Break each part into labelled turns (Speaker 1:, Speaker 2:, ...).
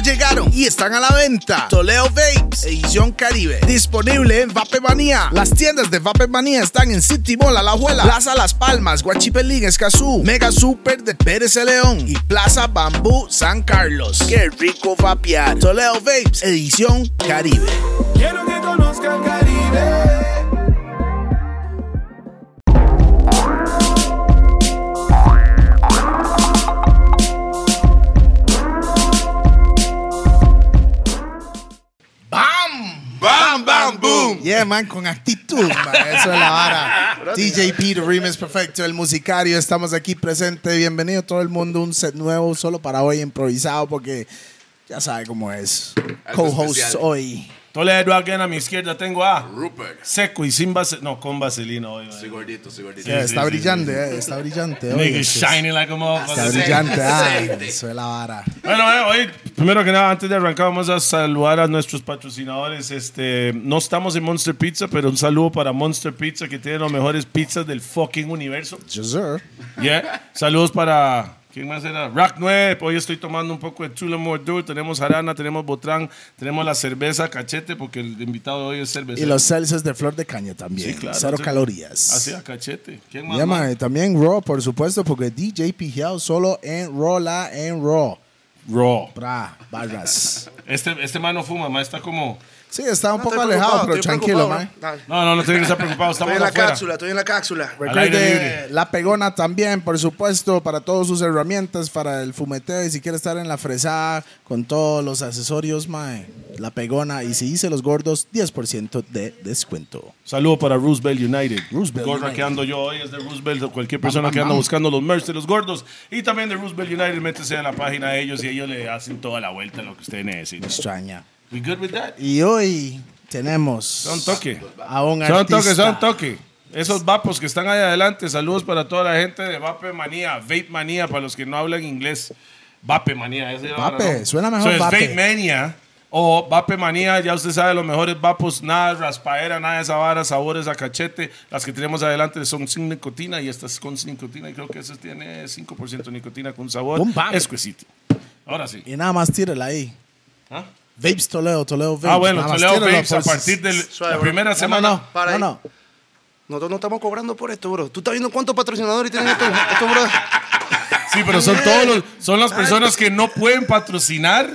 Speaker 1: llegaron y están a la venta. Toleo Vapes, edición Caribe. Disponible en Vape Manía. Las tiendas de Vape Manía están en City Mall, Alajuela, Plaza Las Palmas, Guachipelín, Escazú, Mega Super de Pérez de León y Plaza Bambú, San Carlos. Qué rico vapear. Toleo Vapes, edición Caribe.
Speaker 2: Quiero que conozca el Caribe.
Speaker 1: ¡Bam!
Speaker 3: ¡Bam, bam, boom!
Speaker 1: Yeah, man, con actitud, man. Eso es la vara. DJ Pete, Remix Perfecto, el musicario. Estamos aquí presente. Bienvenido todo el mundo. Un set nuevo solo para hoy, improvisado, porque ya sabe cómo es.
Speaker 3: Algo
Speaker 1: Co-host
Speaker 3: especial.
Speaker 1: hoy.
Speaker 4: Toledo again a mi izquierda tengo a
Speaker 3: Rupert.
Speaker 4: Seco y sin vaselina. No, con vaselina hoy. man.
Speaker 3: Soy gordito, soy gordito.
Speaker 1: Yeah,
Speaker 4: sí,
Speaker 1: está
Speaker 4: sí,
Speaker 1: brillante, eh, está brillante. hoy.
Speaker 4: Nigga shiny like
Speaker 1: Está
Speaker 4: a motherfucker.
Speaker 1: brillante. Ay,
Speaker 3: Aceite.
Speaker 1: eso es la vara.
Speaker 4: Bueno, eh, hoy, primero que nada, antes de arrancar, vamos a saludar a nuestros patrocinadores. Este, no estamos en Monster Pizza, pero un saludo para Monster Pizza, que tiene las mejores pizzas del fucking universo.
Speaker 1: Yes, sir.
Speaker 4: Yeah. Saludos para. ¿Quién más era? Rack 9. Hoy estoy tomando un poco de Tullamore Dew. Tenemos jarana, tenemos botrán, tenemos la cerveza cachete, porque el invitado de hoy es cerveza.
Speaker 1: Y los salsas de flor de caña también.
Speaker 4: Sí, claro.
Speaker 1: Cero
Speaker 4: Ah, Sí.
Speaker 1: calorías.
Speaker 4: Así a cachete. ¿Quién más?
Speaker 1: Yeah,
Speaker 4: man?
Speaker 1: man, y También Raw, por supuesto, porque DJ Pijao solo en Raw, la en Raw.
Speaker 4: Raw.
Speaker 1: Bra, barras.
Speaker 4: Este, este man no fuma, man. Está como.
Speaker 1: Sí, está un
Speaker 5: No,
Speaker 1: poco
Speaker 5: estoy
Speaker 1: alejado,
Speaker 5: preocupado,
Speaker 1: pero
Speaker 5: estoy
Speaker 1: tranquilo, man.
Speaker 5: preocupado, ¿no?
Speaker 4: No, no, no tiene que estar preocupado.
Speaker 5: Estoy
Speaker 4: Estamos
Speaker 5: en la
Speaker 4: afuera.
Speaker 5: cápsula, estoy en la cápsula.
Speaker 4: Al aire
Speaker 1: Recuerde la pegona también, por supuesto, para todas sus herramientas, para el fumeteo. Y si quiere estar en la fresada con todos los accesorios, mae, la pegona. Y si dice los gordos, 10% de descuento.
Speaker 4: Saludo para Roosevelt United.
Speaker 1: Roosevelt
Speaker 4: Gorra
Speaker 1: United.
Speaker 4: que ando yo hoy es de Roosevelt o cualquier persona que anda buscando los merch de los gordos. Y también de Roosevelt United, métese a la página de ellos y ellos le hacen toda la vuelta lo que usted necesita.
Speaker 1: Extraña.
Speaker 4: We good with that?
Speaker 1: Y hoy tenemos
Speaker 4: Son toque.
Speaker 1: a un
Speaker 4: Son
Speaker 1: artista.
Speaker 4: toque, son toque. Esos vapos que están ahí adelante, saludos para toda la gente de Vape Manía, Vape Manía, para los que no hablan inglés. Vape Manía, ese era,
Speaker 1: Vape,
Speaker 4: ¿no?
Speaker 1: suena mejor
Speaker 4: So, es
Speaker 1: vape.
Speaker 4: Vape Mania o Vape Manía, ya usted sabe, los mejores vapos, nada de raspaera, nada de esa vara, sabores a cachete. Las que tenemos adelante son sin nicotina y estas con sin nicotina, y creo que esas tiene 5% nicotina con sabor
Speaker 1: Un vape.
Speaker 4: exquisito. Ahora sí.
Speaker 1: Y nada más tírela ahí.
Speaker 4: ¿Ah?
Speaker 1: Vapes Toledo, Toledo Vapes.
Speaker 4: Ah, bueno,
Speaker 1: nada más
Speaker 4: Toledo
Speaker 1: tírelo,
Speaker 4: Vapes, a
Speaker 1: pues.
Speaker 4: partir de
Speaker 5: Suave,
Speaker 4: la
Speaker 5: bro.
Speaker 4: primera
Speaker 1: No, no,
Speaker 4: semana.
Speaker 1: no.
Speaker 5: Para
Speaker 1: no,
Speaker 5: ahí.
Speaker 1: no.
Speaker 5: Nosotros no estamos cobrando por esto, bro. Tú estás viendo cuántos patrocinadores tienen estos, estos bro.
Speaker 4: Sí, pero son todos los- son las personas que no pueden patrocinar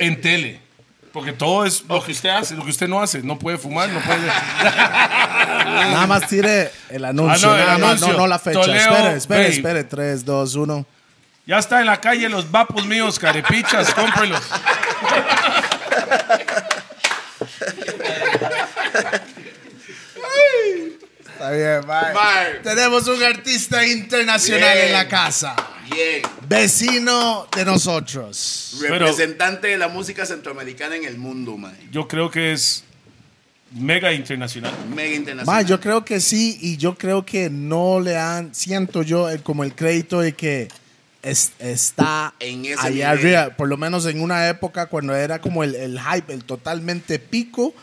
Speaker 4: en tele. Porque todo es lo que usted hace, lo que usted no hace. No puede fumar, no puede.
Speaker 1: Ah, Nada más tire el anuncio.
Speaker 4: Ah, no, el
Speaker 1: nada más,
Speaker 4: anuncio.
Speaker 1: no, no la fecha.
Speaker 4: Toledo
Speaker 1: espere, espere,
Speaker 4: Vape.
Speaker 1: espere. 3, 2, 1.
Speaker 4: Ya está en la calle los vapos míos, carepichas, cómprelos.
Speaker 1: Está bien, bye.
Speaker 3: Bye.
Speaker 1: Tenemos un artista internacional
Speaker 3: Bien.
Speaker 1: en la casa.
Speaker 3: Bien.
Speaker 1: Vecino de nosotros.
Speaker 4: Pero-
Speaker 3: Representante de la música centroamericana en el mundo, man.
Speaker 4: Yo creo que es mega internacional.
Speaker 3: Mega internacional.
Speaker 1: Ma, yo creo que sí y yo creo que no le han, siento yo, el- como el crédito de que es- está
Speaker 3: En ese nivel.
Speaker 1: allá arriba. Por lo menos en una época cuando era como el, el hype, el totalmente pico.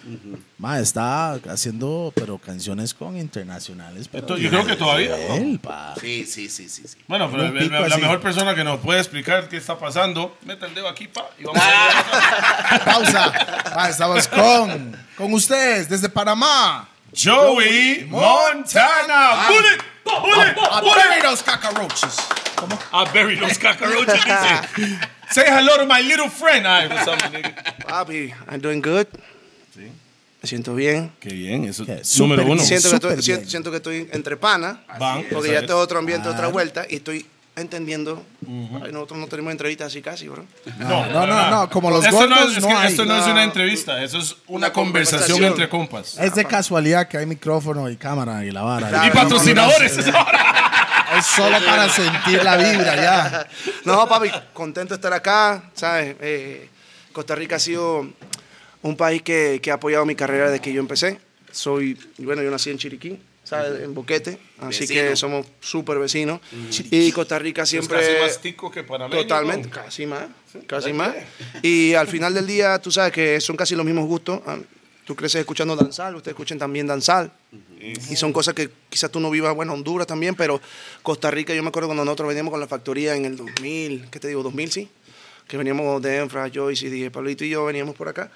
Speaker 1: Ma, está haciendo, pero canciones con internacionales. pero
Speaker 4: Esto- yo
Speaker 1: de
Speaker 4: creo que todavía, ¿no?
Speaker 1: nivel, pa.
Speaker 3: Sí, sí, sí, sí. sí.
Speaker 4: Bueno, pero
Speaker 1: Un
Speaker 4: el- el-
Speaker 1: pico
Speaker 4: la,
Speaker 1: así.
Speaker 4: mejor persona que nos puede explicar qué está pasando, meta el dedo aquí, pa, y vamos a
Speaker 1: Pausa. Ma, estamos con, con ustedes desde Panamá.
Speaker 4: Joey Montana. Bullet, bullet, bullet.
Speaker 1: Apóyame los cacaroches.
Speaker 4: I bury those cockroaches. dice. Say hello to my little friend. Ay, what's up, my nigga?
Speaker 5: Papi, I'm doing good. Me siento bien.
Speaker 4: Qué bien, eso.
Speaker 1: Qué
Speaker 4: número
Speaker 1: súper
Speaker 4: uno.
Speaker 1: bien.
Speaker 5: Siento que,
Speaker 1: Súper
Speaker 5: estoy, sien-
Speaker 1: bien.
Speaker 5: siento que estoy entre pana.
Speaker 4: Van,
Speaker 5: Porque
Speaker 4: ¿sabes?
Speaker 5: ya tengo otro ambiente, otra vuelta. Y estoy entendiendo. Ay, Nosotros no tenemos entrevistas así casi, bro.
Speaker 4: No,
Speaker 1: no, no, no, como los
Speaker 4: Esto no,
Speaker 1: gordos
Speaker 4: es, es
Speaker 1: no
Speaker 4: que
Speaker 1: hay.
Speaker 4: esto no es
Speaker 5: No.
Speaker 4: una entrevista, eso es una,
Speaker 5: Una
Speaker 4: conversación,
Speaker 5: conversación.
Speaker 4: entre compas.
Speaker 1: Es de casualidad que hay micrófono y cámara y la vara.
Speaker 5: Claro.
Speaker 4: Y patrocinadores.
Speaker 1: Es solo para sentir la vibra ya.
Speaker 5: No, papi, contento de estar acá, ¿sabes? Eh, Costa Rica ha sido un país que, que ha apoyado mi carrera desde que yo empecé. Soy, bueno, yo nací en Chiriquí, ¿sabes? En Boquete, así
Speaker 3: Vecino.
Speaker 5: que somos súper vecinos. Y Costa Rica siempre...
Speaker 4: Casi más tico que panameño,
Speaker 5: Totalmente,
Speaker 4: ¿no?
Speaker 5: casi más, casi más. Y al final del día, tú sabes que son casi los mismos gustos. Ah, Tú creces escuchando danzal, ustedes escuchan también danzal. Y son cosas que quizás tú no vivas, bueno, Honduras también, pero Costa Rica, yo me acuerdo cuando nosotros veníamos con la factoría en el 2000, ¿qué te digo? 2000, sí. que veníamos de Enfra, Joyce y dije, Pablito y yo veníamos por acá.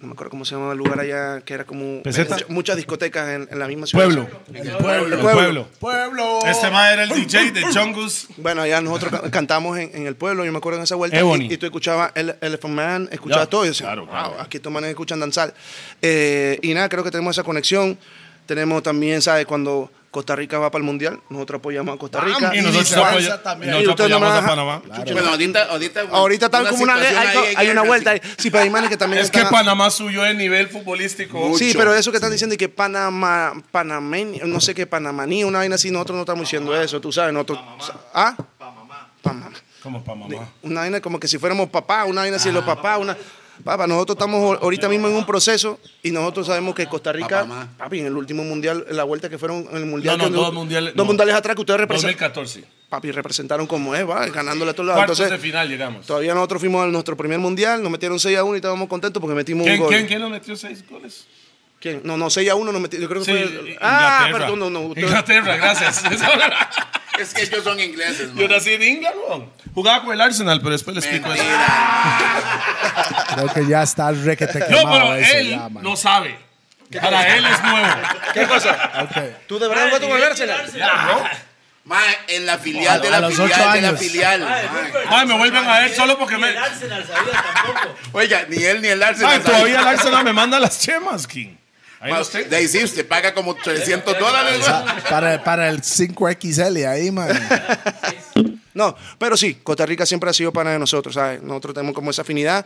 Speaker 5: No me acuerdo cómo se llamaba el lugar allá, que era como
Speaker 4: ¿Peseta?
Speaker 5: muchas- muchas discotecas en, en la misma ciudad.
Speaker 4: Pueblo.
Speaker 3: El
Speaker 4: El
Speaker 3: pueblo.
Speaker 4: pueblo.
Speaker 6: Pueblo.
Speaker 4: Este mae era el DJ de Chongus.
Speaker 5: Bueno, allá nosotros ca- cantamos en, en el pueblo, yo me acuerdo en esa vuelta.
Speaker 4: Ebony.
Speaker 5: Y, y tú escuchabas el Elephant Man, escuchabas
Speaker 4: Ya,
Speaker 5: todo. Y yo decía,
Speaker 4: claro,
Speaker 5: "Wow,
Speaker 4: claro.
Speaker 5: aquí estos manes escuchan danzar. Eh, y nada, creo que tenemos esa conexión. Tenemos también, ¿sabes? Cuando Costa Rica va para el Mundial, nosotros apoyamos a Costa
Speaker 6: Vamos,
Speaker 5: Rica.
Speaker 4: Ah, Y nosotros,
Speaker 6: Viceversa
Speaker 4: apoya-
Speaker 6: también.
Speaker 4: y nosotros
Speaker 5: Y usted
Speaker 4: apoyamos
Speaker 5: nomás-
Speaker 4: a Panamá.
Speaker 3: Bueno, ahorita, ahorita.
Speaker 5: Ahorita tal como una
Speaker 3: situación
Speaker 5: guerra, hay,
Speaker 3: ahí de
Speaker 5: hay una
Speaker 3: guerra,
Speaker 5: vuelta.
Speaker 3: sí.
Speaker 5: ahí. Sí, pero hay manes que también
Speaker 4: Es que
Speaker 5: están-
Speaker 4: Panamá subió en nivel futbolístico.
Speaker 5: Sí,
Speaker 3: Mucho.
Speaker 5: pero eso que están diciendo y que Panamá, panameño, no sé qué, panamanía, una vaina así, nosotros no estamos diciendo eso, tú sabes, nosotros... ¿Ah? Panamá.
Speaker 4: Como Panamá.
Speaker 5: Una vaina como que si fuéramos papá, una vaina si los papás, una... Papá, nosotros estamos ahorita mismo en un proceso y nosotros sabemos que Costa Rica,
Speaker 3: Papá, ma.
Speaker 5: papi, en el último mundial, en la vuelta que fueron en el mundial,
Speaker 4: No, no,
Speaker 5: que-
Speaker 4: dos mundiales,
Speaker 5: dos
Speaker 4: no.
Speaker 5: mundiales atrás que ustedes representaron,
Speaker 4: 2014.
Speaker 5: papi, representaron como es, va, ganándole a todos lados.
Speaker 4: Cuartos de
Speaker 5: Entonces,
Speaker 4: final llegamos.
Speaker 5: todavía nosotros fuimos a nuestro primer mundial, nos metieron 6 a 1 y estábamos contentos porque metimos un
Speaker 4: ¿Quién,
Speaker 5: gol.
Speaker 4: quién, quién nos metió seis goles?
Speaker 5: ¿Quién? No, no, 6 a 1 nos metieron, yo creo que
Speaker 4: Sí,
Speaker 5: fue...
Speaker 4: Inglaterra.
Speaker 5: Ah, perdón, no, no, usted-
Speaker 4: Inglaterra, gracias.
Speaker 3: Es que ellos son ingleses, man.
Speaker 4: Yo nací en Inglaterra. weón. Jugaba con el Arsenal, pero después les explico eso.
Speaker 3: Mentira.
Speaker 6: Creo que ya está requete
Speaker 4: No,
Speaker 6: quemado
Speaker 4: pero
Speaker 6: eso
Speaker 4: él
Speaker 6: ya, man.
Speaker 4: no sabe. Para él es nuevo.
Speaker 5: ¿Qué cosa?
Speaker 6: Ok.
Speaker 5: ¿Tú de verdad jugaste con el Arsenal?
Speaker 3: Ma, en la filial de
Speaker 6: a
Speaker 3: la
Speaker 6: los ocho
Speaker 3: filial de la
Speaker 6: años.
Speaker 3: filial. ma.
Speaker 4: Ay, me vuelven a ver solo porque
Speaker 7: Ni
Speaker 4: me.
Speaker 7: el Arsenal sabía tampoco.
Speaker 3: Oiga, ni él ni el
Speaker 4: Ay,
Speaker 3: Arsenal.
Speaker 4: todavía el Arsenal me manda las chemas, King. Ahí
Speaker 3: Ma,
Speaker 4: los tengo.
Speaker 3: De ahí sí, usted paga como 300 dólares. ma.
Speaker 6: Pa- Para, para el 5XL ahí, man.
Speaker 5: No, pero sí, Costa Rica siempre ha sido pana de nosotros, ¿sabes? Nosotros tenemos como esa afinidad.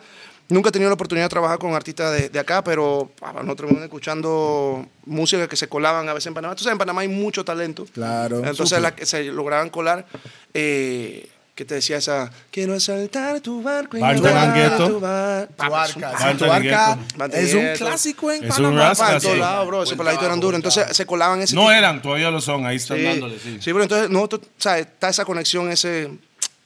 Speaker 5: Nunca he tenido la oportunidad de trabajar con artistas de, de acá, pero ah, nosotros venimos escuchando música que se colaban a veces en Panamá. Entonces, en Panamá hay mucho talento.
Speaker 6: Claro.
Speaker 5: Entonces, las que se lograban colar, eh, que te decía esa, quiero asaltar tu barco y
Speaker 4: Barco
Speaker 5: entrar a
Speaker 4: Mangueto.
Speaker 5: tu bar.
Speaker 6: Tu
Speaker 5: Papá, es un-
Speaker 6: arca, sí,
Speaker 4: Banda
Speaker 6: tu arca
Speaker 5: Nieto.
Speaker 6: es un
Speaker 5: Banda
Speaker 6: clásico en
Speaker 4: Es un
Speaker 6: Panamá.
Speaker 4: rasca,
Speaker 6: pa, en
Speaker 4: sí.
Speaker 6: todo
Speaker 5: Todos
Speaker 6: lado.
Speaker 5: lados, bro, ese
Speaker 3: Buen
Speaker 5: peladito eran
Speaker 3: trabajo,
Speaker 5: duros. Entonces, se colaban ese
Speaker 4: No
Speaker 5: tipo-
Speaker 4: eran, todavía lo son. Ahí están dándole, sí.
Speaker 5: Sí, pero entonces nosotros, ¿sabes? Está esa conexión, ese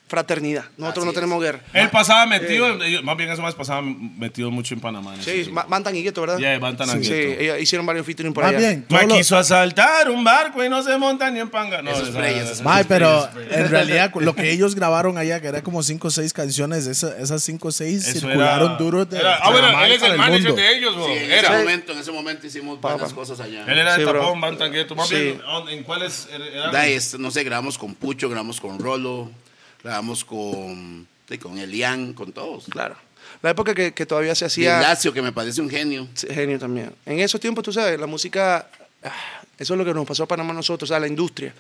Speaker 5: fraternidad. Nosotros no tenemos guerra.
Speaker 4: Él pasaba metido, ellos- más bien eso más pasaba metido mucho en Panamá. en ese
Speaker 5: Sí,
Speaker 4: tiempo.
Speaker 5: Ma- Mantan y Gueto, ¿verdad?
Speaker 4: Yeah, Mantan y
Speaker 5: Sí, Sí,
Speaker 4: Gueto.
Speaker 5: ellos hicieron varios featuring por
Speaker 6: Más
Speaker 5: allá.
Speaker 6: bien,
Speaker 4: Me
Speaker 6: todos los-
Speaker 4: quiso asaltar un barco y no se monta ni en panga. No,
Speaker 3: Eso es
Speaker 4: esa-
Speaker 3: play, eso es
Speaker 4: esa-
Speaker 6: Mae, pero
Speaker 4: eso es play.
Speaker 6: en realidad lo que ellos grabaron allá, que era como 5 o 6 canciones, esa- esas 5 o 6
Speaker 4: Eso
Speaker 6: circularon
Speaker 4: era-
Speaker 6: duro de
Speaker 4: era- ah, bueno,
Speaker 6: Panamá
Speaker 4: él es
Speaker 6: para
Speaker 4: el manager
Speaker 6: mundo.
Speaker 4: de ellos,
Speaker 3: Sí,
Speaker 4: güey.
Speaker 3: en
Speaker 4: era.
Speaker 3: ese momento, en ese momento hicimos buenas cosas allá.
Speaker 4: Él era de
Speaker 5: Sí, bro.
Speaker 4: tapón, Van Tangueto. Más
Speaker 5: Sí.
Speaker 4: bien, ¿En cuáles er- eran?
Speaker 3: Da, es- no sé, grabamos con Pucho, grabamos con Rolo, grabamos con, sí, con Elian, con todos.
Speaker 5: Claro. La época que, que todavía se
Speaker 3: Y
Speaker 5: hacía
Speaker 3: Lazio, que me parece un genio.
Speaker 5: Sí, genio también. En esos tiempos, tú sabes, la música, ah, eso es lo que nos pasó a Panamá a nosotros, a la industria.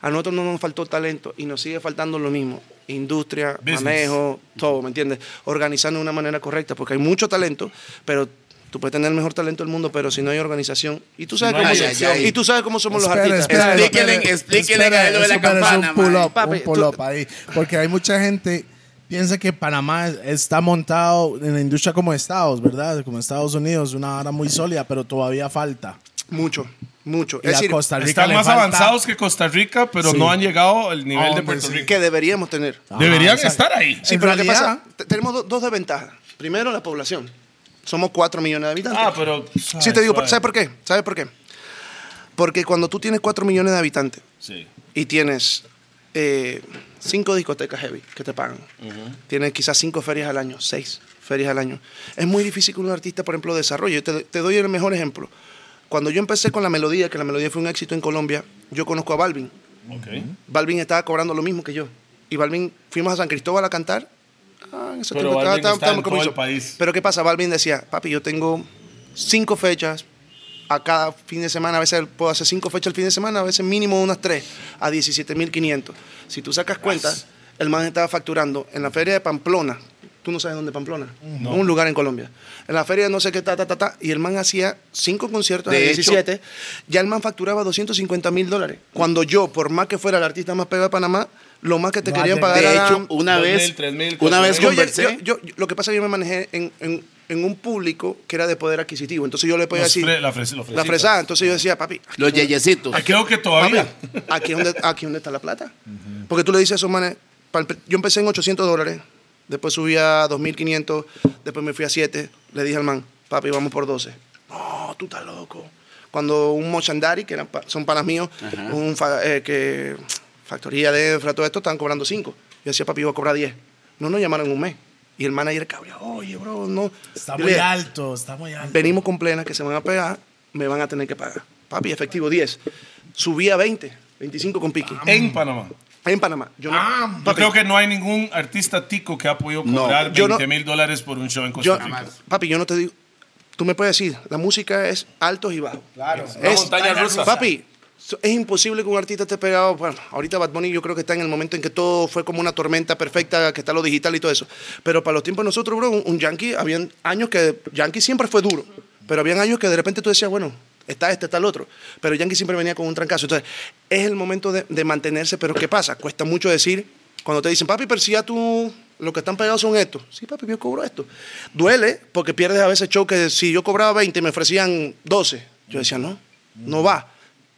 Speaker 5: A nosotros no nos faltó talento y nos sigue faltando lo mismo. Industria,
Speaker 4: Business.
Speaker 5: manejo, todo, ¿me entiendes? Organizando de una manera correcta, porque hay mucho talento, pero tú puedes tener el mejor talento del mundo, pero si no hay organización, y tú sabes,
Speaker 4: no hay
Speaker 5: cómo,
Speaker 3: dirección.
Speaker 5: y tú sabes cómo somos los
Speaker 6: Espera,
Speaker 5: artistas.
Speaker 6: espera,
Speaker 3: Explíquenle,
Speaker 6: espera,
Speaker 3: explíquenle
Speaker 6: espera,
Speaker 3: a lo de la
Speaker 6: eso, pero es
Speaker 3: campana,
Speaker 6: Un pull
Speaker 3: mae.
Speaker 6: up,
Speaker 5: Papi,
Speaker 6: un
Speaker 5: tú-
Speaker 6: pull up ahí. Porque hay mucha gente piensa que Panamá está montado en la industria como Estados, ¿verdad? Como Estados Unidos, una hora muy sólida, pero todavía falta.
Speaker 5: Mucho, mucho.
Speaker 6: Y
Speaker 5: es
Speaker 6: a
Speaker 5: decir,
Speaker 6: Costa Rica
Speaker 4: Están
Speaker 6: le
Speaker 4: más
Speaker 6: falta-
Speaker 4: avanzados que Costa Rica, pero
Speaker 6: Sí.
Speaker 4: no han llegado al nivel de
Speaker 6: Hombre,
Speaker 4: Puerto
Speaker 6: sí.
Speaker 4: Rico.
Speaker 5: que deberíamos tener.
Speaker 4: Deberían
Speaker 6: exacto.
Speaker 4: estar ahí.
Speaker 5: Sí,
Speaker 6: En
Speaker 5: pero ¿qué
Speaker 6: realidad-
Speaker 5: pasa? Te- Tenemos do- dos desventajas. Primero, la población. Somos 4 millones de habitantes.
Speaker 4: Ah, pero.
Speaker 5: sí, te digo,
Speaker 4: suave,
Speaker 5: ¿sabes por qué? ¿Sabes por qué? Porque cuando tú tienes 4 millones de habitantes
Speaker 4: Sí.
Speaker 5: y tienes 5 discotecas heavy que te pagan, tienes quizás 5 ferias al año, 6 ferias al año, es muy difícil que un artista, por ejemplo, desarrolle. Yo Te, te doy el mejor ejemplo. Cuando yo empecé con la melodía, que la melodía fue un éxito en Colombia, yo conozco a Balvin.
Speaker 4: Ok.
Speaker 5: Balvin estaba cobrando lo mismo que yo. Y Balvin, fuimos a San Cristóbal a cantar. Ah, en ese
Speaker 4: Pero
Speaker 5: tiempo estaba-
Speaker 4: Balvin está en
Speaker 5: estábamos
Speaker 4: todo el
Speaker 5: compromiso.
Speaker 4: país.
Speaker 5: Pero ¿qué pasa? Balvin decía, papi, yo tengo cinco fechas a cada fin de semana. A veces puedo hacer cinco fechas al fin de semana, a veces mínimo unas tres, a 17.500. Si tú sacas cuentas, el man estaba facturando en la feria de Pamplona. Tú no sabes dónde es Pamplona. Un lugar en Colombia. En la feria de no sé qué, ta, ta, ta, ta. Y el man hacía cinco conciertos
Speaker 3: De
Speaker 5: de
Speaker 3: hecho,
Speaker 5: 17 20, ya el man facturaba 250 mil dólares. Cuando yo, por más que fuera el artista más pegado de Panamá, lo más que te
Speaker 6: No
Speaker 5: querían
Speaker 6: llega.
Speaker 5: pagar
Speaker 3: De
Speaker 5: era...
Speaker 3: hecho, una
Speaker 4: 2000,
Speaker 3: vez,
Speaker 4: 3000,
Speaker 3: una vez
Speaker 4: 4000.
Speaker 5: yo, llegué-
Speaker 3: conversé.
Speaker 5: yo- yo- lo que pasa es que yo me manejé en, en- en un público que era de poder adquisitivo. Entonces yo le podía
Speaker 4: Los
Speaker 5: decir...
Speaker 4: fre- la fres- los
Speaker 5: La
Speaker 4: fresitas.
Speaker 5: fresada. Entonces yo decía, papi,
Speaker 3: los yeyecitos.
Speaker 4: Ah, Creo que
Speaker 5: papi,
Speaker 4: todavía.
Speaker 5: aquí es donde, aquí es donde está la plata. Porque tú le dices a esos manes... pa'l pr- Yo empecé en 800 dólares, después subí a 2.500, después me fui a 7. Le dije al man, papi, vamos por 12. No, tú estás loco. Cuando un Mochandari, que eran pa- son panas míos, un fa- eh, que factoría de Enfra, todo esto, estaban cobrando 5. Yo decía, papi, iba a cobrar 10. No nos llamaron en un mes. Y el manager cabreó, oye, bro, no.
Speaker 8: Está
Speaker 5: Yo
Speaker 8: muy
Speaker 5: le-
Speaker 8: alto, está muy alto.
Speaker 5: venimos con plena que se van a pegar, me van a tener que pagar. Papi, efectivo 10. Subí a 20, 25 con pique.
Speaker 4: En Panamá.
Speaker 5: En Panamá. Yo no,
Speaker 4: Yo
Speaker 5: papi,
Speaker 4: creo que no hay ningún artista tico que ha podido
Speaker 3: No,
Speaker 4: cobrar
Speaker 5: yo no-
Speaker 4: 20 mil dólares por un show en Costa
Speaker 5: yo,
Speaker 4: Rica.
Speaker 5: papi, yo no te digo. Tú me puedes decir, la música es altos y bajos.
Speaker 8: Claro.
Speaker 4: Una montaña rusa.
Speaker 5: Papi, so- es imposible que un artista esté pegado. Bueno, ahorita Bad Bunny yo creo que está en el momento en que todo fue como una tormenta perfecta, que está lo digital y todo eso. Pero para los tiempos de nosotros, bro, un, un Yankee, habían años que Yankee siempre fue duro, pero habían años que de repente tú decías, bueno, está este, está el otro. Pero Yankee siempre venía con un trancazo. Entonces, es el momento de, de mantenerse, pero ¿qué pasa? Cuesta mucho decir, cuando te dicen, papi, pero si ya tú... Lo que están pegados son estos. Sí, papi, yo cobro esto. Duele porque pierdes a veces show que si yo cobraba 20 me ofrecían 12. Yo decía, no, no va.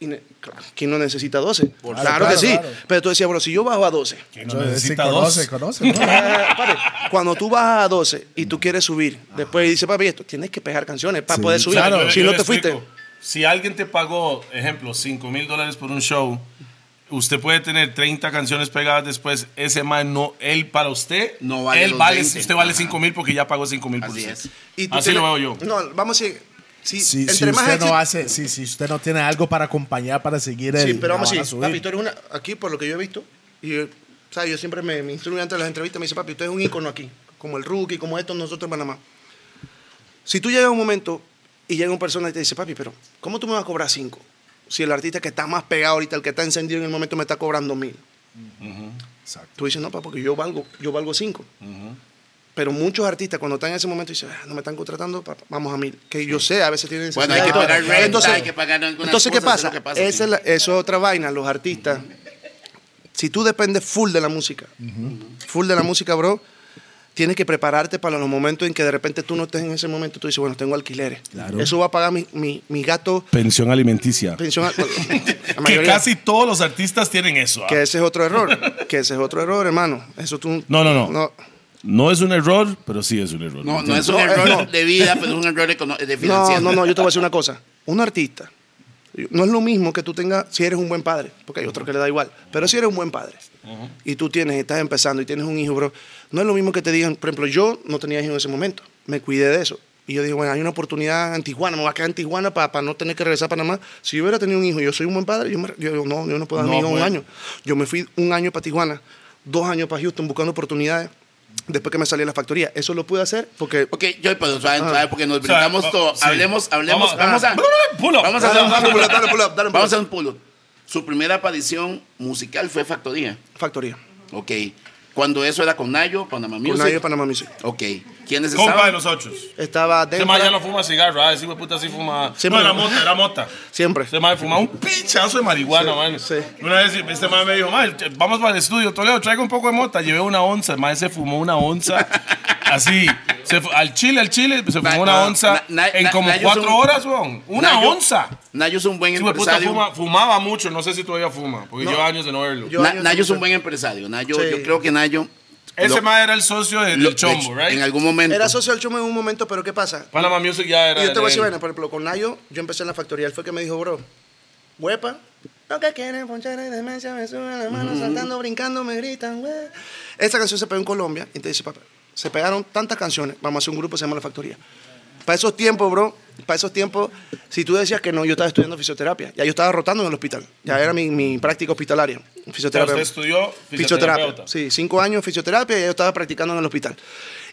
Speaker 5: Y ne- claro, ¿Quién no necesita 12? claro, que
Speaker 8: claro,
Speaker 5: sí.
Speaker 8: claro.
Speaker 5: Pero tú decías, bro, si yo bajo a 12,
Speaker 4: Que no
Speaker 1: eh,
Speaker 8: Yo decir,
Speaker 4: necesita
Speaker 8: conoce,
Speaker 4: dos.
Speaker 8: conoce. ¿no?
Speaker 5: eh, papi, cuando tú bajas a 12 y tú quieres subir, después dice, papi, esto tienes que pegar canciones para poder subir.
Speaker 4: Claro, yo-
Speaker 5: si
Speaker 4: yo
Speaker 5: no
Speaker 4: le
Speaker 5: te fuiste,
Speaker 4: explico. Si alguien te pagó, ejemplo, 5 mil dólares por un show, usted puede tener 30 canciones pegadas después. Ese man no, él para usted,
Speaker 3: No vale
Speaker 4: él
Speaker 3: los
Speaker 4: vale,
Speaker 3: 20.
Speaker 4: usted vale
Speaker 3: Ajá.
Speaker 4: 5 mil porque ya pagó 5 mil por
Speaker 3: Así
Speaker 4: usted.
Speaker 3: es.
Speaker 5: y tú
Speaker 4: Así
Speaker 5: tienes-
Speaker 4: lo veo yo.
Speaker 5: No, vamos a decir, si,
Speaker 8: Si,
Speaker 5: entre
Speaker 8: si
Speaker 5: más
Speaker 8: usted
Speaker 5: éxito-
Speaker 8: no hace, si, si usted no tiene algo para acompañar, para seguir el,
Speaker 5: Sí, pero vamos
Speaker 8: la
Speaker 5: a
Speaker 8: vara
Speaker 5: decir,
Speaker 8: subir.
Speaker 5: papi, tú eres una, aquí por lo que yo he visto, y yo, ¿sabes? yo siempre me, me instruyo antes de las entrevistas, me dice, papi, usted es un ícono aquí, como el rookie, como esto, nosotros en Panamá. Si tú llegas a un momento y llega una persona y te dice, papi, pero ¿cómo tú me vas a cobrar cinco? Si el artista que está más pegado ahorita, el que está encendido en el momento, me está cobrando mil. Tú dices, no, papá, porque yo valgo, yo valgo cinco. Pero muchos artistas cuando están en ese momento dicen, "Ah, no me están contratando, papá, vamos a mil. Que yo sé, a veces tienen
Speaker 3: Bueno, hay
Speaker 5: necesidad
Speaker 3: que
Speaker 5: y todo.
Speaker 3: pagar renta,
Speaker 5: Entonces,
Speaker 3: hay que pagar algunas
Speaker 5: entonces, ¿qué
Speaker 3: cosas, es
Speaker 5: pasa?
Speaker 3: lo que pasa,
Speaker 5: Esa
Speaker 3: sí.
Speaker 5: es la- eso es otra vaina, los artistas. Si tú dependes full de la música, full de la música, bro, tienes que prepararte para los momentos en que de repente tú no estés en ese momento. Tú dices, bueno, tengo alquileres. Eso va a pagar mi, mi, mi gato,
Speaker 4: Pensión alimenticia.
Speaker 5: pensión. al- la
Speaker 4: Que
Speaker 5: mayoría.
Speaker 4: casi todos los artistas tienen eso. ¿ah?
Speaker 5: Que ese es otro error. que ese es otro error, hermano. Eso tú.
Speaker 4: No, no, no. No es un error, pero sí es un error.
Speaker 3: No, no es
Speaker 5: No,
Speaker 3: un
Speaker 5: eh,
Speaker 3: error
Speaker 5: no.
Speaker 3: de vida, pero es un error econo- de
Speaker 5: No,
Speaker 3: financiero.
Speaker 5: no, no, yo te voy a decir una cosa. Un artista, no es lo mismo que tú tengas, si eres un buen padre, porque hay otro que le da igual, pero si eres un buen padre y tú tienes, estás empezando y tienes un hijo, bro, no es lo mismo que te digan, por ejemplo, yo no tenía hijo en ese momento, me cuidé de eso. Y yo dije, bueno, hay una oportunidad en Tijuana, me voy a quedar en Tijuana para, no tener que regresar a Panamá. Si yo hubiera tenido un hijo, y yo soy un buen padre, yo, me- yo digo, no, yo no puedo dar a mi hijo
Speaker 4: No,
Speaker 5: un
Speaker 4: pues.
Speaker 5: año. Yo me fui un año para Tijuana, dos años para Houston buscando oportunidades después que me salí de la factoría. Eso lo pude hacer porque
Speaker 3: Ok, yo, pero saben, saben, porque nos
Speaker 4: sea,
Speaker 3: brindamos
Speaker 4: oh,
Speaker 3: todo.
Speaker 4: sí.
Speaker 3: Hablemos, hablemos.
Speaker 4: Vamos
Speaker 3: Vamos,
Speaker 4: a-
Speaker 3: a.
Speaker 4: Pull up.
Speaker 3: Vamos a
Speaker 5: Dale,
Speaker 3: hacer un
Speaker 5: dale, pull up, dale, pull up, dale, pull
Speaker 3: Vamos a
Speaker 5: up.
Speaker 3: hacer un pull up. Su primera aparición musical fue Factoría.
Speaker 5: factoría.
Speaker 3: Ok. Cuando eso era con Nayo, Panamá Music.
Speaker 5: Con Nayo Panamá Music.
Speaker 3: Ok. ¿Quiénes
Speaker 4: Compa de
Speaker 3: estaban?
Speaker 4: los ochos.
Speaker 5: Estaba
Speaker 4: Ese
Speaker 5: dentro.
Speaker 4: man ya no fuma cigarro, ah, ese hijo de puta sí fuma.
Speaker 5: Siempre
Speaker 4: no, era
Speaker 5: no.
Speaker 4: mota, era mota.
Speaker 5: Siempre.
Speaker 4: Ese man fumaba Este un pinchazo de marihuana,
Speaker 5: Sí,
Speaker 4: man.
Speaker 5: sí.
Speaker 4: Una vez este man me dijo, man, vamos para el estudio, Toledo, traigo un poco de mota. Llevé una onza, el man se fumó una onza. Así, se fu- al chile, al chile, se
Speaker 3: Na-
Speaker 4: fumó pues, una
Speaker 3: na-
Speaker 4: onza
Speaker 3: na- na-
Speaker 4: en
Speaker 3: na-
Speaker 4: como
Speaker 3: Nayo es
Speaker 4: cuatro
Speaker 3: un-
Speaker 4: horas, weón. Una
Speaker 3: Nayo-
Speaker 4: onza.
Speaker 3: Nayo es un buen
Speaker 4: Ese hijo de puta
Speaker 3: empresario.
Speaker 4: fuma- fumaba mucho, no sé si todavía fuma, porque lleva años de no verlo.
Speaker 5: Yo-
Speaker 3: Na-
Speaker 5: Nayo es
Speaker 3: Nayo es
Speaker 5: un-
Speaker 3: un buen empresario. Nayo,
Speaker 5: Sí.
Speaker 3: yo creo que Nayo.
Speaker 4: ese
Speaker 3: lo-
Speaker 4: man era el socio de- del
Speaker 3: lo-
Speaker 4: chombo, right?
Speaker 3: En algún momento.
Speaker 5: Era socio del Chuma en un momento, pero ¿qué pasa?
Speaker 4: Panama Music ya era.
Speaker 5: Y yo te voy a
Speaker 4: de
Speaker 5: decir,
Speaker 4: él.
Speaker 5: bueno, por ejemplo, con Nayo, yo empecé en la factoría. Él fue que me dijo, bro, huepa. Lo que quieren ponchar es demencia, me suben las
Speaker 4: Mm.
Speaker 5: manos, saltando, brincando, me gritan, güey. Esta canción se pegó en Colombia. Y te dice, papá, se pegaron tantas canciones. Vamos a hacer un grupo, se llama La Factoría. Para esos tiempos, bro, para esos tiempos, si tú decías que no, yo estaba estudiando fisioterapia. Ya yo estaba rotando en el hospital. Ya era mi, mi práctica hospitalaria.
Speaker 4: O sea,
Speaker 5: Fisioterapia.
Speaker 4: usted estudió
Speaker 5: Fisioterapia.
Speaker 4: fisioterapeuta.
Speaker 5: Sí, cinco años de fisioterapia y yo estaba practicando en el hospital.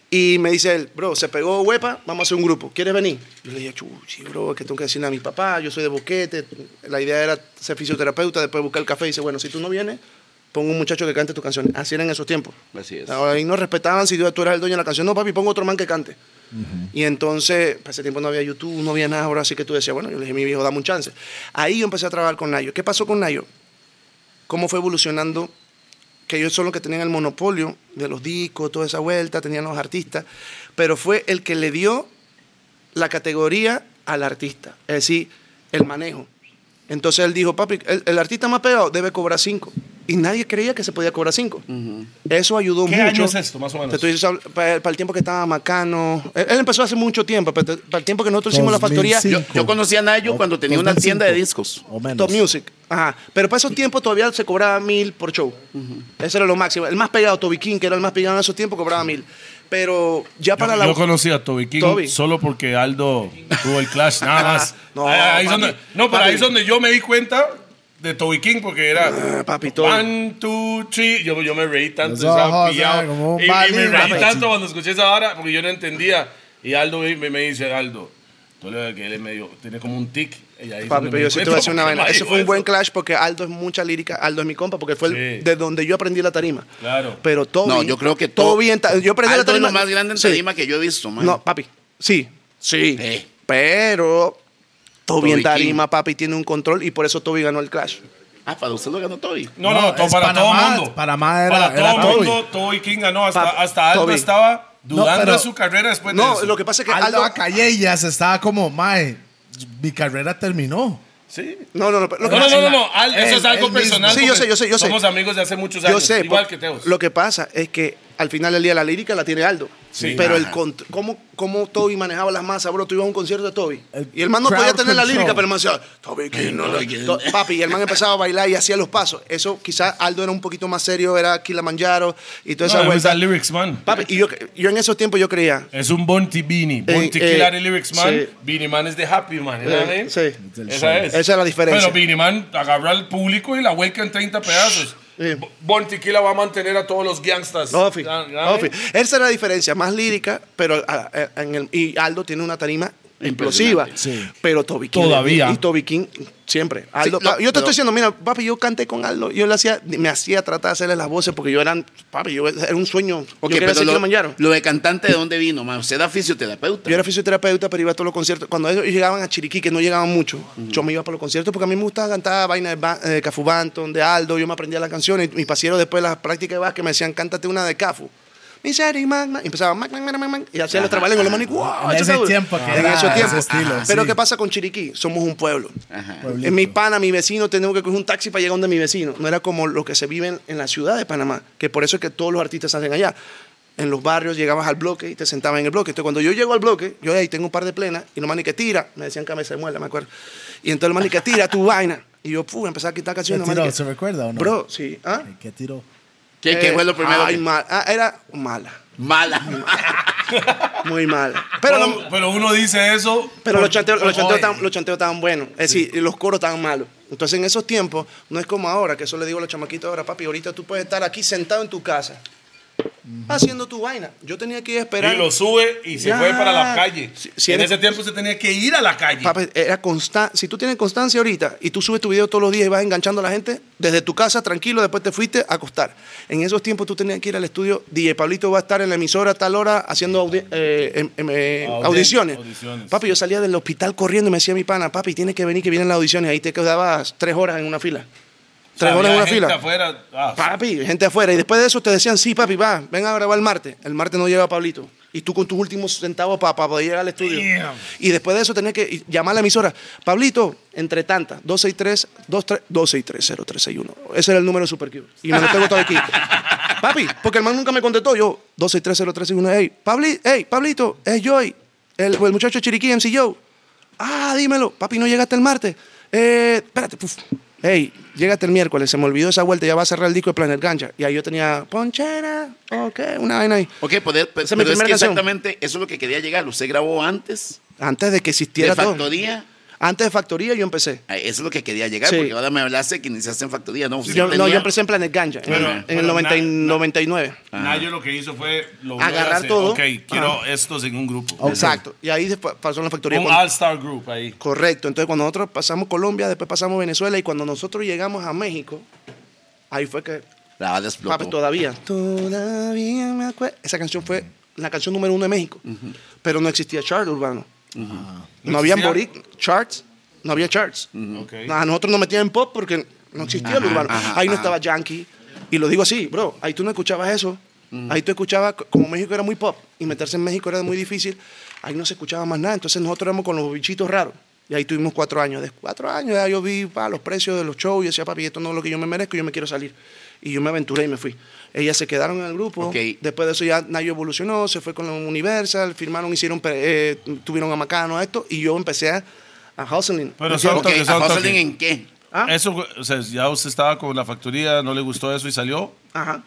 Speaker 5: Y me dice él, bro, se pegó huepa, vamos a hacer un grupo. ¿Quieres venir? Yo le dije, chuchi, bro, es que tengo que decirle a mi papá, yo soy de boquete. La idea era ser fisioterapeuta, después buscar el café. Y dice, bueno, si tú no vienes, pongo un muchacho que cante tus canciones. Así era en esos tiempos.
Speaker 3: Así es.
Speaker 5: Ahora ahí no respetaban si tú tú eras el dueño de la canción. No, papi, pongo otro man que cante. Y entonces, para ese tiempo no había YouTube, no había nada, ahora así que tú decías, bueno, yo le dije, mi viejo, dame un chance. Ahí yo empecé a trabajar con Nayo. ¿Qué pasó con Nayo? ¿Cómo fue evolucionando? Que ellos son los que tenían el monopolio de los discos, toda esa vuelta, tenían los artistas, pero fue el que le dio la categoría al artista, es decir, el manejo. Entonces él dijo, papi, el, el artista más pegado debe cobrar cinco. Y nadie creía que se podía cobrar cinco. Eso ayudó
Speaker 4: ¿Qué
Speaker 5: mucho.
Speaker 4: año es esto, más o menos?
Speaker 5: Te estoy diciendo, para, para el tiempo que estaba Macano. Él, él empezó hace mucho tiempo, pero te- para el tiempo que nosotros hicimos la factoría,
Speaker 3: Yo, yo conocí a Nayo
Speaker 8: O-
Speaker 3: cuando tenía una
Speaker 8: 2005.
Speaker 3: tienda de discos.
Speaker 8: O menos.
Speaker 5: Top Music. Ajá. Pero para esos tiempos todavía se cobraba mil por show. Eso era lo máximo. El más pegado, Toby King, que era el más pegado en esos tiempos, cobraba mil. Pero ya para
Speaker 4: yo,
Speaker 5: la.
Speaker 4: yo conocí a Toby King
Speaker 5: Toby. Ah,
Speaker 4: solo porque Aldo tuvo el clash, nada más.
Speaker 5: No,
Speaker 4: no, ahí es
Speaker 5: papi,
Speaker 4: donde, no, pero ahí
Speaker 5: papi. Ah,
Speaker 4: es donde yo me di cuenta de Toby King porque era.
Speaker 5: papi, Toby.
Speaker 4: one, two, three. Yo, yo me reí tanto.
Speaker 8: Los
Speaker 4: estaba
Speaker 8: ojos,
Speaker 4: pillado.
Speaker 8: ah, como un
Speaker 4: y, y me reí
Speaker 8: balín,
Speaker 4: tanto
Speaker 8: papi.
Speaker 4: cuando escuché esa hora porque yo no entendía. Y Aldo me, me- me dice, Aldo, tú le ves que él es medio, tiene como un tic. Y ahí es
Speaker 5: Papi,
Speaker 4: donde
Speaker 5: pero
Speaker 4: me
Speaker 5: yo
Speaker 4: di
Speaker 5: sí te
Speaker 4: cuenta,
Speaker 5: voy a decir una
Speaker 4: porque
Speaker 5: vaina.
Speaker 4: me
Speaker 5: Ese
Speaker 4: dijo
Speaker 5: fue un buen
Speaker 4: eso.
Speaker 5: clash porque Aldo es mucha lírica. Aldo es mi compa porque fue el-
Speaker 4: Sí.
Speaker 5: de donde yo aprendí la tarima.
Speaker 4: Claro.
Speaker 5: Pero Toby.
Speaker 3: No, yo creo que to-
Speaker 5: Toby. en ta- yo aprendí la
Speaker 3: Aldo es
Speaker 5: tarima.
Speaker 3: lo más grande en
Speaker 5: Sí.
Speaker 3: tarima que yo he visto, man.
Speaker 5: No, papi. Sí. Sí.
Speaker 3: Eh.
Speaker 5: Pero Toby,
Speaker 3: Toby
Speaker 5: en tarima,
Speaker 3: King.
Speaker 5: papi, tiene un control y por eso Toby ganó el clash.
Speaker 3: Ah, para usted lo ganó Toby.
Speaker 4: No, no,
Speaker 8: No,
Speaker 4: to-
Speaker 8: es
Speaker 4: para todo
Speaker 8: Panamá,
Speaker 4: mundo.
Speaker 8: Panamá era-
Speaker 4: para
Speaker 8: era
Speaker 4: todo
Speaker 8: Toby.
Speaker 4: mundo, Toby King ganó. Hasta,
Speaker 5: Papi,
Speaker 4: hasta Aldo
Speaker 5: Toby.
Speaker 4: estaba dudando
Speaker 8: No, pero-
Speaker 4: de su carrera después de
Speaker 5: No,
Speaker 4: eso.
Speaker 5: lo que pasa es que
Speaker 8: Aldo
Speaker 5: Aldo.
Speaker 8: Acayellas estaba como, mae, mi carrera terminó.
Speaker 4: Sí.
Speaker 5: No, no, no. pero lo que
Speaker 4: No, no,
Speaker 5: pasa-
Speaker 4: no, no, no, Al-
Speaker 8: Él-
Speaker 4: eso es algo
Speaker 8: él mismo.
Speaker 4: personal.
Speaker 5: Sí, yo
Speaker 4: porque
Speaker 5: sé, yo sé, yo sé.
Speaker 4: Somos amigos de hace muchos
Speaker 5: Yo
Speaker 4: años.
Speaker 5: sé,
Speaker 4: igual
Speaker 5: por-
Speaker 4: que Teos.
Speaker 5: Lo que pasa es que al final del día la lírica la tiene Aldo.
Speaker 4: Sí.
Speaker 5: pero el
Speaker 3: Ajá.
Speaker 5: contr- ¿cómo, cómo Toby manejaba las masas, bro. Tú ibas a un concierto de Toby.
Speaker 8: El
Speaker 5: y el man no podía
Speaker 8: crowd
Speaker 5: tener la
Speaker 8: control.
Speaker 5: lírica, pero el man decía, Toby, que no lo to- Papi, y el man empezaba a bailar y hacía los pasos. Eso quizás Aldo era un poquito más serio, era Kilimanjaro y toda esa
Speaker 4: no, es
Speaker 5: vuelta.
Speaker 4: lyrics, man.
Speaker 5: Papi, y yo, yo en esos tiempos yo creía.
Speaker 4: Es un Bonti Beanie. Bonti
Speaker 5: eh,
Speaker 4: Killer y Lyrics Man.
Speaker 5: sí.
Speaker 4: Beanie Man es de Happy Man. ¿verdad,
Speaker 5: eh,
Speaker 4: eh?
Speaker 5: sí.
Speaker 4: Esa es.
Speaker 5: Esa es la diferencia.
Speaker 4: Pero Beanie Man agarra al público y la vuelca en 30 pedazos.
Speaker 5: Sí.
Speaker 4: Bo- Bonti Killer va a mantener a todos los gangsters.
Speaker 5: Ofi,
Speaker 4: ¿Ya- ya, eh?
Speaker 5: Ofi. Esa era la diferencia, más lírica, pero ah, eh, en el- y Aldo tiene una tarima explosiva.
Speaker 8: Sí.
Speaker 5: Pero Toby King.
Speaker 4: Todavía.
Speaker 5: Y Toby King, siempre. Aldo,
Speaker 3: Sí, no,
Speaker 5: pa- yo te
Speaker 3: pero-
Speaker 5: estoy diciendo, mira, papi, yo canté con Aldo. Yo le hacía, me hacía tratar de hacerle las voces porque yo era, papi, yo era un sueño.
Speaker 3: Ok,
Speaker 5: yo quería
Speaker 3: pero
Speaker 5: ser
Speaker 3: lo,
Speaker 5: Kilimanjaro.
Speaker 3: lo de cantante, ¿de dónde vino, man? Usted era fisioterapeuta.
Speaker 5: Yo era fisioterapeuta, pero iba a todos los conciertos. Cuando ellos llegaban a Chiriquí, que no llegaban mucho, yo me iba para los conciertos porque a mí me gustaba cantar vaina de, Ba- eh, Cafu Banton, de Aldo. Yo me aprendía las canciones. Y mis pasieros después de las prácticas de básquet me decían, cántate una de Cafu. Miseri, man, man. Y empezaba, man, man, man, man, man. Y hacía los trabajos con los manos. y, wow,
Speaker 8: En
Speaker 5: eso
Speaker 8: ese
Speaker 5: está duro.
Speaker 8: tiempo que
Speaker 5: En
Speaker 8: era
Speaker 5: ese tiempo.
Speaker 8: ese estilo,
Speaker 5: Pero
Speaker 8: sí.
Speaker 5: ¿qué pasa con Chiriquí? Somos un pueblo.
Speaker 8: Pueblito.
Speaker 5: En Eh, mi pana, mi vecino, tenemos que coger un taxi para llegar donde mi vecino. No era como lo que se vive en, en la ciudad de Panamá, que por eso es que todos los artistas hacen allá. En los barrios llegabas al bloque y te sentabas en el bloque. Entonces, cuando yo llego al bloque, yo ahí tengo un par de plenas y los manes que tira, me decían cabeza de muela, me acuerdo. Y entonces los manes que tira tu vaina. Y yo, puh, empezaba a quitar
Speaker 8: ¿Qué
Speaker 5: canciones. los
Speaker 8: tiró?
Speaker 5: manes que-
Speaker 8: ¿Se recuerda o no?
Speaker 5: Bro, sí. ¿ah?
Speaker 8: ¿Qué tiró?
Speaker 3: ¿Qué, qué
Speaker 5: Eh,
Speaker 3: fue lo primero?
Speaker 5: ay,
Speaker 3: que-
Speaker 5: mal- ah, era mala,
Speaker 3: Mala.
Speaker 5: muy mala. Pero,
Speaker 4: Pero,
Speaker 5: lo-
Speaker 4: pero uno dice eso.
Speaker 5: Pero los
Speaker 4: por-
Speaker 5: chanteos, los, chanteos
Speaker 4: Oye,
Speaker 5: estaban, los chanteos estaban buenos. Es decir, los coros estaban malos. Entonces, en esos tiempos, no es como ahora, que eso le digo a los chamaquitos ahora, papi, ahorita tú puedes estar aquí sentado en tu casa, haciendo tu vaina. Yo tenía que ir a esperar.
Speaker 4: Y lo sube y se
Speaker 5: Ya.
Speaker 4: fue para la calle.
Speaker 5: Si- si
Speaker 4: en
Speaker 5: eres-
Speaker 4: ese tiempo se tenía que ir a la calle.
Speaker 5: Papi, era constan si tú tienes constancia ahorita y tú subes tu video todos los días y vas enganchando a la gente, desde tu casa, tranquilo, después te fuiste a acostar. En esos tiempos tú tenías que ir al estudio, DJ Pablito va a estar en la emisora a tal hora haciendo audi- eh, em- em- eh,
Speaker 4: Audien-
Speaker 5: audiciones.
Speaker 4: audiciones.
Speaker 5: Papi, yo salía del hospital corriendo y me decía mi pana, papi, tienes que venir que vienen las audiciones. Ahí te quedabas tres horas en una fila.
Speaker 4: O sea,
Speaker 5: Tres horas
Speaker 4: había
Speaker 5: en una fila.
Speaker 4: gente afuera. Ah,
Speaker 5: Papi, gente afuera. Y después de eso te decían, sí, papi, va, ven a grabar el martes. El martes no llegaba Pablito. Y tú con tus últimos centavos para poder llegar al estudio. Y después de eso tenías que llamar a la emisora. Pablito, entre tantas, 263 23 2630361. Ese era el número de Super Q. Y me lo tengo todo aquí. papi, porque el man nunca me contestó. Yo, 2630361. Hey, Pabli, hey, Pablito, es Joy. El, el muchacho de Chiriquí, MC Joe. Ah, dímelo. Papi, ¿no llegaste el martes? Eh, espérate, puf. Ey, llegaste el miércoles, se me olvidó esa vuelta, ya va a cerrar el disco de Planet Ganja. Y ahí yo tenía ponchera, ok, una vaina ahí.
Speaker 3: ok, poder, pero,
Speaker 5: Esa es mi
Speaker 3: pero es
Speaker 5: primera
Speaker 3: que
Speaker 5: canción.
Speaker 3: exactamente eso es lo que quería llegar. Usted grabó antes
Speaker 5: Antes de que
Speaker 3: de
Speaker 5: existiera todo.
Speaker 3: factoría.
Speaker 5: Antes de Factoría yo empecé.
Speaker 3: Ah, Eso es lo que quería llegar,
Speaker 5: Sí.
Speaker 3: porque ahora me hablaste que iniciaste en factoría. No, usted
Speaker 5: Yo- no,
Speaker 3: tenía-
Speaker 5: yo empecé en Planet Ganja, en-
Speaker 4: Pero-
Speaker 5: en,
Speaker 4: pero
Speaker 5: el 90 y
Speaker 4: na-
Speaker 5: 99.
Speaker 4: Nayo lo que hizo fue lo
Speaker 5: Agarrar
Speaker 4: hace,
Speaker 5: todo. Ah.
Speaker 4: Ok, quiero estos en un grupo.
Speaker 5: Exacto. Y ahí después pasó en la Factoría.
Speaker 4: Un
Speaker 5: cuando-
Speaker 4: All-Star Group ahí.
Speaker 5: Correcto. Entonces, cuando nosotros pasamos Colombia, después pasamos Venezuela, y cuando nosotros llegamos a México, ahí fue que
Speaker 3: La bala explotó.
Speaker 5: Papi, todavía. Todavía me acuerdo. Esa canción fue la canción número uno de México. Pero no existía chart urbano. No había
Speaker 4: existía?
Speaker 5: charts. No había charts.
Speaker 4: Ok.
Speaker 5: A Ah, nosotros nos metían en pop porque no existía el urbano.
Speaker 3: ajá,
Speaker 5: ahí no
Speaker 3: ajá.
Speaker 5: estaba Yankee. Y lo digo así, bro. Ahí tú no escuchabas eso.
Speaker 3: Mm.
Speaker 5: Ahí tú escuchabas, c- como México era muy pop y meterse en México era muy difícil, ahí no se escuchaba más nada. Entonces nosotros éramos con los bichitos raros. Y ahí tuvimos cuatro años. De cuatro años ya yo vi pa, los precios de los shows y decía, papi, esto no es lo que yo me merezco, yo me quiero salir. Y yo me aventuré y me fui. Ellas se quedaron en el grupo.
Speaker 3: Ok.
Speaker 5: Después de eso ya Nayo evolucionó, se fue con la Universal, firmaron, hicieron, pre- eh, tuvieron a Macano, esto, y yo empecé a, a hustling.
Speaker 4: Pero
Speaker 3: Ok,
Speaker 4: son toques,
Speaker 3: ¿a
Speaker 4: son
Speaker 3: Hustling
Speaker 4: toques.
Speaker 3: en qué?
Speaker 5: Ah.
Speaker 4: Eso, o sea, ya usted estaba con la factoría, no le gustó eso y salió.
Speaker 5: Ajá.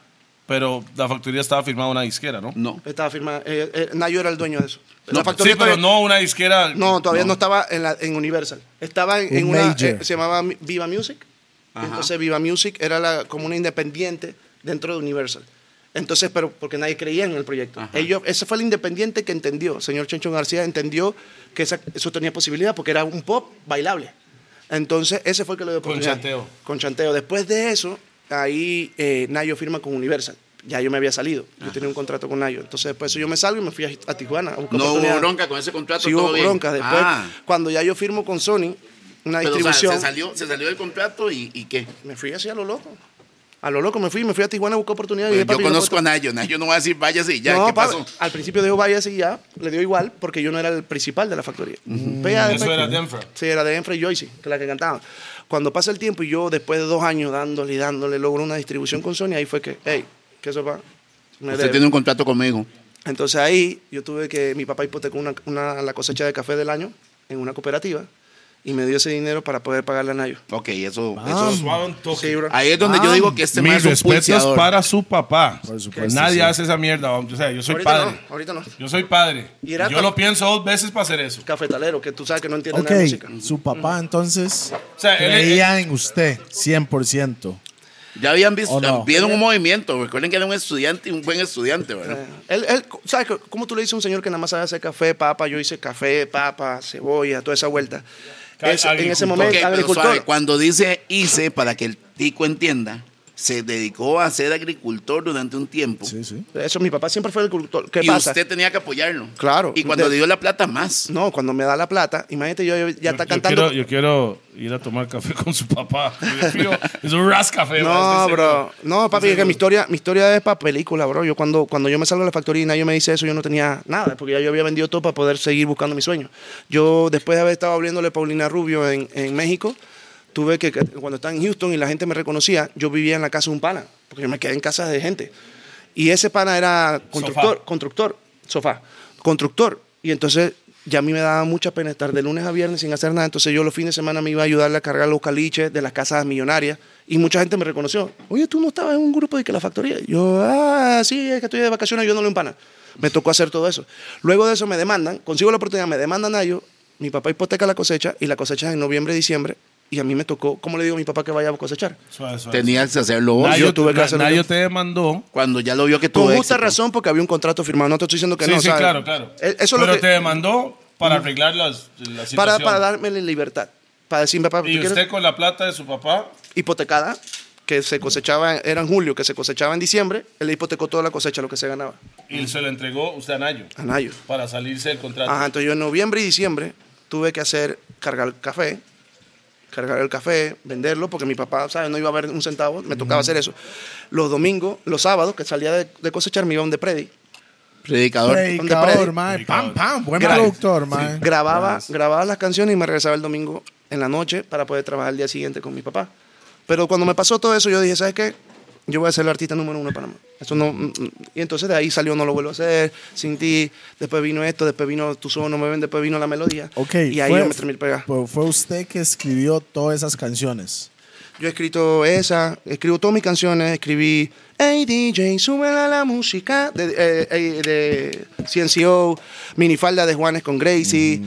Speaker 4: pero la factoría estaba firmada a una disquera, ¿no?
Speaker 3: No.
Speaker 5: Estaba firmada. eh, eh, Nayo era el dueño de eso.
Speaker 4: No, sí, pero
Speaker 5: todavía-
Speaker 4: no una disquera.
Speaker 5: No, todavía no, estaba en, la- en Universal. Estaba en, en
Speaker 8: Un
Speaker 5: una.
Speaker 8: major.
Speaker 5: eh, se llamaba Mi- Viva Music. Entonces, Viva Music era la, como una independiente dentro de Universal. Entonces, pero porque nadie creía en el proyecto. Ellos, ese fue el independiente que entendió. Señor Chencho García entendió que esa- eso tenía posibilidad porque era un pop bailable. Entonces, ese fue el que lo dio
Speaker 4: Con
Speaker 5: oportunidad.
Speaker 4: chanteo.
Speaker 5: Con chanteo. Después de eso, ahí eh, Nayo firma con Universal. Ya yo me había salido. Yo tenía un contrato con Nayo. Entonces, después de eso yo me salgo y me fui a, a Tijuana a buscar
Speaker 3: No hubo
Speaker 5: oportunidades.
Speaker 3: bronca con ese contrato.
Speaker 5: Sí
Speaker 3: todo
Speaker 5: hubo
Speaker 3: bien.
Speaker 5: broncas. Después,
Speaker 3: Ah,
Speaker 5: cuando ya yo firmo con Sony, una
Speaker 3: pero, o sea,
Speaker 5: distribución,
Speaker 3: se, salió, se salió del contrato y, y qué.
Speaker 5: me fui así a lo loco. A lo loco me fui, me fui a Tijuana a buscar oportunidades. y
Speaker 3: Pero
Speaker 5: dije,
Speaker 3: Pues, yo
Speaker 5: "Papi, no
Speaker 3: conozco
Speaker 5: puedo-
Speaker 3: a Nayo. Nayo no va a decir váyase y ya.
Speaker 5: No,
Speaker 3: ¿Qué
Speaker 5: papi,
Speaker 3: pasó?
Speaker 5: Al principio dijo vaya así ya, le dio igual porque yo no era el principal de la factoría. Pero ya
Speaker 4: Eso
Speaker 5: después-
Speaker 4: era Denver.
Speaker 5: Sí, era de Enfra y Joyce, que la que cantaba. Cuando pasa el tiempo y yo, después de dos años dándole y dándole, logro una distribución con Sony, ahí fue que, hey, ¿qué eso va? Me
Speaker 3: Usted
Speaker 5: debe".
Speaker 3: tiene un contrato conmigo.
Speaker 5: Entonces ahí yo tuve que, mi papá hipotecó una, una- la cosecha de café del año en una cooperativa y me dio ese dinero para poder pagarle a Nayo.
Speaker 3: Ok, eso.
Speaker 4: Eso
Speaker 5: Ah.
Speaker 8: Ah,
Speaker 3: eso-
Speaker 4: es suave un toque.
Speaker 5: Sí, bro.
Speaker 3: ahí es donde yo digo que este man
Speaker 4: Mis
Speaker 3: es un
Speaker 4: respetos
Speaker 3: pulseador.
Speaker 4: para su papá.
Speaker 8: Por supuesto,
Speaker 4: Nadie
Speaker 8: sí.
Speaker 4: hace esa mierda. O sea, yo soy
Speaker 5: ahorita
Speaker 4: padre.
Speaker 5: no, ahorita no.
Speaker 4: Yo soy padre.
Speaker 5: Y era
Speaker 4: yo
Speaker 5: tan-
Speaker 4: lo pienso dos veces para hacer eso.
Speaker 5: Cafetalero, que tú sabes que no entiende
Speaker 8: Ok,
Speaker 5: nada de música.
Speaker 8: su papá entonces
Speaker 4: sea, él-
Speaker 8: creía en usted 100%.
Speaker 3: Ya habían visto,
Speaker 8: ¿O no?
Speaker 3: vieron un movimiento. Recuerden que era un estudiante, un buen estudiante, ¿verdad?
Speaker 5: Eh, Él, él, ¿sabes qué? cómo tú le dices a un señor que nada más sabe hacer café, papa? Yo hice café, papa, cebolla, toda esa vuelta.
Speaker 4: Ca-
Speaker 5: Eso, en ese
Speaker 4: agricultor.
Speaker 5: momento,
Speaker 3: Ok, pero suave,
Speaker 5: agricultor.
Speaker 3: cuando dice hice, para que el tico entienda, se dedicó a ser agricultor durante un tiempo.
Speaker 8: Sí, sí.
Speaker 5: Eso, mi papá siempre fue agricultor. ¿Qué
Speaker 3: y
Speaker 5: pasa?
Speaker 3: usted tenía que apoyarlo.
Speaker 5: Claro.
Speaker 3: Y cuando
Speaker 5: De-
Speaker 3: le dio la plata, más.
Speaker 5: No, cuando me da la plata, imagínate, yo, yo ya está
Speaker 4: yo,
Speaker 5: cantando.
Speaker 4: Quiero, yo quiero ir a tomar café con su papá. Le pido- es un ras café.
Speaker 5: No, bro. No, papi, es que mi historia, mi historia es para película, bro. Yo cuando, cuando yo me salgo de la factoría y nadie me dice eso, yo no tenía nada, porque ya yo había vendido todo para poder seguir buscando mi sueño. Yo, después de haber estado abriéndole a Paulina Rubio en, en México, tuve que, que cuando estaba en Houston y la gente me reconocía, yo vivía en la casa de un pana, porque yo me quedé en casa de gente. Y ese pana era constructor,
Speaker 4: Sofá.
Speaker 5: constructor, sofá, constructor. Y entonces ya a mí me daba mucha pena estar de lunes a viernes sin hacer nada. Entonces yo los fines de semana me iba a ayudarle a cargar los caliches de las casas millonarias. Y mucha gente me reconoció. Oye, tú no estabas en un grupo de que la factoría. Yo, ah, sí, es que estoy de vacaciones ayudándole a un pana. Me tocó hacer todo eso. Luego de eso me demandan, consigo la oportunidad, me demandan a ellos. Mi papá hipoteca la cosecha y la cosecha es en noviembre, diciembre. Y a mí me tocó, ¿cómo le digo a mi papá que vaya a cosechar?
Speaker 3: Tenía que hacerlo vos.
Speaker 5: Ay, yo tuve que hacerlo
Speaker 4: Nayo
Speaker 5: yo.
Speaker 4: te demandó.
Speaker 3: Cuando ya lo vio que tuvo
Speaker 5: Con justa
Speaker 3: éxito.
Speaker 5: razón, porque había un contrato firmado. No te estoy diciendo que
Speaker 4: sí,
Speaker 5: no.
Speaker 4: sí,
Speaker 5: ¿sabes?
Speaker 4: claro, claro.
Speaker 5: Eh, Eso es
Speaker 4: pero
Speaker 5: lo que,
Speaker 4: te demandó para arreglar las, la situación.
Speaker 5: para, para darme la libertad. Para decirme, papá, ¿tú
Speaker 4: Y
Speaker 5: quieres
Speaker 4: usted con la plata de su papá.
Speaker 5: hipotecada? Que se cosechaba, era en julio, que se cosechaba en diciembre. Él le hipotecó toda la cosecha, lo que se ganaba.
Speaker 4: Y se lo entregó usted a Nayo
Speaker 5: A Nayo.
Speaker 4: para salirse del contrato.
Speaker 5: Ajá, entonces yo en noviembre y diciembre tuve que hacer, cargar café, cargar el café, venderlo, porque mi papá, ¿sabes? No iba a haber un centavo, me tocaba hacer eso. Los domingos, los sábados, que salía de, de cosechar, me iba a un depredi.
Speaker 3: Predicador.
Speaker 8: Predicador,
Speaker 5: Predicador.
Speaker 8: mae. Pam, pam. Buen
Speaker 5: Gracias.
Speaker 8: productor, mae.
Speaker 5: grababa, grababa las canciones y me regresaba el domingo en la noche para poder trabajar el día siguiente con mi papá. Pero cuando me pasó todo eso, yo dije, ¿sabes qué? Yo voy a ser el artista número uno de Panamá. Eso no, mm, mm. y entonces de ahí salió No lo vuelvo a hacer, Sin ti, después vino esto, después vino Tu solo no me ven, después vino La melodía.
Speaker 8: Ok.
Speaker 5: y ahí
Speaker 8: fue-
Speaker 5: yo
Speaker 1: pues,
Speaker 5: me terminé pegando.
Speaker 8: pero fue usted que escribió todas esas canciones.
Speaker 5: Yo he escrito esa, escribo todas mis canciones, escribí Hey DJ, súbela la música de, eh, eh, de CNCO, Minifalda de Juanes con Gracie.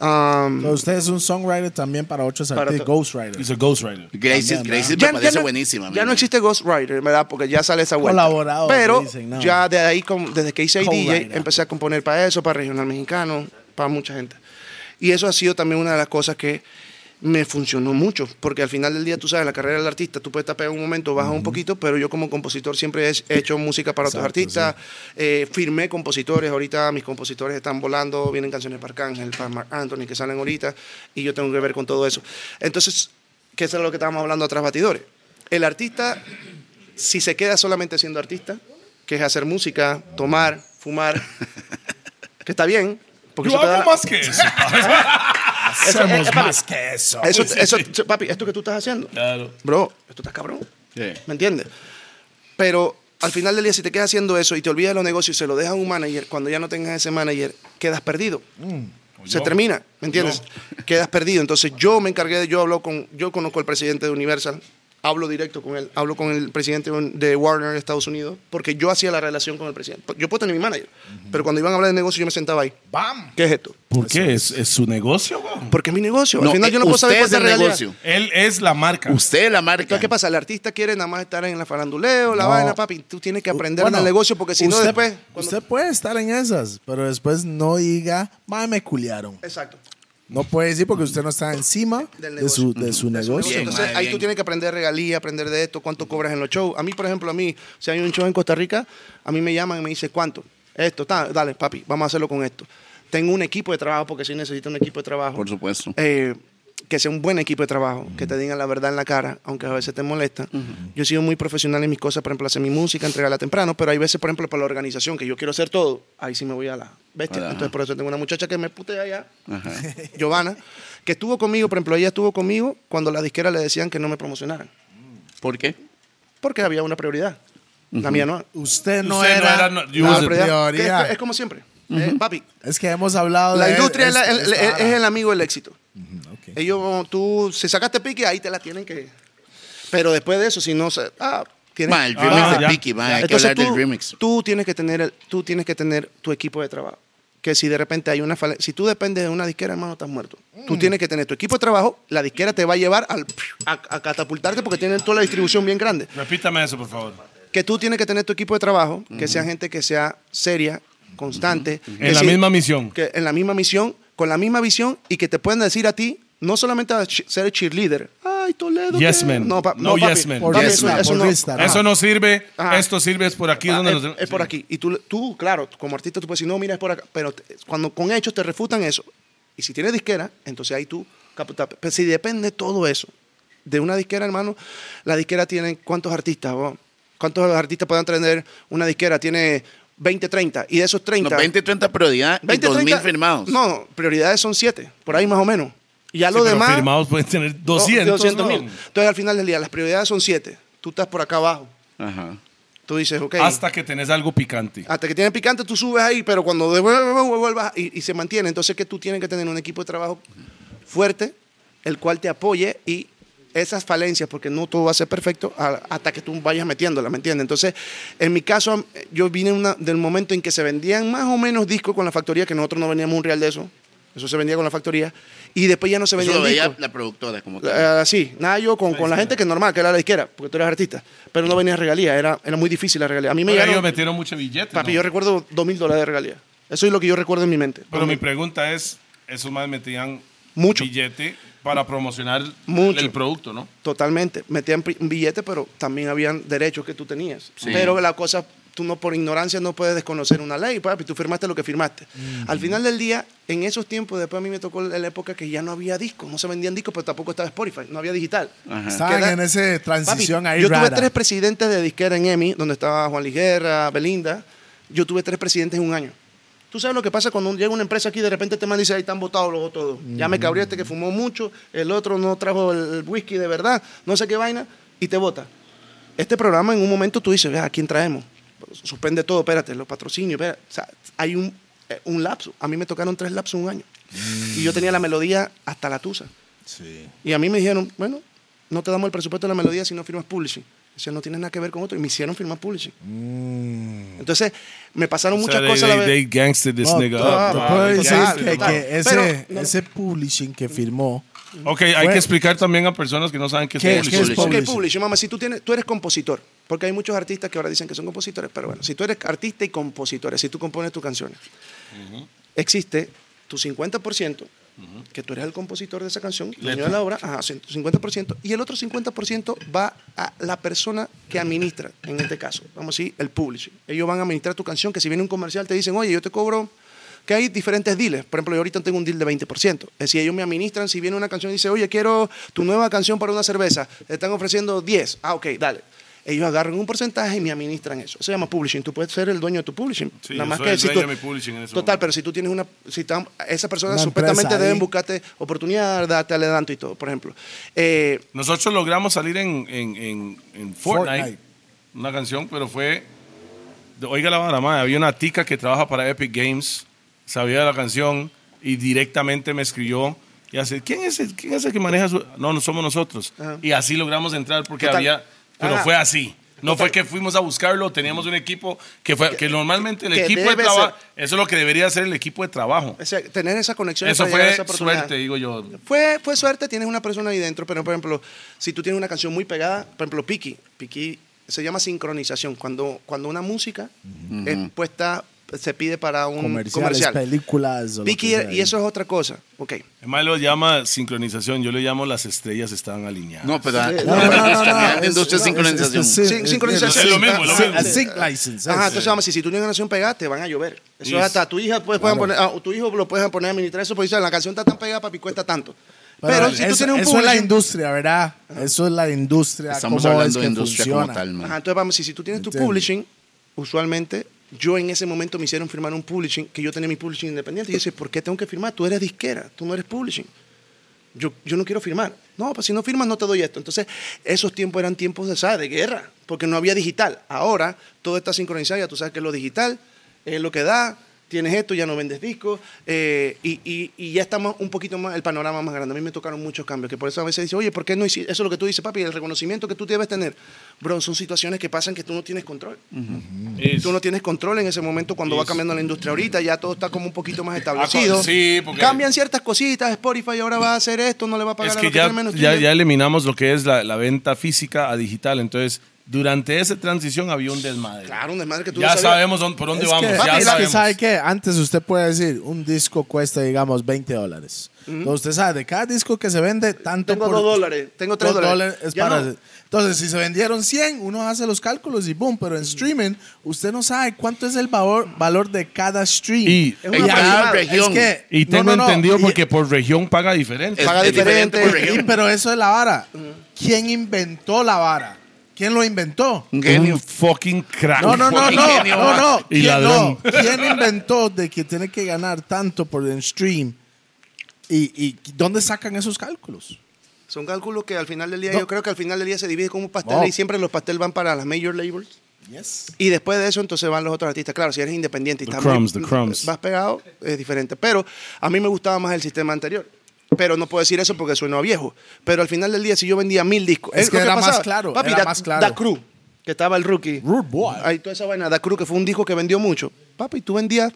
Speaker 5: um,
Speaker 8: Pero usted es un songwriter también para otros
Speaker 5: Para
Speaker 8: artistas.
Speaker 5: to-
Speaker 8: Ghostwriter.
Speaker 4: He's a ghostwriter.
Speaker 3: Gracie,
Speaker 8: También,
Speaker 3: Gracie me
Speaker 5: Ya- ya
Speaker 3: parece
Speaker 5: no-
Speaker 3: buenísima.
Speaker 5: Ya
Speaker 3: amigo.
Speaker 5: no existe Ghost Rider, ¿verdad? Porque ya sale esa vuelta.
Speaker 8: Colaborador,
Speaker 5: Pero
Speaker 8: dicen, no.
Speaker 5: ya de ahí, con- desde que hice ahí
Speaker 8: Co-writer.
Speaker 5: DJ, empecé a componer para eso, para regional mexicano, para mucha gente. Y eso ha sido también una de las cosas que me funcionó mucho, porque al final del día, tú sabes, la carrera del artista, tú puedes tapear un momento, baja un poquito, pero yo como compositor siempre he he hecho música para otros artistas, eh, firmé compositores, ahorita mis compositores están volando, vienen canciones para Arcángel, para Marc Anthony, que salen ahorita, y yo tengo que ver con todo eso. Entonces, que eso es lo que estábamos hablando atrás batidores. El artista, si se queda solamente siendo artista, que es hacer música, tomar, fumar, que está bien, porque
Speaker 4: Yo
Speaker 5: eso te da
Speaker 4: hago
Speaker 5: la-
Speaker 4: más que eso.
Speaker 5: eso- eh, papi,
Speaker 8: que eso.
Speaker 5: eso, eso- papi, esto que tú estás haciendo,
Speaker 4: claro.
Speaker 5: bro, esto está cabrón.
Speaker 3: Sí.
Speaker 5: ¿Me entiendes? Pero al final del día, si te quedas haciendo eso y te olvidas de los negocios y se lo dejas a un manager, cuando ya no tengas ese manager, quedas perdido.
Speaker 3: Mm,
Speaker 5: Se
Speaker 4: yo.
Speaker 5: termina, ¿me entiendes? Quedas perdido. Entonces yo me encargué de, yo hablo con, yo conozco al presidente de Universal, hablo directo con él, hablo con el presidente de Warner de Estados Unidos, porque yo hacía la relación con el presidente. Yo puedo tener mi manager, pero cuando iban a hablar de negocio yo me sentaba ahí.
Speaker 8: ¡Bam!
Speaker 5: ¿Qué es esto?
Speaker 4: ¿Por qué? ¿Es, es su negocio, weón?
Speaker 5: Porque es mi negocio. Al final yo no puedo
Speaker 3: eh, usted
Speaker 5: saber cuál es
Speaker 3: es
Speaker 5: la
Speaker 3: el
Speaker 5: realidad.
Speaker 3: negocio.
Speaker 4: Él es la marca.
Speaker 3: Usted es la marca.
Speaker 5: Entonces, ¿qué pasa? El artista quiere nada más estar en la faranduleo, la vaina, papi. Tú tienes que aprender
Speaker 8: Bueno,
Speaker 5: en el negocio porque si no
Speaker 8: usted-
Speaker 5: después... cuando-
Speaker 8: Usted puede estar en esas, pero después no diga, madre, me culiaron.
Speaker 5: Exacto.
Speaker 8: No puede decir porque usted no está encima
Speaker 5: Del
Speaker 8: de su, de su
Speaker 5: de su negocio.
Speaker 8: negocio.
Speaker 3: Bien,
Speaker 5: Entonces
Speaker 3: madre,
Speaker 5: ahí
Speaker 3: bien.
Speaker 5: tú tienes que aprender regalías, aprender de esto, cuánto cobras en los shows. A mí, por ejemplo, a mí, si hay un show en Costa Rica, a mí me llaman y me dicen, ¿cuánto? Esto, ta, dale, papi, vamos a hacerlo con esto. Tengo un equipo de trabajo, porque sí necesito un equipo de trabajo.
Speaker 3: Por supuesto.
Speaker 5: Eh, que sea un buen equipo de trabajo, que te digan la verdad en la cara, aunque a veces te molesta. Yo he sido muy profesional en mis cosas, por ejemplo, hacer mi música, entregarla temprano, pero hay veces, por ejemplo, para la organización, que yo quiero hacer todo, ahí sí me voy a la bestia.
Speaker 3: Ajá.
Speaker 5: Entonces, por eso tengo una muchacha que me putea allá,
Speaker 3: Ajá.
Speaker 5: Giovanna, que estuvo conmigo, por ejemplo, ella estuvo conmigo cuando la disquera le decían que no me promocionaran,
Speaker 3: ¿Por qué?
Speaker 5: porque había una prioridad. La mía no.
Speaker 8: Usted no
Speaker 4: Usted no
Speaker 8: era.
Speaker 4: era- no- you
Speaker 8: la
Speaker 4: was a-
Speaker 5: prioridad, que
Speaker 8: prioridad.
Speaker 5: es, es como siempre. Eh, papi,
Speaker 8: Es que hemos hablado de.
Speaker 5: la industria es,
Speaker 8: esta-
Speaker 5: la- el-
Speaker 8: esta
Speaker 5: el-
Speaker 8: vara.
Speaker 5: es el amigo del éxito.
Speaker 8: Ok.
Speaker 5: Ellos, tú, si sacaste pique, ahí te la tienen que. Pero después de eso, si no se. Ah, tienes-
Speaker 3: Ma, el remix
Speaker 4: Ah,
Speaker 3: de
Speaker 4: ya.
Speaker 3: Piki, ma, hay que
Speaker 5: Entonces
Speaker 3: hablar
Speaker 5: tú,
Speaker 3: del remix.
Speaker 5: tú tienes que tener el- tú tienes que tener tu equipo de trabajo. Que si de repente hay una falla, si tú dependes de una disquera, hermano, estás muerto. Tú tienes que tener tu equipo de trabajo, la disquera te va a llevar al- a, a catapultarte porque tienen toda la distribución bien grande.
Speaker 4: Repítame eso, por favor.
Speaker 5: Que tú tienes que tener tu equipo de trabajo, que sea gente que sea seria, constante. que
Speaker 4: En la
Speaker 5: si-
Speaker 4: misma misión.
Speaker 5: que en la misma misión, con la misma visión y que te puedan decir a ti, no solamente a chi- ser el cheerleader. Ay, Toledo.
Speaker 4: Yes,
Speaker 5: ¿qué?
Speaker 4: man.
Speaker 5: No, pa- no,
Speaker 4: No,
Speaker 5: papi.
Speaker 4: yes, man.
Speaker 8: Por
Speaker 5: Papi,
Speaker 3: Yes,
Speaker 5: eso,
Speaker 8: vista,
Speaker 5: eso
Speaker 8: por
Speaker 5: no.
Speaker 8: vista, ¿no?
Speaker 4: Eso no sirve.
Speaker 5: Ajá.
Speaker 4: Esto sirve, es por aquí.
Speaker 5: Ah,
Speaker 4: donde
Speaker 5: es,
Speaker 4: los-
Speaker 5: es por aquí. Y tú, tú, claro, como artista tú puedes decir, no, mira, es por acá. Pero te- cuando con hechos te refutan eso. Y si tienes disquera, entonces ahí tú capta- Pero si depende todo eso de una disquera, hermano, la disquera tiene cuántos artistas, vos? ¿Cuántos artistas pueden tener una disquera? Tiene 20, 30. Y de esos 30...
Speaker 3: No, 20, 30 prioridad y
Speaker 5: 20,
Speaker 3: 2 mil
Speaker 5: 30,
Speaker 3: firmados.
Speaker 5: No, prioridades son 7, por ahí más o menos. Y ya
Speaker 4: Sí,
Speaker 5: lo
Speaker 4: pero
Speaker 5: demás.
Speaker 4: firmados pueden tener
Speaker 5: no,
Speaker 4: 200.
Speaker 5: 200
Speaker 4: ¿no?
Speaker 5: mil. Entonces al final del día, las prioridades son 7. Tú estás por acá abajo.
Speaker 3: Ajá.
Speaker 5: Tú dices, ok.
Speaker 4: Hasta que tenés algo picante.
Speaker 5: hasta que tiene picante, tú subes ahí, pero cuando de- vuelvas y, y se mantiene. Entonces que tú tienes que tener un equipo de trabajo fuerte, el cual te apoye y esas falencias, porque no todo va a ser perfecto a- hasta que tú vayas metiéndola, ¿me entiendes? Entonces, en mi caso, yo vine una- del momento en que se vendían más o menos discos con la factoría, que nosotros no veníamos un real de eso, eso se vendía con la factoría, y después ya no se
Speaker 3: Eso lo
Speaker 5: vendían
Speaker 3: veía
Speaker 5: discos.
Speaker 3: la productora como tal.
Speaker 5: La- Así, nada, yo con, con la gente que es normal, que era la izquierda, porque tú eras artista, pero no venías regalías, era, era muy difícil la regalía. A mí me
Speaker 4: Ahora
Speaker 5: llegaron-
Speaker 4: ellos metieron mucho billete.
Speaker 5: Papi,
Speaker 4: ¿no?
Speaker 5: yo recuerdo dos mil dólares de regalía. Eso es lo que yo recuerdo en mi mente.
Speaker 4: Pero mi pregunta es, esos más metían
Speaker 5: Mucho.
Speaker 4: billete para promocionar el-
Speaker 5: Mucho.
Speaker 4: el producto, ¿no?
Speaker 5: Totalmente. Metían pri- un billete, pero también habían derechos que tú tenías.
Speaker 3: Sí.
Speaker 5: Pero la cosa, tú no por ignorancia no puedes desconocer una ley, papi. Tú firmaste lo que firmaste.
Speaker 4: Mm.
Speaker 5: Al final del día, en esos tiempos, después a mí me tocó la época que ya no había discos. No se vendían discos, pero tampoco estaba Spotify. No había digital.
Speaker 3: Ajá.
Speaker 8: Estaban
Speaker 5: Queda-
Speaker 8: en esa
Speaker 5: Papi,
Speaker 8: transición ahí.
Speaker 5: yo tuve
Speaker 8: rara.
Speaker 5: tres presidentes de disquera en EMI, donde estaba Juan Liguerra, Belinda. Yo tuve tres presidentes en un año. Tú sabes lo que pasa cuando llega una empresa aquí y de repente te man dice, ahí están botados los otros dos. Ya me cabría este que fumó mucho, el otro no trajo el whisky de verdad, no sé qué vaina, y te vota. Este programa en un momento tú dices, "Vea, ¿a quién traemos? Suspende todo, espérate, los patrocinios, espérate. O sea, hay un, eh, un lapso. A mí me tocaron tres lapsos en un año. Y yo tenía la melodía hasta la tusa. Y a mí me dijeron, bueno, no te damos el presupuesto de la melodía si no firmas publishing. Eso no tiene nada que ver con otro. Y me hicieron firmar publishing. Entonces, me pasaron
Speaker 4: Mm. O sea,
Speaker 5: muchas
Speaker 4: they-
Speaker 5: cosas a la
Speaker 4: they-
Speaker 5: vez.
Speaker 4: they gangster this
Speaker 8: No,
Speaker 4: nigga ah,
Speaker 8: te- te
Speaker 4: up, bro.
Speaker 8: puedo decir
Speaker 5: total,
Speaker 8: que,
Speaker 5: total.
Speaker 8: que ese,
Speaker 5: Pero, no.
Speaker 8: ese publishing que firmó.
Speaker 4: Ok, hay
Speaker 8: Fue-
Speaker 4: que explicar también a personas que no saben qué es
Speaker 8: ¿Qué-
Speaker 4: publishing.
Speaker 8: qué es
Speaker 5: Ok,
Speaker 8: publishing?
Speaker 5: publishing, mamá, si tú, tienes, tú eres compositor, porque hay muchos artistas que ahora dicen que son compositores, pero bueno, si tú eres artista y compositor, si tú compones tus canciones, existe tu 50%, que tú eres el compositor de esa canción, dueño de la obra, ajá, 50%, y el otro 50% va a la persona que administra, en este caso, vamos a decir, el publishing. Ellos van a administrar tu canción, que si viene un comercial te dicen, oye, yo te cobro, que hay diferentes deals. Por ejemplo, yo ahorita tengo un deal de 20%. Es decir, ellos me administran, si viene una canción y dice, oye, quiero tu nueva canción para una cerveza, te están ofreciendo 10, ah, ok, dale. Ellos agarran un porcentaje y me administran eso. Eso se llama publishing. Tú puedes ser el dueño de tu publishing.
Speaker 4: Sí,
Speaker 5: Nada
Speaker 4: yo
Speaker 5: más
Speaker 4: soy
Speaker 5: que
Speaker 4: el
Speaker 5: si
Speaker 4: dueño
Speaker 5: tú-
Speaker 4: de mi publishing en ese
Speaker 5: Total,
Speaker 4: momento.
Speaker 5: pero si tú tienes una. Si están, esas personas
Speaker 8: Una empresa
Speaker 5: supuestamente deben
Speaker 8: ahí.
Speaker 5: buscarte oportunidades, darte adelanto y todo, por ejemplo. Eh,
Speaker 4: Nosotros logramos salir en, en, en, en Fortnite,
Speaker 8: Fortnite.
Speaker 4: una canción, pero fue. de- Oiga la vara, madre, había una tica que trabaja para Epic Games, sabía de la canción y directamente me escribió Y hacer, ¿quién es el, quién es el que maneja su.? No, no somos nosotros. Y así logramos entrar porque
Speaker 5: Total.
Speaker 4: había. Pero
Speaker 5: Ah.
Speaker 4: fue así. No fue que fuimos a buscarlo, teníamos un equipo que fue que normalmente el
Speaker 5: que
Speaker 4: equipo de
Speaker 5: debe
Speaker 4: trabajo, eso es lo que debería hacer el equipo de trabajo.
Speaker 5: O sea, tener esa conexión.
Speaker 4: Eso
Speaker 5: para llegar a
Speaker 4: fue
Speaker 5: esa oportunidad.
Speaker 4: suerte, digo yo.
Speaker 5: Fue, fue suerte, tienes una persona ahí dentro, pero por ejemplo, si tú tienes una canción muy pegada, por ejemplo, Piki, Piki se llama sincronización, cuando, cuando una música es puesta, se pide para un
Speaker 1: Comerciales,
Speaker 5: comercial.
Speaker 1: películas. o lo
Speaker 5: Piki,
Speaker 1: que sea.
Speaker 5: y eso es otra cosa. Ok.
Speaker 4: Además lo llama sincronización, yo le llamo las estrellas estaban alineadas.
Speaker 3: No, pero
Speaker 5: Sí,
Speaker 1: No, no, no, no,
Speaker 3: canal
Speaker 1: no,
Speaker 3: de
Speaker 1: es-
Speaker 3: industria
Speaker 1: no,
Speaker 3: de sincronización.
Speaker 1: es- es-
Speaker 5: Sin- sincronización.
Speaker 4: Es lo mismo, es lo
Speaker 1: Sí,
Speaker 4: mismo.
Speaker 1: a sync license.
Speaker 5: Ajá,
Speaker 1: eso.
Speaker 5: entonces, ama, si, si tú tienes una canción pegada, te van a llover. Eso
Speaker 4: Yes.
Speaker 5: es hasta tu hija, pues, pueden poner, ah, tu hijo lo puedes poner a administrar eso, porque dice, la canción está tan pegada, papi, cuesta tanto. Pero, si tú
Speaker 1: eso,
Speaker 5: tienes un
Speaker 1: eso es la
Speaker 5: publishing-
Speaker 1: industria, ¿verdad? Eso es la industria.
Speaker 3: Estamos
Speaker 1: cómo
Speaker 3: hablando
Speaker 1: es
Speaker 3: de
Speaker 1: que
Speaker 3: industria como
Speaker 1: funciona.
Speaker 3: tal, man.
Speaker 5: Ajá, entonces vamos, si, si tú tienes tu
Speaker 1: Entiendo.
Speaker 5: publishing, usualmente yo en ese momento me hicieron firmar un publishing, que yo tenía mi publishing independiente. Y yo decía, ¿por qué tengo que firmar? Tú eres disquera, tú no eres publishing. Yo, yo no quiero firmar. No, pues si no firmas no te doy esto. Entonces, esos tiempos eran tiempos de, ¿sabes? de guerra, porque no había digital. Ahora todo está sincronizado, ya tú sabes que lo digital es lo que da, tienes esto, ya no vendes discos, eh, y, y- y ya estamos un poquito más, el panorama más grande. A mí me tocaron muchos cambios, que por eso a veces dice, oye, ¿por qué no hiciste? Eso es lo que tú dices, papi, el reconocimiento que tú debes tener. Bro, son situaciones que pasan que tú no tienes control.
Speaker 4: Es-
Speaker 5: Tú no tienes control en ese momento cuando va cambiando la industria. Ahorita ya todo está como un poquito más
Speaker 4: Ah,
Speaker 5: establecido.
Speaker 4: sí, porque-
Speaker 5: Cambian ciertas cositas. Spotify ahora va a hacer esto, no le va a pagar
Speaker 4: es
Speaker 5: a
Speaker 4: que
Speaker 5: los
Speaker 4: ya,
Speaker 5: tienen menos
Speaker 4: ya,
Speaker 5: streaming.
Speaker 4: ya eliminamos lo que es la, la venta física a digital. Entonces, durante esa transición había un desmadre.
Speaker 5: Claro, un desmadre que tú
Speaker 4: ya
Speaker 5: no sabías.
Speaker 4: sabemos dónde- por dónde
Speaker 1: Es
Speaker 4: vamos.
Speaker 1: que,
Speaker 4: ya
Speaker 1: es que
Speaker 4: sabemos.
Speaker 1: sabe que antes usted puede decir un disco cuesta digamos 20 dólares. Entonces usted sabe de cada disco que se vende tanto
Speaker 5: Tengo
Speaker 1: por
Speaker 5: dos dólares, tengo tres
Speaker 1: dos
Speaker 5: dólares.
Speaker 1: es
Speaker 5: Ya
Speaker 1: para-
Speaker 5: no.
Speaker 1: Entonces si se vendieron 100 uno hace los cálculos y boom. Pero en streaming usted no sabe cuánto es el valor valor de cada stream.
Speaker 4: Y-
Speaker 5: Es una
Speaker 1: ya-
Speaker 3: aproximada. región.
Speaker 1: que-
Speaker 4: Y
Speaker 1: no,
Speaker 4: tengo
Speaker 1: no, no,
Speaker 4: entendido
Speaker 1: y-
Speaker 4: porque por región paga diferente.
Speaker 3: Es-
Speaker 5: paga
Speaker 3: es diferente por
Speaker 5: diferente.
Speaker 1: y-
Speaker 3: región.
Speaker 1: pero eso es la vara. ¿Quién inventó la vara? ¿Quién lo inventó?
Speaker 5: Mm.
Speaker 3: Un genio.
Speaker 4: Un fucking crack.
Speaker 1: No, no, no,
Speaker 3: Fucking
Speaker 1: no,
Speaker 3: genio,
Speaker 1: no,
Speaker 3: man.
Speaker 1: no.
Speaker 4: Y
Speaker 1: ¿Quién,
Speaker 4: ladrón.
Speaker 1: no? ¿Quién inventó de que tiene que ganar tanto por el stream? ¿Y, y dónde sacan esos cálculos?
Speaker 5: Son cálculos que al final del día,
Speaker 1: No.
Speaker 5: yo creo que al final del día se divide como un pastel
Speaker 1: No.
Speaker 5: y siempre los pastel van para las major labels. Y después de eso, entonces van los otros artistas. Claro, si eres independiente y
Speaker 4: The
Speaker 5: estás
Speaker 4: crumbs,
Speaker 5: muy-
Speaker 4: the crumbs.
Speaker 5: vas pegado, es diferente. Pero a mí me gustaba más el sistema anterior. Pero no puedo decir eso porque suena viejo. Pero al final del día, si yo vendía mil discos.
Speaker 1: Es
Speaker 5: ¿eh?
Speaker 1: que
Speaker 5: Lo
Speaker 1: era más
Speaker 5: pasaba,
Speaker 1: claro,
Speaker 5: Papi,
Speaker 1: era
Speaker 5: da,
Speaker 1: más claro.
Speaker 5: Da Crew, que estaba el rookie.
Speaker 1: Rude Boy.
Speaker 5: Ahí toda esa vaina. Da Crew, que fue un disco que vendió mucho. Papi, tú vendías,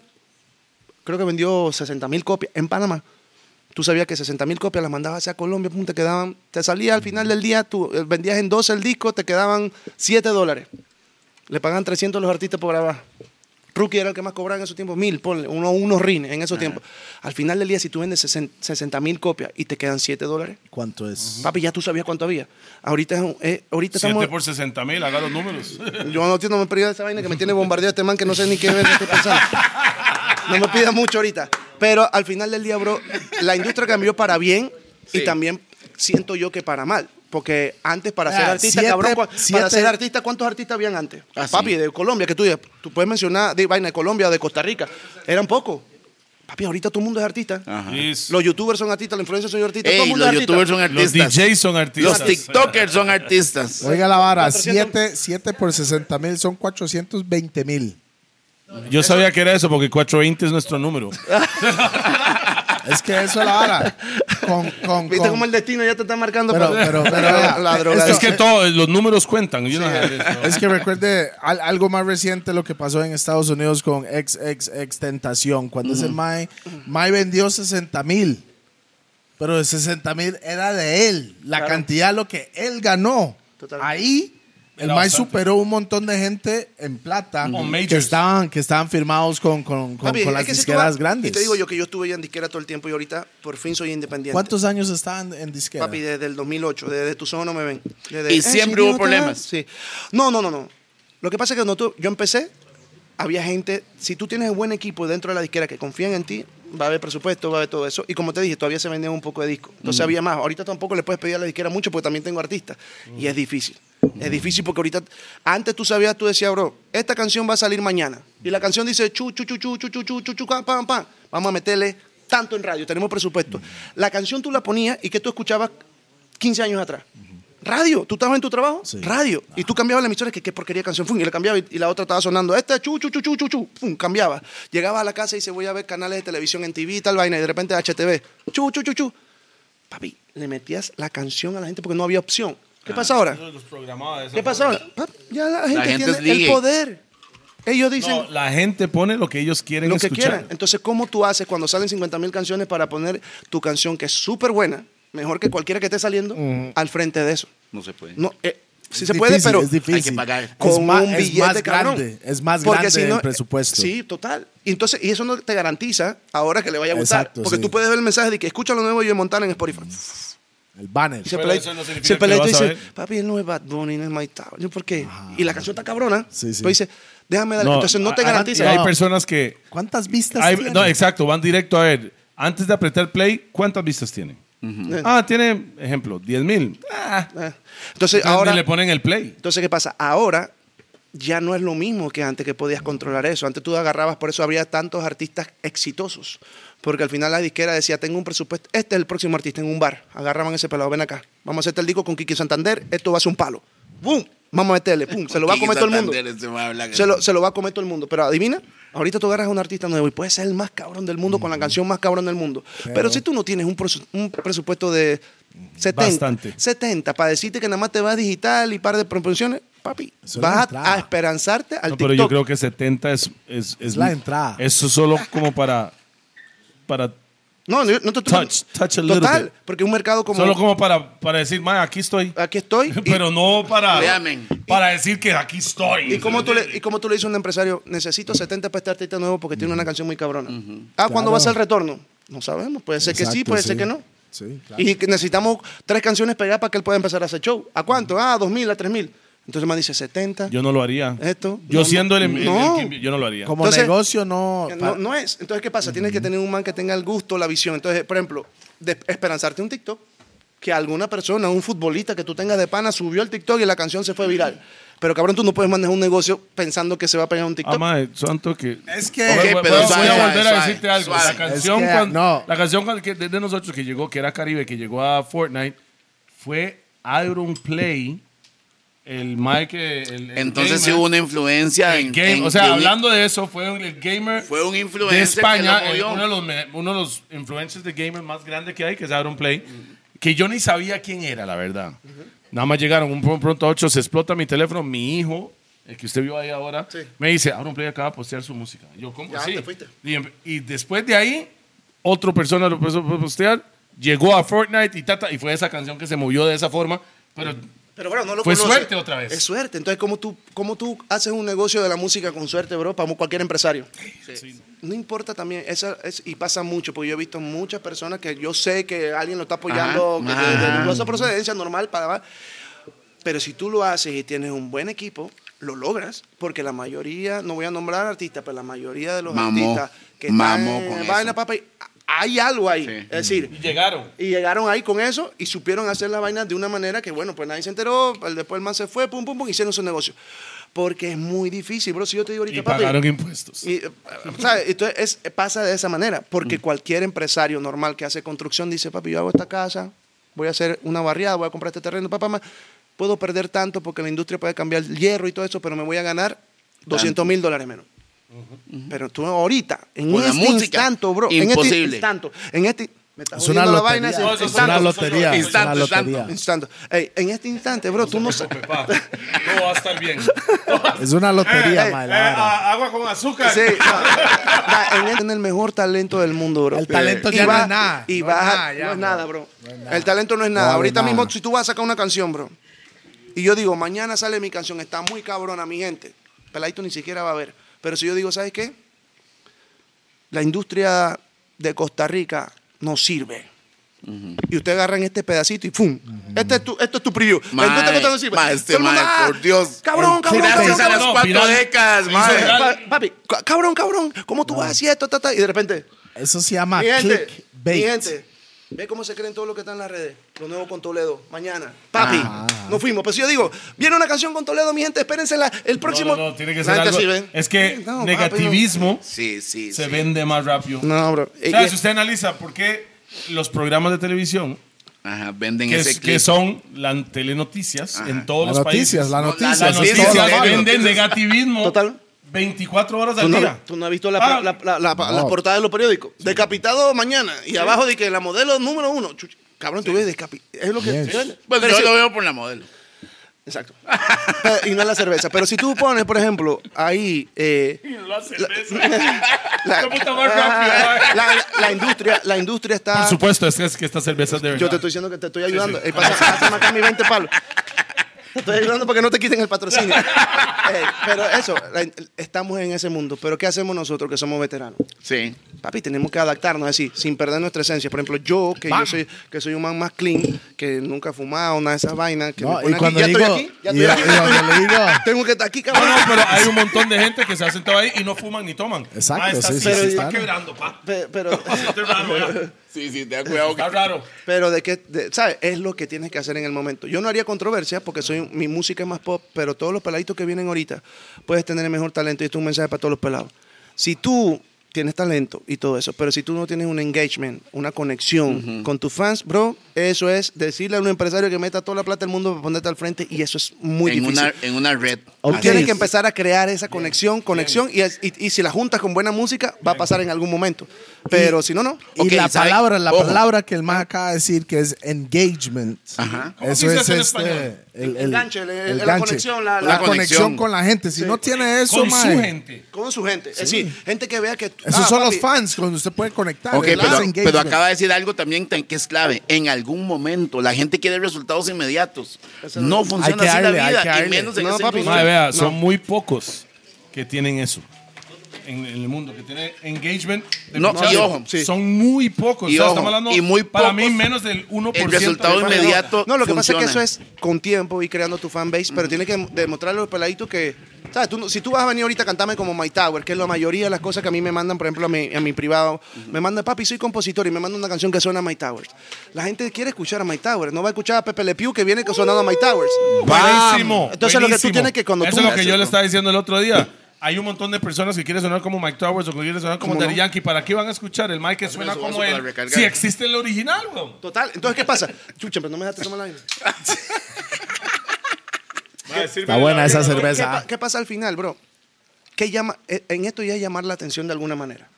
Speaker 5: creo que vendió 60 mil copias en Panamá. Tú sabías que 60 mil copias las mandabas hacia Colombia, pum, te quedaban, te salía al final del día, tú eh, vendías en 12 el disco, te quedaban 7 dólares. Le pagaban 300 los artistas por grabar. Rookie era el que más cobraba en esos tiempos, mil, ponle, uno, unos rines en esos tiempos. Al final del día, si tú vendes 60 mil copias y te quedan 7 dólares,
Speaker 1: ¿Cuánto es?
Speaker 5: papi, ya tú sabías cuánto había. Ahorita, es un- eh, ahorita
Speaker 4: 7
Speaker 5: estamos...
Speaker 4: por 60 mil, haga los números.
Speaker 5: Yo no entiendo, me perdí de esa vaina que me tiene bombardeado este man que no sé ni qué ver estoy pensando. No me pidas mucho ahorita. Pero al final del día, bro, la industria cambió para bien y también siento yo que para mal. Porque antes para ser
Speaker 1: Ah,
Speaker 5: artista,
Speaker 1: siete-
Speaker 5: cabrón, cua-
Speaker 1: siete-
Speaker 5: para ser artista, ¿cuántos artistas habían antes?
Speaker 3: Ah, sí.
Speaker 5: Papi, de Colombia, que tú digas, tú puedes mencionar de vaina de Colombia, de Costa Rica. Eran pocos. Papi, ahorita todo el mundo es artista.
Speaker 3: Ajá.
Speaker 4: Yes.
Speaker 5: Los youtubers son artistas, los influencers son artistas, todo el
Speaker 3: Ah. Ey,
Speaker 5: mundo
Speaker 3: los
Speaker 5: es artista.
Speaker 3: youtubers son
Speaker 4: Los
Speaker 3: artistas.
Speaker 4: DJs son artistas.
Speaker 3: Los tiktokers son artistas.
Speaker 1: Oiga la vara,
Speaker 5: 400.
Speaker 1: 7 por 60 mil son 420 mil.
Speaker 4: Yo sabía que era eso porque 420 es nuestro número.
Speaker 1: Es que eso es la vara. Con, con,
Speaker 5: ¿Viste
Speaker 1: con-
Speaker 5: cómo el destino ya te está marcando?
Speaker 1: Pero-
Speaker 5: para-
Speaker 1: pero- pero-
Speaker 5: la, la droga.
Speaker 4: es que todos los números cuentan. you know how it is, bro.
Speaker 1: Es que recuerde al- algo más reciente lo que pasó en Estados Unidos con ex, ex, ex Tentación. Cuando ese Mae, Mae vendió 60 mil, pero de 60 mil era de él, la
Speaker 5: Claro.
Speaker 1: cantidad lo que él ganó.
Speaker 5: Totalmente.
Speaker 1: Ahí el
Speaker 4: Era
Speaker 1: Mae
Speaker 4: bastante.
Speaker 1: superó un montón de gente en plata
Speaker 4: Con
Speaker 1: que
Speaker 4: majors.
Speaker 1: estaban, que estaban firmados con, con, con-
Speaker 5: Papi,
Speaker 1: con
Speaker 5: es
Speaker 1: las
Speaker 5: que si tú
Speaker 1: disqueras
Speaker 5: vas-
Speaker 1: grandes.
Speaker 5: Y te digo yo que yo estuve ya en disquera todo el tiempo y ahorita por fin soy independiente.
Speaker 1: ¿Cuántos años estaban en disquera?
Speaker 5: Papi, desde el 2008, desde tu zona no me ven. Desde-
Speaker 3: Y
Speaker 5: Eh,
Speaker 3: siempre
Speaker 5: si
Speaker 3: hubo
Speaker 5: no te
Speaker 3: problemas.
Speaker 5: vas- Sí. No, no, no, no. Lo que pasa es que cuando tú- yo empecé, había gente, si tú tienes buen equipo dentro de la disquera que confían en ti, va a haber presupuesto, va a haber todo eso. Y como te dije, todavía se vendía un poco de disco. Entonces
Speaker 3: Mm.
Speaker 5: había más. Ahorita tampoco le puedes pedir a la disquera mucho porque también tengo artistas.
Speaker 3: Mm.
Speaker 5: Y es difícil. Es difícil porque ahorita, antes tú sabías, tú decías, bro, esta canción va a salir mañana. Y la canción dice, chu, chu, chu, chu, chu, chu, chu, chu, chu, pam, pam, pam. Vamos a meterle tanto en radio, tenemos presupuesto. La canción tú la ponías y que tú escuchabas 15 años atrás. Radio, tú estabas en tu trabajo, radio. Y tú cambiabas la emisora, que qué porquería de canción, fum, y la cambiaba y, y la otra estaba sonando, esta, chu, chu, chu, chu, chu, chu, fum, cambiaba. Llegaba a la casa y se voy a ver canales de televisión en TV y tal vaina, y de repente HTV, chu, chu, chu, chu. Papi, le metías la canción a la gente porque no había opción. ¿Qué pasa ahora?
Speaker 4: Los programaba de esa
Speaker 5: ¿Qué pasa ahora? Pap, Ya la gente,
Speaker 3: gente es
Speaker 5: tiene el
Speaker 3: DJ.
Speaker 5: poder. Ellos dicen
Speaker 4: forma. No, la gente pone lo que ellos quieren
Speaker 5: lo que
Speaker 4: escuchar.
Speaker 5: quieran. Entonces, ¿cómo tú haces cuando salen 50 mil canciones para poner tu canción que es súper buena, mejor que cualquiera que esté saliendo, al frente de eso?
Speaker 3: No se puede.
Speaker 5: No, eh, sí
Speaker 1: Es
Speaker 5: se puede,
Speaker 1: difícil,
Speaker 5: pero
Speaker 1: es difícil.
Speaker 3: Hay que pagar.
Speaker 5: con
Speaker 1: Es ma-
Speaker 5: un
Speaker 1: es
Speaker 5: billete
Speaker 1: más
Speaker 5: cabrón.
Speaker 1: grande, es más grande el presupuesto.
Speaker 5: Sí, total. Y entonces, y eso no te garantiza ahora que le vaya a gustar.
Speaker 1: Exacto,
Speaker 5: porque
Speaker 1: sí.
Speaker 5: tú puedes ver el mensaje de que escucha lo nuevo de Joe Montana en Spotify.
Speaker 1: El banner.
Speaker 5: Y se
Speaker 4: Pero
Speaker 5: pelea,
Speaker 4: eso no significa
Speaker 5: se
Speaker 4: que
Speaker 5: pelea y
Speaker 4: vas
Speaker 5: tú
Speaker 4: a
Speaker 5: dices,
Speaker 4: ver.
Speaker 5: papi, él no es Bad Bunny, no es Mike Tower. Yo, ¿por qué? Y la canción está cabrona.
Speaker 1: Ah. Sí, sí.
Speaker 5: Pero dice, déjame darle. entonces no te
Speaker 4: a- a-
Speaker 5: garantiza. eh,
Speaker 4: y Hay
Speaker 5: No.
Speaker 4: personas que.
Speaker 1: ¿Cuántas vistas
Speaker 4: hay-
Speaker 1: tiene?
Speaker 4: no, exacto, van directo a ver. Antes de apretar play, ¿cuántas vistas tiene? Ah, tiene, ejemplo, 10 mil. Ah,
Speaker 5: Eh. Entonces,
Speaker 4: ahora le
Speaker 5: ahora,
Speaker 4: ponen el play.
Speaker 5: entonces, ¿qué pasa? Ahora ya no es lo mismo que antes que podías controlar eso. Antes tú agarrabas, por eso había tantos artistas exitosos. Porque al final la disquera decía, tengo un presupuesto, este es el próximo artista en un bar. Agarraban ese pelado, ven acá, vamos a hacerte el disco con Kiki Santander, esto va a ser un palo. ¡Bum! Vamos a meterle, ¡pum! Se lo va a
Speaker 3: Kiki
Speaker 5: comer todo el mundo.
Speaker 3: Santander, ese va a hablar que-
Speaker 5: Se lo, se lo va a comer todo el mundo. Pero adivina, ahorita tú agarras a un artista nuevo y puede ser el más cabrón del mundo con
Speaker 4: Mm.
Speaker 5: la canción más cabrón del mundo. Pero, si tú no tienes un, presu- un presupuesto de 70,
Speaker 4: Bastante.
Speaker 5: 70 para decirte que nada más te vas digital y par de promociones, papi,
Speaker 1: Eso es la
Speaker 5: vas
Speaker 1: entrada.
Speaker 5: a, a esperanzarte al
Speaker 4: No,
Speaker 5: TikTok.
Speaker 4: pero yo creo que 70 es. Es,
Speaker 1: Es la entrada.
Speaker 4: Eso solo como para. para
Speaker 5: no, no, no te
Speaker 4: Touch- touch a little
Speaker 5: Total,
Speaker 4: bit.
Speaker 5: porque un mercado como,
Speaker 4: solo como para, para decir, "Ma, aquí estoy.
Speaker 5: aquí estoy. y-
Speaker 4: Pero no para.
Speaker 3: Llamen.
Speaker 4: Para decir que aquí estoy.
Speaker 5: ¿Y cómo, tú le, ¿Y cómo tú le dices a un empresario, necesito 70 para este artista nuevo porque tiene una canción muy cabrona? Ah, ¿cuándo va a ser el retorno? No sabemos, puede ser que sí,
Speaker 1: Exacto,
Speaker 5: puede
Speaker 1: sí.
Speaker 5: ser que no.
Speaker 1: Sí, claro.
Speaker 5: Y que necesitamos tres canciones pegadas para que él pueda empezar a hacer show. ¿A cuánto? Ah, a 2.000, a 3.000. Entonces me dice 70.
Speaker 4: Yo no lo haría.
Speaker 5: Esto,
Speaker 4: Yo
Speaker 5: no,
Speaker 4: siendo el,
Speaker 5: no.
Speaker 4: el- el- el- Yo no lo haría.
Speaker 1: Como
Speaker 5: Entonces-
Speaker 1: negocio no...
Speaker 5: Eh,
Speaker 1: pa-
Speaker 5: no, no es. Entonces, ¿qué pasa? Tienes que tener un man que tenga el gusto, la visión. Entonces, por ejemplo, de- esperanzarte un TikTok, que alguna persona, un futbolista que tú tengas de pana, subió el TikTok y la canción se fue viral. Pero cabrón, tú no puedes manejar un negocio pensando que se va a pegar un
Speaker 4: Ah,
Speaker 5: TikTok.
Speaker 4: mae, santo que.
Speaker 1: Es que...
Speaker 3: Ok,
Speaker 4: Voy- voy-
Speaker 3: pero
Speaker 4: voy,
Speaker 3: suave,
Speaker 4: a volver
Speaker 3: suave,
Speaker 4: a decirte algo.
Speaker 3: suave.
Speaker 4: La canción,
Speaker 1: Es que,
Speaker 4: cuando-
Speaker 1: no.
Speaker 4: la canción cuando- que de, de nosotros que llegó, que era Caribe, que llegó a Fortnite, fue Iron Play, el Mike. El, el
Speaker 3: Entonces sí
Speaker 4: gamer,
Speaker 3: hubo una influencia
Speaker 4: el
Speaker 3: en,
Speaker 4: game-
Speaker 3: en-
Speaker 4: O sea,
Speaker 3: de un-
Speaker 4: hablando de eso, fue un, el gamer
Speaker 3: Fue un influencer que
Speaker 4: de
Speaker 3: lo
Speaker 4: España, el-
Speaker 3: movió.
Speaker 4: uno, de los, me- uno de los influencers de gamer más grande que hay, que es Iron Play, que yo ni sabía quién era, la verdad. Nada más llegaron un pr- pronto a 8, se explota mi teléfono, mi hijo, el que usted vio ahí ahora, me dice, Iron Play acaba de postear su música. Yo, ¿cómo
Speaker 5: Ya,
Speaker 4: así?
Speaker 5: te fuiste.
Speaker 4: Y, em- y después de ahí, otra persona lo empezó a postear, llegó a Fortnite y tata, y fue esa canción que se movió de esa forma, pero...
Speaker 5: Pero bueno, no lo
Speaker 4: Fue
Speaker 5: conoce.
Speaker 4: suerte otra vez.
Speaker 5: Es suerte. Entonces, ¿cómo tú, ¿cómo tú haces un negocio de la música con suerte, bro? Para cualquier empresario. No importa también. Esa es, y pasa mucho, porque yo he visto muchas personas que yo sé que alguien lo está apoyando,
Speaker 3: Ajá,
Speaker 5: que de- de
Speaker 3: ajá.
Speaker 5: dudosa procedencia normal para... Pero si tú lo haces y tienes un buen equipo, lo logras, porque la mayoría, no voy a nombrar artistas, pero la mayoría de los
Speaker 3: Mamó,
Speaker 5: artistas que
Speaker 3: mamó
Speaker 5: están
Speaker 3: con
Speaker 5: en vaina,
Speaker 3: eso.
Speaker 5: papá, y- hay algo ahí.
Speaker 3: Sí.
Speaker 5: Es decir,
Speaker 4: Y llegaron.
Speaker 5: y llegaron ahí con eso y supieron hacer la vaina de una manera que, bueno, pues nadie se enteró, el- después el man se fue, pum, pum, pum, hicieron su negocio. Porque es muy difícil, bro. Si yo te digo ahorita,
Speaker 4: Y
Speaker 5: papi,
Speaker 4: pagaron impuestos.
Speaker 5: y, eh, ¿sabes? Entonces es- pasa de esa manera,
Speaker 1: Mm.
Speaker 5: porque cualquier empresario normal que hace construcción dice, papi, yo hago esta casa, voy a hacer una barriada, voy a comprar este terreno, papá, ma, puedo perder tanto porque la industria puede cambiar el hierro y todo eso, pero me voy a ganar 200 mil dólares menos. Pero tú ahorita, en
Speaker 3: Con la
Speaker 5: este
Speaker 3: música,
Speaker 5: instante, bro, en este
Speaker 3: imposible.
Speaker 5: instante, en este... Me estás
Speaker 1: Es una
Speaker 5: jodiendo la
Speaker 1: lotería.
Speaker 5: vaina, ese
Speaker 4: No, eso
Speaker 1: es
Speaker 5: instante.
Speaker 1: una
Speaker 4: Instantes,
Speaker 1: lotería. Es una
Speaker 3: instantes,
Speaker 1: lotería.
Speaker 5: Instante. Ey, en este instante, bro, tú no sabes...
Speaker 4: Papá, no va a estar bien.
Speaker 1: Es una lotería,
Speaker 5: Eh,
Speaker 1: mae, la
Speaker 4: Eh,
Speaker 1: vara.
Speaker 4: a- agua con azúcar.
Speaker 5: Sí, no. Va, en el- en el mejor talento del mundo, bro.
Speaker 1: El talento
Speaker 5: Y
Speaker 1: ya no
Speaker 5: va-
Speaker 1: es nada.
Speaker 5: Y
Speaker 1: No
Speaker 5: va-
Speaker 1: es nada, ya,
Speaker 5: no es
Speaker 1: bro.
Speaker 5: nada, bro. El talento no es nada.
Speaker 1: No vale
Speaker 5: Ahorita
Speaker 1: nada.
Speaker 5: mismo, si tú vas a sacar una canción, bro, y yo digo, mañana sale mi canción, está muy cabrona, mi gente. Peladito ni siquiera va a ver. Pero si yo digo, ¿sabes qué? La industria de Costa Rica no sirve. Y usted agarran este pedacito y ¡pum! Este es tu, esto es tu preview. La
Speaker 3: Mae,
Speaker 5: industria de Costa Rica no sirve.
Speaker 3: mae, este
Speaker 5: Todo el mundo,
Speaker 3: mae,
Speaker 5: ¡ah!
Speaker 3: por Dios.
Speaker 5: Cabrón, cabrón, cabrón,
Speaker 3: Gracias a
Speaker 5: cabrón.
Speaker 3: las cuatro
Speaker 4: Viral.
Speaker 3: décadas,
Speaker 4: Hizo
Speaker 3: mae.
Speaker 4: viral.
Speaker 5: Pa- papi, ca- cabrón, cabrón, ¿cómo tú vas así esto? ta, ta? Y de repente,
Speaker 1: Eso se
Speaker 3: Ah,
Speaker 1: llama
Speaker 5: mi gente, mi
Speaker 1: clickbait.
Speaker 5: gente, ve cómo se creen todos los que están en las redes. Lo nuevo con Toledo, mañana. Papi,
Speaker 3: Ah.
Speaker 5: nos fuimos. Pero si yo digo, viene una canción con Toledo, mi gente, espérense la- el próximo.
Speaker 4: No, no, no, tiene que
Speaker 5: La
Speaker 4: ser
Speaker 5: gente
Speaker 4: algo.
Speaker 5: así, ¿ven?
Speaker 4: Es que
Speaker 5: No, papi,
Speaker 4: negativismo
Speaker 3: Sí, sí,
Speaker 4: se
Speaker 3: sí.
Speaker 4: vende más rápido.
Speaker 5: No, No, bro.
Speaker 4: O
Speaker 5: Eh,
Speaker 4: sea,
Speaker 5: eh,
Speaker 4: si usted analiza por qué los programas de televisión,
Speaker 3: Ajá, venden
Speaker 4: que,
Speaker 3: ese
Speaker 4: es-
Speaker 3: clip.
Speaker 4: que son las telenoticias en todos
Speaker 1: Las
Speaker 4: los
Speaker 1: noticias,
Speaker 4: países.
Speaker 1: la
Speaker 3: No,
Speaker 1: noticia.
Speaker 3: la-
Speaker 4: Las
Speaker 3: las noticias,
Speaker 4: noticias
Speaker 3: todas las
Speaker 4: venden
Speaker 3: noticias.
Speaker 4: negativismo
Speaker 5: Total.
Speaker 4: 24 horas
Speaker 5: Tú
Speaker 4: al
Speaker 5: no,
Speaker 4: día.
Speaker 5: tú no has visto la-
Speaker 4: Ah,
Speaker 5: la- la- la- las portadas de los periódicos. Decapitado mañana y abajo de que la modelo número uno. Chuch- Cabrón, tú ves decapitado. Es lo que.
Speaker 1: Yes.
Speaker 3: Bueno,
Speaker 5: Pero
Speaker 3: Pues yo
Speaker 5: sí-
Speaker 3: lo veo por la modelo.
Speaker 5: Exacto. Pero- y no es la cerveza. Pero si tú pones, por ejemplo, ahí. eh,
Speaker 4: La cerveza.
Speaker 5: la,
Speaker 4: Qué puta más rápido,
Speaker 5: Ah,
Speaker 4: mae.
Speaker 5: la- la- la industria, la industria está.
Speaker 4: Por supuesto, es que, es que esta cerveza es de verdad.
Speaker 5: Yo te estoy diciendo que te estoy ayudando. Eh, pasa, pasa marcar mis 20 palos. Te estoy ayudando para que no te quiten el patrocinio. Eh, pero eso, la- estamos en ese mundo. Pero ¿qué hacemos nosotros que somos veteranos?
Speaker 3: Sí.
Speaker 5: Papi, tenemos que adaptarnos así, sin perder nuestra esencia. Por ejemplo, yo, que yo soy, que soy un man más clean, que nunca he fumado, nada de esas vainas. Que me
Speaker 1: No, y
Speaker 5: ponen aquí,
Speaker 1: cuando
Speaker 5: ya
Speaker 1: digo,
Speaker 5: estoy aquí, ya
Speaker 1: y,
Speaker 5: estoy aquí,
Speaker 1: y cuando le digo,
Speaker 5: tengo que estar aquí,
Speaker 4: No,
Speaker 5: cabrón.
Speaker 4: no, pero hay un montón de gente que se ha sentado ahí y no fuman ni toman.
Speaker 1: Exacto,
Speaker 4: Ah, está
Speaker 1: sí,
Speaker 4: así,
Speaker 1: sí,
Speaker 4: se
Speaker 1: sí,
Speaker 4: está
Speaker 1: claro.
Speaker 4: quebrando, pa.
Speaker 5: Pe- pero,
Speaker 4: Está raro, ya.
Speaker 3: Sí, sí, te da cuidado.
Speaker 4: Está
Speaker 3: que-
Speaker 4: raro.
Speaker 5: pero de qué, de- ¿sabes? Es lo que tienes que hacer en el momento. Yo no haría controversia porque soy, mi música es más pop, pero todos los peladitos que vienen ahorita, puedes tener el mejor talento y esto es un mensaje para todos los pelados. Si tú tienes talento y todo eso, pero si tú no tienes un engagement, una conexión con tus fans, bro, eso es decirle a un empresario que meta toda la plata del mundo para ponerte al frente y eso es muy
Speaker 3: en,
Speaker 5: difícil.
Speaker 3: una, en una red.
Speaker 1: Ok.
Speaker 3: Así
Speaker 5: Tienes
Speaker 3: es.
Speaker 5: que empezar a crear esa conexión, conexión, y, es- y- y si la juntas con buena música, va a pasar en algún momento. Pero si no, no.
Speaker 3: Ok,
Speaker 1: y la
Speaker 3: ¿sabe?
Speaker 1: palabra, la
Speaker 3: Ojo.
Speaker 1: palabra que el más acaba de decir que es engagement.
Speaker 3: Ajá.
Speaker 4: ¿Cómo
Speaker 1: Eso
Speaker 4: dice
Speaker 1: es
Speaker 4: eso en
Speaker 1: este,
Speaker 4: español?
Speaker 1: el,
Speaker 5: Enganche, el- el- la conexión, la-
Speaker 1: la,
Speaker 3: la
Speaker 1: conexión
Speaker 3: conexión.
Speaker 1: con la gente. Si no tiene eso,
Speaker 4: Con
Speaker 1: mae,
Speaker 4: su gente.
Speaker 5: Con su gente. Es decir, gente que vea que.
Speaker 1: Esos
Speaker 5: ah,
Speaker 1: son
Speaker 5: papi,
Speaker 1: los fans cuando usted puede conectar.
Speaker 3: Ok,
Speaker 1: el
Speaker 3: pero,
Speaker 1: engagement.
Speaker 3: pero acaba de decir algo también tan- que es clave. En algún momento la gente quiere resultados inmediatos. No funciona
Speaker 1: que
Speaker 3: así
Speaker 1: darle,
Speaker 3: la
Speaker 1: hay que
Speaker 3: vida,
Speaker 1: darle.
Speaker 3: y menos en
Speaker 5: No,
Speaker 3: ese
Speaker 5: papi,
Speaker 3: mundo.
Speaker 4: Mae, vea,
Speaker 5: No.
Speaker 4: son muy pocos que tienen eso en, en el mundo, que tienen engagement. de
Speaker 3: No,
Speaker 4: muchachos.
Speaker 3: y ojo,
Speaker 5: sí.
Speaker 4: Son muy pocos.
Speaker 3: Y
Speaker 4: o sea,
Speaker 3: ojo,
Speaker 4: estamos hablando,
Speaker 3: y muy
Speaker 4: para
Speaker 3: pocos,
Speaker 4: mí, menos del 1%.
Speaker 3: el resultado
Speaker 4: de la-
Speaker 3: inmediato.
Speaker 5: No, lo que pasa es que eso
Speaker 3: funciona.
Speaker 5: es con tiempo y creando tu fanbase, pero tienes que demostrarle a los peladitos que. ¿Sabes? Tú, no- si tú vas a venir ahorita a cantarme como My Tower, que es la mayoría de las cosas que a mí me mandan, por ejemplo, a mi, a mi privado, me manda, papi, soy compositor y me manda una canción que suena a My Towers. La gente quiere escuchar a My Towers, no va a escuchar a Pepe Le Pew que viene que sonando a My Towers.
Speaker 4: Buenísimo.
Speaker 5: Entonces, lo que tú
Speaker 4: buenísimo.
Speaker 5: tienes que cuando
Speaker 4: Eso
Speaker 5: tú
Speaker 4: es lo que
Speaker 5: naces,
Speaker 4: yo le
Speaker 5: ¿no?
Speaker 4: estaba diciendo el otro día. Hay un montón de personas que quieren sonar como Mike Towers o que quieren sonar como
Speaker 5: ¿Cómo
Speaker 4: Daddy
Speaker 5: no?
Speaker 4: Yankee. ¿Para qué van a escuchar el Mike que suena
Speaker 3: eso, eso
Speaker 4: como
Speaker 3: para
Speaker 4: él?
Speaker 3: recargar.
Speaker 4: Si existe el original, weón.
Speaker 5: Total, entonces, ¿qué pasa? Chucha, pero no me dejaste tomar la vaina.
Speaker 1: Está buena esa
Speaker 5: ¿Qué, pa-
Speaker 1: cerveza.
Speaker 5: qué pasa al final, bro? ¿Qué llama, eh, en esto ya es llamar la atención de alguna manera.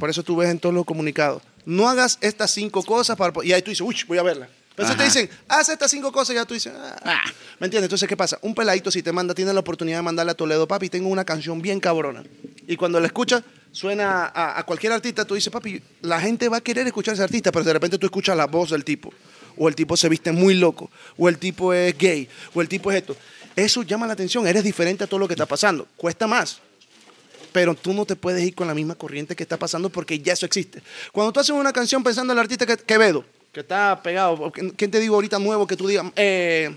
Speaker 5: Por eso tú ves en todos los comunicados. No hagas estas cinco cosas para... po- Y ahí tú dices, uy, voy a verla. Pero si te dicen, haz estas cinco cosas, y ya tú dices, ah. ¿me entiendes? Entonces, ¿qué pasa? Un peladito, si te manda, tiene la oportunidad de mandarle a Toledo, papi, tengo una canción bien cabrona. Y cuando la escuchas, suena a, a cualquier artista, tú dices, papi, la gente va a querer escuchar a ese artista, pero de repente tú escuchas la voz del tipo, o el tipo se viste muy loco, o el tipo es gay, o el tipo es esto. Eso llama la atención, eres diferente a todo lo que está pasando, cuesta más, pero tú no te puedes ir con la misma corriente que está pasando porque ya eso existe. Cuando tú haces una canción pensando en el artista que, Quevedo, que está pegado, o que- ¿quién te digo ahorita nuevo que tú digas? Eh,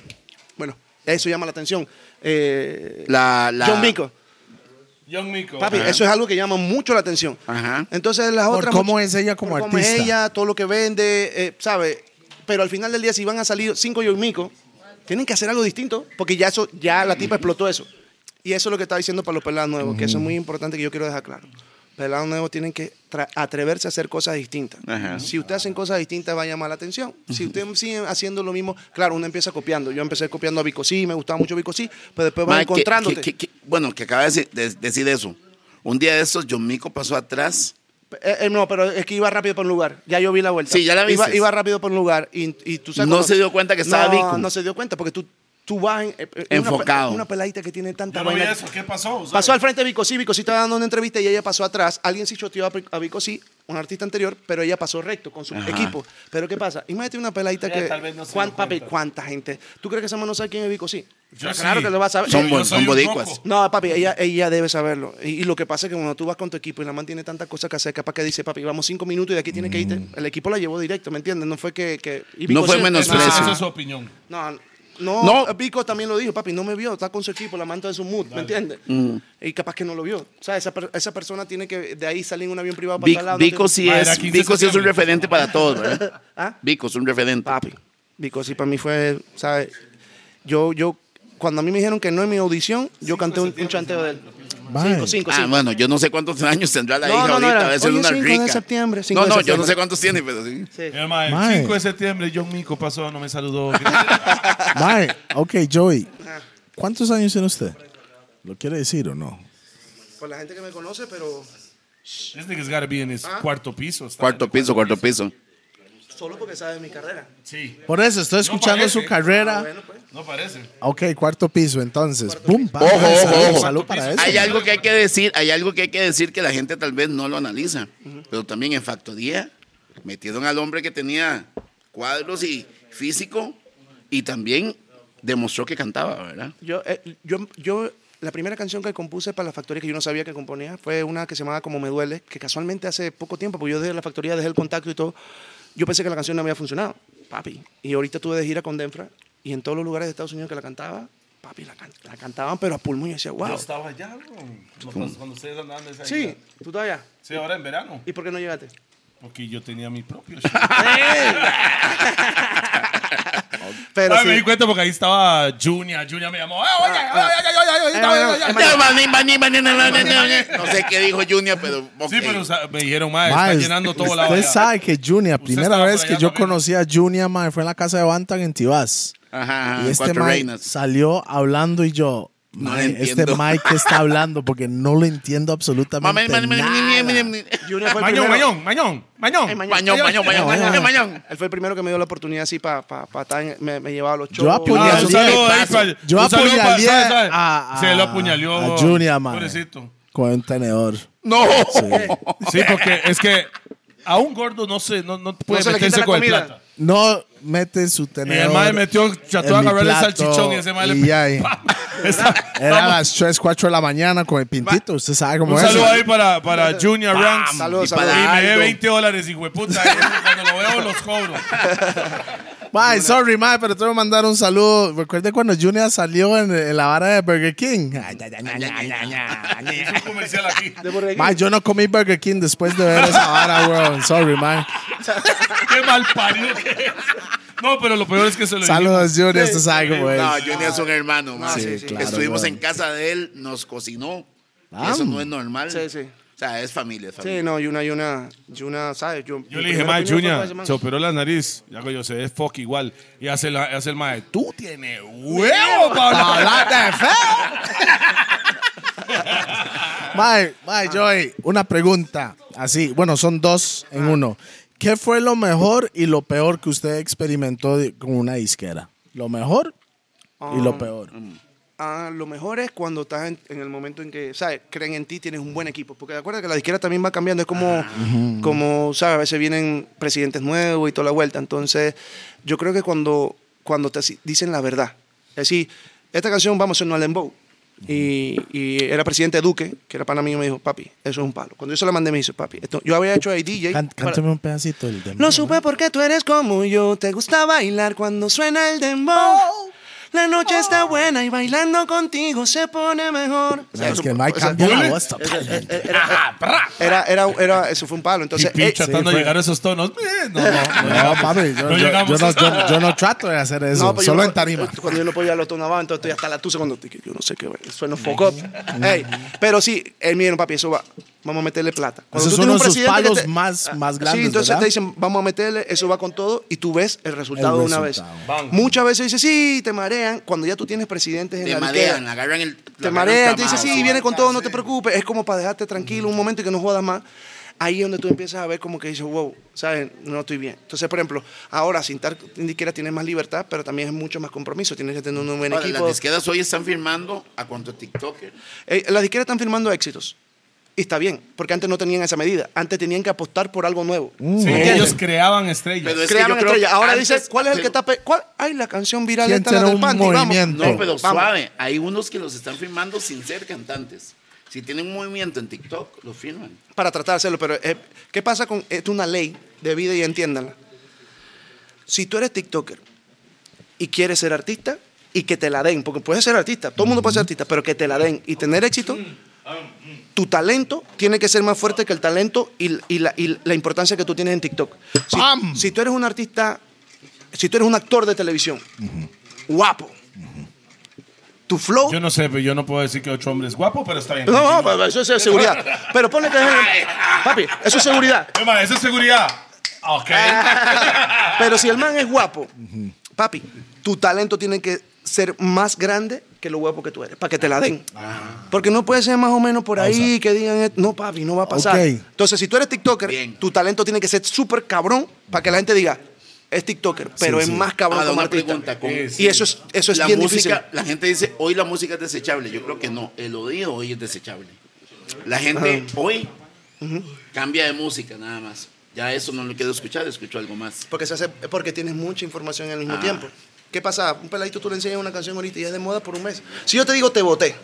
Speaker 5: bueno, eso llama la atención. Eh,
Speaker 3: La, la,
Speaker 5: John Mico.
Speaker 4: John Mico.
Speaker 5: Papi, eso es algo que llama mucho la atención.
Speaker 3: Ajá.
Speaker 5: Entonces las
Speaker 1: Por
Speaker 5: otras...
Speaker 1: cómo
Speaker 5: much-
Speaker 1: es ella como
Speaker 5: por
Speaker 1: artista.
Speaker 5: Cómo es ella, todo lo que vende, eh, ¿sabes? Pero al final del día, si van a salir cinco John Mico, tienen que hacer algo distinto, porque ya eso, ya la tipa explotó eso. Y eso es lo que estaba diciendo para los pelados nuevos, que eso es muy importante que yo quiero dejar claro. Pelados nuevos tienen que tra- atreverse a hacer cosas distintas.
Speaker 3: Ajá.
Speaker 5: Si ustedes hacen cosas distintas, va a llamar la atención. Si ustedes siguen haciendo lo mismo, claro, uno empieza copiando. Yo empecé copiando a Bicosí, me gustaba mucho Bicosí, pero después vas
Speaker 3: Mae, que-
Speaker 5: encontrándote.
Speaker 3: que- que- que- bueno, que acaba de decir, de- decir eso. Un día de esos, John Mico pasó atrás.
Speaker 5: Eh, eh, no, pero es que iba rápido por un lugar. Ya yo vi la vuelta.
Speaker 3: Sí, ya la viste.
Speaker 5: Iba, iba rápido por un lugar y, y tú sabes
Speaker 3: No
Speaker 5: cuando-
Speaker 3: se dio cuenta que estaba
Speaker 5: no,
Speaker 3: Vico.
Speaker 5: No se dio cuenta porque tú, tú vas en, eh, eh, una
Speaker 3: Enfocado.
Speaker 5: pe- Una, peladita que tiene tanta
Speaker 4: Yo no vi
Speaker 5: vaina.
Speaker 4: eso. ¿Qué pasó? ¿Sabe?
Speaker 5: Pasó al frente de Vico, sí, Vico sí estaba dando una entrevista y ella pasó atrás. Alguien sí choteó a Vic- a Vico, sí, un artista anterior, pero ella pasó recto con su
Speaker 3: Ajá.
Speaker 5: equipo. Pero ¿qué pasa? Imagínate una peladita
Speaker 4: Ella
Speaker 5: que...
Speaker 4: tal vez no se
Speaker 5: ¿cuán-
Speaker 4: dio
Speaker 5: papi,
Speaker 4: cuenta.
Speaker 5: ¿cuánta gente? ¿Tú crees que esa man no sabe quién es Vico, sí?
Speaker 4: Yo
Speaker 5: claro
Speaker 4: sí.
Speaker 5: que lo vas a saber.
Speaker 3: Son
Speaker 4: Yo
Speaker 3: buen-
Speaker 4: soy
Speaker 3: son
Speaker 4: un
Speaker 3: bodicuas.
Speaker 4: roco.
Speaker 5: No, papi, ella, ella debe saberlo. Y, y lo que pasa es que cuando tú vas con tu equipo y la man tiene tantas cosas que hacer, capaz que dice, papi, vamos cinco minutos y de aquí tiene que irte. El equipo la llevó directo, ¿me entiendes? No fue que... que- y Vico
Speaker 3: Mm.
Speaker 5: Ah,
Speaker 3: No fue
Speaker 4: Esa-
Speaker 3: menosprecio.
Speaker 4: Esa es su opinión.
Speaker 5: No, no,
Speaker 3: No.
Speaker 5: Vico también lo dijo, papi, no me vio, está con su equipo, la manta de su mood, ¿me entiendes?
Speaker 3: Mm.
Speaker 5: Y capaz que no lo vio. O sea, esa, per- esa persona tiene que de ahí salir en un avión privado para
Speaker 3: Vic-
Speaker 5: tal lado, no
Speaker 3: Vico
Speaker 5: tiene-
Speaker 3: sí
Speaker 4: Mae, era
Speaker 3: es,
Speaker 4: 15
Speaker 3: Vico sí es un
Speaker 4: septiembre.
Speaker 3: referente para todos, ¿verdad?
Speaker 5: ¿Ah?
Speaker 3: Vico es un referente.
Speaker 5: Papi, Vico sí para mí fue, ¿sabes? Yo, yo, cuando a mí me dijeron que no en mi audición, yo canté un, un chanteo de él.
Speaker 1: Mae.
Speaker 5: Cinco, cinco,
Speaker 3: Ah,
Speaker 5: cinco.
Speaker 3: bueno, yo no sé cuántos años tendrá la
Speaker 5: No, no,
Speaker 3: hija
Speaker 5: no,
Speaker 3: ahorita.
Speaker 5: era-
Speaker 3: a veces
Speaker 5: hoy es
Speaker 3: una
Speaker 5: 5 de
Speaker 3: rica.
Speaker 5: septiembre, 5
Speaker 3: No,
Speaker 5: de
Speaker 3: no, yo no
Speaker 5: septiembre.
Speaker 3: sé cuántos tiene, pero sí.
Speaker 5: Sí.
Speaker 4: Eh, mae,
Speaker 1: Mae.
Speaker 4: 5 de septiembre, John Mico pasó, no me saludó.
Speaker 1: Mae, ok, Joey.
Speaker 5: Ah,
Speaker 1: ¿Cuántos años tiene usted? ¿Lo quiere decir o no?
Speaker 5: Por la gente que me conoce, pero... Ah.
Speaker 4: This nigga's gotta be en his cuarto piso. está
Speaker 3: Cuarto
Speaker 4: en el
Speaker 3: piso, cuarto piso.
Speaker 5: Solo porque sabes mi carrera.
Speaker 4: Sí.
Speaker 1: Por eso estoy escuchando
Speaker 4: parece.
Speaker 1: su carrera.
Speaker 5: Ah, bueno, pues.
Speaker 4: No parece.
Speaker 1: Ok, cuarto piso entonces. Boom, pa,
Speaker 3: Ojo, ojo,
Speaker 1: salud,
Speaker 3: ojo.
Speaker 1: salud para eso.
Speaker 3: Hay algo que hay que decir, hay algo que hay que decir que la gente tal vez no lo analiza, pero también en factoría metieron al hombre que tenía cuadros y físico y también demostró que cantaba, ¿verdad?
Speaker 5: Yo, eh, yo, yo, la primera canción que compuse para la factoría que yo no sabía que componía fue una que se llamaba Como me duele, que casualmente hace poco tiempo, porque yo desde la factoría dejé el contacto y todo, yo pensé que la canción no había funcionado, papi. Y ahorita estuve de gira con Denfra y en todos los lugares de Estados Unidos que la cantaba, papi, la, can- la cantaban, pero a pulmón. Yo decía,
Speaker 4: Yo
Speaker 5: wow.
Speaker 4: estaba allá, bro. Cuando- Cuando ustedes andaban de esa
Speaker 5: Sí,
Speaker 4: gira.
Speaker 5: tú todavía.
Speaker 4: Sí, ahora en verano.
Speaker 5: ¿Y por qué no llegaste?
Speaker 4: Porque yo tenía mi propio show.
Speaker 5: Pero
Speaker 4: Ay,
Speaker 5: sí.
Speaker 4: Me di cuenta porque ahí estaba Junia. Junia me llamó. "Eh, oye,
Speaker 1: Ah,
Speaker 4: oye, oye, oye, oye, oye, oye, oye".
Speaker 3: No sé qué dijo Junior, pero
Speaker 4: Sí,
Speaker 3: ok.
Speaker 4: pero o sea, me dijeron, mae,
Speaker 1: Ma,
Speaker 4: está
Speaker 1: es-
Speaker 4: llenando todo la
Speaker 1: Usted
Speaker 4: olla.
Speaker 1: sabe que Junia, primera
Speaker 4: estaba
Speaker 1: vez
Speaker 4: por
Speaker 1: que
Speaker 4: allá
Speaker 1: yo
Speaker 4: también.
Speaker 1: conocí a Junia, ma, fue en la casa de Bantan en Tibás.
Speaker 3: Ajá, ajá,
Speaker 1: y este
Speaker 3: Ah, cuatro
Speaker 1: Mike
Speaker 3: reinas.
Speaker 1: salió hablando y yo,
Speaker 3: No
Speaker 1: "Ma,
Speaker 3: le
Speaker 1: este
Speaker 3: entiendo".
Speaker 1: Mike que está hablando porque no lo entiendo absolutamente
Speaker 3: Mame, mame, mame, mame, mame,
Speaker 1: nada.
Speaker 3: mame.
Speaker 5: Junior fue el
Speaker 4: Mañón,
Speaker 5: primero.
Speaker 4: mañón, mañón,
Speaker 5: Ay,
Speaker 4: mañón.
Speaker 5: mañón.
Speaker 3: Mañón, mañón, mañón, mañón, mañón.
Speaker 5: Él fue el primero que me dio la oportunidad así para pa, pa estar en- me, me llevaba a los
Speaker 1: Yo
Speaker 5: shows.
Speaker 1: apoyé
Speaker 4: Ah,
Speaker 1: Puñaló.
Speaker 4: un saludo ahí
Speaker 3: Paso.
Speaker 4: para-
Speaker 1: Yo
Speaker 4: un saludo para-
Speaker 1: apuñalé
Speaker 4: ¿sabe, sabe?
Speaker 1: a- a-
Speaker 4: Se lo apuñaleó.
Speaker 1: a Junior, mae.
Speaker 4: Pobrecito.
Speaker 1: Con un tenedor.
Speaker 3: No.
Speaker 4: Sí, porque es que a un gordo no se no, no puede
Speaker 5: se le
Speaker 4: meterse
Speaker 5: quita la
Speaker 4: con el
Speaker 5: comida.
Speaker 4: plata.
Speaker 1: No mete su
Speaker 4: Mi
Speaker 1: tenedor.
Speaker 4: hermano metió, trató
Speaker 1: en
Speaker 4: de
Speaker 1: mi
Speaker 4: agarrarle el
Speaker 1: plato
Speaker 4: salchichón y ese mae
Speaker 1: y
Speaker 4: le
Speaker 1: ahí. Era las 3, 4 de la mañana con el pintito. Usted sabe cómo
Speaker 4: Un
Speaker 1: es.
Speaker 4: saludo ahí para, para Junior Ranks.
Speaker 5: Saludos,
Speaker 3: Y para
Speaker 5: saludos.
Speaker 4: Y me dé
Speaker 3: Aldo.
Speaker 4: 20 dólares, hijo de puta. Y Cuando lo veo, los cobro.
Speaker 1: Mae, sorry, mae, pero tengo que mandar un saludo. Recuerde cuando Junia salió en, en la vara de Burger King. Ay, ay, ay, ay, ay, ay, ay.
Speaker 4: Es un comercial aquí.
Speaker 5: De Borreguín.
Speaker 1: Mae, yo no comí Burger King después de ver esa vara, weón. Sorry, mae.
Speaker 4: Qué mal parido que es. No, pero lo peor es que se lo
Speaker 1: Saludos, Junia, usted sabe cómo es.
Speaker 3: No, Junior es un hermano. man.
Speaker 5: sí, sí.
Speaker 1: claro,
Speaker 3: Estuvimos
Speaker 1: claro.
Speaker 3: en casa de él, nos cocinó.
Speaker 1: Ah,
Speaker 3: Eso no es normal.
Speaker 5: Sí, sí.
Speaker 3: O sea, es familia, es familia.
Speaker 5: Sí, no, y una, y una, y una, ¿sabes? Yo,
Speaker 4: Yo le dije, mae, Junior, se operó la nariz. Ya que yo se ve fuck igual. Y hace, la, hace el mae, tú tienes huevo para
Speaker 1: Pa'
Speaker 4: hablar.
Speaker 1: hablar de feo. Mae, mae, Joey, una pregunta. Así, bueno, son dos en
Speaker 5: Ah.
Speaker 1: uno. ¿Qué fue lo mejor y lo peor que usted experimentó de- con una disquera? ¿Lo mejor y
Speaker 5: Um,
Speaker 1: lo peor?
Speaker 5: Ah, lo mejor es cuando estás en, en el momento en que, ¿sabes? Creen en ti, tienes un buen equipo. Porque acuérdate que la disquera también va cambiando. Es como, como ¿sabes? A veces vienen presidentes nuevos y toda la vuelta. Entonces, yo creo que cuando, cuando te si- dicen la verdad. Es decir, esta canción vamos a hacer un Lembow. Y, y era presidente Duque, que era pana mío, me dijo, papi, eso es un palo. Cuando yo se la mandé, me dice, papi, esto, yo había hecho ahí DJ.
Speaker 1: Can-
Speaker 5: para-
Speaker 1: cántame un pedacito del tema.
Speaker 5: No supe por qué tú eres como yo. Te gusta bailar cuando suena el dembow. La noche está buena y bailando contigo se pone mejor.
Speaker 1: Mae, es que Mike cambió la voz totalmente.
Speaker 5: Era, era, era, eso fue un palo. Entonces,
Speaker 4: Hippie
Speaker 5: eh,
Speaker 4: tratando
Speaker 1: fue-
Speaker 4: de llegar a esos tonos. Eh, No, no,
Speaker 1: No, papi, yo, yo-
Speaker 4: No llegamos.
Speaker 1: yo no, yo- yo no trato de hacer eso,
Speaker 5: no, pues yo
Speaker 1: solo
Speaker 5: no-
Speaker 1: en tarima.
Speaker 5: eh, Cuando yo no podía lo tonaba, entonces estoy hasta la tusa cuando te- yo no sé qué, suena fuck up. Ey, pero sí, él me dijo, papi, eso va. Vamos a meterle plata. Cuando
Speaker 1: Ese
Speaker 5: tú
Speaker 1: es uno
Speaker 5: tienes
Speaker 1: de sus
Speaker 5: presidente que Ah,
Speaker 1: palos más- más grandes,
Speaker 5: Sí, entonces
Speaker 1: ¿verdad?
Speaker 5: te dicen, vamos a meterle, eso va con todo y tú ves el resultado de una vez.
Speaker 1: resultado.
Speaker 5: Muchas veces dices, sí, te marean. Cuando ya tú tienes presidentes en
Speaker 3: Te
Speaker 5: la
Speaker 3: marean,
Speaker 5: disquera,
Speaker 3: agarran el.
Speaker 5: te
Speaker 3: agarran
Speaker 5: marean, te
Speaker 3: tramado,
Speaker 5: dicen, sí,
Speaker 3: sí.
Speaker 5: viene con todo, no te preocupes. Es como para dejarte tranquilo un momento y que no jodas más. Ahí es donde tú empiezas a ver como que dices, wow, ¿sabes? No estoy bien. Entonces, por ejemplo, ahora sin estar ni siquiera tienes más libertad, pero también es mucho más compromiso. Tienes que tener un buen
Speaker 3: Ahora, las
Speaker 5: equipo.
Speaker 3: disqueras hoy están firmando a cuánto TikToker.
Speaker 5: Eh, las disqueras están firmando éxitos. Y está bien, porque antes no tenían esa medida. Antes tenían que apostar por algo nuevo.
Speaker 4: Sí,
Speaker 5: ¿Entiendes?
Speaker 4: ellos creaban estrellas.
Speaker 3: Pero Mm. es que
Speaker 5: Crearon
Speaker 3: yo creo
Speaker 5: estrella.
Speaker 3: que
Speaker 5: Ahora
Speaker 3: antes-
Speaker 5: dices, ¿cuál es el que
Speaker 3: pero-
Speaker 5: está... pe- ¿Cuál? Ay, la canción viral
Speaker 1: ¿Quién
Speaker 5: esta, la
Speaker 1: será
Speaker 5: del
Speaker 1: un
Speaker 5: panty, vamos.
Speaker 1: movimiento?
Speaker 3: No, pero
Speaker 5: Vamos.
Speaker 3: suave. Hay unos que los están firmando sin ser cantantes. Si tienen un movimiento en TikTok, lo firman.
Speaker 5: para tratar de hacerlo, pero eh, ¿qué pasa con es una ley de vida y entiéndanla? Si tú eres TikToker y quieres ser artista y que te la den, porque puedes ser artista, todo el mundo puede ser artista, pero que te la den y tener éxito,
Speaker 4: Mm, ah,
Speaker 5: tu talento tiene que ser más fuerte que el talento y, y la, y la importancia que tú tienes en TikTok. Si, si tú eres un artista, si tú eres un actor de televisión, guapo, tu flow
Speaker 4: Yo no sé, pero yo no puedo decir que otro hombre es guapo, pero está bien.
Speaker 5: no, no, pero eso es seguridad. Pero ponle que.
Speaker 4: ah.
Speaker 5: Papi, eso es seguridad.
Speaker 4: Eh, ma, eso es seguridad. Ok.
Speaker 5: Pero si el man es guapo, papi, tu talento tiene que ser más grande que lo guapo que tú eres, para que te la den. Porque no puede ser más o menos por ahí que digan, eh, no, papi, no va a pasar.
Speaker 1: Ok.
Speaker 5: Entonces, si tú eres TikToker,
Speaker 3: Bien.
Speaker 5: tu talento tiene que ser súper cabrón para que la gente diga, Es TikToker, pero es más cabrón
Speaker 3: Ahora,
Speaker 5: como
Speaker 3: Ah, una
Speaker 5: artista.
Speaker 3: pregunta. con-
Speaker 5: Y eso es, eso es
Speaker 3: la
Speaker 5: bien
Speaker 3: música,
Speaker 5: difícil.
Speaker 3: La gente dice, hoy la música es desechable. Yo creo que no. El odio hoy es desechable. La gente hoy cambia de música nada más. Ya eso no lo quiero escuchar, escucho algo más.
Speaker 5: Porque, se hace, porque tienes mucha información al mismo
Speaker 3: Ah.
Speaker 5: tiempo. ¿Qué pasa? Un peladito tú le enseñas una canción ahorita y es de moda por un mes. Si yo te digo te voté.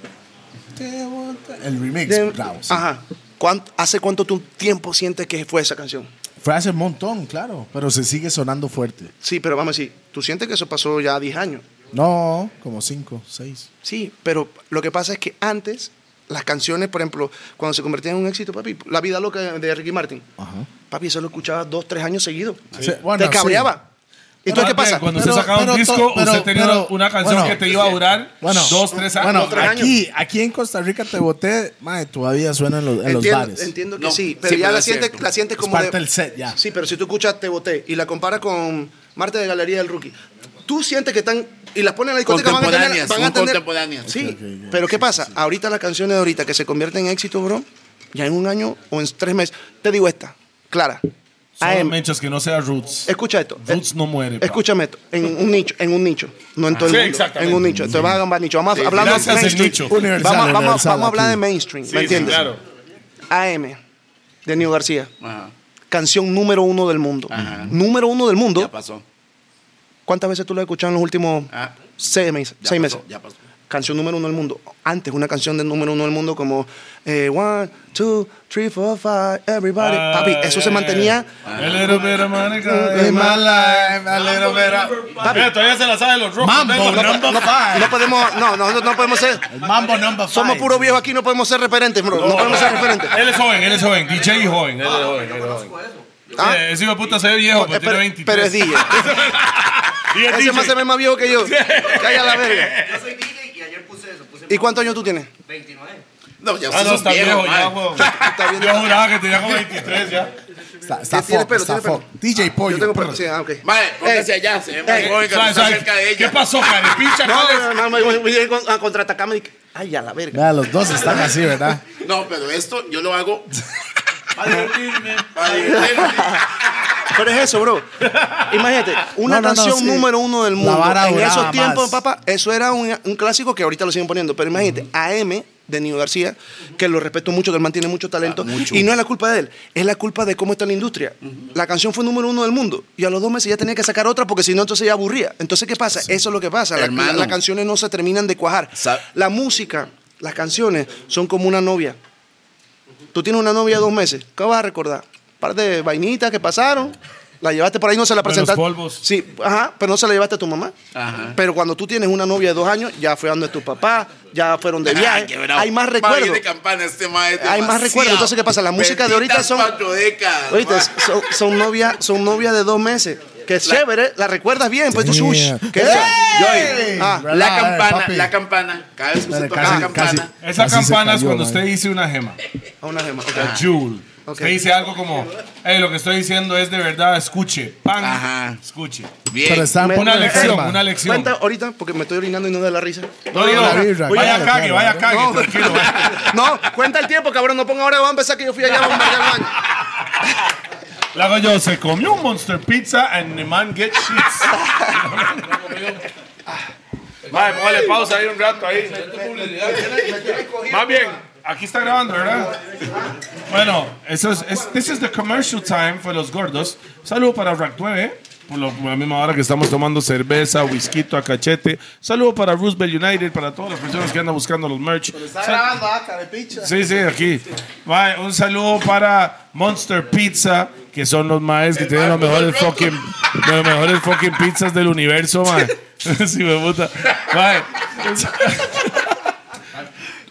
Speaker 1: El remix,
Speaker 5: de-
Speaker 1: bravo, sí.
Speaker 5: Ajá. ¿Cuánto- ¿Hace cuánto tú tiempo sientes que fue esa canción?
Speaker 1: Fue hace un montón, claro, pero se sigue sonando fuerte.
Speaker 5: Sí, pero vamos a decir, tú sientes que eso pasó ya 10 años.
Speaker 1: No, como cinco, seis.
Speaker 5: Sí, pero lo que pasa es que antes las canciones, por ejemplo, cuando se convertían en un éxito, papi, La vida loca de Ricky Martin,
Speaker 1: Ajá.
Speaker 5: papi, eso lo escuchaba dos, tres años seguidos.
Speaker 1: Sí, bueno,
Speaker 5: te cabreaba. ¿Y tú
Speaker 4: Más
Speaker 5: qué
Speaker 4: bien,
Speaker 5: pasa?
Speaker 4: Cuando
Speaker 1: Pero-
Speaker 4: usted sacaba
Speaker 1: pero
Speaker 4: un
Speaker 1: to-
Speaker 4: disco, usted
Speaker 1: pero-
Speaker 4: tenía
Speaker 1: pero-
Speaker 4: una canción
Speaker 1: bueno,
Speaker 4: que te iba a durar
Speaker 1: Bueno,
Speaker 4: dos, tres años.
Speaker 1: Bueno,
Speaker 5: tres años.
Speaker 1: aquí, aquí en Costa Rica te boté, madre, todavía suena en los, en los
Speaker 5: entiendo,
Speaker 1: bares.
Speaker 5: entiendo que
Speaker 3: No,
Speaker 5: sí,
Speaker 3: sí,
Speaker 5: pero ya
Speaker 3: pero
Speaker 5: la
Speaker 3: es
Speaker 5: sientes,
Speaker 3: cierto.
Speaker 5: la sientes
Speaker 1: Es
Speaker 5: como
Speaker 1: parte
Speaker 5: de-
Speaker 1: del set ya.
Speaker 5: Sí, pero si tú escuchas Te Boté y la comparas con Marte de Galería del Rookie, tú sientes que están y las ponen en la discoteca van a tener,
Speaker 3: Contemporáneas,
Speaker 5: van a
Speaker 3: son
Speaker 5: tener-
Speaker 3: contemporáneas.
Speaker 5: Sí,
Speaker 1: Ok, ok, ya,
Speaker 5: pero
Speaker 1: sí,
Speaker 5: qué pasa? Ahorita las canciones de ahorita que se convierten en éxito, bro, ya en un año o en tres meses, te digo esta, Clara.
Speaker 4: Solo
Speaker 5: AM.
Speaker 4: mechas que no sea Roots.
Speaker 5: Escucha esto.
Speaker 4: Roots
Speaker 5: Eh,
Speaker 4: no muere, pa.
Speaker 5: Escúchame esto. En un nicho, en un nicho. No en todo
Speaker 4: Sí,
Speaker 5: el mundo.
Speaker 4: exactamente.
Speaker 5: En un nicho. Entonces vamos a un nicho. Vamos a hablar
Speaker 4: gracias al
Speaker 5: de mainstream.
Speaker 4: nicho.
Speaker 5: Vamos,
Speaker 1: Universal,
Speaker 5: vamos-
Speaker 1: universal
Speaker 5: vamos a hablar
Speaker 1: aquí.
Speaker 5: de mainstream. ¿Me
Speaker 4: Sí, sí,
Speaker 5: entiendes?
Speaker 4: claro.
Speaker 5: AM, de Neo García.
Speaker 3: Ajá,
Speaker 5: Canción número uno del mundo.
Speaker 3: Ajá.
Speaker 5: Número uno del
Speaker 3: ya
Speaker 5: mundo.
Speaker 3: pasó.
Speaker 5: ¿Cuántas veces tú lo has escuchado en los últimos
Speaker 3: Ah,
Speaker 5: seis, meses?
Speaker 3: ya
Speaker 5: seis
Speaker 3: pasó,
Speaker 5: meses?
Speaker 3: Ya pasó.
Speaker 5: Canción número uno del mundo. Antes, una canción del número uno del mundo como eh, One, Two, Three, Four, Five, Everybody.
Speaker 4: Ah,
Speaker 5: Papi, eso
Speaker 4: yeah,
Speaker 5: se mantenía.
Speaker 4: yeah. A little bit of money, guys. Eh, todavía se la sabe los rojos.
Speaker 1: Mambo number five.
Speaker 5: No podemos, no, no, no podemos ser.
Speaker 1: El Mambo number five.
Speaker 5: Somos puro viejo aquí, no podemos ser referentes, bro. No, podemos ser referentes.
Speaker 4: Él es joven, él es joven. DJ joven. Él es joven. él es joven.
Speaker 5: Ah,
Speaker 4: Eh, Ese hijo de puta se ve viejo, pero,
Speaker 5: eh,
Speaker 4: tiene
Speaker 5: pero,
Speaker 4: 23.
Speaker 5: pero es DJ.
Speaker 4: Y es
Speaker 5: Ese
Speaker 4: DJ.
Speaker 5: más se ve más viejo que yo. Calla la verga.
Speaker 7: Yo soy DJ y ayer puse eso, puse
Speaker 5: ¿Y cuántos años tú tienes?
Speaker 7: 29.
Speaker 3: No, ya
Speaker 4: Ah, no,
Speaker 3: sos
Speaker 4: está
Speaker 3: viejo,
Speaker 4: viejo ya,
Speaker 3: mae.
Speaker 4: huevón.
Speaker 5: Está bien.
Speaker 4: Yo juraba que tenía como 23 ya.
Speaker 1: Está, está
Speaker 5: Tiene
Speaker 1: fuck,
Speaker 5: pelo,
Speaker 1: está
Speaker 5: tiene pelo.
Speaker 1: fuck. DJ Pollo.
Speaker 5: Yo tengo
Speaker 1: brr.
Speaker 5: pelo. Sí, ah, ok.
Speaker 3: Mae, póngase allá, se ve más joven que
Speaker 4: ¿Sabes,
Speaker 3: está
Speaker 4: sabes?
Speaker 3: cerca de
Speaker 4: ¿Qué
Speaker 3: ella.
Speaker 4: pasó, carepicha?
Speaker 5: No,
Speaker 4: ¿Cuál es?
Speaker 5: no, no, me voy- voy a ir con- a contraatacarme y dije, ay, a la verga.
Speaker 1: Vea, los dos están así, ¿verdad?
Speaker 3: No, pero esto yo lo hago
Speaker 4: Para divertirme.
Speaker 3: para divertirme.
Speaker 5: Pero es eso, bro. Imagínate, una
Speaker 1: No, no, no,
Speaker 5: canción
Speaker 1: sí.
Speaker 5: número uno del
Speaker 1: La
Speaker 5: mundo.
Speaker 1: vara
Speaker 5: En
Speaker 1: duraba
Speaker 5: esos tiempos,
Speaker 1: más.
Speaker 5: papá, eso era un, un clásico que ahorita lo siguen poniendo. Pero imagínate, AM de Nino García, que lo respeto mucho, que el man tiene mucho talento.
Speaker 1: Ah,
Speaker 5: Y no es la culpa de él, es la culpa de cómo está la industria. La canción fue número uno del mundo. Y a los dos meses ya tenía que sacar otra porque si no, entonces ya aburría. Entonces, ¿qué pasa? Eso es lo que pasa. La- la-
Speaker 3: Hermano.
Speaker 5: Las canciones no se terminan de cuajar.
Speaker 3: Sa-
Speaker 5: La música, las canciones son como una novia. Tú tienes una novia de dos meses. ¿Qué vas a recordar? Un par de vainitas que pasaron. La llevaste por ahí, no se la
Speaker 4: Buenos
Speaker 5: presentaste.
Speaker 4: polvos.
Speaker 5: Sí, ajá, pero no se la llevaste a tu mamá.
Speaker 3: Ajá.
Speaker 5: Pero cuando tú tienes una novia de dos años, ya fue donde tu papá, ya fueron de
Speaker 3: Ah,
Speaker 5: viaje.
Speaker 3: qué bravo.
Speaker 5: Hay más
Speaker 3: Madre,
Speaker 5: recuerdos.
Speaker 3: de campana este maestro.
Speaker 5: Hay más recuerdos. Entonces, ¿qué pasa? La música de ahorita son.
Speaker 3: cuatro décadas.
Speaker 5: Oíste,
Speaker 3: ma.
Speaker 5: son, son novias son novia de dos meses. Que es chévere, la recuerdas bien, pues tú
Speaker 1: Sí.
Speaker 5: shush. ¿Qué es eso?
Speaker 3: Joy,
Speaker 5: Ah,
Speaker 1: Brother,
Speaker 3: la campana,
Speaker 1: papi.
Speaker 3: la campana. Cada vez que se
Speaker 1: Dale,
Speaker 3: toca
Speaker 1: casi-
Speaker 3: la campana.
Speaker 1: casi.
Speaker 4: Esa
Speaker 1: Así se
Speaker 4: campana es
Speaker 1: cayó,
Speaker 4: cuando
Speaker 1: man.
Speaker 4: usted dice una gema.
Speaker 5: a una gema. ok.
Speaker 4: Jewel.
Speaker 5: Ok.
Speaker 4: Usted dice algo como, hey, lo que estoy diciendo es de verdad, escuche. Pan,
Speaker 3: Ajá.
Speaker 4: escuche.
Speaker 3: Bien.
Speaker 1: Pero están
Speaker 5: Una
Speaker 4: Una
Speaker 1: poniendo
Speaker 4: lección,
Speaker 1: encima.
Speaker 4: una lección.
Speaker 5: Cuenta ahorita, porque me estoy orinando y no da la risa.
Speaker 4: No, no,
Speaker 1: la
Speaker 4: no.
Speaker 1: birra,
Speaker 4: Vaya
Speaker 1: claro,
Speaker 4: cague,
Speaker 1: claro.
Speaker 4: vaya cague,
Speaker 5: No.
Speaker 4: tranquilo.
Speaker 5: No, cuenta el tiempo, cabrón. No ponga ahora, vamos a empezar que yo fui allá a bombardear el baño.
Speaker 4: Le hago yo, se comió un Monster Pizza and the man get shits. Vale, póngale pausa ahí un rato ahí. Más bien, aquí está grabando, ¿verdad? Bueno, eso es, es- this is the commercial time for los gordos. Saludo para Rack 9, por, lo- por la misma hora que estamos tomando cerveza, whisky a cachete. Saludo para Roosevelt United, para todas las personas que andan buscando los merch. Sal- Sí, sí, aquí. Mae, un saludo para Monster Pizza, que son los maes que tienen los mejores fucking, los mejores fucking pizzas del universo, mae. sí, me puta. Mae.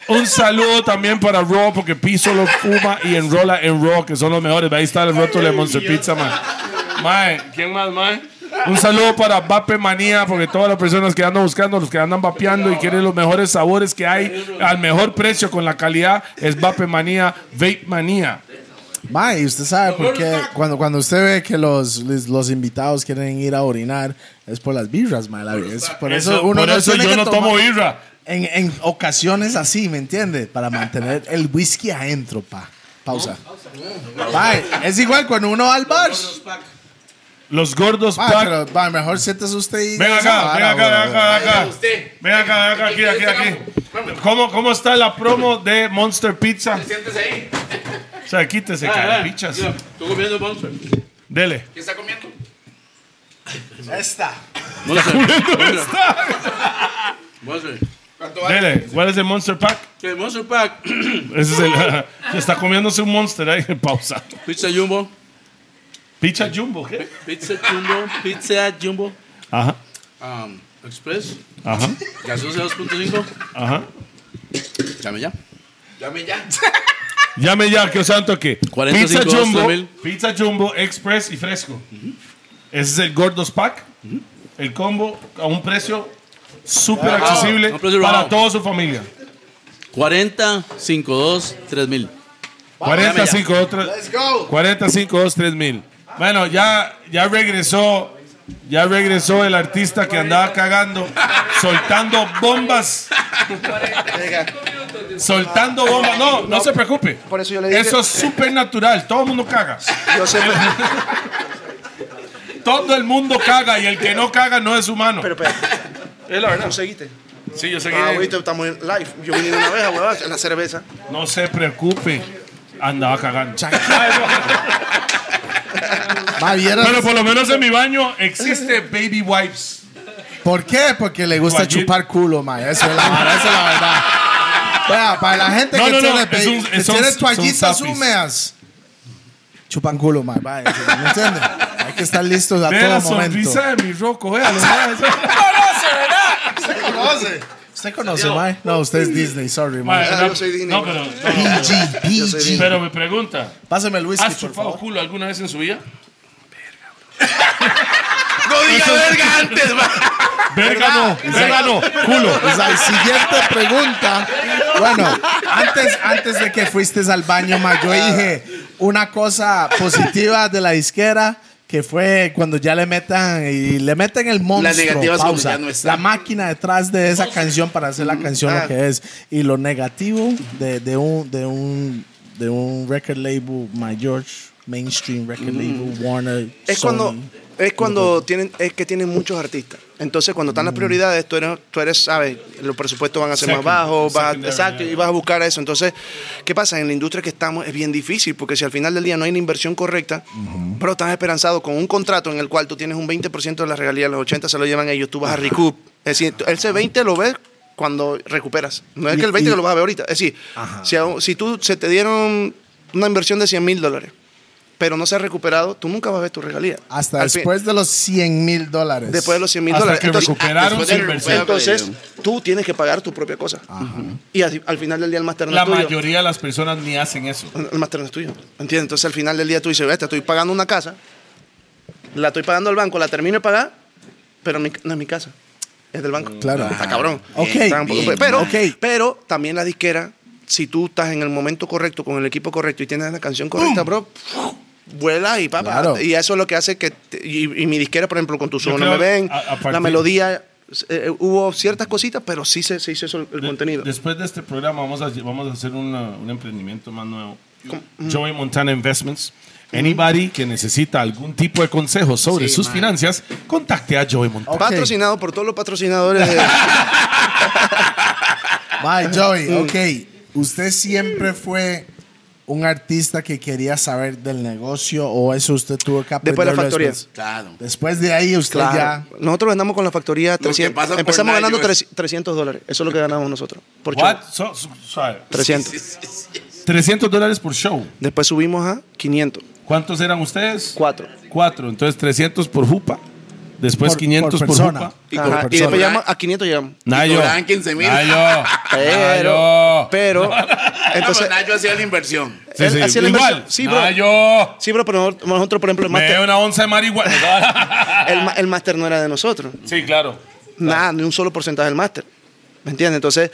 Speaker 4: Un saludo también para Raw, porque Piso lo fuma y enrola en Raw, que son los mejores. Ahí está el rótulo de Monster Pizza, mae. Mae, ¿quién más, mae? Un saludo para Vape Manía, porque todas las personas que andan buscando, los que andan vapeando y quieren los mejores sabores que hay al mejor precio con la calidad, es Vape Manía, Vape Manía.
Speaker 1: Mae, y usted sabe por qué cuando, cuando usted ve que los, los, los invitados quieren ir a orinar, es por las birras, mae. la- es por eso, uno
Speaker 4: por
Speaker 1: no
Speaker 4: eso
Speaker 1: tiene
Speaker 4: yo
Speaker 1: que
Speaker 4: no
Speaker 1: tomar-
Speaker 4: tomo birra.
Speaker 1: En, en ocasiones así, ¿me entiende? Para mantener el whisky adentro, pa. Pausa. Mae, es igual cuando uno va al bar.
Speaker 4: Los gordos
Speaker 1: Ma,
Speaker 4: pack-
Speaker 1: pero ma, mejor siéntese usted y...
Speaker 4: Ven acá, ven acá, ven acá, ven acá.
Speaker 3: usted.
Speaker 4: Ven acá, ven acá, aquí, aquí, aquí. ¿Cómo, ¿Cómo está la promo de Monster Pizza?
Speaker 3: Siéntese ahí.
Speaker 4: O sea, quítese, cara, pichas.
Speaker 9: Ah, Estoy comiendo Monster.
Speaker 4: Dele.
Speaker 3: ¿Qué está comiendo?
Speaker 1: Esta.
Speaker 9: Monster.
Speaker 3: ¿Cuánto
Speaker 4: Dele. ¿Cuál es el Monster Pack?
Speaker 9: Que Monster Pack,
Speaker 4: Ese es el. Se está comiéndose un Monster ahí. Pausa.
Speaker 9: pizza jumbo,
Speaker 4: Picha Jumbo, ¿qué?
Speaker 9: pizza jumbo, pizza jumbo,
Speaker 4: Ajá,
Speaker 9: um, express,
Speaker 4: ajá,
Speaker 9: gaseosa 2.5,
Speaker 4: ajá.
Speaker 9: llame ya.
Speaker 3: Llame ya.
Speaker 4: Llame ya, que os santo aquí.
Speaker 9: 45
Speaker 4: pizza Jumbo,
Speaker 9: 2000.
Speaker 4: Pizza Jumbo, Express y Fresco. Ese es el Gordos Pack. El combo a un precio súper accesible
Speaker 9: un precio
Speaker 4: para
Speaker 9: bajado.
Speaker 4: toda su familia.
Speaker 9: 40, 5, 2, 3 mil.
Speaker 4: 45, otras- 45, 2, 3 mil. Bueno, ya, ya regresó. Ya regresó el artista que andaba cagando, soltando bombas. soltando bombas. No, no se preocupe.
Speaker 5: Por eso yo le dije-
Speaker 4: Eso es súper natural. Todo el mundo caga.
Speaker 5: Yo sé, pero-
Speaker 4: Todo el mundo caga y el que no caga no es humano.
Speaker 5: pero espera.
Speaker 4: es la verdad.
Speaker 5: Conseguiste.
Speaker 4: Sí, yo sé que-
Speaker 5: Ah, ahorita estamos en live. Yo vine de una vez, huevón, en la cerveza.
Speaker 4: No se preocupe. Andaba cagando.
Speaker 1: Ma, vieras-
Speaker 4: Pero por lo menos en mi baño existe baby wipes.
Speaker 1: ¿Por qué? Porque le gusta
Speaker 4: Guayil.
Speaker 1: chupar culo, ma. Eso es la verdad. Esa es la verdad. Vea, para la gente
Speaker 4: No,
Speaker 1: que
Speaker 4: no, no,
Speaker 1: tiene,
Speaker 4: es
Speaker 1: pe-
Speaker 4: un-
Speaker 1: que
Speaker 4: son-
Speaker 1: tiene
Speaker 4: son
Speaker 1: toallitas
Speaker 4: zapis.
Speaker 1: húmedas, chupan culo, ma. Va, eso, ¿Me entiendes? Hay que estar listos a
Speaker 4: Ve
Speaker 1: todo
Speaker 4: la
Speaker 1: momento.
Speaker 4: sonrisa de mi roco, véalo.
Speaker 1: ¿Usted conoce, ma? No, usted es Disney, sorry, ma.
Speaker 4: Madre, no,
Speaker 5: yo soy Disney,
Speaker 4: no, pero,
Speaker 5: madre.
Speaker 4: no, no, no.
Speaker 1: PG, PG.
Speaker 4: Pero me pregunta,
Speaker 1: Pásame el whisky,
Speaker 4: ¿has
Speaker 1: por
Speaker 4: chupado
Speaker 1: favor.
Speaker 4: culo alguna vez en su vida?
Speaker 3: No diga verga antes, va.
Speaker 4: Verga
Speaker 1: Ah,
Speaker 4: no, verga no, culo.
Speaker 1: Pues la siguiente pregunta. Bueno, antes, antes de que fuiste al baño, ma, yo dije una cosa positiva de la disquera que fue cuando ya le metan y le meten el monstruo.
Speaker 3: negativa es cuando
Speaker 1: pausa,
Speaker 3: ya no está. Ah.
Speaker 1: La máquina detrás de esa canción para hacer la canción lo que es. Y lo negativo de, de un de un de un record label, my George, mainstream record label, Warner.
Speaker 5: Es
Speaker 1: Sony.
Speaker 5: cuando, es cuando tienen, es que tienen muchos artistas. Entonces, cuando están las prioridades, tú eres, tú eres sabes, los presupuestos van a ser
Speaker 4: Second-
Speaker 5: más bajos, vas a-
Speaker 4: secondary,
Speaker 5: exacto,
Speaker 4: yeah.
Speaker 5: y vas a buscar eso. Entonces, ¿qué pasa? En la industria que estamos es bien difícil, porque si al final del día no hay una inversión correcta, pero estás esperanzado con un contrato en el cual tú tienes un 20% de las regalías, los 80 se lo llevan ellos, tú vas a recoup. Es decir, tú- ese 20 lo ves cuando recuperas. No es que el 20 que lo vas a ver ahorita. Es decir, si, a- si tú se te dieron una inversión de 100 mil dólares, pero no se ha recuperado, tú nunca vas a ver tu regalía.
Speaker 1: Hasta
Speaker 5: Al fin-
Speaker 1: después de los 100 mil dólares.
Speaker 5: Después de los 100 mil
Speaker 4: Hasta
Speaker 5: dólares.
Speaker 4: que recuperaron
Speaker 3: su inversión.
Speaker 5: entonces, tú tienes que pagar tu propia cosa. Y así- al final del día el máster no
Speaker 4: La
Speaker 5: es tuyo.
Speaker 4: mayoría de las personas ni hacen eso.
Speaker 5: El máster no es tuyo. ¿Entiendes? Entonces al final del día tú dices, "Ve, te estoy pagando una casa, la estoy pagando al banco, la termino de pagar, pero mi- no es mi casa. Es del banco.
Speaker 1: Claro.
Speaker 5: Está cabrón.
Speaker 1: Ok.
Speaker 5: Está un poco-
Speaker 3: bien,
Speaker 5: pero,
Speaker 1: ok.
Speaker 5: pero también la disquera, si tú estás en el momento correcto, con el equipo correcto y tienes la canción correcta, bro, vuela y papá.
Speaker 1: Claro.
Speaker 5: Y eso es lo que hace que. te- y, y mi disquera, por ejemplo, con tu solo no me
Speaker 4: creo
Speaker 5: ven,
Speaker 4: a- a partir-
Speaker 5: la melodía. eh, hubo ciertas cositas, pero sí se, se hizo eso el
Speaker 4: De-
Speaker 5: contenido.
Speaker 4: Después de este programa vamos a, vamos a hacer una- un emprendimiento más nuevo. Mm. Joey Montana Investments. Anybody que necesita algún tipo de consejo sobre sus finanzas, contacte a Joey Montana.
Speaker 1: Ok.
Speaker 5: Patrocinado por todos los patrocinadores de.
Speaker 1: Bye, Joey.
Speaker 5: Mm.
Speaker 1: Ok, usted siempre fue un artista que quería saber del negocio o eso usted tuvo que aprender.
Speaker 5: Después de la factoría.
Speaker 1: Después,
Speaker 3: Claro.
Speaker 1: Después de ahí usted
Speaker 5: Claro.
Speaker 1: ya...
Speaker 5: Nosotros ganamos con la factoría
Speaker 3: que
Speaker 5: 300.
Speaker 3: pasa por
Speaker 5: Empezamos
Speaker 3: Nayo
Speaker 5: ganando
Speaker 3: es-
Speaker 5: 300 300 dólares. Eso es lo que ganamos nosotros. Por
Speaker 4: What?
Speaker 5: show.
Speaker 4: So- so- sorry.
Speaker 5: 300.
Speaker 4: $300 dólares por show.
Speaker 5: Después subimos a 500.
Speaker 4: ¿Cuántos eran ustedes?
Speaker 5: Cuatro.
Speaker 4: Cuatro. Entonces 300 por jupa. Después
Speaker 1: Por-
Speaker 4: 500
Speaker 1: por
Speaker 4: Pues por,
Speaker 1: persona.
Speaker 4: jupa.
Speaker 3: Y
Speaker 5: Ajá.
Speaker 3: con-
Speaker 5: Y después
Speaker 3: persona.
Speaker 5: llegamos- a 500 llegamos.
Speaker 4: Nayo.
Speaker 3: cobraban 15,000.
Speaker 4: Nayo.
Speaker 5: Pero.
Speaker 4: Nayo.
Speaker 5: Pero. Entonces.
Speaker 3: Entonces, Ah, yo hacía la inversión.
Speaker 4: Sí,
Speaker 5: él
Speaker 4: sí,
Speaker 5: hacía la
Speaker 4: Igual.
Speaker 5: inversión. Sí, bro.
Speaker 4: Nayo.
Speaker 5: Sí, pero pero nosotros, por ejemplo, el
Speaker 4: Me dio
Speaker 5: máster
Speaker 4: una onza de marihuana.
Speaker 5: el, ma- el máster no era de nosotros.
Speaker 4: sí, claro.
Speaker 5: Nada, ni un solo porcentaje del máster. ¿Me entiendes? Entonces.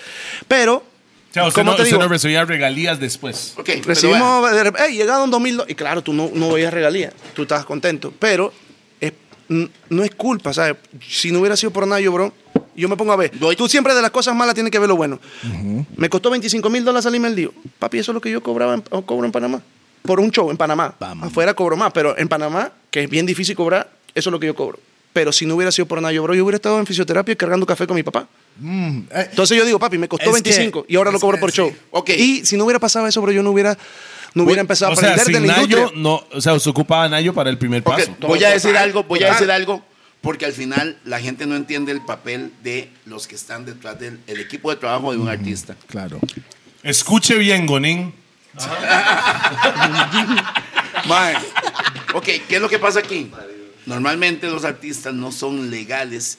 Speaker 5: Pero.
Speaker 4: O sea, usted,
Speaker 5: ¿Cómo
Speaker 4: no,
Speaker 5: te
Speaker 4: usted
Speaker 5: digo?
Speaker 4: no recibía regalías después.
Speaker 3: Ok, pero vea.
Speaker 5: Recibimos, de rep- "Ey, llegaron 2000 do-". Y claro, tú no, no veías regalías, tú estabas contento. Pero es- n- no es culpa, ¿sabes? Si no hubiera sido por nada, yo, bro, yo me pongo a ver.
Speaker 3: Doy-
Speaker 5: Tú siempre de las cosas malas tienes que ver lo bueno. Me costó 25 mil dólares salirme el día. Papi, eso es lo que yo cobraba en, o cobro en Panamá. Por un show en Panamá. Afuera cobro más, pero en Panamá, que es bien difícil cobrar, Eso es lo que yo cobro. Pero si no hubiera sido por nada, yo, bro, yo hubiera estado en fisioterapia cargando café con mi papá.
Speaker 1: Eh,
Speaker 5: Entonces yo digo, papi, me costó
Speaker 1: Es que-
Speaker 5: 25 y ahora lo
Speaker 1: es
Speaker 5: cobro
Speaker 1: que
Speaker 5: por
Speaker 1: sí.
Speaker 5: show.
Speaker 3: Ok.
Speaker 5: Y si no hubiera pasado eso, bro, yo no hubiera, no hubiera empezado
Speaker 4: o
Speaker 5: a
Speaker 4: sea,
Speaker 5: aprender de
Speaker 4: sin
Speaker 5: la industria.
Speaker 4: Nayo, no, o sea, se ocupaba Nayo para el primer
Speaker 3: Ok,
Speaker 4: paso.
Speaker 3: voy a decir algo, voy a
Speaker 5: total.
Speaker 3: decir algo, porque al final la gente no entiende el papel de los que están detrás del el equipo de trabajo de un artista.
Speaker 1: Claro.
Speaker 4: Escuche bien, Gonín.
Speaker 3: Mae, Ok, ¿qué es lo que pasa aquí? Normalmente los artistas no son legales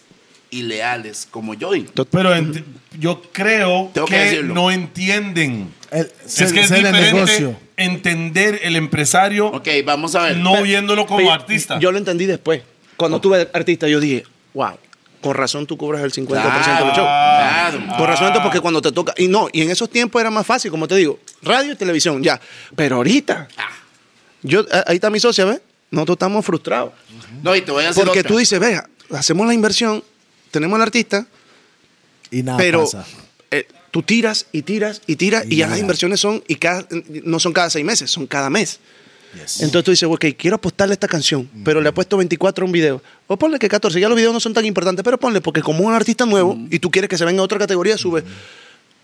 Speaker 3: y leales como yo.
Speaker 4: Pero
Speaker 5: mm.
Speaker 4: ent- yo creo
Speaker 3: Tengo que
Speaker 4: que,
Speaker 3: decirlo.
Speaker 4: no entienden.
Speaker 1: El,
Speaker 4: es que es
Speaker 1: el
Speaker 4: diferente
Speaker 1: negocio.
Speaker 4: entender el empresario
Speaker 3: Ok, vamos a ver.
Speaker 4: no viéndolo como
Speaker 5: Pero
Speaker 4: artista.
Speaker 5: Yo lo entendí después. Cuando tuve artista, yo dije, wow, con razón tú cobras el 50% del show.
Speaker 3: Claro,
Speaker 5: Con
Speaker 3: claro.
Speaker 5: razón, entonces,
Speaker 4: Ah.
Speaker 5: porque cuando te toca. Y no, y en esos tiempos era más fácil, como te digo, radio y televisión, ya. Pero ahorita,
Speaker 4: Ah.
Speaker 5: yo, a- ahí está mi socia, ¿ves? Nosotros estamos frustrados.
Speaker 3: No, y te voy a hacer
Speaker 5: Porque
Speaker 3: otra.
Speaker 5: tú dices, vea, hacemos la inversión, tenemos al artista,
Speaker 1: Y nada
Speaker 5: pero
Speaker 1: Ah, pasa.
Speaker 5: eh, tú tiras y tiras y tiras, y,
Speaker 1: Y
Speaker 5: ya
Speaker 1: nada.
Speaker 5: las inversiones son, y cada, no son cada seis meses, son cada mes. Entonces tú dices, ok, quiero apostarle a esta canción, pero le apuesto 24 a un video. O ponle que 14, ya los videos no son tan importantes, pero ponle, porque como es un artista nuevo y tú quieres que se venga a otra categoría, sube.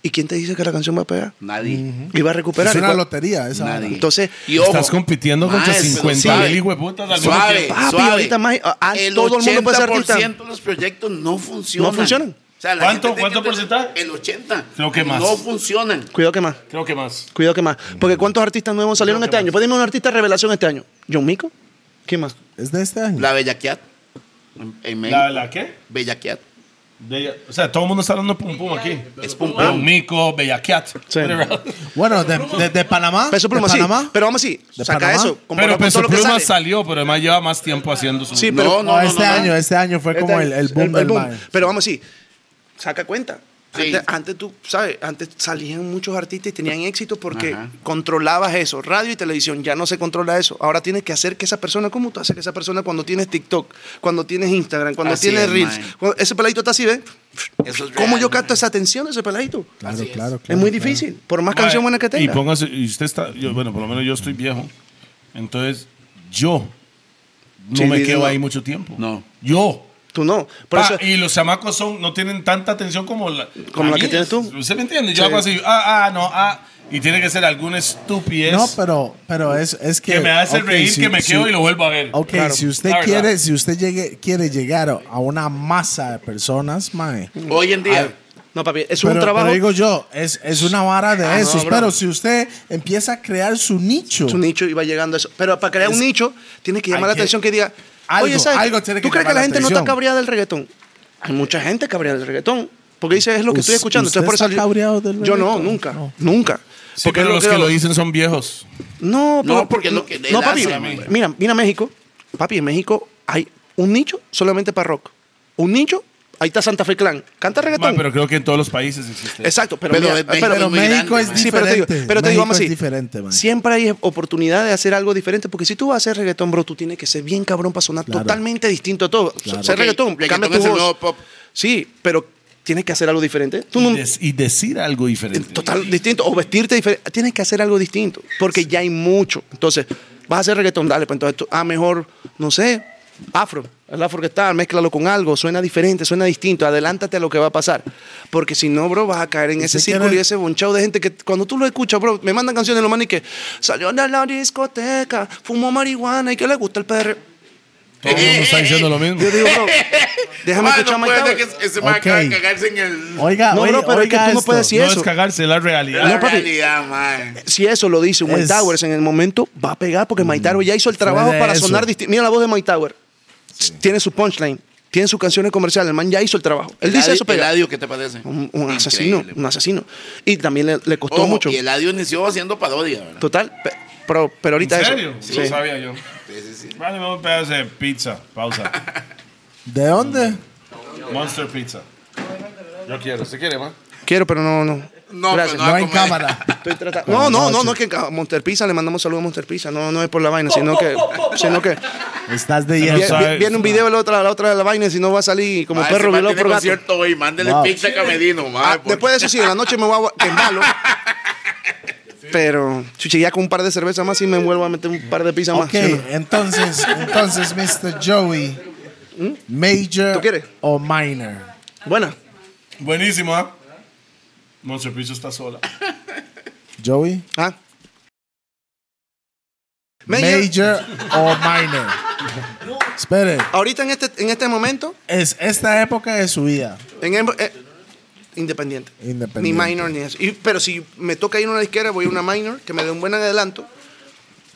Speaker 5: ¿Y quién te dice que la canción va a pegar?
Speaker 3: Nadie.
Speaker 5: Y va a recuperar.
Speaker 1: Es
Speaker 5: y
Speaker 1: una
Speaker 5: cual-
Speaker 1: lotería esa.
Speaker 3: Nadie.
Speaker 1: vara.
Speaker 5: Entonces,
Speaker 3: Y ojo,
Speaker 4: Estás compitiendo contra
Speaker 3: mae,
Speaker 4: 50
Speaker 3: suave,
Speaker 4: mil hijueputas al mismo
Speaker 3: Suave,
Speaker 4: tiempo.
Speaker 5: Papi,
Speaker 3: suave.
Speaker 5: ahorita, mae, a- a-
Speaker 3: el
Speaker 5: todo el mundo puede ser
Speaker 3: 80%
Speaker 5: artista.
Speaker 3: de los proyectos no funcionan.
Speaker 5: No funcionan.
Speaker 3: O sea, la
Speaker 4: ¿Cuánto-
Speaker 3: gente tiene
Speaker 4: cuánto
Speaker 3: que
Speaker 4: porcentaje?
Speaker 3: El 80.
Speaker 4: Creo que más.
Speaker 3: No funcionan.
Speaker 5: Cuidado que más,
Speaker 4: Creo que más.
Speaker 5: cuidado que más. Porque ¿cuántos artistas nuevos salieron este año? Pues dime un artista revelación este año. ¿John Mico? ¿Quién más?
Speaker 1: ¿Es de este año?
Speaker 3: La Bellaquiat. En, en México.
Speaker 4: ¿La, la qué?
Speaker 3: Bellaquiat.
Speaker 4: De- o sea, todo el mundo está dando pum pum aquí.
Speaker 3: Es pum
Speaker 4: Ah,
Speaker 3: pum.
Speaker 4: Nico, Bellaquiat.
Speaker 5: Sí.
Speaker 4: whatever.
Speaker 1: Bueno, de, de- de Panamá.
Speaker 5: Peso Pluma,
Speaker 1: Ah, de
Speaker 5: sí.
Speaker 1: Panamá.
Speaker 5: Pero vamos así,
Speaker 1: ¿De
Speaker 5: saca
Speaker 1: Panamá?
Speaker 5: eso. como
Speaker 4: Pero
Speaker 5: con todo
Speaker 4: Peso
Speaker 5: lo que
Speaker 4: Pluma
Speaker 5: sale.
Speaker 4: salió, pero además lleva más tiempo haciendo su...
Speaker 5: Sí, pero
Speaker 3: No, no,
Speaker 1: No,
Speaker 3: no.
Speaker 1: este
Speaker 3: no, no.
Speaker 1: año, este año fue como el, el boom del mae.
Speaker 5: Pero vamos así, saca cuenta.
Speaker 3: Sí.
Speaker 5: Antes, antes tú, ¿sabes? Antes salían muchos artistas y tenían éxito porque
Speaker 3: Ajá.
Speaker 5: controlabas eso. Radio y televisión, ya no se controla eso. Ahora tienes que hacer que esa persona, ¿cómo tú haces que esa persona cuando tienes TikTok, cuando tienes Instagram, cuando
Speaker 3: Así
Speaker 5: tienes
Speaker 3: es,
Speaker 5: Reels?
Speaker 3: mae.
Speaker 5: cuando- ese peladito está así, ¿ves?
Speaker 3: Eso es
Speaker 5: ¿Cómo
Speaker 3: real,
Speaker 5: yo capto
Speaker 3: mae.
Speaker 5: esa atención de ese peladito?
Speaker 1: Claro, claro, claro.
Speaker 5: es muy difícil, por más canción buena que
Speaker 4: Y
Speaker 5: tenga.
Speaker 4: póngase, y usted está, yo, bueno, por lo menos yo estoy viejo. Entonces, yo no
Speaker 5: Sí,
Speaker 4: me
Speaker 5: dice,
Speaker 4: quedo
Speaker 5: no.
Speaker 4: ahí mucho tiempo.
Speaker 3: No.
Speaker 4: Yo.
Speaker 5: Tú no. Por
Speaker 4: Pa,
Speaker 5: eso,
Speaker 4: y los chamacos son, no tienen tanta atención como la,
Speaker 5: Como
Speaker 4: a
Speaker 5: la
Speaker 4: mí
Speaker 5: que
Speaker 4: es-
Speaker 5: tienes tú.
Speaker 4: ¿Usted me entiende? Yo
Speaker 5: Sí.
Speaker 4: hago así, ah, ah, no, ah. Y tiene que ser alguna estupidez
Speaker 1: No, pero, pero es, es que.
Speaker 4: que me hace
Speaker 1: ok,
Speaker 4: reír,
Speaker 1: sí,
Speaker 4: que me
Speaker 1: sí.
Speaker 4: quedo y lo vuelvo a ver.
Speaker 1: Ok, si usted
Speaker 4: La verdad.
Speaker 1: quiere, si usted llegue, quiere llegar a una masa de personas, mae.
Speaker 3: Hoy en día.
Speaker 5: no, papi, eso es
Speaker 1: Pero,
Speaker 5: un trabajo.
Speaker 1: pero digo yo, es, es una vara de
Speaker 5: Ah, no,
Speaker 1: esos.
Speaker 5: bro.
Speaker 1: pero si usted empieza a crear su nicho,
Speaker 5: su nicho y va llegando a eso. Pero para crear un nicho, tienes que llamar
Speaker 1: hay
Speaker 5: la
Speaker 1: que-
Speaker 5: atención que diga,
Speaker 1: algo,
Speaker 5: oye, ¿sabes?
Speaker 1: algo tiene
Speaker 5: ¿Tú
Speaker 1: que
Speaker 5: crees que
Speaker 1: llamar
Speaker 5: la
Speaker 1: la
Speaker 5: gente no
Speaker 1: atención?
Speaker 5: está cabreada del reggaetón? Hay mucha gente cabreada del reggaetón. Porque dice, es lo que estoy
Speaker 1: ¿Us-
Speaker 5: escuchando.
Speaker 1: usted
Speaker 5: Entonces, por eso
Speaker 1: está
Speaker 5: yo-
Speaker 1: cabreado del
Speaker 5: Yo no,
Speaker 1: reggaetón?
Speaker 5: nunca,
Speaker 1: No.
Speaker 5: nunca.
Speaker 4: Sí, pero
Speaker 5: yo
Speaker 4: los
Speaker 5: creo-
Speaker 4: que lo dicen son viejos.
Speaker 5: No,
Speaker 3: No,
Speaker 5: pero-
Speaker 3: porque es lo que él
Speaker 5: No, papi,
Speaker 3: hace, amigo.
Speaker 5: mira, mira México. Papi, en México hay un nicho solamente para rock. Un nicho, ahí está Santa Fe Clan. Canta reggaetón.
Speaker 4: Ma, pero creo que en todos los países existe.
Speaker 5: Exacto, pero,
Speaker 3: Pero
Speaker 5: mira,
Speaker 3: es México,
Speaker 5: pero-
Speaker 1: pero
Speaker 3: muy
Speaker 1: México
Speaker 3: grande,
Speaker 1: es
Speaker 3: man.
Speaker 5: Sí,
Speaker 1: diferente.
Speaker 5: pero te digo, pero te
Speaker 1: México
Speaker 5: digo, vamos
Speaker 1: es
Speaker 5: así.
Speaker 1: diferente, man.
Speaker 5: Siempre hay oportunidad de hacer algo diferente, porque si tú vas a hacer reggaetón, bro, tú tienes que ser bien cabrón para sonar
Speaker 1: Claro.
Speaker 5: totalmente distinto a todo.
Speaker 1: Claro.
Speaker 5: Ser
Speaker 3: Ok,
Speaker 5: reggaetón,
Speaker 3: reggaetón
Speaker 5: cambia tu
Speaker 3: es el
Speaker 5: voz.
Speaker 3: nuevo pop.
Speaker 5: Sí, pero tienes que hacer algo diferente. Tú no-
Speaker 4: Y, des- y decir algo diferente.
Speaker 5: total distinto o vestirte diferente. Tienes que hacer algo distinto, porque ya hay mucho. Entonces, vas a hacer reggaetón, dale, pues entonces tú, ah, mejor, no sé, afro, el afro que está, mézclalo con algo, suena diferente, suena distinto, adelántate a lo que va a pasar. Porque si no, bro, vas a caer en ese
Speaker 1: Usted
Speaker 5: círculo
Speaker 1: quiere-
Speaker 5: y ese bonchao de gente que cuando tú lo escuchas, bro, me mandan canciones los manes que salió de la discoteca, fumó marihuana y que le gusta el perro.
Speaker 4: Todo el mundo está diciendo lo mismo.
Speaker 5: Yo digo, bro, déjame
Speaker 3: Ah,
Speaker 5: escuchar
Speaker 3: no
Speaker 5: My
Speaker 3: puede
Speaker 5: Tower.
Speaker 3: ser que ese man
Speaker 1: Ok.
Speaker 3: acaba de cagarse en el.
Speaker 1: Oiga,
Speaker 5: No,
Speaker 1: oiga,
Speaker 5: bro, pero es que
Speaker 1: oiga
Speaker 5: tú no
Speaker 1: esto.
Speaker 5: puedes decir
Speaker 4: No
Speaker 5: eso.
Speaker 4: es cagarse, es la realidad.
Speaker 3: la
Speaker 5: papi.
Speaker 3: realidad, man.
Speaker 5: Si eso lo dice un Mike
Speaker 1: Es- Mm.
Speaker 5: Towers en el momento, va a pegar porque Mike Tower ya hizo el
Speaker 1: Fue
Speaker 5: trabajo
Speaker 1: de
Speaker 5: para
Speaker 1: eso.
Speaker 5: sonar distinto. Mira la voz de Mike Tower. Tiene su punchline, tiene sus canciones comerciales. El man ya hizo el trabajo. Él dice
Speaker 3: Eladio-
Speaker 5: eso, pega.
Speaker 3: Eladio, ¿qué te parece?
Speaker 5: Un, un asesino,
Speaker 3: Increíble.
Speaker 5: un asesino. Y también le, le costó
Speaker 3: Ojo,
Speaker 5: mucho.
Speaker 3: Y Eladio inició haciendo parodia, ¿verdad?
Speaker 5: Total, pe- pero, pero ahorita
Speaker 4: ¿En
Speaker 5: eso.
Speaker 4: serio?
Speaker 5: Sí.
Speaker 4: No sabía yo.
Speaker 3: Sí, sí, sí.
Speaker 4: Vale, vamos a un pedazo de pizza. Pausa.
Speaker 1: ¿De dónde?
Speaker 4: Monster Pizza. Yo quiero. ¿Se quiere, man?
Speaker 5: Quiero, pero no, no.
Speaker 3: No,
Speaker 5: Gracias.
Speaker 3: pero no,
Speaker 1: No en
Speaker 3: como-
Speaker 1: cámara.
Speaker 5: Estoy tratando- No, no, no, no, es que a Monster Pizza le mandamos saludos a Monster Pizza. No, no es por la vaina, sino que. Sino que
Speaker 1: Estás de
Speaker 4: No
Speaker 5: vi-
Speaker 1: hierro.
Speaker 4: sabe.
Speaker 5: vi- viene un video de la otra, la otra de la vaina y si no va a salir como
Speaker 3: Ma, Ah, ese
Speaker 5: perro
Speaker 3: man
Speaker 5: violado
Speaker 3: tiene
Speaker 5: por gato.
Speaker 3: concierto hoy, mándele
Speaker 1: Wow.
Speaker 3: pizza a Camedino, ma,
Speaker 5: Ah,
Speaker 3: porque-
Speaker 5: después de eso sí, en la noche me voy a gua- que es malo. Pero, chuchi, ya con un par de cervezas más y me vuelvo a meter un par de pizzas
Speaker 1: Ok,
Speaker 5: más. ¿sí o no?
Speaker 1: entonces, entonces, Mr. Joey, ¿major
Speaker 5: ¿Mm? ¿Tú quieres?
Speaker 1: o minor?
Speaker 5: Buena.
Speaker 4: Buenísimo, ¿ah? Monster Pizza está sola.
Speaker 1: Joey,
Speaker 5: ¿Ah? Major.
Speaker 1: ¿major o minor? Espere,
Speaker 5: Ahorita en este, en este momento,
Speaker 1: es esta época de su vida.
Speaker 5: en, em- eh, independiente.
Speaker 1: Independiente.
Speaker 5: Ni minor ni eso. Y- pero si me toca ir a una disquera, voy a una minor que me dé un buen adelanto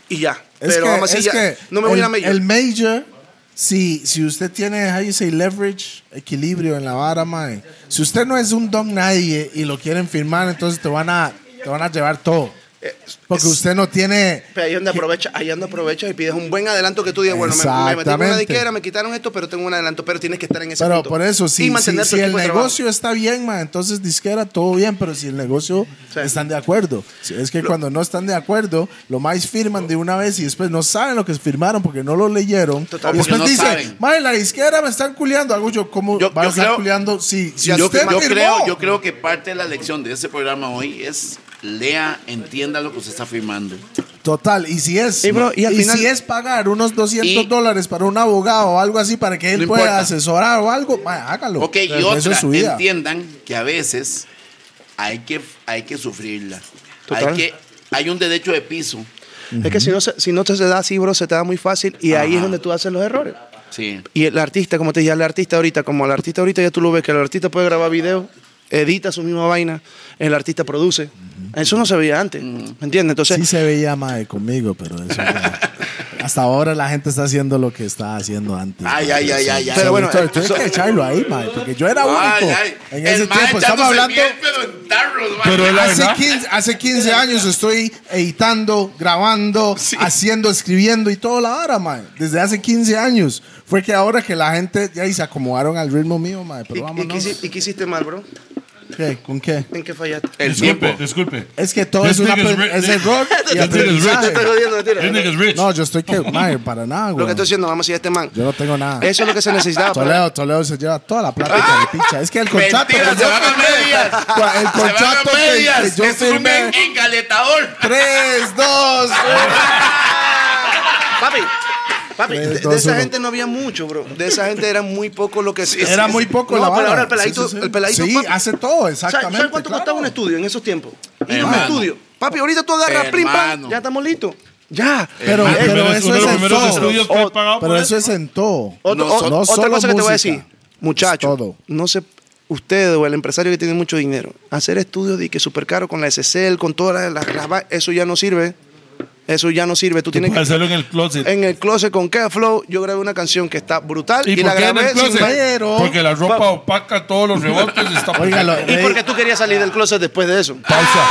Speaker 5: y ya.
Speaker 1: Es
Speaker 5: pero
Speaker 1: que-
Speaker 5: vamos así,
Speaker 1: es
Speaker 5: ya.
Speaker 1: que
Speaker 5: No me voy
Speaker 1: el,
Speaker 5: a la major.
Speaker 1: El major, si, si usted tiene, how you say, leverage, equilibrio en la vara, mae. Si usted no es un don nadie y lo quieren firmar, entonces te van a, te van a llevar todo.
Speaker 5: Eh,
Speaker 1: Porque
Speaker 5: es-
Speaker 1: usted no tiene...
Speaker 5: Pero ahí donde aprovecha, ahí donde aprovecha y pides un buen adelanto que tú digas, bueno, me, me metí con una
Speaker 1: Exactamente.
Speaker 5: disquera, me quitaron esto, pero tengo un adelanto, pero tienes que estar en ese
Speaker 1: Pero
Speaker 5: punto.
Speaker 1: por eso, si,
Speaker 5: Y
Speaker 1: si-
Speaker 5: mantener tu
Speaker 1: si el
Speaker 5: equipo de trabajo.
Speaker 1: negocio está bien, mae, entonces disquera, todo bien, pero si el negocio
Speaker 5: Sí.
Speaker 1: están de acuerdo. Si- Es que cuando no están de acuerdo, lo más firman de una vez y después no saben lo que firmaron porque no lo leyeron.
Speaker 5: Total.
Speaker 1: y
Speaker 5: O
Speaker 3: porque
Speaker 1: después
Speaker 3: no
Speaker 1: dice,
Speaker 3: saben.
Speaker 1: mae, la disquera me están culeando. Algo yo, ¿cómo
Speaker 3: Yo-
Speaker 1: van a
Speaker 3: yo
Speaker 1: estar
Speaker 3: creo-
Speaker 1: culeando si, si
Speaker 3: yo,
Speaker 1: usted
Speaker 3: cre- yo
Speaker 1: firmó?
Speaker 3: creo, yo creo que parte de la lección de este programa hoy es lea, entienda lo que se está firmando.
Speaker 1: Total, y si es
Speaker 5: Y, bro, y al
Speaker 1: y
Speaker 5: final-
Speaker 1: si es pagar unos 200
Speaker 3: Y-
Speaker 1: dólares para un abogado o algo así para que él
Speaker 3: No
Speaker 1: pueda
Speaker 3: importa.
Speaker 1: asesorar o algo, mae, hágalo.
Speaker 3: Ok, y
Speaker 1: Eso es
Speaker 3: otra,
Speaker 1: su vida.
Speaker 3: entiendan que a veces hay que, hay que sufrirla.
Speaker 5: Total.
Speaker 3: Hay, que, hay un derecho de piso.
Speaker 5: Es que si no, se- si no te se da así, bro, se te da muy fácil y ahí es donde tú haces los errores.
Speaker 3: Sí.
Speaker 5: Y el artista, como te dije, el artista ahorita, como el artista ahorita ya tú lo ves, que el artista puede grabar video, edita su misma vaina, el artista produce. Eso no se veía antes, ¿me entiendes? Entonces,
Speaker 1: Sí se veía mae conmigo, pero eso ya- hasta ahora la gente está haciendo lo que estaba haciendo antes.
Speaker 3: Ay,
Speaker 1: mae,
Speaker 3: ay, ay,
Speaker 1: sí.
Speaker 3: ay, ay.
Speaker 1: Pero bueno,
Speaker 5: Eso-
Speaker 1: tuve que echarlo ahí, mae, porque yo era único
Speaker 3: Ay, ay,
Speaker 1: en
Speaker 3: el
Speaker 1: ese
Speaker 3: mae
Speaker 1: tiempo. Estamos
Speaker 3: echándose
Speaker 1: hablando
Speaker 3: miel, pero en tarros, mae.
Speaker 4: Pero es la
Speaker 1: Hace
Speaker 4: verdad.
Speaker 1: 15, hace 15 años estoy editando, grabando, haciendo, escribiendo y toda la hora, mae. Desde hace 15 años. Fue que ahora que la gente ya y se acomodaron al ritmo mío, mae.
Speaker 5: ¿y,
Speaker 1: Pero
Speaker 5: y qué
Speaker 1: vámonos.
Speaker 5: hici- y qué hiciste mal, bro?
Speaker 1: ¿Qué? ¿Con qué?
Speaker 5: ¿En qué fallaste?
Speaker 1: Eh,
Speaker 3: El tiempo.
Speaker 4: Disculpe, disculpe.
Speaker 1: Es que todo
Speaker 4: This
Speaker 1: es una
Speaker 4: nigga's
Speaker 1: pe-
Speaker 4: ri-
Speaker 1: es error y
Speaker 4: This nigga's
Speaker 5: Ah, Te
Speaker 1: aprendizaje.
Speaker 5: estoy jodiendo, mentira.
Speaker 4: This nigga's rich. Ah,
Speaker 1: No, eh, yo estoy que, mae, para nada,
Speaker 5: Lo que
Speaker 1: güey.
Speaker 5: estoy haciendo, vamos a ir a este man.
Speaker 1: Yo no tengo nada.
Speaker 5: Eso es lo que se necesitaba. para-
Speaker 1: Toledo, Toledo se lleva toda la plata que le picha. Es que el contrato.
Speaker 3: Mentira, se van a medias.
Speaker 1: Cua- el
Speaker 3: Se van
Speaker 1: contrato
Speaker 3: a
Speaker 1: que-
Speaker 3: medias.
Speaker 1: que yo
Speaker 3: es un
Speaker 1: firmé.
Speaker 3: en- engaletador.
Speaker 1: 3, 2,
Speaker 5: Papi, papi,
Speaker 1: Tres,
Speaker 5: de, de
Speaker 1: dos,
Speaker 5: esa
Speaker 1: uno.
Speaker 5: gente no había mucho, bro. De esa gente era muy poco lo que se
Speaker 1: Era muy poco
Speaker 5: no,
Speaker 1: la
Speaker 5: pero
Speaker 1: vara.
Speaker 5: ahora el peladito,
Speaker 1: Sí, sí, sí.
Speaker 5: el peladito.
Speaker 1: Sí,
Speaker 5: papi,
Speaker 1: hace todo,
Speaker 5: ¿sabes-
Speaker 1: exactamente.
Speaker 5: ¿Sabes cuánto
Speaker 1: claro.
Speaker 5: costaba un estudio en esos tiempos? Ir a un
Speaker 3: Hermano.
Speaker 5: estudio. Papi, ahorita tú agarras plim, pam,
Speaker 3: Hermano.
Speaker 5: ya estamos listos. Ya.
Speaker 1: Pero,
Speaker 4: Hermano,
Speaker 1: pero
Speaker 4: uno de
Speaker 1: eso
Speaker 4: los
Speaker 1: es en
Speaker 4: primeros estudios fue
Speaker 5: Oh,
Speaker 1: todo.
Speaker 4: pagado
Speaker 1: Pero
Speaker 4: por
Speaker 1: eso es en todo.
Speaker 5: Otro-
Speaker 3: No,
Speaker 5: o-
Speaker 3: no
Speaker 5: otra
Speaker 1: solo
Speaker 5: cosa que te voy a
Speaker 1: música.
Speaker 5: decir, muchachos,
Speaker 1: Es todo.
Speaker 5: no se usted o el empresario que tiene mucho dinero, hacer estudios de que súper caro con la SSL, con todas las, las- las- eso ya no sirve. Eso ya no sirve. Tú tienes
Speaker 4: Para
Speaker 5: que
Speaker 4: hacerlo en el closet.
Speaker 5: en el closet con K Flow, yo grabé una canción que está brutal Eh, y,
Speaker 4: ¿Y,
Speaker 5: la
Speaker 4: por qué en
Speaker 5: grabé
Speaker 4: el
Speaker 5: sin-
Speaker 4: closet?
Speaker 1: pero-
Speaker 4: Porque la ropa opaca todos los rebotes y está
Speaker 1: Óigalo.
Speaker 5: y porque tú querías salir del closet después de eso.
Speaker 4: Pausa.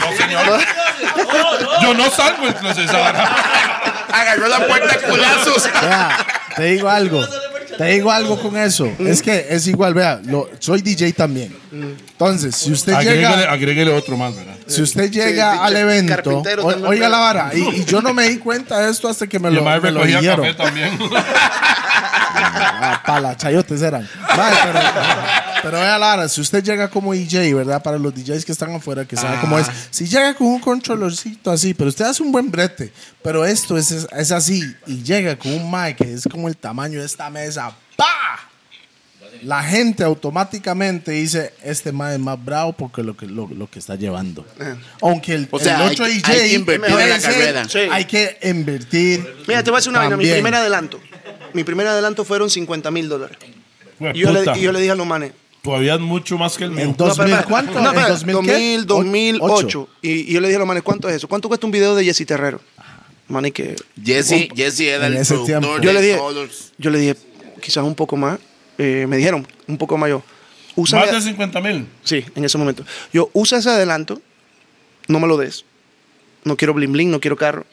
Speaker 4: No, señor. Yo no salgo del closet esa vara.
Speaker 3: Agarró la puerta a culazos.
Speaker 1: Vea, te digo algo. Te digo algo con eso. Es
Speaker 5: Mm.
Speaker 1: que es igual, vea, lo- soy DJ también. Entonces, si usted
Speaker 4: Agréguele,
Speaker 1: llega,
Speaker 4: agréguele otro más, ¿verdad?
Speaker 1: si usted llega
Speaker 5: Sí,
Speaker 1: al
Speaker 5: pinche
Speaker 1: evento,
Speaker 5: carpintero
Speaker 1: o-
Speaker 5: también,
Speaker 1: oiga
Speaker 5: vea.
Speaker 1: la vara, y, y yo no me di cuenta de esto hasta que me
Speaker 4: Y
Speaker 1: lo,
Speaker 4: el
Speaker 1: me
Speaker 4: maestro
Speaker 1: lo
Speaker 4: recogía
Speaker 1: dijeron.
Speaker 4: café también.
Speaker 1: Ah, pala, chayotes eran. Mae, pero, pero vea, Lara, si usted llega como DJ, ¿verdad? Para los DJs que están afuera, que saben cómo es. Si llega con un controlorcito así, pero usted hace un buen brete, pero esto es, es así, y llega con un mic que es como el tamaño de esta mesa, ¡pa! La gente automáticamente dice, este mae es más bravo porque lo que, lo, lo que está llevando. Aunque el,
Speaker 3: O sea,
Speaker 1: el
Speaker 3: hay-
Speaker 1: otro
Speaker 3: hay
Speaker 1: DJ...
Speaker 3: que invertir en
Speaker 1: puede
Speaker 3: la
Speaker 1: ser-
Speaker 3: carrera.
Speaker 5: Sí.
Speaker 1: Hay que invertir.
Speaker 5: Mira, te voy a decir una vaina. Mi
Speaker 1: también.
Speaker 5: primer adelanto. Mi primer adelanto fueron 50 mil dólares.
Speaker 4: Güey,
Speaker 5: Y yo, le,
Speaker 4: puta,
Speaker 5: y yo le dije a los manes.
Speaker 4: Todavía es mucho más que el mío.
Speaker 1: En 2000,
Speaker 5: espera, espera.
Speaker 1: ¿cuánto?
Speaker 5: No,
Speaker 1: ¿En
Speaker 5: espera,
Speaker 1: 2000 qué?
Speaker 5: 2000, 2008.
Speaker 1: Ocho.
Speaker 5: Y, y yo le dije a los manes, ¿cuánto es eso? ¿Cuánto cuesta un video de Jesse Terrero? Manes que...
Speaker 3: Jesse, Jesse era
Speaker 1: En
Speaker 3: el
Speaker 1: ese
Speaker 3: productor
Speaker 1: tiempo.
Speaker 3: de
Speaker 5: Yo le dije,
Speaker 3: todos los-
Speaker 5: yo le dije, quizás un poco más. Eh, me dijeron, un poco mayor. Usa
Speaker 4: Más de 50 mil.
Speaker 5: Sí, en ese momento. Yo, usa ese adelanto, no me lo des. No quiero bling bling, no quiero carro.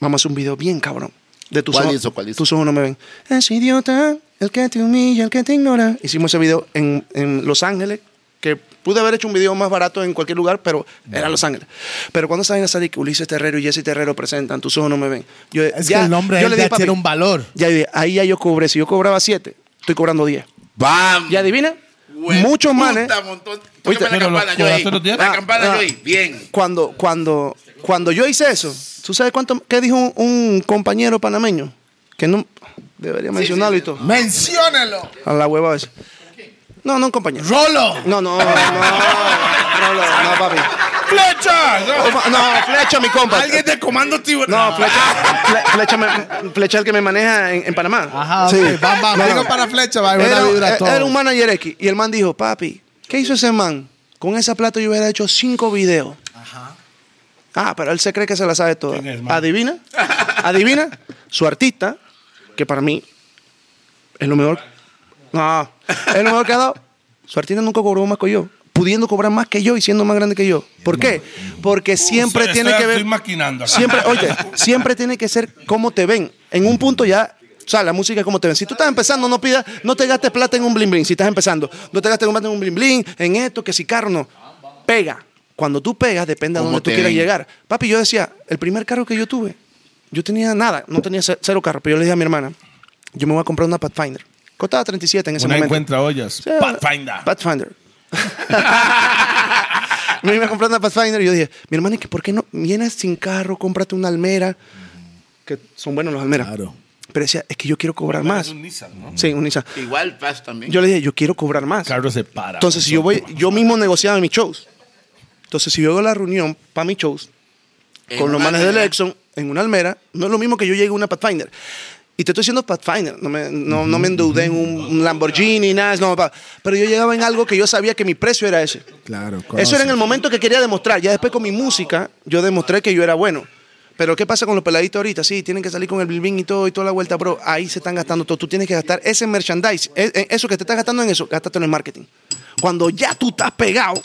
Speaker 5: Vamos a hacer un video bien cabrón. De tus
Speaker 3: ¿Cuál
Speaker 5: ojos.
Speaker 3: hizo? ¿Cuál hizo?
Speaker 5: Tus ojos no me ven. Es idiota, el que te humilla, el que te ignora. Hicimos ese video en, en Los Ángeles, que pude haber hecho un video más barato en cualquier lugar, pero era Los Ángeles. Pero cuando saben a salir que Ulises Terrero y Jesse Terrero presentan, tus ojos no me ven. Yo,
Speaker 1: Es
Speaker 5: ya-
Speaker 1: que el nombre
Speaker 5: yo
Speaker 1: de él
Speaker 5: le dije,
Speaker 1: ya
Speaker 5: papi,
Speaker 1: tiene un valor.
Speaker 5: ya, ahí ya yo cobré. Si yo cobraba 7, estoy cobrando 10.
Speaker 3: ¡Bam!
Speaker 5: ¿Ya adivina? ¿eh? Muchos manes.
Speaker 3: montón.
Speaker 5: Oíste,
Speaker 3: Tóqueme la
Speaker 4: pero lo-
Speaker 3: campana, yo ahí.
Speaker 4: ¿cuántos días?
Speaker 3: La
Speaker 5: Ah,
Speaker 3: campana, yo
Speaker 5: ah.
Speaker 3: ahí. Bien.
Speaker 5: Cuando, cuando, cuando yo hice eso, ¿tú sabes cuánto, qué dijo un, un compañero panameño? Que no debería mencionarlo y todo.
Speaker 1: ¡Menciónalo!
Speaker 5: A la hueva esa. No, no un compañero.
Speaker 1: ¡Rolo!
Speaker 5: No, no, no. Rolo, no, papi.
Speaker 4: ¡Flecha!
Speaker 5: Opa, No, flecha, mi compa.
Speaker 1: Alguien de comando tiburón.
Speaker 5: No, flecha, Fle- flecha, me- flecha el que me maneja en, en Panamá.
Speaker 1: Ajá,
Speaker 5: Sí.
Speaker 1: ok, bam, bam.
Speaker 5: No, no.
Speaker 1: Vengo para flecha, va, buena
Speaker 5: Era,
Speaker 1: vibra
Speaker 5: era-
Speaker 1: todo.
Speaker 5: era un manager X. Y el man dijo, papi, ¿qué hizo ese man? Con esa plata yo hubiera hecho cinco videos. Ah, pero él se cree que se la sabe toda.
Speaker 4: ¿Quién es, man?
Speaker 5: Adivina, adivina, su artista, que para mí es lo mejor. No, es lo mejor que ha dado. Su artista nunca cobró más que yo, pudiendo cobrar más que yo y siendo más grande que yo. ¿Por qué? Porque siempre
Speaker 4: Estoy-
Speaker 5: tiene
Speaker 4: estoy-
Speaker 5: que ver.
Speaker 4: Estoy maquinando. acá.
Speaker 5: Siempre, oye, siempre tiene que ser como te ven. En un punto ya, o sea, la música es como te ven. Si tú estás empezando, no pidas, no te gastes plata en un bling bling. Si estás empezando, no te gastes plata en un bling bling, en esto, que si carro no. Pega. Cuando tú pegas, depende de
Speaker 3: Cómo
Speaker 5: dónde tú
Speaker 3: te
Speaker 5: quieras
Speaker 3: ven.
Speaker 5: llegar. Papi, yo decía, el primer carro que yo tuve, yo tenía nada, no tenía ce- cero carro, pero yo le dije a mi hermana, yo me voy a comprar una Pathfinder. Costaba 37 en ese
Speaker 4: Una
Speaker 5: momento.
Speaker 4: encuentra ollas.
Speaker 5: Sí, una-
Speaker 4: Pathfinder.
Speaker 5: Pathfinder. me iba a comprar una Pathfinder y yo dije, mi hermana, ¿y que ¿por qué no vienes sin carro? Cómprate una almera. Que son buenos los almeras.
Speaker 1: Claro.
Speaker 5: Pero decía, es que yo quiero cobrar
Speaker 4: Es
Speaker 5: más.
Speaker 4: un Nissan, ¿no?
Speaker 5: Sí, un Nissan.
Speaker 3: Igual, Paz también.
Speaker 5: Yo le dije, yo quiero cobrar más.
Speaker 4: Carro se para.
Speaker 5: Entonces, si yo voy, yo mismo negociaba mis shows. Entonces, si yo hago la reunión para mis shows
Speaker 3: En
Speaker 5: con los
Speaker 3: una
Speaker 5: manes del
Speaker 3: almera.
Speaker 5: Exxon en una almera, no es lo mismo que yo llegue a una Pathfinder. Y te estoy diciendo Pathfinder, no me, no, no me endeudé en un, un Lamborghini, nada, no, pa- pero yo llegaba en algo que yo sabía que mi precio era ese.
Speaker 1: Claro,
Speaker 5: Eso era en el momento que quería demostrar. Ya después con mi música, yo demostré que yo era bueno. Pero ¿qué pasa con los peladitos ahorita? Sí, tienen que salir con el bilbín y todo y toda la vuelta, bro. Ahí se están gastando todo. Tú tienes que gastar ese merchandise. e- e- Eso que te estás gastando en eso, gástatelo en marketing. Cuando ya tú estás pegado,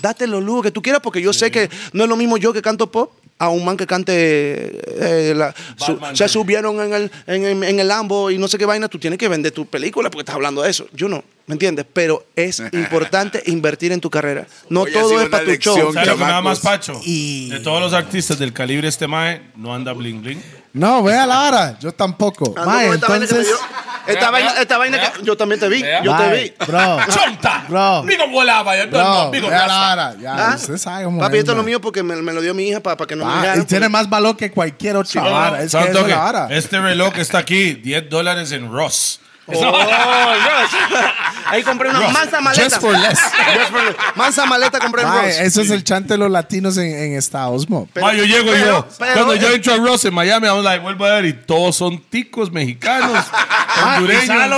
Speaker 5: date los lujos que tú quieras porque yo sé que no es lo mismo yo que canto pop a un man que cante eh, la- su-
Speaker 4: Batman.
Speaker 5: se subieron en el, en, el- en el Lambo y no sé qué vaina, tú tienes que vender tu película porque estás hablando de eso. Yo no, ¿me entiendes? Pero es importante invertir en tu carrera. No
Speaker 3: Hoy ha sido
Speaker 5: todo es para
Speaker 3: una
Speaker 5: tu show. ah,
Speaker 3: lección,
Speaker 4: ¿Sabes lo que me da
Speaker 3: chamacos.
Speaker 4: más pacho?
Speaker 1: Y-
Speaker 4: De todos los artistas del calibre este mae, no anda bling bling.
Speaker 1: No, vea la hora. Yo tampoco.
Speaker 5: Ando
Speaker 1: Mae,
Speaker 5: con esta vaina que me
Speaker 1: entonces.
Speaker 5: dio- Esta vaina, esta vaina que yo también te vi, yo te
Speaker 1: Mae,
Speaker 5: vi.
Speaker 1: Bro.
Speaker 4: ¡Chonta!
Speaker 1: Bro.
Speaker 4: ¡Migo volaba! Yo
Speaker 1: Bro,
Speaker 4: no, migo
Speaker 1: vea la
Speaker 4: rasta.
Speaker 1: hora. Ya,
Speaker 5: Ah,
Speaker 1: usted sabe cómo
Speaker 5: Papi,
Speaker 1: es,
Speaker 5: esto es lo
Speaker 1: mae.
Speaker 5: mío porque me, me lo dio mi hija para que no me
Speaker 1: Ah,
Speaker 5: dejara,
Speaker 1: y tiene más valor que cualquier otra
Speaker 4: No, no,
Speaker 1: vara. Es que
Speaker 4: ¿sabes
Speaker 1: eso es
Speaker 4: qué?
Speaker 1: la vara.
Speaker 4: Este reloj que está aquí, 10 dólares en Ross.
Speaker 5: Oh, Dios. Ahí compré una mansa maleta.
Speaker 1: Just for less.
Speaker 5: Just for less. Mansa maleta compré en
Speaker 1: Mae,
Speaker 5: Ross.
Speaker 1: eso es el chante de los latinos en, en Estados, mo.
Speaker 5: Pero-
Speaker 4: Ma, yo llego y
Speaker 5: pero-
Speaker 4: yo.
Speaker 5: pero-
Speaker 4: cuando
Speaker 1: eh.
Speaker 4: yo entro a Ross en Miami, I'm like, vuelvo a ver y todos son ticos mexicanos,
Speaker 1: ¿y sabes Ah, lo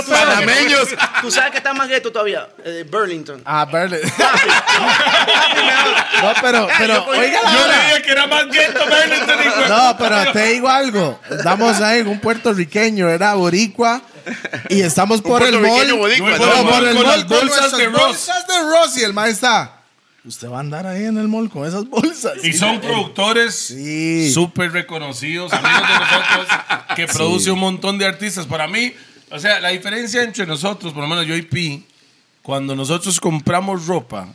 Speaker 4: hondureños,
Speaker 1: peor?
Speaker 4: panameños.
Speaker 5: Tú sabes que está más gueto todavía. eh, Burlington.
Speaker 1: Ah, Berlin. no, pero, pero,
Speaker 5: yo-
Speaker 1: oiga la
Speaker 4: Yo
Speaker 1: hora.
Speaker 4: le dije que era más este gueto, Burlington. y fue-
Speaker 1: No, pero te digo algo. Estamos ahí en un puertorriqueño, era boricua, y estamos por el mall.
Speaker 3: puertorriqueño boricua,
Speaker 1: No,
Speaker 4: ¿no?
Speaker 1: por
Speaker 4: Con
Speaker 1: el
Speaker 4: las
Speaker 1: mall con
Speaker 4: bolsas
Speaker 1: nuestras
Speaker 4: de Ross.
Speaker 1: bolsas de Ross y el maestra. Usted va a andar ahí en el mall con esas bolsas.
Speaker 4: Y son productores
Speaker 1: Sí.
Speaker 4: súper reconocidos, amigos de nosotros, que produce un montón de artistas. Para mí, o sea, la diferencia entre nosotros, por lo menos yo y Pi, cuando nosotros compramos ropa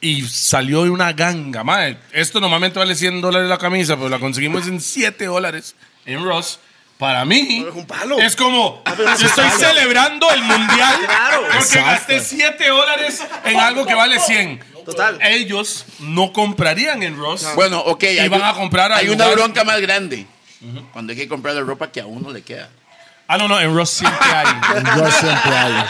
Speaker 4: y salió de una ganga, madre, esto normalmente vale 100 dólares la camisa, pero la conseguimos en 7 dólares en Ross. Para mí,
Speaker 5: Pero es un palo. Ah,
Speaker 4: es como,
Speaker 5: pero es
Speaker 4: yo
Speaker 5: un
Speaker 4: estoy
Speaker 5: palo.
Speaker 4: celebrando el mundial
Speaker 5: Claro.
Speaker 4: porque gasté 7 dólares en algo que vale 100.
Speaker 5: Total.
Speaker 4: Ellos no comprarían en Ross.
Speaker 3: Bueno, ok.
Speaker 4: Y
Speaker 3: hay
Speaker 4: van
Speaker 3: un-
Speaker 4: a comprar al
Speaker 3: Hay una
Speaker 4: lugar-
Speaker 3: bronca más grande. Cuando hay que comprar la ropa que a uno le queda.
Speaker 4: Ah, no, no, en Ross siempre hay.
Speaker 1: Yo siempre hay.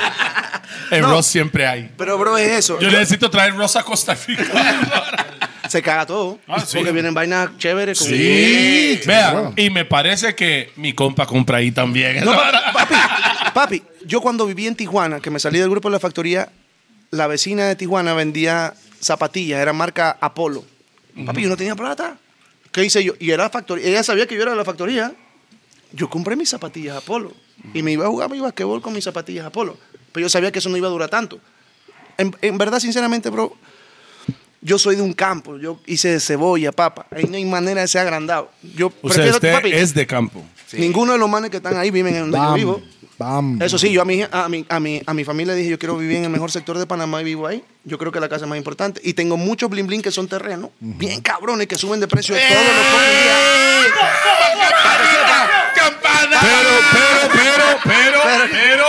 Speaker 4: En Ross siempre hay.
Speaker 5: Pero, bro, es eso.
Speaker 4: Yo necesito traer Ross a Costa Rica.
Speaker 5: Se caga todo.
Speaker 4: Ah, sí.
Speaker 5: Porque vienen vainas chéveres. como-
Speaker 4: Sí. Vea,
Speaker 1: claro.
Speaker 4: y me parece que mi compa compra ahí también.
Speaker 5: No, pa- papi, papi, yo cuando viví en Tijuana, que me salí del grupo de la factoría, la vecina de Tijuana vendía zapatillas, era marca Apolo. Papi, yo no tenía plata. ¿Qué hice yo? Y era factoría. Ella sabía que yo era de la factoría. Yo compré mis zapatillas Apolo. Y me iba a jugar mi basquetbol con mis zapatillas Apolo. Pero yo sabía que eso no iba a durar tanto. En, en verdad, sinceramente, bro, yo soy de un campo. Yo hice cebolla, papa. Ahí no hay manera de ser agrandado. Yo
Speaker 4: o sea,
Speaker 5: prefiero,
Speaker 4: usted
Speaker 5: papi,
Speaker 4: es de campo.
Speaker 5: ninguno de los manes que están ahí viven en donde yo vivo.
Speaker 1: Bam.
Speaker 5: Eso sí, yo a mi, a, mi, a, mi, a mi familia dije, yo quiero vivir en el mejor sector de Panamá y vivo ahí. Yo creo que la casa es más importante. Y tengo muchos blin blin que son terrenos, bien cabrones, que suben de
Speaker 3: ¡Eh!
Speaker 5: precio todos los pocos días.
Speaker 3: ¡Campana!
Speaker 4: Pero, pero, pero, pero, pero,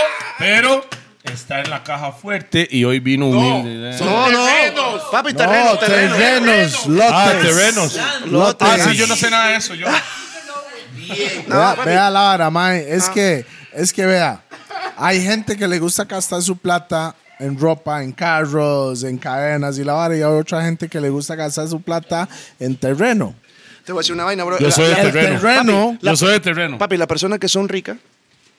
Speaker 4: pero, está en la una caja fuerte y hoy vino humilde.
Speaker 3: Son terrenos.
Speaker 5: Papi, terreno, terreno.
Speaker 8: terrenos, lotes.
Speaker 4: Ah, terrenos.
Speaker 8: Lotes.
Speaker 4: Ah, sí, yo no sé nada de eso. Yo.
Speaker 1: vea, vea la vara, mae.
Speaker 5: Ah.
Speaker 1: Es que, es que vea, hay gente que le gusta gastar su plata en ropa, en carros, en cadenas y la vara, y hay otra gente que le gusta gastar su plata en terreno.
Speaker 5: Te voy a decir una vaina, bro.
Speaker 4: Yo
Speaker 5: La-
Speaker 4: soy de
Speaker 5: la-
Speaker 4: terreno.
Speaker 1: terreno-
Speaker 4: Yo soy de terreno.
Speaker 5: Papi, las personas que son ricas,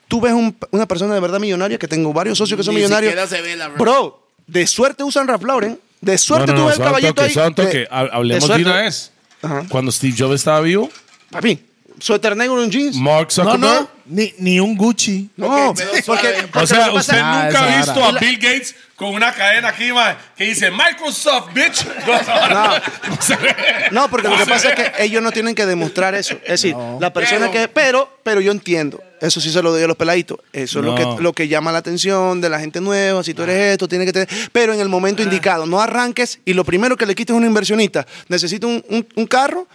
Speaker 5: tú ves un- una persona de verdad millonaria, que tengo varios socios que son millonarios.
Speaker 3: siquiera se ve la-
Speaker 5: Bro, de suerte usan Ralph Lauren. De suerte
Speaker 4: No, no,
Speaker 5: tú
Speaker 4: no,
Speaker 5: ves el
Speaker 4: suave un
Speaker 5: caballito
Speaker 4: toque,
Speaker 5: ahí. Eh,
Speaker 4: suave un toque.
Speaker 5: De-
Speaker 4: Ha- Hablemos de
Speaker 5: suerte.
Speaker 4: una vez.
Speaker 5: Ajá.
Speaker 4: Cuando Steve Jobs estaba vivo,
Speaker 5: Papi, suéter negro en jeans.
Speaker 4: Mark
Speaker 1: No,
Speaker 4: Zuckerberg.
Speaker 1: no, ni, ni un Gucci.
Speaker 5: No,
Speaker 3: Ok, pero suave.
Speaker 5: porque, porque
Speaker 4: O sea,
Speaker 5: lo que pasa-
Speaker 4: usted
Speaker 1: Ah,
Speaker 4: nunca
Speaker 1: esa
Speaker 4: ha visto
Speaker 1: vara.
Speaker 4: a Bill Gates con una cadena aquí, mae, que dice Microsoft, bitch. No, se ve.
Speaker 5: No, porque lo
Speaker 4: No
Speaker 5: que
Speaker 4: se
Speaker 5: pasa es
Speaker 4: ve.
Speaker 5: que ellos no tienen que demostrar eso. Es decir, la persona que. Pero, pero yo entiendo. Eso sí se lo doy a los peladitos. Eso es lo
Speaker 4: No. Ah.
Speaker 5: que, lo que llama la atención de la gente nueva. Si tú eres esto, tienes que tener. Pero en el momento indicado, no arranques y lo primero que le quites es un inversionista. Necesita un, un- un carro,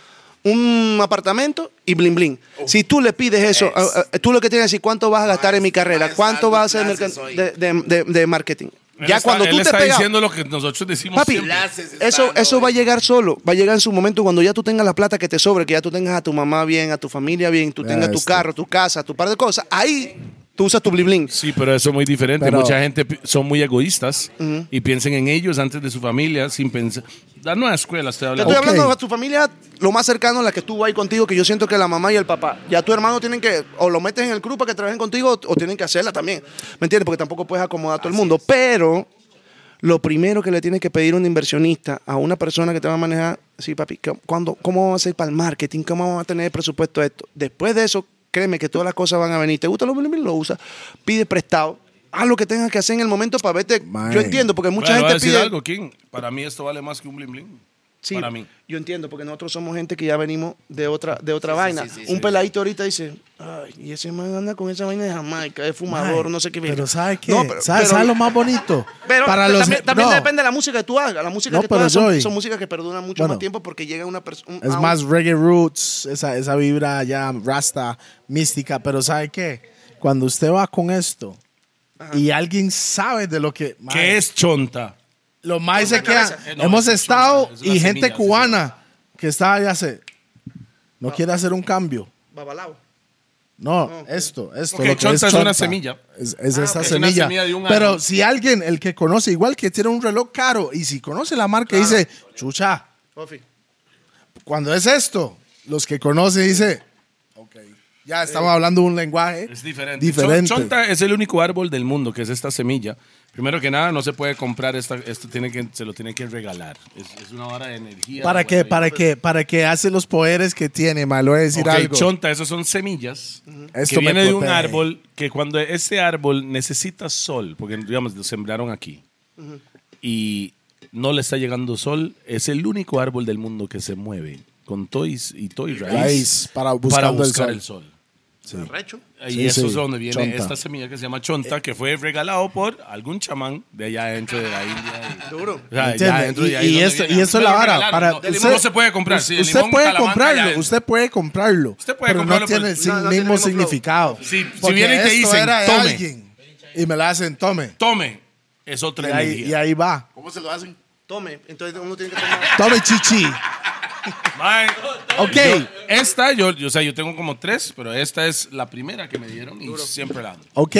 Speaker 5: un apartamento y bling bling. Si tú le pides eso, a- a- tú lo que tienes que decir, ¿cuánto vas a gastar en mi carrera?
Speaker 3: maestro,
Speaker 5: ¿Cuánto vas a hacer en el
Speaker 3: clases
Speaker 5: can-
Speaker 3: hoy.
Speaker 5: de, de- de- de marketing?
Speaker 4: Él
Speaker 5: ya
Speaker 4: está-
Speaker 5: cuando tú
Speaker 4: él
Speaker 5: te
Speaker 4: está
Speaker 5: pegas.
Speaker 4: diciendo lo que nosotros decimos
Speaker 5: Papi,
Speaker 4: siempre.
Speaker 3: Clases están
Speaker 5: eso,
Speaker 3: dando
Speaker 5: eso va a
Speaker 3: hoy.
Speaker 5: llegar solo. Va a llegar en su momento cuando ya tú tengas la plata que te sobre, que ya tú tengas a tu mamá bien, a tu familia bien, tú
Speaker 1: Vea
Speaker 5: tengas tu
Speaker 1: esto.
Speaker 5: carro, tu casa, tu par de cosas. Ahí tú usas tu bling bling.
Speaker 4: Sí, pero eso es muy diferente.
Speaker 1: Pero-
Speaker 4: Mucha gente pi- son muy egoístas y piensan en ellos antes de su familia sin pensar. La nueva escuela, estoy
Speaker 5: Te
Speaker 4: hablando.
Speaker 5: estoy
Speaker 1: Ok.
Speaker 5: hablando de tu familia lo más cercano a la que estuvo ahí contigo, que yo siento que la mamá y el papá. Ya tu hermano tienen que, o lo metes en el grupo para que trabajen contigo, o- o tienen que hacerla también. ¿Me entiendes? Porque tampoco puedes acomodar a todo el mundo. Pero lo primero que le tienes que pedir a un inversionista, a una persona que te va a manejar, sí, papi, ¿cu- ¿cuándo, ¿cómo vamos a hacer para el marketing? ¿Cómo vamos a tener el presupuesto de esto? Después de eso, créeme que todas las cosas van a venir. ¿Te gusta lo bling, bling? Lo usa. Pide prestado. Haz lo que tengas que hacer en el momento para verte.
Speaker 1: Man.
Speaker 5: Yo entiendo, porque mucha
Speaker 4: Bueno, voy a
Speaker 5: gente
Speaker 4: decir
Speaker 5: pide.
Speaker 4: algo, King. Para mí esto vale más que un bling bling.
Speaker 5: Sí,
Speaker 4: Para mí.
Speaker 5: Yo entiendo, porque nosotros somos gente que ya venimos de otra, de otra vaina. un peladito ahorita dice, ay, y ese man anda con esa vaina de Jamaica, es fumador,
Speaker 1: Mae,
Speaker 5: no sé qué.
Speaker 1: Pero
Speaker 5: verga".
Speaker 1: ¿sabe qué?
Speaker 5: No, pero,
Speaker 1: ¿Sabe,
Speaker 5: pero-
Speaker 1: sabe lo más bonito?
Speaker 5: pero
Speaker 1: Para
Speaker 5: también,
Speaker 1: los-
Speaker 5: también
Speaker 1: no,
Speaker 5: depende de la música que tú hagas. La música
Speaker 1: No,
Speaker 5: que tú
Speaker 1: pero
Speaker 5: hagas son,
Speaker 1: Joey.
Speaker 5: son músicas que perduran mucho
Speaker 1: Bueno.
Speaker 5: más tiempo porque llega una persona...
Speaker 1: Es más reggae roots, esa, esa vibra ya rasta, mística. Pero ¿sabe qué? Cuando usted va con esto y alguien sabe de lo que... mae,
Speaker 4: ¿Qué es chonta?
Speaker 1: Lo más se queda.
Speaker 4: Eh, no,
Speaker 1: Hemos
Speaker 4: es una
Speaker 1: estado
Speaker 4: sombra, es una
Speaker 1: y
Speaker 4: semilla,
Speaker 1: gente
Speaker 4: sí,
Speaker 1: cubana que está y hace. No quiere hacer un cambio.
Speaker 5: Babalao.
Speaker 1: No, esto, esto.
Speaker 4: Ok,
Speaker 1: lo que
Speaker 4: chonta es una
Speaker 1: chonta.
Speaker 4: semilla.
Speaker 1: Es, es esta
Speaker 4: ok. Es una
Speaker 1: semilla.
Speaker 4: semilla de un
Speaker 1: Pero
Speaker 4: árbol.
Speaker 1: si alguien, el que conoce, igual que tiene un reloj caro y si conoce la marca, dice, chucha,
Speaker 5: Ofi.
Speaker 1: cuando es esto, los que conocen dice, ok, ya estamos hablando un lenguaje
Speaker 4: Es diferente.
Speaker 1: diferente.
Speaker 4: Chon- Chonta es el único árbol del mundo que es esta semilla. Primero que nada, no se puede comprar esta, esto tiene que, se lo tiene que regalar. Es, es una hora de energía.
Speaker 1: ¿Para qué? ¿Para qué? ¿para que hace los poderes que tiene, malo decir
Speaker 4: Ok,
Speaker 1: algo.
Speaker 4: chonta, esas son semillas
Speaker 1: Esto
Speaker 4: que
Speaker 1: me
Speaker 4: viene de un
Speaker 1: protege.
Speaker 4: árbol que cuando ese árbol necesita sol, porque digamos lo sembraron aquí y no le está llegando sol, es el único árbol del mundo que se mueve con toys y toy raíz,
Speaker 1: Raíz, para- buscando el
Speaker 4: buscar
Speaker 1: sol.
Speaker 4: el sol.
Speaker 5: Recho.
Speaker 4: Y
Speaker 1: Sí,
Speaker 4: eso
Speaker 1: sí,
Speaker 4: es donde viene
Speaker 1: chonta.
Speaker 4: esta semilla que se llama chonta, que fue regalado por algún chamán de allá dentro de la India. y-
Speaker 5: Duro.
Speaker 4: O sea,
Speaker 1: ¿Entiende?
Speaker 4: ya dentro de
Speaker 1: Y-
Speaker 4: ahí
Speaker 1: y
Speaker 4: donde
Speaker 1: esto-
Speaker 4: viene.
Speaker 1: y esto
Speaker 4: Me
Speaker 1: es la
Speaker 4: lo
Speaker 1: vara,
Speaker 4: regalaron,
Speaker 1: para-
Speaker 4: no, el
Speaker 1: usted-
Speaker 4: limón no se puede comprar. sí, el
Speaker 1: usted
Speaker 4: limón
Speaker 1: puede
Speaker 4: Talamanca ya
Speaker 1: comprarlo,
Speaker 4: es-
Speaker 1: usted puede comprarlo.
Speaker 4: Usted puede
Speaker 1: pero
Speaker 4: comprarlo,
Speaker 1: no tiene el
Speaker 4: pero
Speaker 1: sin-
Speaker 5: no- no tiene el
Speaker 1: mismo
Speaker 5: mismo flow.
Speaker 1: significado.
Speaker 4: Si- si
Speaker 1: Porque
Speaker 4: vienen y te
Speaker 1: esto
Speaker 4: dicen,
Speaker 1: era de
Speaker 4: "Tome".
Speaker 1: alguien, y me la hacen, tome.
Speaker 4: tome, es otra
Speaker 1: Y ahí,
Speaker 4: energía.
Speaker 1: y ahí va.
Speaker 3: ¿Cómo se lo hacen?
Speaker 5: Tome. Entonces uno tiene que tomar...
Speaker 1: Tome chichi.
Speaker 4: Mae,
Speaker 1: Ok.
Speaker 4: yo- esta, yo, yo, o sea, yo tengo como tres, pero esta es la primera que me dieron y siempre la ando.
Speaker 1: Ok.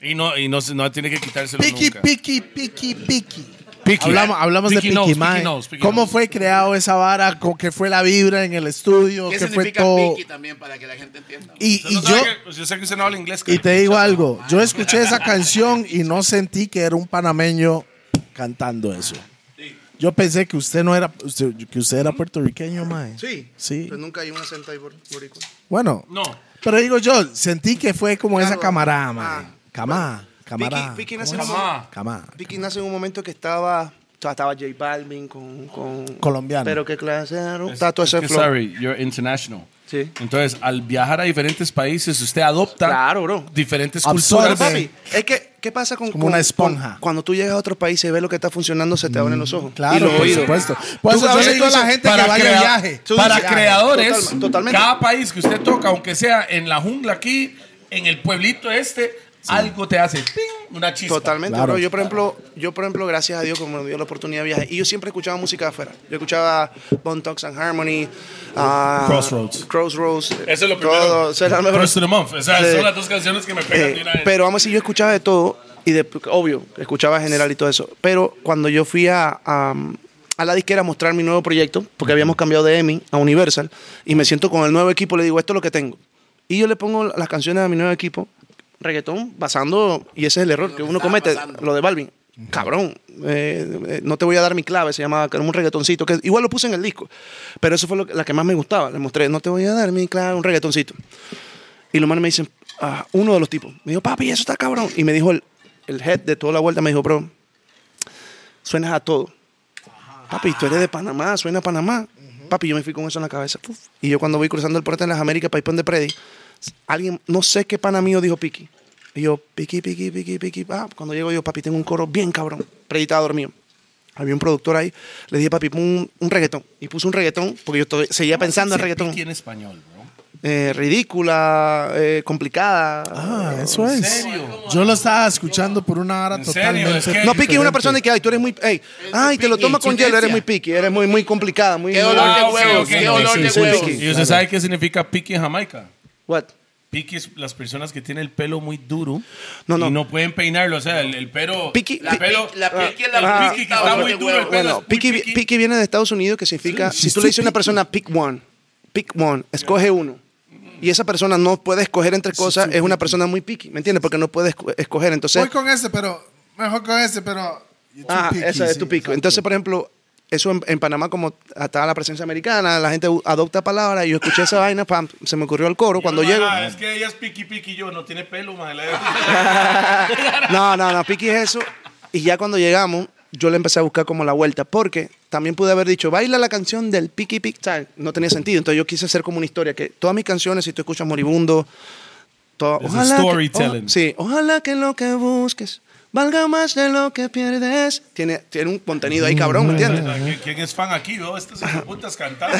Speaker 4: Y no, y no, se- no tiene que quitárselo
Speaker 1: Piki,
Speaker 4: nunca.
Speaker 1: piki, piki, piki.
Speaker 4: Piqui.
Speaker 1: Hablamos, hablamos
Speaker 4: Piqui
Speaker 1: de
Speaker 4: nose,
Speaker 1: Piki
Speaker 4: piqui
Speaker 1: Mae.
Speaker 4: nose, piqui
Speaker 1: ¿Cómo
Speaker 4: nose.
Speaker 1: fue creado esa vara? ¿Con ¿Qué fue la vibra en el estudio?
Speaker 3: ¿Qué
Speaker 1: ¿Qué fue
Speaker 3: significa
Speaker 1: todo?
Speaker 3: Piki también para que la gente entienda?
Speaker 1: Y,
Speaker 4: Usted
Speaker 1: y
Speaker 4: no
Speaker 1: yo,
Speaker 4: sabe que- pues yo sé que usted no habla inglés.
Speaker 1: y
Speaker 4: cara.
Speaker 1: te digo algo, yo escuché esa canción y no sentí que era un panameño cantando eso. Yo pensé que usted no era, usted- que usted era puertorriqueño, mae.
Speaker 5: Sí. Pues
Speaker 1: Sí.
Speaker 5: Pero nunca hay una senta ahí por boricua.
Speaker 1: Bueno.
Speaker 4: No.
Speaker 1: Pero digo yo, sentí que fue como esa
Speaker 5: Claro.
Speaker 1: camarada,
Speaker 5: Ah.
Speaker 1: mae. Camá, camarada.
Speaker 5: Piqui- Piqui
Speaker 1: ¿Cómo
Speaker 5: nace
Speaker 1: es?
Speaker 5: como-
Speaker 1: Camá.
Speaker 5: Vicky nace en un momento que estaba. Estaba J Balvin con. con
Speaker 1: Colombiano.
Speaker 5: Pero qué clase. ¿no?
Speaker 4: Es-
Speaker 5: Está todo
Speaker 4: es
Speaker 5: ese
Speaker 4: que,
Speaker 5: flow.
Speaker 4: Sorry, you're international.
Speaker 5: Sí.
Speaker 4: Entonces, al viajar a diferentes países, usted adopta
Speaker 5: Claro, bro.
Speaker 4: diferentes
Speaker 1: Absorbe.
Speaker 5: Pero,
Speaker 4: culturas.
Speaker 5: papi, es que, ¿qué pasa con.
Speaker 1: como una
Speaker 5: con-
Speaker 1: esponja. Mm,
Speaker 5: con- cuando tú llegas a otro país y ves lo que está funcionando, se te abren los ojos. y
Speaker 1: Claro,
Speaker 5: los
Speaker 1: por
Speaker 5: oídos.
Speaker 1: supuesto. Por
Speaker 5: Tú
Speaker 1: eso yo
Speaker 5: sabes
Speaker 1: le digo a la
Speaker 5: entonces,
Speaker 1: gente que vaya de
Speaker 4: crea-
Speaker 1: viaje.
Speaker 4: para
Speaker 1: Viaje.
Speaker 4: creadores,
Speaker 5: Total- totalmente.
Speaker 4: cada país que usted toca, aunque sea en la jungla aquí, en el pueblito este, algo te hace ¡ping! una chispa.
Speaker 5: Totalmente,
Speaker 1: Claro.
Speaker 5: bro. Yo por, ejemplo, yo, por ejemplo, gracias a Dios, como me dio la oportunidad de viajar, y yo siempre escuchaba música de afuera. Yo escuchaba Bon Talks and Harmony, ah,
Speaker 4: Crossroads.
Speaker 5: Crossroads.
Speaker 4: Eso es lo primero.
Speaker 5: Todo, eso era lo mejor.
Speaker 4: First of the month. O sea,
Speaker 5: Sí.
Speaker 4: son las dos canciones que me pegan
Speaker 5: Eh,
Speaker 4: de una vez.
Speaker 5: pero vamos a decir, yo escuchaba de todo, y de, obvio, escuchaba general y todo eso. Pero cuando yo fui a, a, a la disquera a mostrar mi nuevo proyecto, porque habíamos cambiado de EMI a Universal, y me siento con el nuevo equipo, le digo, esto es lo que tengo. Y yo le pongo las canciones a mi nuevo equipo, reggaetón, basando, y ese es el error
Speaker 3: Lo
Speaker 5: que
Speaker 3: que
Speaker 5: uno
Speaker 3: estaba
Speaker 5: comete,
Speaker 3: pasando.
Speaker 5: lo de Balvin. Cabrón, eh, eh, no te voy a dar mi clave, se llamaba, que era un reggaetoncito, que igual lo puse en el disco, pero eso fue lo que- la que más me gustaba, le mostré, no te voy a dar mi clave, un reggaetoncito. Y los manes me dicen, ah, uno de los tipos, me dijo, papi, eso está cabrón. Y me dijo el, el head de toda la vuelta, me dijo, bro, suenas a todo. Papi, tú eres de Panamá, suena a Panamá. Papi, yo me fui con eso en la cabeza. puf. Y yo cuando voy cruzando el puerto en las Américas para ir pa' donde Predi, alguien, no sé qué panamío dijo Piqui. Y yo, Piqui, Piqui, Piqui, Piqui. Ah, cuando llego yo, papi, tengo un coro bien cabrón. Predi estaba dormido. Había un productor ahí, le dije, papi, pon un, un reggaetón. Y puse un reggaetón, porque yo todavía
Speaker 1: Ah,
Speaker 5: seguía pensando en
Speaker 4: Dice
Speaker 5: reggaetón.
Speaker 4: Piqui en español, bro.
Speaker 5: Eh, ridícula, eh, complicada.
Speaker 1: Ah, eso es.
Speaker 4: serio?
Speaker 1: Yo lo estaba escuchando por una hora
Speaker 4: ¿En serio?
Speaker 1: totalmente.
Speaker 4: Es que-
Speaker 5: no, Piqui es una persona que, ay, tú eres muy, ey, ay, te lo
Speaker 3: piqui,
Speaker 5: tomas con hielo, eres
Speaker 3: chiquencia.
Speaker 5: muy Piqui, eres muy, muy complicada, muy...
Speaker 3: Qué
Speaker 5: muy-
Speaker 3: dolor
Speaker 4: Ah,
Speaker 3: de
Speaker 4: ok,
Speaker 3: huevos,
Speaker 4: ok,
Speaker 3: qué
Speaker 4: sí,
Speaker 3: dolor
Speaker 4: sí,
Speaker 3: de
Speaker 4: sí,
Speaker 3: huevos.
Speaker 5: sí.
Speaker 4: ¿Y usted sabe qué significa piqui en Jamaica?
Speaker 5: What?
Speaker 4: Piqui es las personas que tienen el pelo muy duro
Speaker 5: No, no.
Speaker 4: y no pueden peinarlo. O sea, el, el pelo.
Speaker 5: Piqui-
Speaker 4: la
Speaker 5: pi-
Speaker 4: pelo,
Speaker 3: la piqui es la
Speaker 4: el piqui que
Speaker 3: piquita,
Speaker 4: está
Speaker 3: dolor
Speaker 4: muy
Speaker 3: de
Speaker 4: duro. El
Speaker 3: huevo.
Speaker 4: pelo es
Speaker 5: Bueno,
Speaker 4: muy
Speaker 5: piqui, piqui viene de Estados Unidos que significa, si tú le dices a una persona pick one, pick one, escoge uno. Y esa persona no puede escoger entre cosas, es una persona muy picky, ¿me entiendes? Porque no puede esco- escoger, entonces...
Speaker 1: Voy con este, pero. Mejor con este, pero. you're too
Speaker 5: Ah,
Speaker 1: picky,
Speaker 5: esa es
Speaker 1: sí,
Speaker 5: tu pico.
Speaker 1: exacto.
Speaker 5: Entonces, por ejemplo, eso en, en Panamá, como estaba la presencia americana, la gente u- adopta palabras, y yo escuché esa vaina, pam, se me ocurrió el coro cuando
Speaker 4: Ah,
Speaker 5: llego.
Speaker 4: es que ella es piqui piqui yo, no tiene pelo, madre.
Speaker 5: No, no, no, piqui es eso. Y ya cuando llegamos, yo le empecé a buscar como la vuelta, porque también pude haber dicho, baila la canción del piqui piqui, ¿sabes? no tenía sentido. Entonces yo quise hacer como una historia, que todas mis canciones, si tú escuchas Moribundo, todo,
Speaker 4: Es
Speaker 5: ojalá,
Speaker 4: storytelling.
Speaker 5: Que, o- sí, ojalá que lo que busques valga más de lo que pierdes. Tiene, tiene un contenido
Speaker 4: Mm,
Speaker 5: ahí cabrón, ¿me entiendes?
Speaker 4: ¿Quién es fan aquí? Veo estas putas cantando.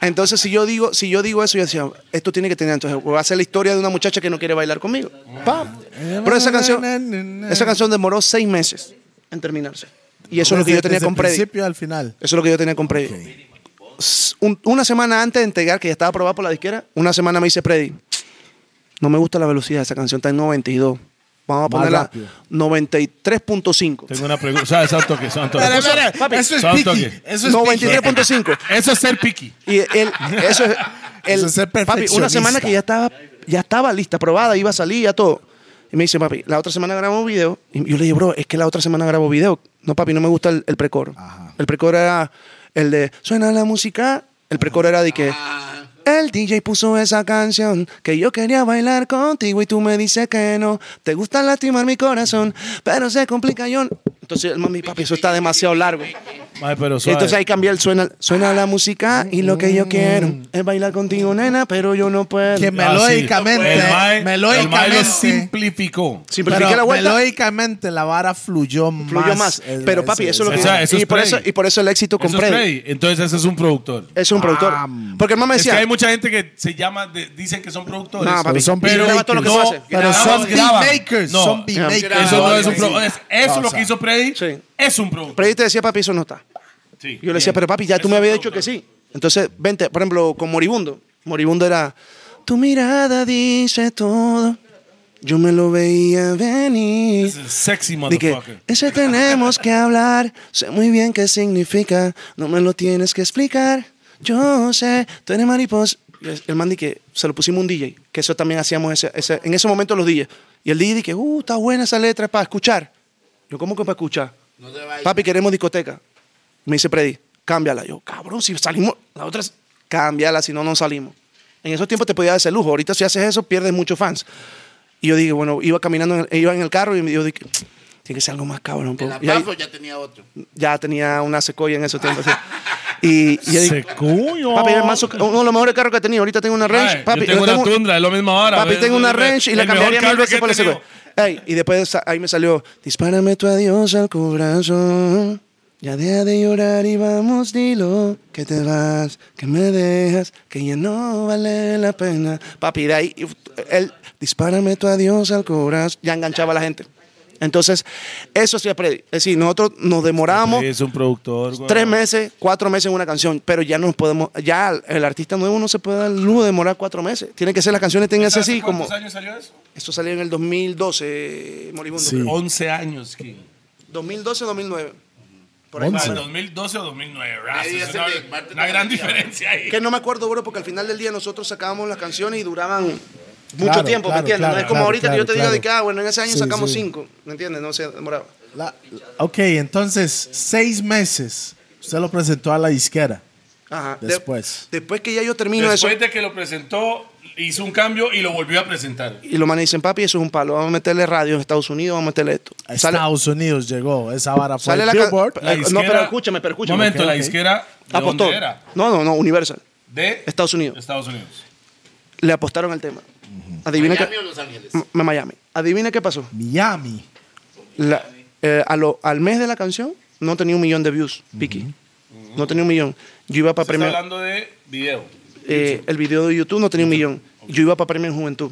Speaker 5: Entonces, si yo digo, si yo digo eso, yo decía, esto tiene que tener. Entonces, voy a hacer la historia de una muchacha que no quiere bailar conmigo. ¡Pam! Pero esa canción, esa canción demoró seis meses en terminarse. Y eso es lo que
Speaker 1: Desde-
Speaker 5: yo tenía
Speaker 1: desde
Speaker 5: con
Speaker 1: el
Speaker 5: Predi. Eso
Speaker 1: principio al final.
Speaker 5: es lo que yo tenía con Predi. S- un- una semana antes de entregar, que ya estaba aprobada por la disquera, una semana me dice Predi, no me gusta la velocidad, esa canción está en 92. Vamos a ponerla
Speaker 1: rápido.
Speaker 5: 93.5.
Speaker 4: Tengo una pregunta. O sea, santo que santo.
Speaker 1: Espera, espera, Eso es
Speaker 4: Santo
Speaker 1: picky.
Speaker 4: que-
Speaker 1: Eso es picky.
Speaker 5: 93.5.
Speaker 4: Eso es ser piqui.
Speaker 5: Y él, eso es. él-
Speaker 1: Eso es ser
Speaker 5: papi, una semana que ya estaba, ya estaba lista, probada, iba a salir, ya todo. Y me dice, papi, la otra semana grabo video. Y yo le digo, bro, es que la otra semana grabo video. No, papi, no me gusta el, el precoro. El precoro era el de suena la música. El precoro era de que. El DJ puso esa canción que yo quería bailar contigo y tú me dices que no. Te gusta lastimar mi corazón, pero se complica yo. Entonces, mami, papi, eso está demasiado largo.
Speaker 4: Madre, pero
Speaker 5: Y Entonces ahí cambié el suena, suena la música y lo
Speaker 4: Mm.
Speaker 5: que yo quiero es bailar contigo, nena, pero yo no puedo.
Speaker 1: Que me- melódicamente,
Speaker 4: Ah, El mae-
Speaker 1: melódicamente.
Speaker 4: El mae lo simplificó.
Speaker 5: Simplifiqué
Speaker 1: Pero
Speaker 5: la vuelta.
Speaker 1: melódicamente la vara fluyó más.
Speaker 5: Fluyó más.
Speaker 1: Es-
Speaker 5: pero papi, eso es lo que
Speaker 4: O sea, eso
Speaker 5: y,
Speaker 4: es
Speaker 5: por
Speaker 4: Prey.
Speaker 5: eso, y por eso el éxito con
Speaker 4: Eso es
Speaker 5: Freddy.
Speaker 4: Freddy. Entonces ese es un productor.
Speaker 5: Es un productor. Porque el mamá
Speaker 4: Es que
Speaker 5: decía,
Speaker 4: hay mucha gente que se llama, de- dicen que son productores.
Speaker 5: No, Ah, papi,
Speaker 1: son
Speaker 4: pero
Speaker 5: graba todo lo que
Speaker 4: no,
Speaker 5: se hace.
Speaker 1: Pero
Speaker 4: Grabamos,
Speaker 1: son beat
Speaker 4: graban.
Speaker 1: makers.
Speaker 4: No,
Speaker 1: Son beat
Speaker 5: ajá.
Speaker 1: makers.
Speaker 4: Eso no es un
Speaker 1: pro-
Speaker 4: productor. Eso
Speaker 1: O
Speaker 4: lo
Speaker 1: sea,
Speaker 4: que hizo Freddy
Speaker 5: Sí.
Speaker 4: es un productor.
Speaker 5: Freddy te decía, papi, eso no está.
Speaker 4: Sí,
Speaker 5: Yo le decía,
Speaker 4: bien.
Speaker 5: pero papi, ya tú
Speaker 4: Es
Speaker 5: me
Speaker 4: un
Speaker 5: habías dicho que
Speaker 4: productor.
Speaker 5: sí. Entonces, vente, por ejemplo, con Moribundo. Moribundo era, tu mirada dice todo. Yo me lo veía venir.
Speaker 4: Es un Sexy
Speaker 5: De que,
Speaker 4: motherfucker.
Speaker 5: ese tenemos que hablar, sé muy bien qué significa, no me lo tienes que explicar, yo sé, tú eres mariposa. Y es- El man de que se lo pusimos a un DJ, que eso también hacíamos ese, ese- en ese momento los DJs. Y el DJ de que, uh, está buena esa letra para escuchar. Yo, ¿cómo que para escuchar?
Speaker 3: No te vayas.
Speaker 5: Papi, queremos discoteca. Me dice Freddy, cámbiala. Yo, cabrón, si salimos, la otra, es, cámbiala, si no, no salimos. En esos tiempos te podía dar ese lujo. Ahorita si haces eso, pierdes muchos fans. Y yo dije, bueno, iba caminando, en el- iba en el carro y yo dije, tiene que ser algo más cabrón. po".
Speaker 3: El
Speaker 5: Y ahí
Speaker 3: aplauso ya tenía otro.
Speaker 5: ya tenía una secuoya en esos tiempos. así. Y, y yo dije,
Speaker 4: Secuyo.
Speaker 5: papi, el mazo- uno de los mejores carros que he tenido. Ahorita tengo una
Speaker 4: Ay,
Speaker 5: Range.
Speaker 4: yo
Speaker 5: papi,
Speaker 4: tengo
Speaker 5: yo
Speaker 4: una tundra, es lo mismo ahora.
Speaker 5: Papi,
Speaker 4: ¿ves?
Speaker 5: tengo una
Speaker 4: El
Speaker 5: range y la
Speaker 4: mejor
Speaker 5: cambiaría mil
Speaker 4: carro
Speaker 5: veces
Speaker 4: que
Speaker 5: por
Speaker 4: he
Speaker 5: la secuela.
Speaker 4: tenido.
Speaker 5: Ey, y después sa- ahí me salió, dispárame tu adiós al corazón. Ya deja de llorar y vamos, dilo, que te vas, que me dejas, que ya no vale la pena. Papi, de ahí, uf, él, dispárame tu adiós al corazón. Ya enganchaba a la gente. Entonces, eso sí aprendí. Es decir, nosotros nos demoramos
Speaker 4: Sí, es un productor. güey.
Speaker 5: tres meses, cuatro meses en una canción, pero ya no nos podemos, ya el artista nuevo no se puede dar el lujo de demorar cuatro meses. Tiene que ser las canciones, tienen que ser así como...
Speaker 4: ¿Cuántos años salió eso?
Speaker 5: Esto salió en el 2012, Moribundo.
Speaker 1: Sí.
Speaker 4: 11 años, King.
Speaker 5: 2012-2009. Por ahí.
Speaker 4: O
Speaker 1: Once.
Speaker 4: sea, 2012 o 2009. raza,
Speaker 3: Ahí
Speaker 4: es
Speaker 3: hace
Speaker 4: una,
Speaker 3: de parte
Speaker 4: una gran
Speaker 3: de la
Speaker 4: diferencia ahí.
Speaker 5: Que no me acuerdo, bro, porque al final del día nosotros sacábamos las canciones y duraban mucho
Speaker 1: Claro,
Speaker 5: tiempo, ¿me
Speaker 1: claro,
Speaker 5: entiendes? no
Speaker 1: claro,
Speaker 5: es como
Speaker 1: claro,
Speaker 5: ahorita que yo te
Speaker 1: claro,
Speaker 5: digo de que,
Speaker 1: claro.
Speaker 5: ah, bueno, en ese año
Speaker 1: Sí,
Speaker 5: sacamos
Speaker 1: sí.
Speaker 5: cinco, ¿me entiendes? No se demoraba.
Speaker 1: La- ok, entonces, seis meses. Usted lo presentó a la disquera.
Speaker 5: Ajá. De-
Speaker 1: Después.
Speaker 5: después que ya yo termino
Speaker 4: Después
Speaker 5: eso.
Speaker 4: de que lo presentó, hizo un cambio y lo volvió a presentar.
Speaker 5: Y los manes dicen, papi, eso es un palo. Vamos a meterle radio en Estados Unidos, vamos a meterle esto.
Speaker 1: A
Speaker 5: Sale- Ah,
Speaker 1: Estados Unidos llegó. Esa vara fue
Speaker 5: Sale
Speaker 1: el
Speaker 5: la ca-
Speaker 1: Billboard.
Speaker 5: La No, pero escúchame, pero escúchame.
Speaker 4: Momento,
Speaker 1: Ok,
Speaker 4: la
Speaker 1: ok.
Speaker 4: disquera ¿de
Speaker 5: apostó.
Speaker 4: dónde era?
Speaker 5: No, no, no, Universal.
Speaker 4: De
Speaker 5: Estados Unidos.
Speaker 4: Estados Unidos.
Speaker 5: Le apostaron al tema. Adivina
Speaker 3: Miami
Speaker 5: qué.
Speaker 3: o Los Ángeles.
Speaker 5: M- Miami. Adivina qué pasó.
Speaker 1: Miami.
Speaker 5: La- eh, a lo- al mes de la canción no tenía un millón de views, Vicky. No tenía un millón. Yo iba para
Speaker 4: Se está
Speaker 5: premio.
Speaker 4: hablando de video.
Speaker 5: eh, el video de YouTube no tenía un millón. Yo iba para premio en Juventud.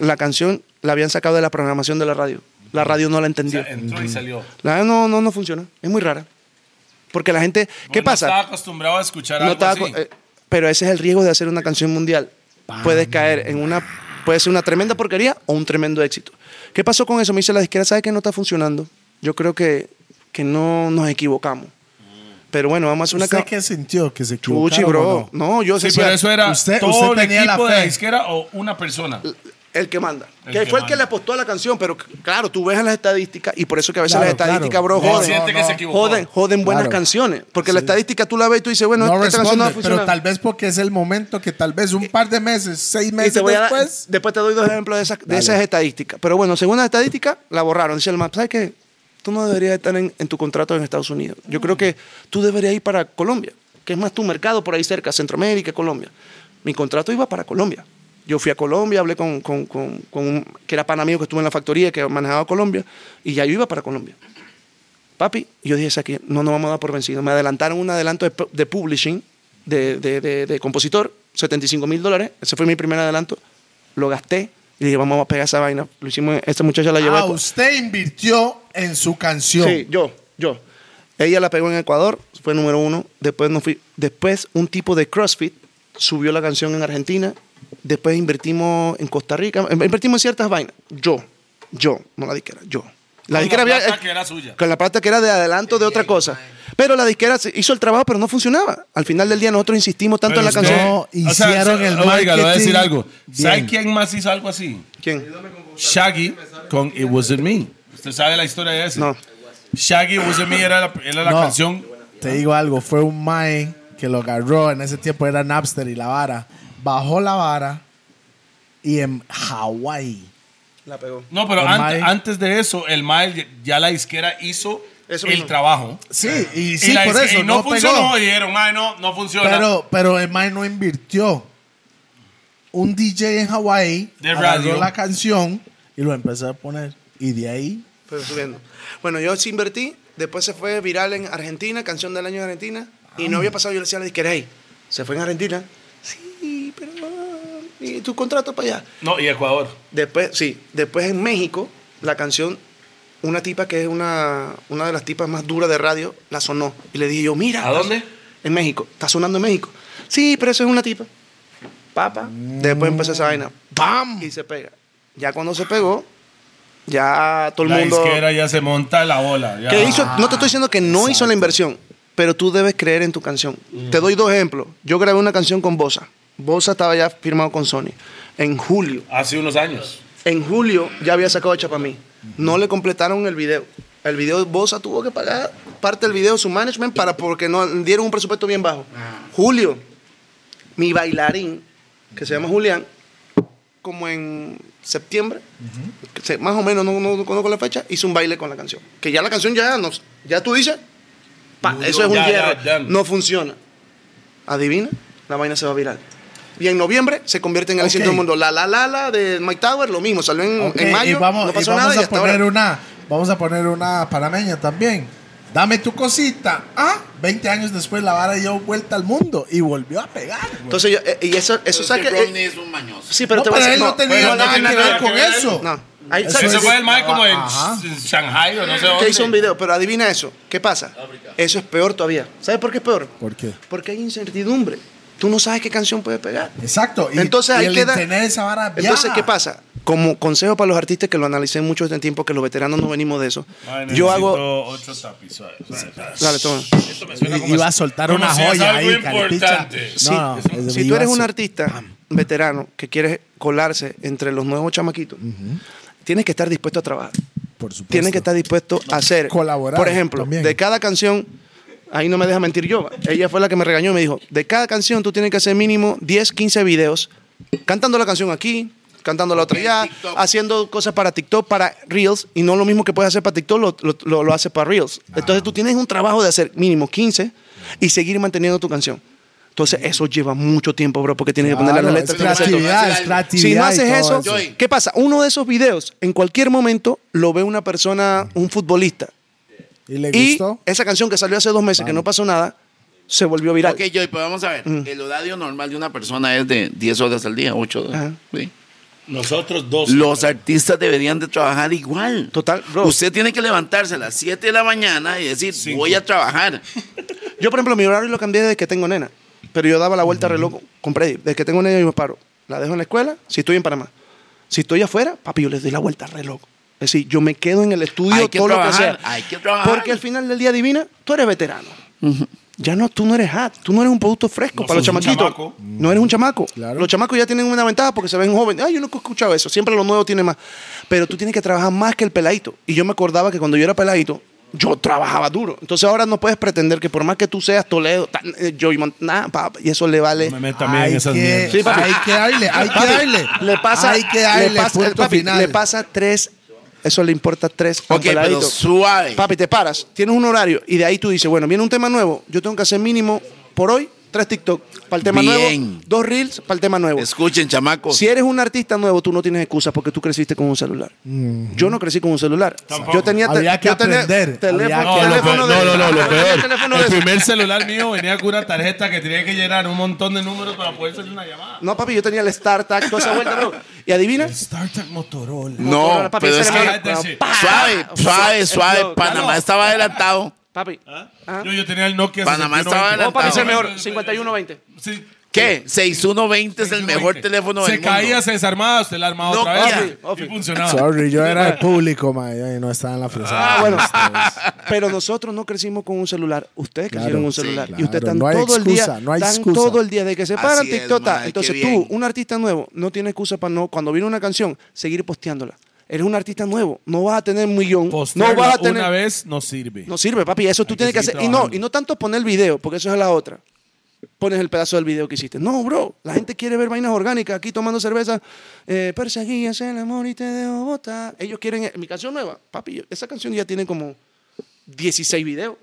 Speaker 5: La canción la habían sacado de la programación de la radio. La radio no la
Speaker 4: O sea,
Speaker 5: entendió.
Speaker 4: entró y salió.
Speaker 5: La no, no, no funciona. Es muy rara. Porque la gente. ¿Qué
Speaker 4: Bueno,
Speaker 5: pasa?
Speaker 4: estaba acostumbrado a escuchar
Speaker 5: No
Speaker 4: algo
Speaker 5: estaba
Speaker 4: así.
Speaker 5: co- eh, pero ese es el riesgo de hacer una canción mundial. Puedes caer en una. Puede ser una tremenda porquería o un tremendo éxito. ¿Qué pasó con eso? Me dice la disquera, ¿sabe que no está funcionando? Yo creo que, que no nos equivocamos. Pero bueno, vamos a hacer una
Speaker 1: ¿Usted
Speaker 5: ca-
Speaker 1: qué sintió? ¿Que se equivocaron
Speaker 5: Chuchi, bro.
Speaker 1: o no?
Speaker 5: No? yo
Speaker 4: Sí,
Speaker 5: sé
Speaker 4: pero eso era
Speaker 1: usted-
Speaker 4: todo
Speaker 1: usted
Speaker 4: el
Speaker 1: tenía la
Speaker 4: equipo de la
Speaker 1: fe.
Speaker 4: disquera o una persona.
Speaker 5: el que manda.
Speaker 4: El
Speaker 5: que
Speaker 4: que
Speaker 5: fue el que
Speaker 4: manda.
Speaker 5: le apostó a la canción, pero c- claro, tú ves las estadísticas y por eso que a veces
Speaker 1: Claro,
Speaker 5: las estadísticas,
Speaker 1: claro.
Speaker 5: bro,
Speaker 4: Él
Speaker 5: joden.
Speaker 4: siente que se equivocó.
Speaker 5: Joden, joden buenas
Speaker 1: Claro.
Speaker 5: canciones. Porque la estadística tú la ves y tú dices, bueno,
Speaker 1: No
Speaker 5: esta canción no va a
Speaker 1: responde,
Speaker 5: funcionar. Eh,
Speaker 1: pero tal vez porque es el momento que tal vez un par de meses, seis
Speaker 5: Y
Speaker 1: meses
Speaker 5: te voy a dar-
Speaker 1: después.
Speaker 5: después te doy dos ejemplos de esas, de esas estadísticas. Pero bueno, según las estadísticas, la borraron. Dice el MAP, ¿sabes qué? Tú no deberías estar en, en tu contrato en Estados Unidos. Yo
Speaker 1: Mm.
Speaker 5: creo que tú deberías ir para Colombia, que es más tu mercado por ahí cerca, Centroamérica, Colombia. Mi contrato iba para Colombia. Yo fui a Colombia, hablé con, con- con- con un que era pan amigo que estuvo en la factoría, que manejaba Colombia, y ya yo iba para Colombia. Papi, yo dije, "Sé que no nos vamos a dar por vencido. Me adelantaron un adelanto de, pu- de publishing, de, de- de- de compositor, 75 mil dólares. Ese fue mi primer adelanto. Lo gasté y dije, vamos a pegar esa vaina. Lo hicimos, esta muchacha la llevó. a
Speaker 1: Ah,
Speaker 5: Ecu-
Speaker 1: usted invirtió en su canción.
Speaker 5: Sí, yo, yo. Ella la pegó en Ecuador, fue número uno. Después, no fui, después un tipo de CrossFit subió la canción en Argentina. Después invertimos en Costa Rica. Em- Invertimos en ciertas vainas. Yo, yo, no la disquera, yo. La
Speaker 4: Con
Speaker 5: disquera
Speaker 4: la
Speaker 5: había- eh,
Speaker 4: plata que era suya.
Speaker 5: Con la plata que era de adelanto de otra cosa. Pero la disquera se- hizo el trabajo, pero no funcionaba. Al final del día nosotros insistimos tanto en la
Speaker 4: Pero
Speaker 5: canción.
Speaker 1: no
Speaker 4: usted- o sea,
Speaker 1: hicieron el
Speaker 4: Oiga, le voy a decir
Speaker 1: marketing
Speaker 4: algo. ¿Sabe
Speaker 1: bien.
Speaker 4: quién más hizo algo así?
Speaker 5: ¿Quién?
Speaker 4: Shaggy con It Wasn't Me. ¿Usted sabe la historia de eso?
Speaker 5: No.
Speaker 4: Shaggy It Wasn't Me era la, era la
Speaker 1: No,
Speaker 4: canción.
Speaker 1: Te digo algo, fue un mae que lo agarró, en ese tiempo era Napster y la vara. Bajó la vara y en Hawái.
Speaker 5: La pegó.
Speaker 4: No, pero
Speaker 1: El
Speaker 4: ante-
Speaker 1: Mae.
Speaker 4: antes de eso, el Mae ya la disquera hizo
Speaker 5: Eso
Speaker 4: el
Speaker 5: mismo.
Speaker 4: trabajo.
Speaker 1: Sí, y sí,
Speaker 4: la
Speaker 1: por
Speaker 4: disque-
Speaker 1: eso.
Speaker 4: y no,
Speaker 1: no pegó.
Speaker 4: funcionó. y Dijeron, Mae, no, no funciona.
Speaker 1: Pero, pero el Mae no invirtió. Un DJ en Hawái
Speaker 4: De
Speaker 1: agarró
Speaker 4: radio.
Speaker 1: la canción y lo empezó a poner. Y de ahí,
Speaker 5: Pero subiendo. Bueno, yo sí invertí. Después se fue viral en Argentina, canción del año en Argentina. Y no había pasado. Yo le decía a la disquera, hey, se fue en Argentina. Sí, pero. ah, ¿Y tu contrato para allá?
Speaker 4: no, y Ecuador.
Speaker 5: Después, sí. Después en México, la canción, una tipa que es una, una de las tipas más duras de radio, la sonó. Y le dije yo, mira.
Speaker 4: ¿A dónde?
Speaker 5: En México. Está sonando en México. Sí, pero eso es una tipa. Papa. Después empezó esa vaina. ¡Pam! Y se pega. Ya cuando se pegó, ya todo el
Speaker 4: la
Speaker 5: mundo.
Speaker 4: disquera ya se monta la bola. ya.
Speaker 5: Que hizo, no te estoy diciendo que no hizo la inversión, pero tú debes creer en tu canción. Te doy dos ejemplos. Yo grabé una canción con Bosa. Bosa estaba ya firmado con Sony. En julio.
Speaker 4: Hace unos años.
Speaker 5: En julio ya había sacado Chapa Mí. No le completaron el video. El video Bosa tuvo que pagar parte del video su management para porque no dieron un presupuesto bien bajo. Julio, mi bailarín, que se llama Julián, como en septiembre, que se- más o menos, no, no, no conozco la fecha, hizo un baile con la canción. Que ya la canción ya, nos, ya tú dices, pa, eso es un
Speaker 4: ya,
Speaker 5: hierro,
Speaker 4: ya, ya.
Speaker 5: no funciona. Adivina, la vaina se va a viral. Y en noviembre se convierte en el éxito
Speaker 1: Ok.
Speaker 5: del mundo. La La La La de Mike Tower, lo mismo, salió en,
Speaker 1: Ok,
Speaker 5: en mayo,
Speaker 1: y vamos,
Speaker 5: no
Speaker 1: y
Speaker 5: pasó
Speaker 1: vamos
Speaker 5: nada y
Speaker 1: a
Speaker 5: hasta
Speaker 1: poner
Speaker 5: ahora.
Speaker 1: una vamos a poner una panameña también Dame tu cosita. Ah, 20 años después la vara dio vuelta al mundo y volvió a pegar. güey.
Speaker 5: Entonces, yo, eh, y eso, eso
Speaker 3: Eso
Speaker 5: sabe que- eh,
Speaker 3: es un mañoso.
Speaker 5: sí, pero
Speaker 1: No,
Speaker 5: te voy a
Speaker 1: pero
Speaker 5: decir.
Speaker 1: él no tenía
Speaker 4: no
Speaker 1: nada que
Speaker 4: tiene nada
Speaker 1: ver
Speaker 4: que
Speaker 1: con
Speaker 4: ver.
Speaker 1: eso.
Speaker 5: No. Ahí,
Speaker 1: Eso
Speaker 5: ¿sabes
Speaker 4: Ese
Speaker 1: es-
Speaker 4: fue el mae como en
Speaker 1: Ajá.
Speaker 4: Shanghai o no sé
Speaker 5: que
Speaker 4: dónde.
Speaker 5: hizo un video, pero adivina eso. ¿Qué pasa? Eso es peor todavía. ¿Sabes por qué es peor?
Speaker 1: ¿Por qué?
Speaker 5: Porque hay incertidumbre. Tú no sabes qué canción puede pegar.
Speaker 1: Exacto. Y,
Speaker 5: Entonces,
Speaker 1: y
Speaker 5: ahí
Speaker 1: el
Speaker 5: queda-
Speaker 1: internet, esa vara
Speaker 5: Entonces,
Speaker 1: viaja.
Speaker 5: ¿qué pasa? Como consejo para los artistas que lo analicé mucho este tiempo, que los veteranos no venimos de eso.
Speaker 4: Mae,
Speaker 5: yo
Speaker 4: necesito
Speaker 5: hago.
Speaker 4: Ocho tapis, suave, suave, suave.
Speaker 5: Dale, toma.
Speaker 4: Esto me suena
Speaker 1: Y-
Speaker 4: como
Speaker 1: Iba a soltar
Speaker 4: como
Speaker 1: una
Speaker 4: si es
Speaker 1: joya
Speaker 4: algo
Speaker 1: ahí, carepicha.
Speaker 4: importante.
Speaker 5: Sí.
Speaker 1: No, no, es-
Speaker 5: si tú
Speaker 1: iba
Speaker 5: eres
Speaker 1: a
Speaker 5: un
Speaker 1: sol-
Speaker 5: artista veterano que quieres colarse entre los nuevos chamaquitos, tienes que estar dispuesto a trabajar.
Speaker 1: Por supuesto.
Speaker 5: Tienes que estar dispuesto a hacer.
Speaker 1: Colaborar
Speaker 5: Por ejemplo,
Speaker 1: también.
Speaker 5: de cada canción, ahí no me deja mentir yo. Ella fue la que me regañó y me dijo: de cada canción tú tienes que hacer mínimo 10, 15 videos cantando la canción aquí. Cantando la otra
Speaker 3: Ok,
Speaker 5: allá,
Speaker 3: TikTok.
Speaker 5: haciendo cosas para TikTok, para Reels, y no lo mismo que puedes hacer para TikTok, lo, lo, lo- lo haces para Reels.
Speaker 1: Ah.
Speaker 5: Entonces tú tienes un trabajo de hacer mínimo 15 y seguir manteniendo tu canción. Entonces eso lleva mucho tiempo, bro, porque tienes que ponerle la
Speaker 1: Claro,
Speaker 5: letra.
Speaker 1: es
Speaker 5: tienes que hacer todo.
Speaker 1: creatividad, es
Speaker 3: Si no
Speaker 1: creatividad.
Speaker 5: Si no
Speaker 1: y
Speaker 5: haces
Speaker 1: todo
Speaker 5: eso,
Speaker 3: eso. Joy.
Speaker 5: ¿qué pasa? Uno de esos videos, en cualquier momento, lo ve una persona, un futbolista.
Speaker 1: ¿Y le
Speaker 5: Y
Speaker 1: gustó?
Speaker 5: esa canción que salió hace dos meses, que no pasó nada, se volvió viral.
Speaker 3: Ok, Joy, pues vamos a ver. El horario normal de una persona es de 10 horas al día, 8 horas.
Speaker 5: Ajá.
Speaker 3: ¿sí?
Speaker 4: Nosotros dos.
Speaker 3: Los artistas deberían de trabajar igual.
Speaker 5: Total, bro.
Speaker 3: Usted tiene que levantarse a las 7 de la mañana y decir, voy a trabajar.
Speaker 5: Yo, por ejemplo, mi horario lo cambié desde que tengo nena. Pero yo daba la vuelta al reloj con Freddy. Desde que tengo nena yo me paro. La dejo en la escuela si estoy en Panamá. Si estoy afuera, papi, yo les doy la vuelta al reloj. Es decir, yo me quedo en el estudio
Speaker 3: Hay que
Speaker 5: todo lo que
Speaker 3: trabajar,
Speaker 5: sea.
Speaker 3: hay que trabajar.
Speaker 5: Porque al final del día divina, tú eres veterano. Ya no, tú no eres hat, tú no eres un producto fresco
Speaker 4: No
Speaker 5: para los
Speaker 4: sos un
Speaker 5: chamaquitos.
Speaker 4: chamaco.
Speaker 5: No eres un chamaco.
Speaker 1: Claro.
Speaker 5: Los chamacos ya tienen una ventaja porque se ven jóvenes. Ay, yo nunca he escuchado eso. Siempre lo nuevo tiene más. Pero tú tienes que trabajar más que el peladito. Y yo me acordaba que cuando yo era peladito, yo trabajaba duro. Entonces ahora no puedes pretender que por más que tú seas Toledo, tan- eh, yo y, Mon- nah, pa, y eso le vale.
Speaker 4: Me meto también
Speaker 1: hay
Speaker 4: en esas
Speaker 1: que,
Speaker 4: mierdas.
Speaker 5: Sí, papi.
Speaker 1: Hay que darle, hay que
Speaker 5: Papi,
Speaker 1: darle.
Speaker 5: Le pasa,
Speaker 1: hay que darle,
Speaker 5: le pasa,
Speaker 1: punto
Speaker 5: papi,
Speaker 1: final.
Speaker 5: le pasa tres. Eso le importa tres. a un
Speaker 3: Ok, pero
Speaker 5: peladito.
Speaker 3: suave.
Speaker 5: Papi, te paras, tienes un horario y de ahí tú dices, bueno, viene un tema nuevo, yo tengo que hacer mínimo por hoy tres TikTok para el tema nuevo,
Speaker 3: Bien.
Speaker 5: dos reels para el tema nuevo.
Speaker 3: Escuchen, chamacos.
Speaker 5: Si eres un artista nuevo, tú no tienes excusa porque tú creciste con un celular. Yo no crecí con un celular.
Speaker 4: Tampoco.
Speaker 5: Yo tenía, te-
Speaker 1: Había que
Speaker 5: yo tenía
Speaker 1: aprender,
Speaker 5: teléfono,
Speaker 1: había
Speaker 4: No, lo peor-
Speaker 5: teléfono de-
Speaker 4: no,
Speaker 5: yo
Speaker 4: no, no, lo
Speaker 5: tenía
Speaker 4: peor.
Speaker 5: teléfono
Speaker 4: El
Speaker 5: de-
Speaker 4: primer celular mío venía con una tarjeta que tenía que llenar un montón de números para poder hacer una llamada.
Speaker 5: No, papi, yo tenía el StarTag, toda esa vuelta, bro. Y adivina,
Speaker 4: Startup Motorola.
Speaker 3: no,
Speaker 5: papi,
Speaker 3: pero
Speaker 5: ese
Speaker 3: es
Speaker 5: era
Speaker 4: mi-
Speaker 3: que...
Speaker 4: Bueno, pa.
Speaker 3: Suave, suave, suave.
Speaker 5: Claro.
Speaker 3: Panamá estaba adelantado.
Speaker 5: papi, Ah.
Speaker 4: Yo, yo tenía el Nokia.
Speaker 3: Panamá
Speaker 4: 6120.
Speaker 3: estaba adelantado. No, Oh, papi, ese es el
Speaker 5: mejor, 5120.
Speaker 4: Sí.
Speaker 3: ¿Qué? 6120 es el mejor teléfono
Speaker 4: Se
Speaker 3: del mundo.
Speaker 4: caía, se desarmaba, usted la armaba
Speaker 3: No,
Speaker 4: otra vez.
Speaker 3: papi,
Speaker 5: papi.
Speaker 4: Y funcionaba.
Speaker 1: Sorry, yo era de público, mae, y no estaba en la fresada.
Speaker 5: Ah, bueno.
Speaker 1: Ustedes.
Speaker 5: Pero nosotros no crecimos con un celular. Ustedes
Speaker 1: Claro,
Speaker 5: crecieron con un
Speaker 1: sí,
Speaker 5: celular.
Speaker 1: claro.
Speaker 5: Y ustedes están
Speaker 1: No hay
Speaker 5: todo el día.
Speaker 1: excusa, no hay
Speaker 5: están
Speaker 1: excusa.
Speaker 5: todo el día. De que se paran,
Speaker 3: Así es,
Speaker 5: TikTok.
Speaker 3: mae, qué
Speaker 5: Entonces tú,
Speaker 3: bien.
Speaker 5: un artista nuevo, no tienes excusa para no, cuando viene una canción, seguir posteándola. Eres un artista nuevo. No vas a tener un millón.
Speaker 4: Postearla
Speaker 5: no vas a tener.
Speaker 4: una vez no sirve.
Speaker 5: No sirve, papi. Eso tú
Speaker 4: Hay que
Speaker 5: tienes que
Speaker 4: seguir
Speaker 5: hacer. Y no,
Speaker 4: trabajando.
Speaker 5: y no tanto poner el video, porque eso es la otra. Pones el pedazo del video que hiciste. No, bro. La gente quiere ver vainas orgánicas aquí tomando cerveza. Eh, perseguías el amor y te dejo botar. Ellos quieren. eh, Mi canción nueva. Papi, esa canción ya tiene como 16 videos.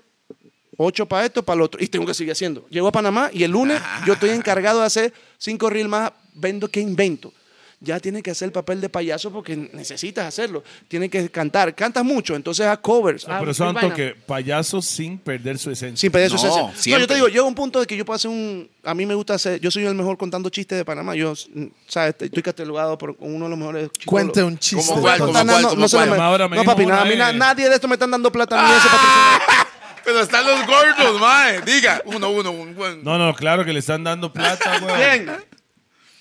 Speaker 5: Ocho para esto, para lo otro. Y tengo que seguir haciendo. Llego a Panamá y el lunes
Speaker 4: Ah.
Speaker 5: yo estoy encargado de hacer cinco reels más. Vendo que invento. Ya tienes que hacer el papel de payaso porque necesitas hacerlo. Tienes que cantar. Cantas mucho, entonces haz covers. haz
Speaker 4: Ah, pero
Speaker 5: mil
Speaker 4: santo
Speaker 5: vainas.
Speaker 4: que payaso sin perder su esencia.
Speaker 5: Sin pedir su
Speaker 3: No,
Speaker 5: esencia. No, yo te
Speaker 3: siempre.
Speaker 5: digo, llega un punto de que yo puedo hacer un. A mí me gusta hacer. Yo soy el mejor contando chistes de Panamá. Yo, mm, ¿sabes? Estoy catalogado por uno de los mejores chistes.
Speaker 1: Cuente un chiste.
Speaker 3: ¿Cómo cuál?
Speaker 5: No,
Speaker 3: ¿Cómo
Speaker 5: no, no,
Speaker 3: cuál?
Speaker 5: no,
Speaker 3: ¿Cómo
Speaker 5: se lo
Speaker 3: cuál?
Speaker 5: me-
Speaker 4: Ahora me
Speaker 5: no,
Speaker 4: dimos
Speaker 5: papi,
Speaker 4: una
Speaker 5: nada, a mí
Speaker 4: de-
Speaker 5: na- nadie de esto me están dando plata ni ese patrocinio.
Speaker 3: Ah. Pero están los gordos, mae. Diga, uno, uno, un buen.
Speaker 4: No, no, claro que le están dando plata, güey.
Speaker 5: Bien.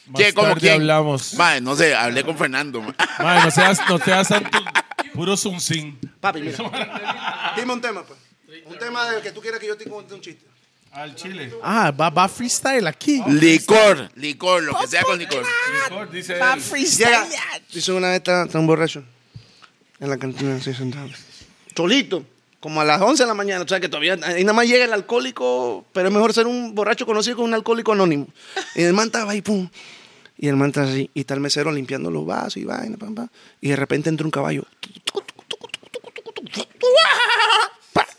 Speaker 4: Más
Speaker 3: ¿Qué, cómo,
Speaker 4: tarde
Speaker 3: quién?
Speaker 4: hablamos.
Speaker 3: Mae, no sé, hablé con Fernando. mae.
Speaker 4: Mae, no seas, no seas santo. Puro zunzín.
Speaker 5: Papi, mira. Dime un tema, pues. Un tema del que tú quieras que yo te cuente un chiste.
Speaker 4: Al chile.
Speaker 1: Ah, va, va freestyle aquí.
Speaker 3: Licor, licor, lo que sea con licor.
Speaker 4: Mejor, dice él.
Speaker 5: Llega. Dice una vez tan, tan borracho. En la cantina, así sentado. Solito. Como a las 11 de la mañana. O sea que todavía. Ahí nada más llega el alcohólico. Pero es mejor ser un borracho conocido que un alcohólico anónimo. Y el man estaba ahí, pum. Y el man estaba así. Y está el mesero limpiando los vasos y vaina, pam, pam. Y de repente entra un caballo.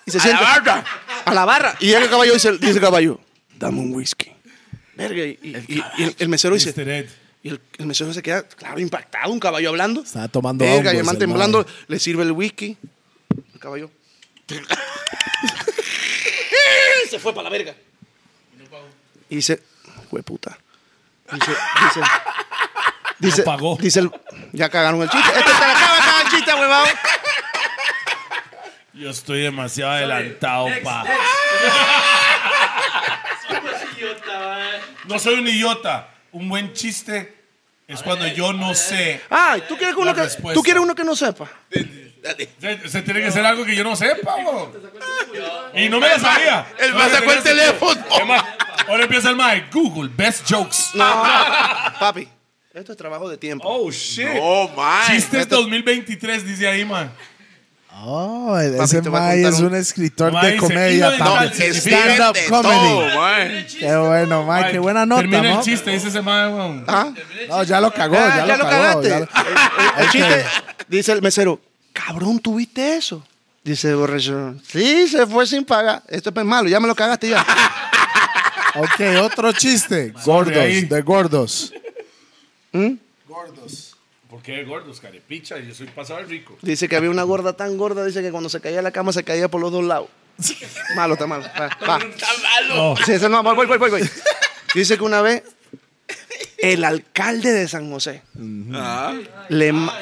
Speaker 5: Y se
Speaker 3: A la
Speaker 5: sienta.
Speaker 3: barra.
Speaker 5: A la barra. Y llega el caballo y dice, dice el caballo: Dame un whisky. Verga. Y, y- y- y el, el mesero dice:
Speaker 4: Mr. Ed.
Speaker 5: y el, el mesero se queda, claro, impactado, un caballo hablando.
Speaker 1: Estaba tomando
Speaker 5: Verga, y el
Speaker 1: hongos,
Speaker 5: man
Speaker 1: el
Speaker 5: temblando,
Speaker 1: mae.
Speaker 5: le sirve el whisky. El caballo.
Speaker 10: y se fue para la verga.
Speaker 5: Y dice, hueputa. Dice, dice, dice,
Speaker 4: pagó.
Speaker 5: dice el- ya cagaron el chiste. Este te la acaba de cagar el chiste, huevón.
Speaker 4: Yo estoy demasiado adelantado, pa. No soy un idiota. Un buen chiste es cuando yo no sé.
Speaker 5: Ay, ¿tú quieres, uno
Speaker 4: La
Speaker 5: que,
Speaker 4: respuesta.
Speaker 5: ¿tú quieres uno que no sepa?
Speaker 4: Se, se tiene que ser algo que yo no sepa, bro. Y no me la sabía.
Speaker 3: El más sacó el teléfono.
Speaker 4: Es más, Ahora empieza el Mike. Google, best jokes.
Speaker 5: Papi, esto es trabajo de tiempo.
Speaker 4: Oh, shit.
Speaker 3: Oh, my.
Speaker 4: Chistes 2023, dice ahí, man.
Speaker 1: Oh,
Speaker 5: Papi,
Speaker 1: ese
Speaker 5: te voy a
Speaker 1: May
Speaker 5: contar
Speaker 1: es
Speaker 5: un-
Speaker 1: un escritor
Speaker 4: Mae
Speaker 1: de
Speaker 4: dice,
Speaker 1: comedia
Speaker 4: "Iba a
Speaker 1: también.
Speaker 4: inventar el
Speaker 3: escribe
Speaker 1: Stand-up
Speaker 3: de todo,
Speaker 1: comedy.
Speaker 3: mae.
Speaker 1: Qué bueno, May. Qué buena nota,
Speaker 4: Termina
Speaker 1: ¿no?
Speaker 4: el chiste, dice ese man, man.
Speaker 5: ¿Ah?
Speaker 1: No, ya lo cagó,
Speaker 5: Ah,
Speaker 1: ya, lo cagó.
Speaker 5: cagaste.
Speaker 1: ya lo-
Speaker 5: El, el chiste, dice el mesero, cabrón, ¿tuviste eso? Dice el borracho, sí, se fue sin pagar. Esto es malo, ya me lo cagaste ya.
Speaker 1: Ok, otro chiste. Gordos, de gordos.
Speaker 4: ¿Por qué gordos, carepicha? Yo soy pasado de rico.
Speaker 5: Dice que había una gorda tan gorda, dice que cuando se caía a la cama se caía por los dos lados. Malo, está malo. Va, va. Sí, eso no, voy, voy, voy, voy. Dice que una vez el alcalde de San José le, ma-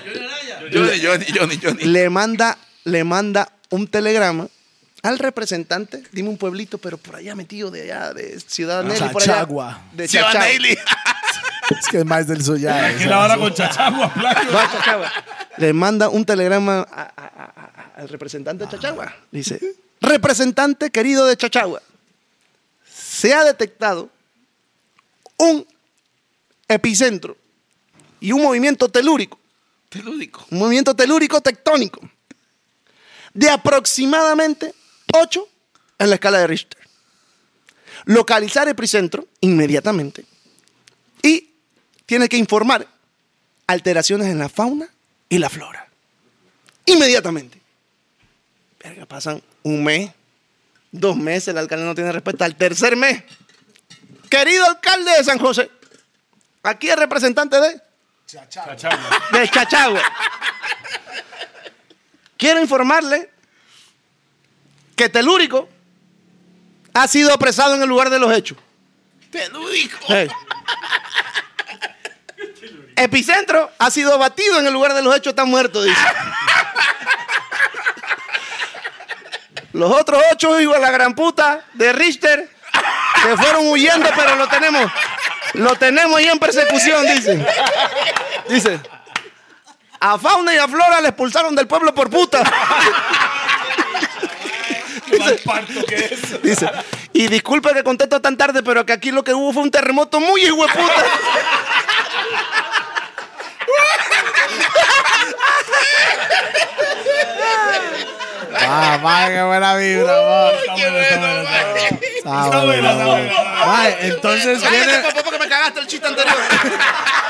Speaker 3: Johnny, Johnny, Johnny, Johnny.
Speaker 5: le manda, le manda un telegrama al representante, dime un pueblito, pero por allá metido de allá, de Ciudad Nelly, por allá.
Speaker 1: Chachagua.
Speaker 5: De
Speaker 3: Se va
Speaker 5: Chachagua.
Speaker 3: Nelly.
Speaker 1: Es que es más del soya.
Speaker 4: Aquí la hora con chachagua, playo.
Speaker 5: Va a Chachagua. Le manda un telegrama a- a- a- a- al representante de Chachagua. Dice, representante querido de Chachagua, se ha detectado un epicentro y un movimiento telúrico,
Speaker 3: Telúrico.
Speaker 5: un movimiento telúrico tectónico de aproximadamente 8 en la escala de Richter. Localizar epicentro inmediatamente y tiene que informar alteraciones en la fauna y la flora. Inmediatamente. Verga, pasan un mes, dos meses, el alcalde no tiene respuesta. Al tercer mes, querido alcalde de San José, aquí el representante de,
Speaker 4: Chachagua.
Speaker 5: de Chachagua. Quiero informarle que Telúrico ha sido apresado en el lugar de los hechos.
Speaker 3: Telúrico.
Speaker 5: Hey. Epicentro ha sido abatido en el lugar de los hechos, está muerto, dice. Los otros ocho hijos de la gran puta de Richter se fueron huyendo, pero lo tenemos. Lo tenemos ahí en persecución, dice. Dice. A Fauna y a Flora le expulsaron del pueblo por puta.
Speaker 4: Qué mal parto que es.
Speaker 5: Dice. Y disculpe que contesto tan tarde, pero que aquí lo que hubo fue un terremoto muy hijueputa.
Speaker 1: Ah, May, qué buena vibra, amor.
Speaker 4: Está bueno, está bueno, está bueno.
Speaker 1: Ah,
Speaker 4: Está
Speaker 1: bueno,
Speaker 4: bueno, está
Speaker 1: bueno.
Speaker 4: bueno.
Speaker 1: Mae, entonces viene,
Speaker 5: porque me cagaste el chiste anterior.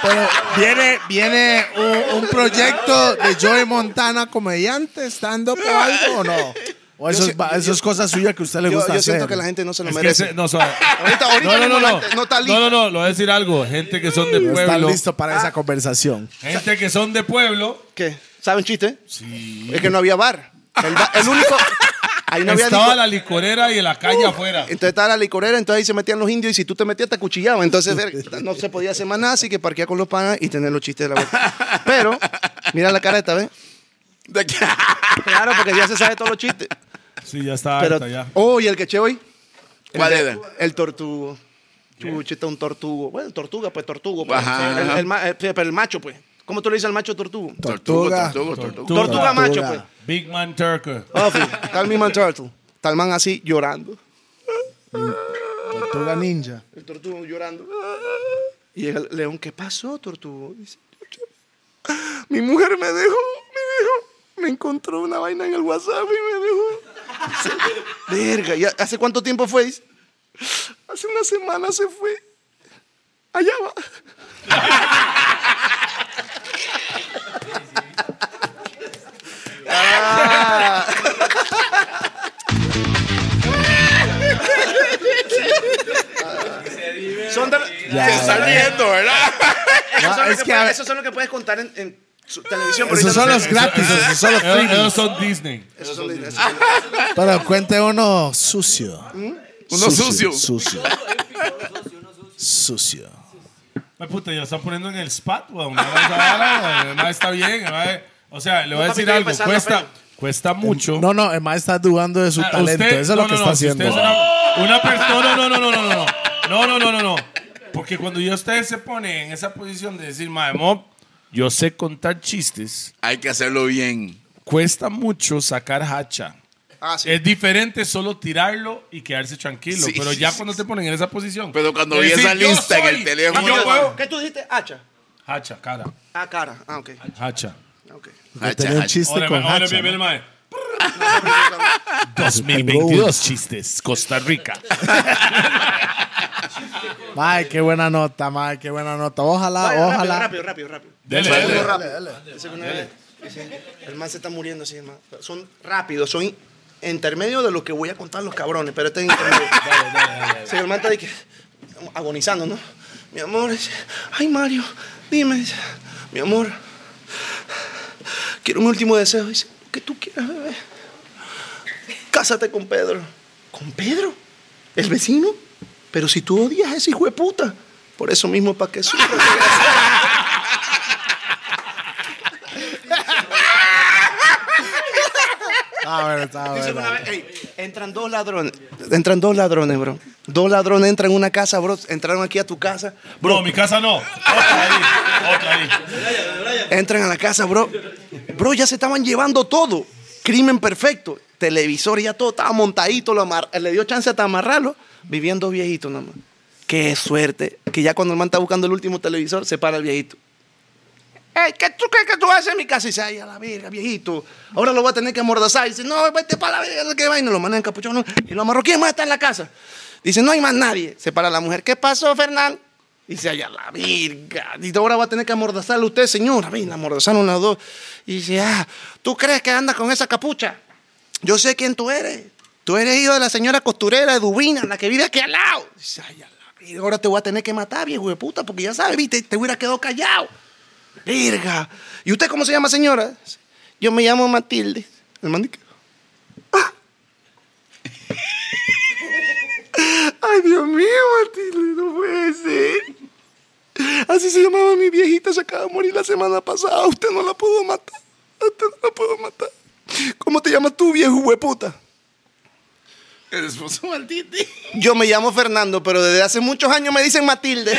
Speaker 1: pero viene, viene un, un proyecto de Joey Montana, comediante, stand-up o algo, ¿o no? O eso, es, ba- eso es cosa suya que a usted le
Speaker 5: Yo,
Speaker 1: gusta
Speaker 5: yo siento
Speaker 1: hacer.
Speaker 5: que la gente no se lo
Speaker 4: Es que
Speaker 5: merece.
Speaker 4: ese- no, suave.
Speaker 5: Ahorita, ahorita
Speaker 4: No, no, no,
Speaker 5: mismo la
Speaker 4: no.
Speaker 5: gente no está lista.
Speaker 4: No, no, no. Lo voy a decir algo. Gente que son de
Speaker 1: No está
Speaker 4: pueblo.
Speaker 1: listo para
Speaker 5: Ah.
Speaker 1: esa conversación.
Speaker 4: Gente que son de pueblo.
Speaker 5: ¿Qué? ¿Saben chiste? Es que no había bar. El, ba- el único. Ahí no había
Speaker 4: Estaba
Speaker 5: licor-
Speaker 4: la licorera y la calle afuera.
Speaker 5: Entonces estaba la licorera, entonces ahí se metían los indios y si tú te metías te acuchillaban. Entonces verga, no se podía hacer más nada, así que parquea con los panas y tener los chistes de la boca. Pero, mira la cara esta vez.
Speaker 3: De que-
Speaker 5: Claro, porque ya se sabe todos los chistes.
Speaker 4: Sí, ya Ah, está
Speaker 5: Pero,
Speaker 4: harta ya.
Speaker 5: oh, ¿y el queche hoy? El
Speaker 3: ¿Cuál
Speaker 5: que-
Speaker 3: era?
Speaker 5: El tortugo. Chucha, está un tortugo. Bueno, tortuga, pues tortugo. pues.
Speaker 3: Ajá,
Speaker 5: Sí, el,
Speaker 3: ajá.
Speaker 5: el ma- eh, pero el macho, pues. ¿Cómo tú le dices al macho tortugo?
Speaker 1: Tortuga.
Speaker 3: Tortuga, tortuga.
Speaker 4: Tortuga.
Speaker 5: Tortuga macho, pues.
Speaker 4: Big Man Turker.
Speaker 5: Ofi, está el mismo turtle. Está el man así llorando.
Speaker 1: Tortuga ninja.
Speaker 5: El tortugo llorando. Y llega el león, ¿qué pasó, tortugo? Dice, "Chucha, mi mujer me dejó, me dejó. Me encontró una vaina en el WhatsApp y me dejó. Verga, ¿y hace cuánto tiempo fue? Dice, hace una semana se fue. Allá va. Son de-
Speaker 1: Ya,
Speaker 3: Se está riendo, ¿verdad?
Speaker 5: esos,
Speaker 1: Ah,
Speaker 5: son los
Speaker 1: es
Speaker 5: que
Speaker 1: que
Speaker 5: puedes-
Speaker 1: a-
Speaker 5: esos son los que puedes contar en, en su televisión. pero
Speaker 1: Esos
Speaker 5: ahorita
Speaker 1: son
Speaker 5: no
Speaker 1: los
Speaker 5: sé.
Speaker 1: gratis, esos son los
Speaker 4: Ellos,
Speaker 1: free.
Speaker 4: ellos son Disney.
Speaker 5: Esos son de- esos- ¿Mm?
Speaker 1: Pero cuente uno sucio.
Speaker 3: Uno sucio.
Speaker 1: Sucio. Sucio.
Speaker 4: Ay, puta, ya lo están poniendo en el spot, weón. Mae, esa vara, weón. Mae, está bien, mae. O sea, le voy a
Speaker 5: papi,
Speaker 4: decir
Speaker 5: estoy
Speaker 4: algo.
Speaker 5: empezando
Speaker 4: Cuesta,
Speaker 5: apenas.
Speaker 4: cuesta mucho.
Speaker 1: No, no, el mae está dudando de su
Speaker 4: Ah,
Speaker 1: talento.
Speaker 4: usted-
Speaker 1: Eso es
Speaker 4: no,
Speaker 1: lo que
Speaker 4: no,
Speaker 1: está
Speaker 4: no, si
Speaker 1: haciendo.
Speaker 4: usted es una, una persona. No, no, no, no, no, no. No, no, no, no, no. Porque cuando ya usted se pone en esa posición de decir, mae, mo, yo sé contar chistes,
Speaker 3: Hay que hacerlo bien.
Speaker 4: cuesta mucho sacar hacha.
Speaker 5: Ah, sí.
Speaker 4: Es diferente solo tirarlo y quedarse tranquilo.
Speaker 3: Sí,
Speaker 4: pero
Speaker 3: sí,
Speaker 4: ya
Speaker 3: sí,
Speaker 4: cuando
Speaker 3: sí.
Speaker 4: te ponen en esa posición.
Speaker 3: Pero cuando
Speaker 4: de
Speaker 3: vi
Speaker 4: decir,
Speaker 3: esa
Speaker 4: "Yo
Speaker 3: lista en
Speaker 4: soy",
Speaker 3: el teléfono-
Speaker 4: y yo puedo-
Speaker 5: ¿Qué tú dijiste? Hacha.
Speaker 4: Hacha, cara.
Speaker 5: Ah, cara. Ah, ok.
Speaker 4: Hacha.
Speaker 5: Ok.
Speaker 3: Hacha,
Speaker 1: Tenía un
Speaker 3: hacha.
Speaker 1: chiste
Speaker 4: Ahora,
Speaker 1: Este con
Speaker 4: ahora,
Speaker 1: hacha,
Speaker 4: viene,
Speaker 1: ¿no?
Speaker 4: mae.
Speaker 1: Road.
Speaker 4: 2022 chistes, Costa Rica.
Speaker 1: Mae, qué buena nota, mae, qué buena nota. Ojalá,
Speaker 5: Vaya,
Speaker 1: Ah, ojalá.
Speaker 5: Rápido, rápido, rápido.
Speaker 4: Dele,
Speaker 3: Vale.
Speaker 4: dele.
Speaker 5: rápido. Ese que una vez- ese- El man se está muriendo así, hermano. Son rápidos, son intermedio de lo que voy a contar los cabrones, pero este es intermedio. O sea, el man está ahí que- agonizando, ¿no? Mi amor, es- ay Mario, dime, es- mi amor, quiero un último deseo. Dice, lo que tú quieras, bebé. Cásate con Pedro. ¿Con Pedro? ¿El vecino? Pero si tú odias a ese hijo de puta, por eso mismo, para que sufra.
Speaker 1: Ah, bueno, está
Speaker 5: Dice
Speaker 1: bueno.
Speaker 5: una vez, "Ey, entran dos ladrones. Entran dos ladrones, bro. Dos ladrones entran en una casa, bro. Entraron aquí a tu casa.
Speaker 4: Bro, mi casa no. Otra ahí, otra ahí.
Speaker 5: Entran a la casa, bro. Bro, ya se estaban llevando todo. Crimen perfecto. Televisor, ya todo estaba montadito. Lo amar- le dio chance hasta amarrarlo. Viviendo viejito nada más. Qué suerte. Que ya cuando el man está buscando el último televisor, se para el viejito. Ey, ¿qué tú crees que tú haces en mi casa? Y dice, ay, a la verga, viejito. Ahora lo voy a tener que amordazar. Y dice, no, vete para la verga, qué vaina. Lo mandan en capuchón. Y lo amarró. ¿Quién más está en la casa? Dice, no hay más nadie. Se para la mujer. ¿Qué pasó, Fernán? Dice, ay, a la verga. Dice, ahora va a tener que amordazarlo usted, señora. Ven, la amordazaron las dos. Y dice, ah, ¿tú crees que andas con esa capucha? Yo sé quién tú eres. Tú eres hijo de la señora costurera de Dubina, la que vive aquí al lado. Dice, ay, a la verga. Ahora te voy a tener que matar, viejo de puta, porque ya sabes, viste, te hubiera quedado callado. Verga. ¿Y usted cómo se llama, señora? Yo me llamo Matilde. El man dice, "Ah". Ay, Dios mío, Matilde, no puede ser. Así se llamaba mi viejita, se acaba de morir la semana pasada. Usted no la pudo matar. Usted no la pudo matar. ¿Cómo te llamas tú, viejo hueputa?
Speaker 3: El esposo maldito.
Speaker 5: Yo me llamo Fernando, pero desde hace muchos años me dicen Matilde.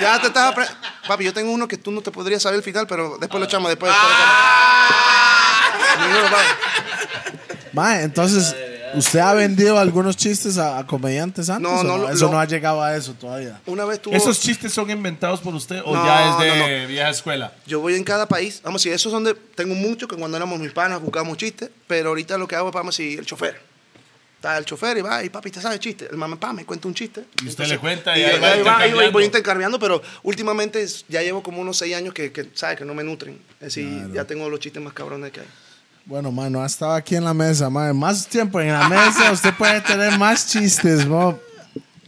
Speaker 5: ya te estás apre- Papi, yo tengo uno que tú no te podrías saber el final, pero después lo echamos después. después lo echamos. Ninguno, papi.
Speaker 1: Mae, entonces, ¿usted ha vendido algunos chistes a, a comediantes antes?
Speaker 5: No,
Speaker 1: o no,
Speaker 5: no, lo-
Speaker 1: eso
Speaker 5: lo-
Speaker 1: no ha llegado a eso todavía.
Speaker 5: Una vez tuvo.
Speaker 4: ¿Esos chistes son inventados por usted o
Speaker 5: No,
Speaker 4: ya es de
Speaker 5: no,
Speaker 4: vieja escuela?
Speaker 5: Yo voy en cada país. Vamos, si eso es donde tengo mucho, que cuando éramos mis panas buscábamos chistes, pero ahorita lo que hago es, vamos, si el chofer. Está el chofer y va, y papi, ¿te sabe chiste? El mamá, pa, me cuenta un chiste.
Speaker 4: Y usted le cuenta y
Speaker 5: ahí
Speaker 4: ahí va
Speaker 5: va, y voy-
Speaker 4: intercambiando.
Speaker 5: voy intercambiando, pero últimamente es- ya llevo como unos seis años que, que ¿sabes? Que no me nutren. Es decir, ya tengo los chistes más cabrones que hay.
Speaker 1: Bueno, mae, no ha estado aquí en la mesa, mae. Más tiempo en la mesa, usted puede tener más chistes, mo.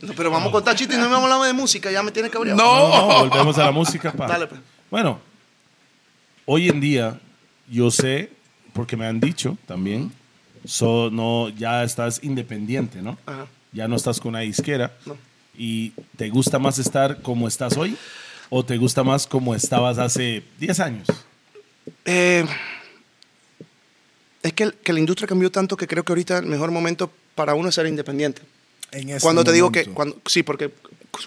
Speaker 5: No, pero vamos a contar chistes y no vamos a hablar de música, ya me tiene cabreado.
Speaker 4: No, no, volvemos a la música. pa.
Speaker 5: Oh. Dale, pues.
Speaker 4: Bueno, hoy en día yo sé, porque me han dicho también, so, no, ya estás independiente, ¿no?
Speaker 5: Ajá.
Speaker 4: Ya no estás con una disquera.
Speaker 5: No.
Speaker 4: ¿Y te gusta más estar como estás hoy o te gusta más como estabas hace 10 años?
Speaker 5: Eh, es que, el- que la industria cambió tanto que creo que ahorita el mejor momento para uno es ser independiente.
Speaker 1: En este
Speaker 5: cuando te digo que,
Speaker 1: momento.
Speaker 5: cuando, sí, porque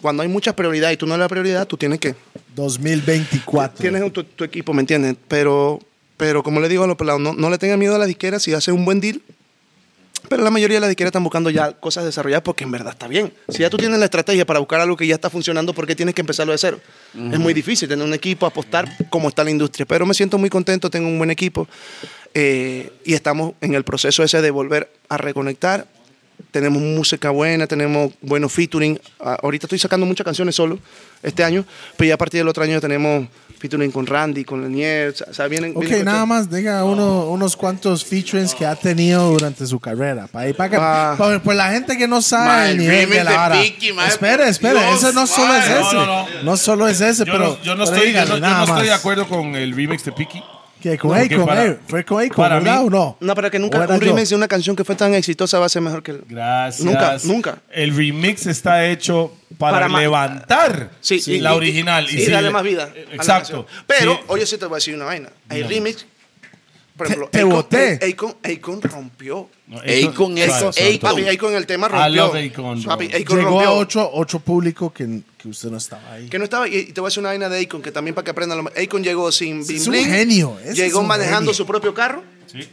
Speaker 5: cuando hay muchas prioridades y tú no eres la prioridad, tú tienes que...
Speaker 1: 2024.
Speaker 5: Tienes un- tu, tu equipo, ¿me entiendes? Pero, pero como le digo a los pelados, no, no le tengan miedo a las disqueras si hacen un buen deal. Pero la mayoría de las disqueras están buscando ya cosas desarrolladas porque en verdad está bien. Si ya tú tienes la estrategia para buscar algo que ya está funcionando, ¿por qué tienes que empezarlo de cero? Es muy difícil tener un equipo, apostar como está la industria. Pero me siento muy contento, tengo un buen equipo eh, y estamos en el proceso ese de volver a reconectar tenemos música buena, tenemos buenos featuring. Ah, Ahorita estoy sacando muchas canciones solo este año, pero ya a partir del otro año tenemos featuring con Randy, con Lanier, o sea, vienen...
Speaker 1: Ok,
Speaker 5: vienen
Speaker 1: nada más, diga uno, unos cuantos featurings que ha tenido durante su carrera. Para
Speaker 5: Ah.
Speaker 1: pues la gente que no sabe
Speaker 3: Ma, el
Speaker 1: el nivel
Speaker 3: remix
Speaker 1: de
Speaker 3: de
Speaker 1: la vara.
Speaker 3: Piqui, ma.
Speaker 1: Espera, espera,
Speaker 3: Dios,
Speaker 1: ese no solo
Speaker 3: ma.
Speaker 1: es
Speaker 3: No,
Speaker 1: ese.
Speaker 4: no,
Speaker 1: No,
Speaker 4: no.
Speaker 1: solo es ese,
Speaker 4: Yo,
Speaker 1: pero.
Speaker 4: no, yo no
Speaker 1: pero
Speaker 4: estoy, yo
Speaker 1: dígale
Speaker 4: no- yo
Speaker 1: nada
Speaker 4: no estoy de
Speaker 1: más.
Speaker 4: acuerdo con el remix de Piki.
Speaker 1: Que con
Speaker 4: No, que
Speaker 1: Akon,
Speaker 4: para-
Speaker 1: eh, fue con Akon,
Speaker 4: para
Speaker 1: ¿verdad
Speaker 4: mí-
Speaker 1: o no?
Speaker 5: No, pero que nunca
Speaker 1: ¿O era
Speaker 5: un
Speaker 1: yo?
Speaker 5: remix de una canción que fue tan exitosa va a ser mejor que el...
Speaker 4: Gracias.
Speaker 5: Nunca, nunca.
Speaker 4: El remix está hecho para,
Speaker 5: Para ma-
Speaker 4: levantar
Speaker 5: Sí, y-
Speaker 4: la
Speaker 5: y-
Speaker 4: original. eh,
Speaker 5: Y, darle más vida. a la
Speaker 4: Exacto.
Speaker 5: canción. Pero,
Speaker 4: Sí.
Speaker 5: oye, sí te voy a decir una vaina. Hay remix. Por
Speaker 1: Te-
Speaker 5: ejemplo,
Speaker 1: te
Speaker 5: Akon-
Speaker 1: boté.
Speaker 5: Akon- Akon rompió.
Speaker 4: No,
Speaker 3: Akon es-
Speaker 4: Claro, exacto.
Speaker 3: Akon.
Speaker 5: Papi, Akon el tema
Speaker 4: I
Speaker 5: rompió.
Speaker 4: love Akon, bro.
Speaker 5: Papi, Akon
Speaker 1: Llegó
Speaker 5: rompió.
Speaker 1: a otro, otro público que, que usted no estaba ahí.
Speaker 5: Que no estaba, y y te voy a decir una vaina de Akon, que también para que aprendan. lo- Akon llegó sin bling
Speaker 1: es un genio, ese
Speaker 5: Llegó
Speaker 1: es un
Speaker 5: manejando
Speaker 1: genio.
Speaker 5: su propio carro.
Speaker 4: Sí.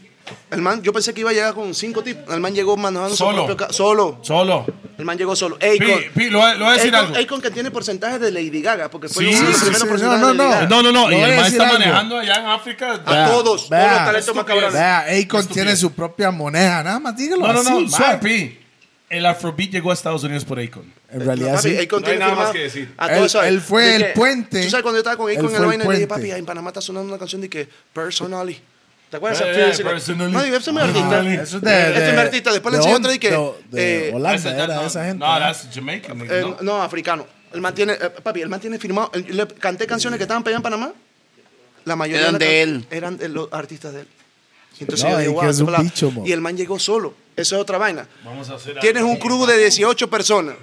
Speaker 5: El man, yo pensé que iba a llegar con cinco tipos. El man llegó manejando
Speaker 4: Solo.
Speaker 5: su propio carro. Solo.
Speaker 4: Solo.
Speaker 5: El man llegó solo. Akon.
Speaker 4: Pi, pi, lo, voy- lo voy a decir
Speaker 5: Akon-
Speaker 4: algo.
Speaker 5: Akon que tiene porcentajes de Lady Gaga, porque fue
Speaker 4: Sí,
Speaker 5: uno de los
Speaker 4: sí,
Speaker 5: primeros
Speaker 1: sí,
Speaker 5: porcentajes
Speaker 1: no,
Speaker 5: de
Speaker 1: no,
Speaker 5: Lady
Speaker 1: no.
Speaker 5: Gaga.
Speaker 4: No, no, no.
Speaker 1: Lo
Speaker 4: Y
Speaker 1: voy a
Speaker 4: el man
Speaker 1: decir
Speaker 4: está
Speaker 1: algo.
Speaker 4: manejando allá en África.
Speaker 5: A todos, todos
Speaker 1: vea,
Speaker 5: los talentos más
Speaker 4: estupidez.
Speaker 5: cabrones.
Speaker 1: Vea, Akon
Speaker 4: Estupidez.
Speaker 1: tiene su propia moneda, nada más dígalo
Speaker 4: No, no,
Speaker 1: así,
Speaker 4: no.
Speaker 1: suave.
Speaker 4: Ma, pi, el Afrobeat llegó a Estados Unidos por Akon.
Speaker 1: En realidad
Speaker 5: Papi,
Speaker 1: sí.
Speaker 5: Akon
Speaker 4: No
Speaker 5: tiene
Speaker 4: hay nada
Speaker 5: firmado
Speaker 4: más que decir.
Speaker 5: a todo
Speaker 1: Él-
Speaker 5: eso.
Speaker 1: él fue
Speaker 5: De
Speaker 1: el
Speaker 5: que-
Speaker 1: puente.
Speaker 5: Tú sabes cuando yo estaba con
Speaker 1: Él
Speaker 5: Akon en
Speaker 1: fue
Speaker 5: la
Speaker 1: el
Speaker 5: vaina, le dije,
Speaker 1: puente.
Speaker 5: papi, en Panamá está sonando una canción de que Personally. ¿Te acuerdas?
Speaker 4: Eh,
Speaker 5: Fui a
Speaker 4: eh,
Speaker 5: decirle,
Speaker 4: Personally.
Speaker 5: No, eso es mi
Speaker 4: Personally.
Speaker 5: artista.
Speaker 1: Eso es
Speaker 5: Eh,
Speaker 1: de,
Speaker 5: este
Speaker 1: de,
Speaker 5: es mi artista. Después
Speaker 1: de
Speaker 5: le enseñé
Speaker 1: Hon-
Speaker 5: otro y que.
Speaker 1: De, de
Speaker 5: eh,
Speaker 1: Holanda
Speaker 4: Esa-
Speaker 1: era
Speaker 4: no,
Speaker 1: esa gente.
Speaker 4: No,
Speaker 1: ¿verdad?
Speaker 4: that's Jamaican. nigga,
Speaker 5: eh,
Speaker 4: no.
Speaker 5: No, africano. El man tiene, eh, papi, el man tiene firmado. eh, Le canté canciones que estaban pegadas en Panamá. La mayoría
Speaker 3: Eran
Speaker 5: la
Speaker 3: de
Speaker 5: can-
Speaker 3: él.
Speaker 5: Eran de los artistas de él. Y Entonces
Speaker 1: No,
Speaker 5: yo
Speaker 1: y
Speaker 5: dije,
Speaker 1: que
Speaker 5: wow,
Speaker 1: es
Speaker 5: qué
Speaker 1: un
Speaker 5: pelado.
Speaker 1: bicho, mo.
Speaker 5: y el man llegó solo. Eso es otra vaina.
Speaker 4: Vamos a hacer
Speaker 5: Tienes un crew de 18 personas.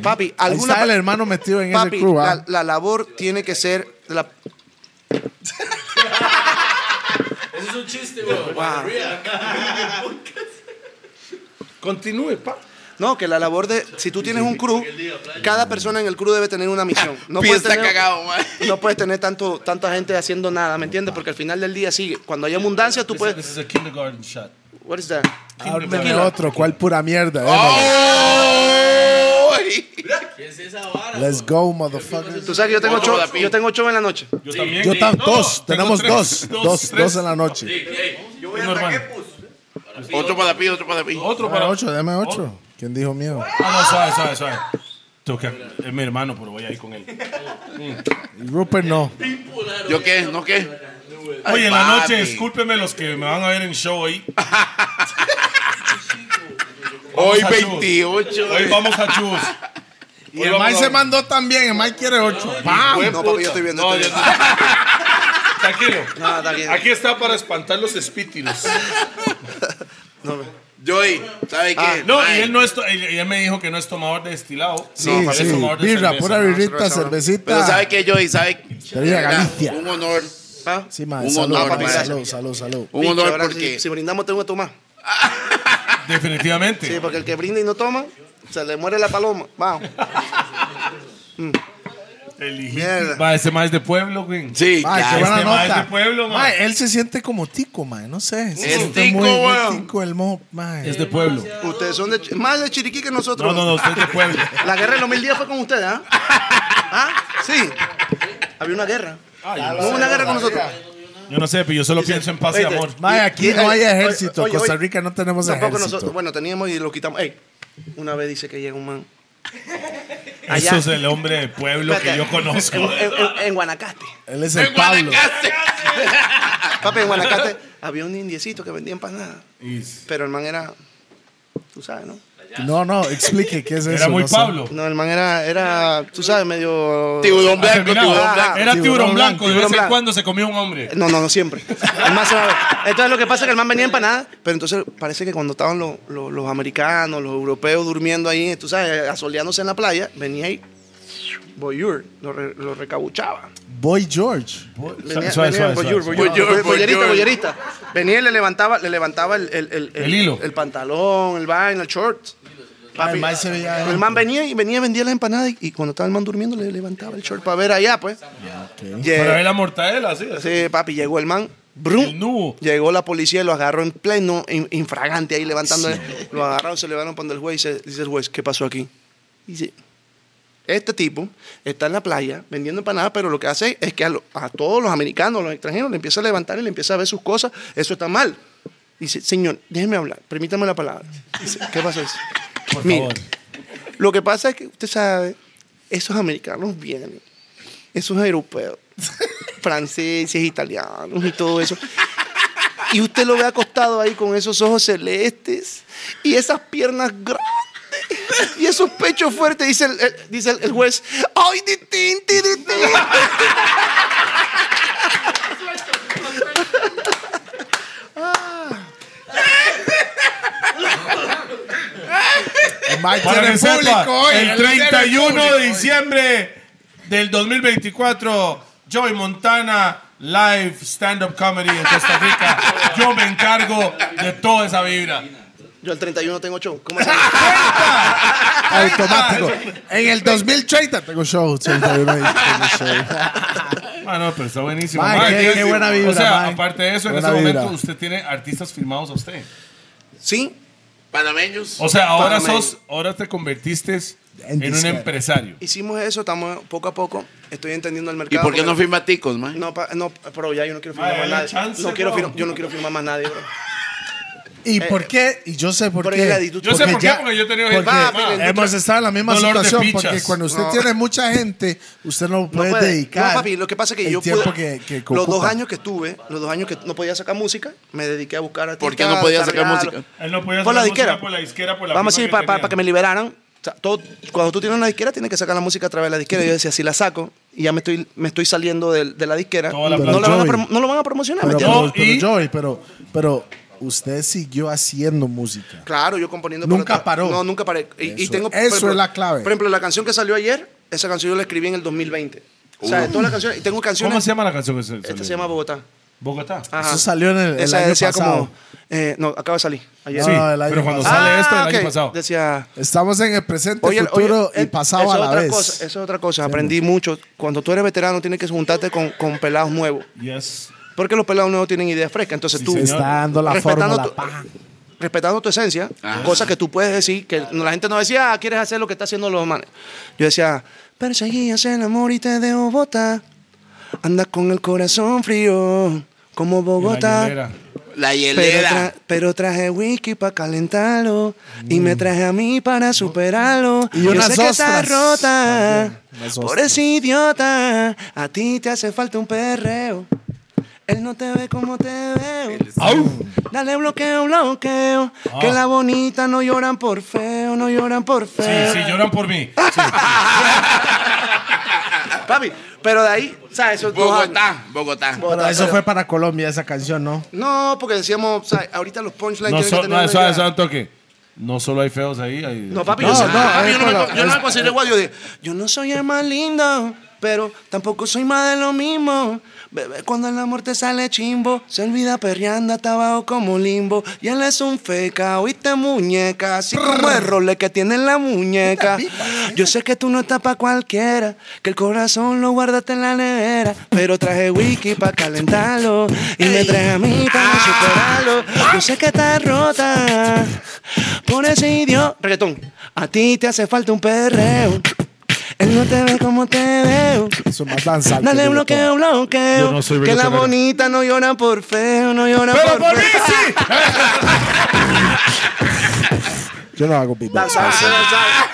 Speaker 5: Papi,
Speaker 1: Ahí
Speaker 5: alguna.
Speaker 1: está el
Speaker 5: pa-
Speaker 1: hermano metido en
Speaker 5: Papi,
Speaker 1: ese crew. ah.
Speaker 5: la, la labor tiene que ser la.
Speaker 9: Eso es un chiste, güey.
Speaker 4: Continúe, pa.
Speaker 5: No, que la labor de. Si tú tienes un crew, cada persona en el crew debe tener una misión. No
Speaker 3: Pi
Speaker 5: puedes
Speaker 3: está
Speaker 5: tener,
Speaker 3: cagado, man.
Speaker 5: no puedes tener tanto, tanta gente haciendo nada, ¿me entiendes? Porque al final del día sigue. Cuando hay abundancia, tú
Speaker 4: This,
Speaker 5: puedes.
Speaker 4: this is a kindergarten shot.
Speaker 5: What is that?
Speaker 1: Ábreme otro, cuál pura mierda. eh,
Speaker 3: ¡Oh!
Speaker 9: ¿Qué es esa vara?
Speaker 1: no. Let's go, motherfucker.
Speaker 5: Tú sabes que yo tengo
Speaker 3: Otro
Speaker 5: show,
Speaker 3: lapín.
Speaker 5: yo tengo show en la noche.
Speaker 4: Yo también.
Speaker 1: Yo
Speaker 4: Sí.
Speaker 1: tam-
Speaker 4: No,
Speaker 1: dos,
Speaker 4: tengo
Speaker 1: tenemos
Speaker 4: tres,
Speaker 1: dos, dos,
Speaker 4: tres.
Speaker 1: dos en la noche.
Speaker 7: Yo voy
Speaker 4: Es
Speaker 7: hasta
Speaker 4: normal.
Speaker 7: Quepus.
Speaker 3: Otro para la pi, otro para la pi.
Speaker 4: Otro
Speaker 1: Dame
Speaker 4: para
Speaker 1: ocho, dame ocho. ¿Quién dijo mío?
Speaker 4: Ah, no, suave, suave, suave. Tengo que- es mi hermano, pero voy a ir con él.
Speaker 1: Rupert no.
Speaker 3: ¿Yo qué? ¿No qué?
Speaker 4: Oye, en la noche,
Speaker 3: papi.
Speaker 4: discúlpeme los que me van a ver en show hoy.
Speaker 3: Hoy
Speaker 4: a
Speaker 3: 28.
Speaker 4: Hoy vamos a Chus.
Speaker 1: Y el Mike se mandó también, el Mike quiere ocho. ¡Pam!
Speaker 5: No, papi, yo estoy viendo. Ah,
Speaker 4: No,
Speaker 5: estoy
Speaker 4: yo-
Speaker 5: viendo.
Speaker 4: Tranquilo.
Speaker 5: No, está bien.
Speaker 4: Aquí está para espantar los espíritus.
Speaker 3: Joy, ¿sabe qué?
Speaker 4: Ah, No,
Speaker 3: Mae,
Speaker 4: y él no es. to- Él, él me dijo que no es tomador de destilado.
Speaker 1: Sí,
Speaker 4: No, él es
Speaker 1: sí.
Speaker 4: tomador de
Speaker 1: Birra,
Speaker 4: cerveza.
Speaker 1: pura birrita,
Speaker 5: cerveza, no.
Speaker 3: Pero
Speaker 1: cervecita.
Speaker 3: ¿sabe qué, Joy? ¿Sabe?
Speaker 1: Sería
Speaker 3: De verdad,
Speaker 1: Galicia.
Speaker 3: Un honor.
Speaker 5: Ah,
Speaker 1: Sí, mae,
Speaker 3: Un
Speaker 1: salud,
Speaker 3: honor,
Speaker 1: mae,
Speaker 3: mae.
Speaker 1: salud, salud, salud.
Speaker 3: Un
Speaker 5: picho,
Speaker 3: honor
Speaker 5: ahora
Speaker 3: porque
Speaker 5: Si, si brindamos, tengo que tomar.
Speaker 4: Definitivamente.
Speaker 5: Sí, porque el que brinda y no toma, se le muere la paloma. Vamos.
Speaker 4: El hijito.
Speaker 5: Mierda.
Speaker 4: Va, ese más de pueblo, güey.
Speaker 3: Sí,
Speaker 1: Mae,
Speaker 3: claro.
Speaker 1: qué buena
Speaker 4: este mae es
Speaker 1: nota.
Speaker 4: de pueblo, mae.
Speaker 1: Mae, él se siente como tico, mae, no sé. Se
Speaker 3: Es
Speaker 1: siente
Speaker 3: tico,
Speaker 1: muy- muy
Speaker 3: weón.
Speaker 1: tico el mo, mae.
Speaker 4: Es de pueblo.
Speaker 5: Ustedes son de, Chi- más de Chiriquí que nosotros.
Speaker 4: No, no, no, usted es de pueblo.
Speaker 5: La guerra del 2010 fue con ustedes, ¿ah? ¿Ah? Sí. Había una guerra. no hubo una guerra con nosotros.
Speaker 4: Yo no sé, pero yo solo pienso en paz y
Speaker 5: oye,
Speaker 4: amor.
Speaker 1: Mae, aquí
Speaker 5: Y-
Speaker 1: no hay
Speaker 5: oye,
Speaker 1: ejército.
Speaker 5: oye, oye.
Speaker 1: Costa Rica no tenemos
Speaker 5: Tampoco
Speaker 1: ejército.
Speaker 5: nosotros. Bueno, teníamos y lo quitamos. Ey, una vez dice que llega un man.
Speaker 4: Eso es el hombre de pueblo que yo conozco.
Speaker 5: En,
Speaker 1: Eh,
Speaker 5: en- en- en Guanacaste.
Speaker 1: Él es el Pablo.
Speaker 5: Papi, en Guanacaste había un indiecito que vendía empanadas. Pero el man era. Tú sabes, ¿no?
Speaker 1: No, no, explique qué es eso.
Speaker 4: Era muy
Speaker 1: no sé.
Speaker 4: Pablo.
Speaker 5: No, el man era, era tú sabes, medio.
Speaker 3: Tiburón
Speaker 4: Ah,
Speaker 3: blanco,
Speaker 4: terminado.
Speaker 3: tiburón
Speaker 5: Ah,
Speaker 3: blanco.
Speaker 4: Era tiburón
Speaker 1: Tiburón
Speaker 4: blanco. De
Speaker 5: blanco.
Speaker 4: vez en
Speaker 5: Tiburón
Speaker 4: cuando se comía un hombre.
Speaker 5: No, no, no siempre. El man se va a ver. Entonces lo que pasa es que el man venía empanada, pero entonces parece que cuando estaban los, los- los americanos, los europeos durmiendo ahí, tú sabes, asoleándose en la playa, venía y boyur, lo, re- lo recabuchaba.
Speaker 1: Boy George.
Speaker 5: Venía,
Speaker 4: Suave,
Speaker 5: venía
Speaker 4: suave,
Speaker 5: boyur,
Speaker 4: suave,
Speaker 5: boyur, boy-
Speaker 3: suave.
Speaker 5: boyerita,
Speaker 3: Boyur.
Speaker 5: boyerita. Venía y le levantaba, le levantaba el, el, el,
Speaker 4: El hilo.
Speaker 5: el pantalón, el vaina, el short.
Speaker 1: Ah, el mae se veía-
Speaker 5: El man venía y venía, vendía la empanada y, y cuando estaba el man durmiendo le levantaba el short para ver allá, pues. Yeah.
Speaker 4: Para ver la mortadela, sí. así.
Speaker 5: Sí, papi, llegó el man. brum,
Speaker 4: El nubo.
Speaker 5: Llegó la policía y lo agarró en pleno, in- infragante, ahí levantándole. Lo agarraron, se le van para el juez y se- dice el juez, ¿qué pasó aquí? Dice, este tipo está en la playa vendiendo empanadas, pero lo que hace es que a, lo- a todos los americanos, los extranjeros, le empieza a levantar y le empieza a ver sus cosas. Eso está mal. Dice, señor, déjeme hablar, permítame la palabra. Dice, ¿Qué pasa? Dice, "Mire, Lo que pasa es que usted sabe, esos americanos vienen, esos europeos, franceses, italianos y todo eso. Y usted lo ve acostado ahí con esos ojos celestes y esas piernas grandes y esos pechos fuertes. Dice el, el- dice el, el juez, ¡ay, ditín, tiritín!
Speaker 1: Mike
Speaker 4: Para
Speaker 1: tiene
Speaker 4: que sepa,
Speaker 1: público hoy.
Speaker 4: el
Speaker 1: él tiene
Speaker 4: 31 de
Speaker 1: público.
Speaker 4: diciembre del 2024, Joy Montana Live Stand Up Comedy en Costa Rica. Yo me encargo de toda esa vibra.
Speaker 5: Yo el 31 tengo show. ¿Cómo se
Speaker 1: Automático. En el 2030 tengo show. sí, tengo show.
Speaker 4: Ah, no, pero está buenísimo.
Speaker 1: Mae,
Speaker 4: Mae,
Speaker 1: qué-
Speaker 4: tiene-
Speaker 1: qué buena
Speaker 4: O
Speaker 1: vibra,
Speaker 4: sea,
Speaker 1: mae.
Speaker 4: aparte de eso, en
Speaker 1: Buena
Speaker 4: este
Speaker 1: vibra.
Speaker 4: momento usted tiene artistas firmados a usted.
Speaker 5: Sí,
Speaker 3: Panameños.
Speaker 4: ah. O sea, ahora
Speaker 5: Panameño.
Speaker 4: sos, ahora te convertiste en,
Speaker 1: En
Speaker 4: un
Speaker 1: disquera.
Speaker 4: empresario.
Speaker 5: hicimos eso, estamos poco a poco, estoy entendiendo el
Speaker 3: ¿Y
Speaker 5: mercado.
Speaker 3: por qué no
Speaker 5: porque-
Speaker 3: firma ticos, man?
Speaker 5: No, pa- no, pero ya yo no quiero firmar
Speaker 4: Ay,
Speaker 5: más
Speaker 4: dale
Speaker 5: nadie.
Speaker 4: chance,
Speaker 5: no quiero
Speaker 4: bro.
Speaker 5: firmar- yo no quiero firmar más nadie, bro.
Speaker 1: ¿Y
Speaker 5: Eh,
Speaker 1: por qué? Y yo sé por
Speaker 5: porque
Speaker 1: qué.
Speaker 5: la actitud-
Speaker 4: Yo sé por qué, porque yo he tenido gente-
Speaker 5: Va, miren, yo
Speaker 1: hemos estado en la misma
Speaker 4: Dolor de
Speaker 1: situación.
Speaker 4: pichas.
Speaker 1: Porque cuando usted
Speaker 5: No.
Speaker 1: tiene mucha gente, usted no puede, dedicar.
Speaker 5: No, papi, lo que pasa es que
Speaker 1: el
Speaker 5: yo
Speaker 1: tiempo que-
Speaker 5: pude-
Speaker 1: que
Speaker 5: los dos
Speaker 1: ocupa.
Speaker 5: años que estuve, los dos años que no podía sacar música, me dediqué a buscar artistas.
Speaker 3: ¿Por qué no podía sacar
Speaker 5: desarrollarlo.
Speaker 3: música?
Speaker 4: Él no podía
Speaker 5: Por la
Speaker 4: sacar música
Speaker 5: disquera.
Speaker 4: Por la disquera, por la
Speaker 5: Vamos a
Speaker 4: firma
Speaker 5: decir, para
Speaker 4: tenía.
Speaker 5: que me liberaran. O sea, todo- cuando tú tienes una disquera, tienes que sacar la música a través de la disquera. Yo decía, si la saco y ya me estoy, me estoy saliendo del- de, la disquera,
Speaker 4: Toda la
Speaker 5: no,
Speaker 1: plata.
Speaker 5: la van a
Speaker 1: Joey.
Speaker 5: prom- no lo van a promocionar. ¿me
Speaker 1: Pero,
Speaker 5: entiendes?
Speaker 4: No,
Speaker 1: pero, pero,
Speaker 4: y-
Speaker 1: Joey, pero, pero usted siguió haciendo música.
Speaker 5: Claro, yo componiendo.
Speaker 1: Nunca
Speaker 5: otra-
Speaker 1: paró.
Speaker 5: No, nunca paré. Y, y
Speaker 1: Eso-
Speaker 5: tengo, por
Speaker 1: eso es la clave.
Speaker 5: Por ejemplo, la canción que salió ayer, esa canción yo la escribí en el 2020. O sea, todas las canciones. Y tengo canciones.
Speaker 4: ¿Cómo se llama la canción que se
Speaker 5: Esta
Speaker 4: salió?
Speaker 5: se llama Bogotá.
Speaker 4: Bogotá.
Speaker 5: Ajá.
Speaker 1: Eso salió en el- el
Speaker 5: Esa
Speaker 1: año
Speaker 5: decía
Speaker 1: pasado.
Speaker 5: como. eh, no, acaba de salir. Ayer.
Speaker 4: Sí,
Speaker 1: Ah, el año
Speaker 4: pero cuando
Speaker 1: pasado.
Speaker 4: sale esto, el
Speaker 5: ok.
Speaker 4: año pasado.
Speaker 5: Decía.
Speaker 1: Estamos en el presente,
Speaker 5: Oye,
Speaker 1: futuro
Speaker 5: oye,
Speaker 1: y pasado
Speaker 5: esa
Speaker 1: a
Speaker 5: es
Speaker 1: la
Speaker 5: otra
Speaker 1: vez.
Speaker 5: cosa, esa es otra cosa. Aprendí mucho. Cuando tú eres veterano, tienes que juntarte con, con pelados nuevos.
Speaker 4: Yes.
Speaker 5: Porque los pelados nuevos tienen ideas frescas. Entonces tú.
Speaker 1: Se está dando la
Speaker 5: respetando
Speaker 1: fórmula.
Speaker 5: tu-
Speaker 1: pa.
Speaker 5: respetando tu esencia, cosas que tú puedes decir, que no- la gente no decía, ah, quieres hacer lo que está haciendo los manes. Yo decía, perseguías el amor y te debo botar. Anda con el corazón frío, como
Speaker 4: La
Speaker 5: Bogotá.
Speaker 4: hielera.
Speaker 3: La
Speaker 5: Pero,
Speaker 3: hielera.
Speaker 5: tra- pero traje whisky para calentarlo y me traje a mí para superarlo.
Speaker 1: Mm. Y
Speaker 5: Yo
Speaker 1: unas
Speaker 5: sé que estás
Speaker 1: ostras.
Speaker 5: rota,
Speaker 1: También, unas
Speaker 5: por
Speaker 1: ostras.
Speaker 5: ese idiota. A ti te hace falta un perreo. Él no te ve como te veo. Dale bloqueo, bloqueo. Que la bonita no lloran por feo, no lloran por
Speaker 4: Ah. Sí,
Speaker 5: feo.
Speaker 4: sí, lloran por mí. Sí.
Speaker 5: Papi, pero de ahí, ¿sabes? Esos dos años.
Speaker 4: Ah.
Speaker 3: Bogotá, Bogotá.
Speaker 1: Pero
Speaker 5: Bogotá,
Speaker 1: eso
Speaker 5: pero-
Speaker 1: fue para Colombia, esa canción, ¿no?
Speaker 5: No, porque decíamos, ¿sabes? ahorita los punchlines
Speaker 4: No,
Speaker 5: tienen
Speaker 4: so,
Speaker 5: que
Speaker 4: no,
Speaker 5: tener.
Speaker 4: eso,
Speaker 5: una idea.
Speaker 4: eso, un toque. No solo hay feos ahí. Hay,
Speaker 5: No, papi,
Speaker 1: No,
Speaker 5: yo, soy-
Speaker 1: no,
Speaker 4: Ah,
Speaker 5: papi,
Speaker 1: es
Speaker 5: yo no, me,
Speaker 1: para-
Speaker 5: yo no
Speaker 1: es-
Speaker 5: me considero igual. Yo digo, yo no soy el más lindo, pero tampoco soy más de lo mismo. Bebé, cuando el amor te sale chimbo, se olvida perreando hasta abajo como limbo. Y él es un feca, oíste muñeca, así como el role que tiene en la muñeca. Yo sé que tú no estás pa' cualquiera, que el corazón lo guardaste en la nevera. Pero traje wiki pa' calentarlo, y me traje a mí para superarlo. Yo sé que estás rota, por ese idiota. Reggaetón, a ti te hace falta un perreo. Él no te ve como te veo.
Speaker 1: Eso es más danzante.
Speaker 5: Dale
Speaker 1: digo
Speaker 5: bloqueo, bloqueo.
Speaker 4: Yo no soy
Speaker 5: que la
Speaker 4: reggaetonero.
Speaker 5: bonita no llora por feo, no llora por, feo.
Speaker 1: todo. Yo no hago beatbox.
Speaker 4: Ah,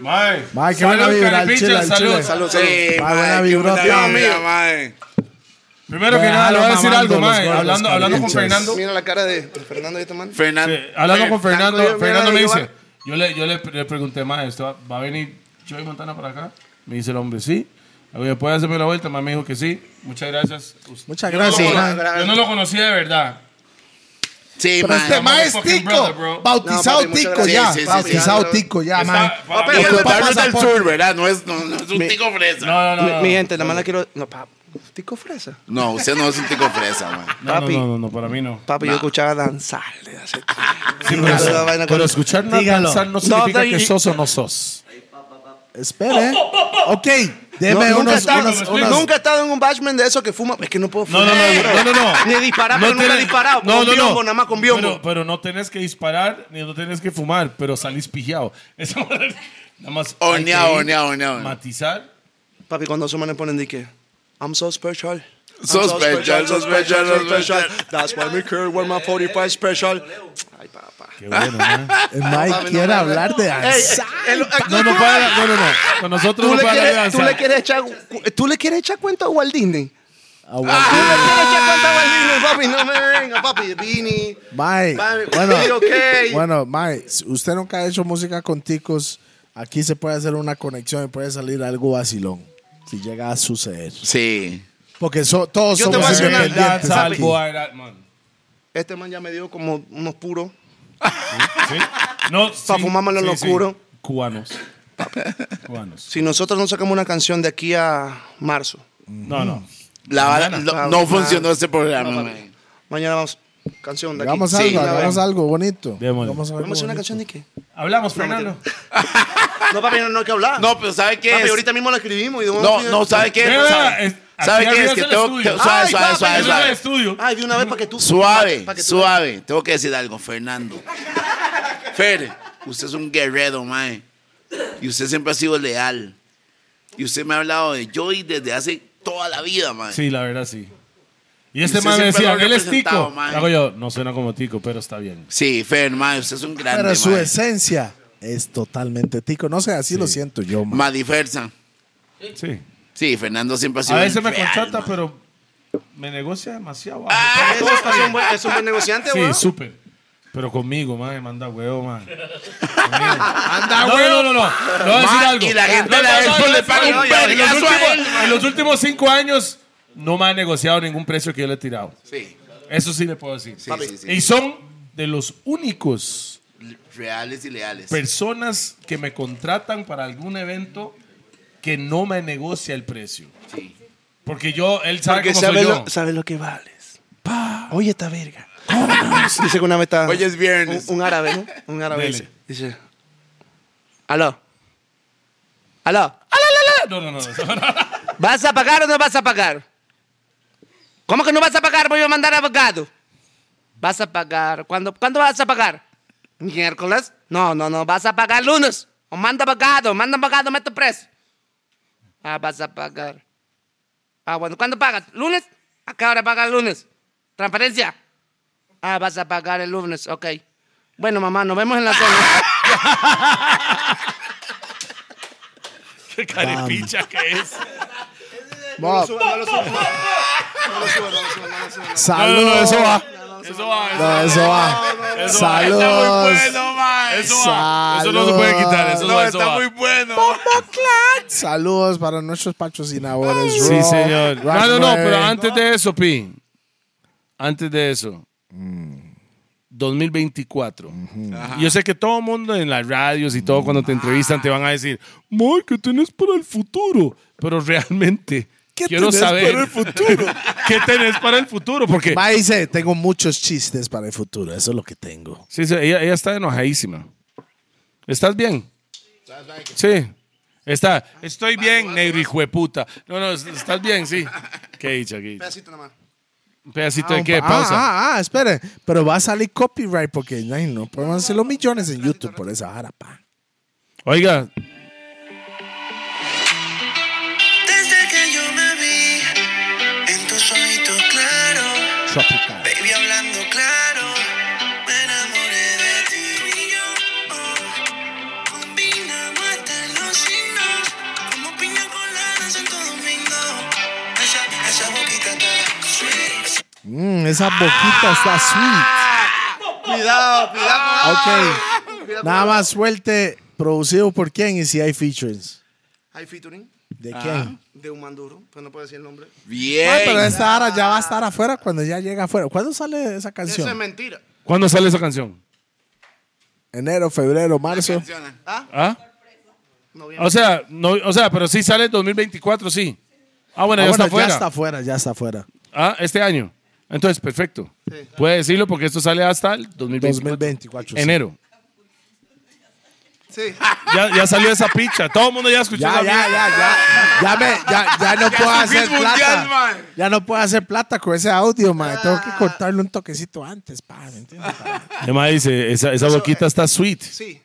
Speaker 4: Mae.
Speaker 1: Mae, qué
Speaker 4: Salud,
Speaker 1: buena vibra, al
Speaker 4: Caripichas,
Speaker 1: chile, al
Speaker 4: salud.
Speaker 1: chile.
Speaker 5: Salud, salud.
Speaker 3: Sí,
Speaker 1: Ah, buena
Speaker 3: mae, qué
Speaker 1: vibra,
Speaker 3: buena
Speaker 1: tío.
Speaker 3: vibra, mae.
Speaker 4: Primero que
Speaker 1: Mae,
Speaker 4: nada, le voy a
Speaker 1: mamando
Speaker 4: decir algo,
Speaker 1: los
Speaker 4: mae.
Speaker 1: gordos,
Speaker 4: Hablando, hablando con
Speaker 1: Caripichas.
Speaker 4: Fernando.
Speaker 5: Mira la cara de de Fernando y este man.
Speaker 3: Fernan-
Speaker 4: Eh, hablando con Fernando,
Speaker 5: Franco, yo-
Speaker 4: Fernando me
Speaker 5: mira,
Speaker 4: dice,
Speaker 5: igual.
Speaker 4: yo le, yo le, le pregunté, más ¿esto va, va a venir Joey Montana para acá? Me dice el hombre, sí. Le digo, ¿Puede hacerme la vuelta? Mae me dijo que sí. Muchas gracias. Usted-
Speaker 1: Muchas
Speaker 5: Ah,
Speaker 4: Yo no lo
Speaker 1: gracias,
Speaker 4: cono-
Speaker 5: mae.
Speaker 4: Yo no lo conocía de verdad.
Speaker 3: Sí,
Speaker 1: Pero
Speaker 3: mae.
Speaker 1: este mae es
Speaker 4: motherfucking brother, bro.
Speaker 1: tico. Bautizado
Speaker 5: No, papi, muchas
Speaker 1: tico
Speaker 5: gracias.
Speaker 1: ya.
Speaker 3: Sí, sí, sí,
Speaker 1: bautizado
Speaker 5: sí.
Speaker 1: tico ya,
Speaker 4: Está-
Speaker 1: man.
Speaker 4: para
Speaker 3: Papi,
Speaker 4: mí-
Speaker 3: el
Speaker 1: Ocupa
Speaker 3: Bernardo es del
Speaker 1: pasaporte.
Speaker 3: sur, ¿verdad? No es, no, no es un tico fresa. No.
Speaker 4: No, no, no.
Speaker 5: Mi,
Speaker 4: no.
Speaker 5: mi gente, nada más la quiero. No, pap. Tico fresa.
Speaker 3: usted no es un tico fresa, mae.
Speaker 4: No, no,
Speaker 5: papi.
Speaker 4: no, no, no, para mí no.
Speaker 5: Papi, yo escuchaba danzarle hace tiempo.
Speaker 4: pero-
Speaker 5: Esa vaina con-
Speaker 4: escuchar
Speaker 1: nada Dígalo. pensar
Speaker 4: no
Speaker 5: significa que sos
Speaker 4: o no sos.
Speaker 1: Espere. Ok,
Speaker 5: No,
Speaker 1: deme
Speaker 5: nunca, he
Speaker 1: unos.
Speaker 5: estado,
Speaker 1: unos-
Speaker 4: unas-
Speaker 5: nunca he estado en un batchman de eso que fuma. Es que no puedo
Speaker 4: No,
Speaker 5: fumar.
Speaker 4: no, no, no, no, no.
Speaker 5: Ni disparar,
Speaker 4: No
Speaker 5: pero nunca he
Speaker 4: tenés-
Speaker 5: disparado.
Speaker 4: No,
Speaker 5: con
Speaker 4: no, no.
Speaker 5: biombo, nada más con biombo.
Speaker 4: Pero, pero no tenés que disparar, ni no tenés que fumar, pero salís pijado. Eso nada más. hay
Speaker 3: Oh,
Speaker 4: que
Speaker 3: Horneado,
Speaker 4: ir,
Speaker 3: horneado, horneado.
Speaker 4: Matizar.
Speaker 5: Papi, cuando esos manes ponen de que, I'm so special. I'm so
Speaker 3: Sospecha,
Speaker 5: special, so special,
Speaker 3: sospecha,
Speaker 5: so special.
Speaker 3: sospecha.
Speaker 5: That's why me curve with my 45 special. Ay, papá.
Speaker 4: Qué bueno, mae.
Speaker 1: El Mike quiere hablar de danza.
Speaker 8: No, no, para, no, no, no. Con nosotros
Speaker 5: ¿Tú
Speaker 8: no
Speaker 5: le,
Speaker 8: puede hablar de
Speaker 5: quieres, tú, le
Speaker 8: danza.
Speaker 5: quieres echar, ¿Tú le quieres echar cuenta a Walt Disney? ¿Tú
Speaker 1: Aguante.
Speaker 5: le quieres echar cuenta a Walt Disney, papi? No me venga, papi. Vini.
Speaker 1: Mae,
Speaker 5: Mae,
Speaker 1: bueno,
Speaker 5: sí, ok.
Speaker 1: bueno, Mae, si usted nunca ha hecho música con ticos. Aquí se puede hacer una conexión y puede salir algo vacilón. Si llega a suceder.
Speaker 3: Sí.
Speaker 1: Porque so- todos
Speaker 5: Yo te voy a
Speaker 1: somos
Speaker 5: hacer una-
Speaker 1: independientes.
Speaker 5: Danza,
Speaker 1: aquí.
Speaker 4: Salvo a that man.
Speaker 5: Este man ya me dio como unos puros.
Speaker 4: ¿Sí? No,
Speaker 5: Pa' fumarme lo locuro.
Speaker 4: Cubanos. Cubanos.
Speaker 5: Si nosotros no sacamos una canción de aquí a marzo,
Speaker 4: No, no.
Speaker 3: La vara- lo-
Speaker 5: Claro,
Speaker 3: no
Speaker 5: claro.
Speaker 3: funcionó este programa,
Speaker 5: No,
Speaker 3: mae.
Speaker 5: mañana vamos. Canción de aquí.
Speaker 1: Hagamos
Speaker 3: Sí,
Speaker 1: algo,
Speaker 3: la
Speaker 1: hagamos
Speaker 4: verdad.
Speaker 1: algo bonito.
Speaker 4: Démosle.
Speaker 1: Hagamos algo
Speaker 5: ¿Vamos a hacer
Speaker 1: bonito.
Speaker 5: una canción de qué?
Speaker 4: Hablamos, Fernando.
Speaker 5: No, papi, no, no hay que hablar.
Speaker 3: No, pero ¿sabe qué?
Speaker 5: papi,
Speaker 3: es?
Speaker 5: ahorita mismo la escribimos. Y de
Speaker 3: No, no, ¿sabe qué?
Speaker 4: Mira,
Speaker 3: ¿Sabe,
Speaker 4: es-
Speaker 3: ¿sabe
Speaker 4: aquí
Speaker 3: qué? Es que
Speaker 4: arriba es el
Speaker 3: tengo
Speaker 4: estudio.
Speaker 3: que- Suave,
Speaker 5: Ay,
Speaker 3: suave,
Speaker 5: papi,
Speaker 3: suave,
Speaker 5: yo no
Speaker 4: Arriba del
Speaker 3: suave.
Speaker 4: estudio.
Speaker 5: Ay, de una vez para que tú.
Speaker 3: Suave,
Speaker 5: pa' que tú-
Speaker 3: suave. Tengo que decir algo, Fernando. Fer, usted es un guerrero, mae. Y usted siempre ha sido leal. Y usted me ha hablado de Joy desde hace toda la vida, mae.
Speaker 4: Sí, la verdad, sí. Y
Speaker 3: Usted
Speaker 4: este man me
Speaker 3: siempre lo
Speaker 4: decía,
Speaker 3: ha
Speaker 4: él es
Speaker 3: representado,
Speaker 4: tico.
Speaker 3: mae.
Speaker 4: Hago yo, no suena como tico, pero está bien.
Speaker 3: Sí, Fer, mae, usted es
Speaker 5: Ah,
Speaker 3: un grande,
Speaker 1: Pero su
Speaker 3: mae.
Speaker 1: esencia es totalmente tico. No sé, así lo siento yo, Mae.
Speaker 3: Madifersa.
Speaker 4: Sí.
Speaker 3: Sí, Fernando siempre ha sido
Speaker 4: A veces
Speaker 3: un
Speaker 4: me
Speaker 3: leal,
Speaker 4: contrata,
Speaker 3: mae.
Speaker 4: pero me negocia demasiado. bajo.
Speaker 3: Ah,
Speaker 5: Es, es un buen, es un buen negociante,
Speaker 4: Sí,
Speaker 5: weón.
Speaker 4: súper. Pero conmigo, madre, manda huevo, madre. Anda huevo. No, no, no, no. No voy a decir
Speaker 3: Ma,
Speaker 4: algo.
Speaker 3: y la gente
Speaker 4: No,
Speaker 3: de la
Speaker 4: no, no,
Speaker 3: Expo
Speaker 4: no,
Speaker 3: le
Speaker 4: no,
Speaker 3: paga
Speaker 4: no,
Speaker 3: un
Speaker 4: no, en los
Speaker 3: vergazo a
Speaker 4: últimos-
Speaker 3: él.
Speaker 4: En los últimos cinco años no me ha negociado ningún precio que yo le he tirado.
Speaker 3: Sí,
Speaker 4: Eso sí le puedo decir.
Speaker 3: sí, sí, sí.
Speaker 4: Y son de los únicos
Speaker 3: Reales y leales.
Speaker 4: personas que me contratan para algún evento que no me negocia el precio.
Speaker 3: Sí.
Speaker 4: Porque yo, él sabe
Speaker 5: Porque
Speaker 4: cómo soy
Speaker 5: sabes
Speaker 4: yo.
Speaker 5: lo, sabe lo que vales. Pa. Oye, esta verga. dice que una vez está.
Speaker 3: Hoy es viernes.
Speaker 5: Un, un árabe, ¿no? Un árabe
Speaker 4: Dele.
Speaker 5: dice. Dice. Aló. Aló.
Speaker 4: No, no, no. no.
Speaker 5: ¿Vas a pagar o no vas a pagar? ¿Cómo que no vas a pagar? Voy a mandar abogado. ¿Vas a pagar? ¿Cuándo, ¿cuándo vas a pagar? ¿Miércoles? No, no, no. Vas a pagar lunes. O manda abogado. Manda abogado, meto preso. Ah, vas a pagar. Ah, bueno. ¿Cuándo pagas? ¿Lunes? ¿A qué hora pagas lunes? ¿Transparencia? Ah, vas a pagar el lunes. Ok. Bueno, mamá, nos vemos en la zona.
Speaker 4: Qué carepicha que es.
Speaker 1: Mae,
Speaker 4: No, no, no,
Speaker 1: Saludos.
Speaker 4: eso va. Eso va. Eso
Speaker 1: No,
Speaker 4: va.
Speaker 1: eso va.
Speaker 4: Eso va. Está muy
Speaker 1: Saludos.
Speaker 4: bueno, mae. Eso va. Eso no se puede quitar. Eso
Speaker 3: No,
Speaker 4: va. Eso
Speaker 3: está
Speaker 4: va.
Speaker 3: muy bueno.
Speaker 1: Saludos para nuestros patrocinadores. Raw,
Speaker 4: Sí,
Speaker 1: Rack
Speaker 4: señor. No, no, no,
Speaker 1: Nueve.
Speaker 4: pero antes de eso, Pi. Antes de eso. 2024. Yo sé que todo el mundo en las radios y todo
Speaker 1: Mm.
Speaker 4: cuando te entrevistan te van
Speaker 1: Ah.
Speaker 4: a decir, Mar, ¿qué tenés para el futuro? Pero realmente, quiero
Speaker 1: tenés
Speaker 4: saber.
Speaker 1: para el futuro?
Speaker 4: ¿Qué tenés para el futuro? Porque
Speaker 1: Mae dice, tengo muchos chistes para el futuro. Eso es lo que tengo.
Speaker 4: Sí, sí, ella, ella está enojadísima. ¿Estás bien? Sí. Está. Estoy bien, negro hijo de puta. No, no, es- estás bien, sí. ¿Qué he dicho aquí? ¿Un pedacito de qué?
Speaker 1: Ah,
Speaker 4: Pausa.
Speaker 1: Ah, ah, espere. Pero va a salir copyright porque ay, no podemos hacer los millones en YouTube por esa jarapa.
Speaker 4: Oiga,
Speaker 10: Desde que yo me vi en tus ojitos claro,
Speaker 1: Tropical.
Speaker 10: baby hablando claro, me enamoré de ti y yo. oh. Combinamos hasta los signos, como piña colada en Santo Domingo. Esa, esa boquita está sweet.
Speaker 1: Mm, esa boquita está sweet.
Speaker 5: Cuidado, cuidado.
Speaker 1: Ok. Nada más suelte. Producido por quién y si hay features.
Speaker 5: Hay featuring
Speaker 1: ¿De
Speaker 4: Ah.
Speaker 1: quién?
Speaker 5: de un manduro, pero no puedo decir el nombre.
Speaker 3: Bien.
Speaker 1: Ah, pero esta hora ya va a estar afuera cuando ya llega afuera. ¿Cuándo sale esa
Speaker 5: Eso es
Speaker 1: canción?
Speaker 5: mentira.
Speaker 4: ¿cuándo sale esa canción?
Speaker 1: Enero, febrero, marzo.
Speaker 3: Funciona.
Speaker 4: ¿Ah?
Speaker 5: Noviembre.
Speaker 4: O sea, no, o sea, pero sí sale 2024, sí. Ah, bueno,
Speaker 1: Ah,
Speaker 4: ya
Speaker 1: bueno,
Speaker 4: está fuera.
Speaker 1: ya está afuera, ya está afuera.
Speaker 4: Ah, este año. Entonces, perfecto. Puede decirlo porque esto sale hasta el 2024.
Speaker 1: 2024. sí.
Speaker 4: Enero.
Speaker 5: Sí.
Speaker 1: Ah.
Speaker 4: Ya, ya salió esa picha. Todo el mundo ya escuchó
Speaker 1: Ya,
Speaker 4: esa
Speaker 1: ya,
Speaker 4: mierda.
Speaker 1: ya, ya. Ya, me, ya, ya no puedo
Speaker 3: su
Speaker 1: hacer
Speaker 3: hit mundial,
Speaker 1: plata.
Speaker 3: man.
Speaker 1: Ya no puedo hacer plata con ese audio, man. Tengo que cortarle un toquecito antes, pa, ¿me entiendes? pa?
Speaker 4: Además dice, esa, esa boquita
Speaker 1: eh,
Speaker 4: está sweet.
Speaker 5: Sí,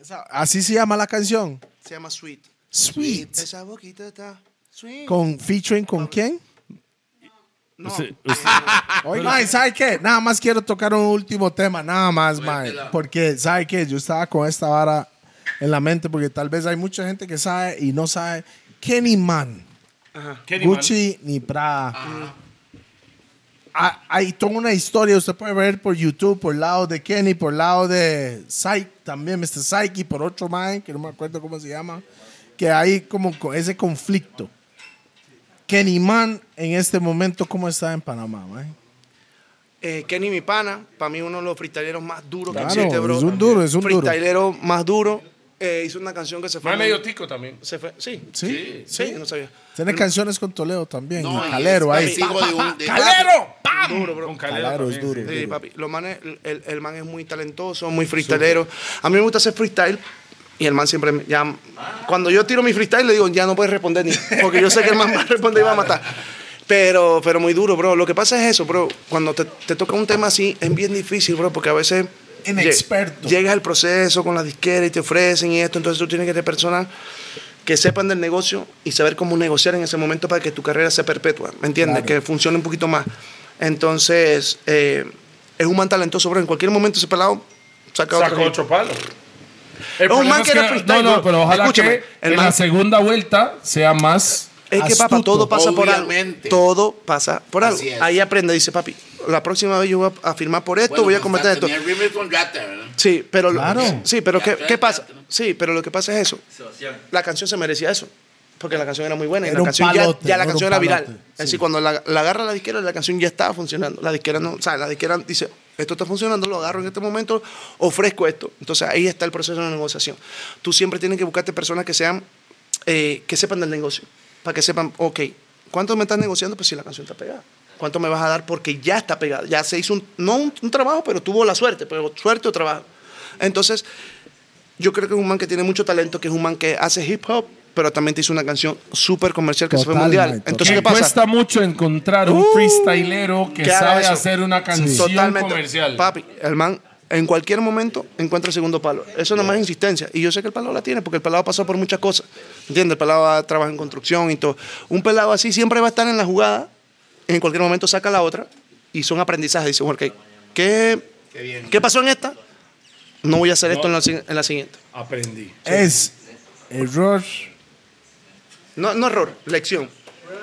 Speaker 1: Esa- así se llama la canción.
Speaker 5: se llama Sweet.
Speaker 1: Sweet.
Speaker 5: Esa boquita está sweet.
Speaker 1: Con featuring con quién?
Speaker 4: Usted- usted-
Speaker 1: Oye, mae, ¿sabe qué? Nada más quiero tocar un último tema, nada más, mae. Porque, ¿sabe qué? Yo estaba con esta vara en la mente porque tal vez hay mucha gente que sabe y no sabe que ni man,
Speaker 4: Kenny, man.
Speaker 1: Gucci ni Prada. Ah, Hay toda una historia, usted puede ver por YouTube, por lado de Kenny, por lado de Psyche, también Mr. Psyche, y por otro man, que no me acuerdo cómo se llama, que hay como co- ese conflicto. Kenny Man en este momento, ¿cómo está en Panamá, mae?
Speaker 5: Eh, Kenny Mi Pana, para mí uno de los freestyleros más duros
Speaker 1: Claro,
Speaker 5: que existe, bro.
Speaker 1: es un duro, es un duro.
Speaker 5: Freestylero más duro. Eh, hizo una canción que se fue.
Speaker 4: Mae medio tico también.
Speaker 5: se fue. Sí, sí,
Speaker 1: Sí.
Speaker 5: no sabía.
Speaker 1: Tiene canciones con Toledo también.
Speaker 3: No,
Speaker 1: y
Speaker 3: y
Speaker 1: Calero
Speaker 3: es
Speaker 1: ahí.
Speaker 3: hijo de un- de-
Speaker 1: ¡Calero!
Speaker 5: Duro, bro.
Speaker 4: Con Calero
Speaker 1: Calero es
Speaker 4: también,
Speaker 1: duro.
Speaker 5: Sí,
Speaker 1: duro.
Speaker 5: papi. Los manes, el- el, el man es muy talentoso, muy freestylero. A mí me gusta hacer freestyle. Y el man siempre me- ya cuando yo tiro mi freestyle le digo, ya no puedes responder ni porque yo sé que el man va a responder y va a matar. Pero pero muy duro, bro. Lo que pasa es eso, bro. Cuando te, te toca un tema así es bien difícil, bro, porque a veces
Speaker 1: Inexperto.
Speaker 5: lle- llegas al proceso con la disquera y te ofrecen y esto, entonces tú tienes que tener personas que sepan del negocio y saber cómo negociar en ese momento para que tu carrera se perpetúe, ¿me entiendes? Que funcione un poquito más. Entonces, eh, es un man talentoso, bro. En cualquier momento ese pelado saca otro.
Speaker 4: Sacó
Speaker 5: hit.
Speaker 4: otro palo.
Speaker 5: Es un man que era freestyle,
Speaker 4: No, no,
Speaker 5: bro.
Speaker 4: pero ojalá
Speaker 5: Escúchame,
Speaker 4: que
Speaker 5: el
Speaker 4: en
Speaker 5: man-
Speaker 4: la segunda vuelta sea más.
Speaker 5: Es que, papá,
Speaker 1: Astuto.
Speaker 5: todo pasa por algo.
Speaker 3: Obviamente.
Speaker 5: Todo pasa por algo.
Speaker 3: Así es.
Speaker 5: Ahí aprende, dice papi, la próxima vez yo voy a firmar por esto,
Speaker 3: Bueno,
Speaker 5: voy a
Speaker 3: pues,
Speaker 5: cometer esto.
Speaker 3: tenía rimel con Rata, ¿verdad?
Speaker 5: Sí, pero,
Speaker 1: Claro.
Speaker 5: sí, pero ¿qué,
Speaker 3: Teatro,
Speaker 5: qué pasa?
Speaker 3: teatro.
Speaker 5: Sí, pero lo que pasa es eso. La canción se merecía eso. Porque la canción era muy buena y
Speaker 1: Era
Speaker 5: la
Speaker 1: un
Speaker 5: canción ya-
Speaker 1: palote,
Speaker 5: ya,
Speaker 1: era
Speaker 5: la
Speaker 1: un
Speaker 5: canción era viral.
Speaker 1: palote,
Speaker 5: Es
Speaker 1: sí.
Speaker 5: decir, cuando la, la agarra la disquera, la canción ya estaba funcionando. La disquera no, o sea, la disquera dice, esto está funcionando, lo agarro en este momento, ofrezco esto. Entonces ahí está el proceso de negociación. Tú siempre tienes que buscarte personas que sean, eh, que sepan del negocio, para que sepan, ok, ¿cuánto me estás negociando? Pues si la canción está pegada. ¿Cuánto me vas a dar? Porque ya está pegada. Ya se hizo un, no un, un trabajo, pero tuvo la suerte, pero suerte o trabajo. Entonces, yo creo que es un man que tiene mucho talento, que es un man que hace hip hop, pero también te hizo una canción súper comercial que se fue
Speaker 1: Total,
Speaker 5: mundial.
Speaker 1: man,
Speaker 5: Entonces,
Speaker 1: total.
Speaker 5: ¿qué pasa?
Speaker 4: Cuesta mucho encontrar un
Speaker 5: Uh,
Speaker 4: freestylero que
Speaker 5: que haga
Speaker 4: sabe
Speaker 5: eso.
Speaker 4: hacer una canción comercial.
Speaker 5: Papi, el man en cualquier momento encuentra el segundo palo. Eso nomás es insistencia. Y yo sé que el pelado la tiene porque el pelado ha pasado por muchas cosas. ¿Entiendes? El pelado ha- trabaja en construcción y todo. Un pelado así siempre va a estar en la jugada. En cualquier momento saca la otra y son aprendizajes. Dice, bueno, ¿qué, qué, qué pasó en esta? No voy a hacer esto en la, si- en la siguiente.
Speaker 4: Aprendí.
Speaker 1: Es error,
Speaker 5: No, no error, lección.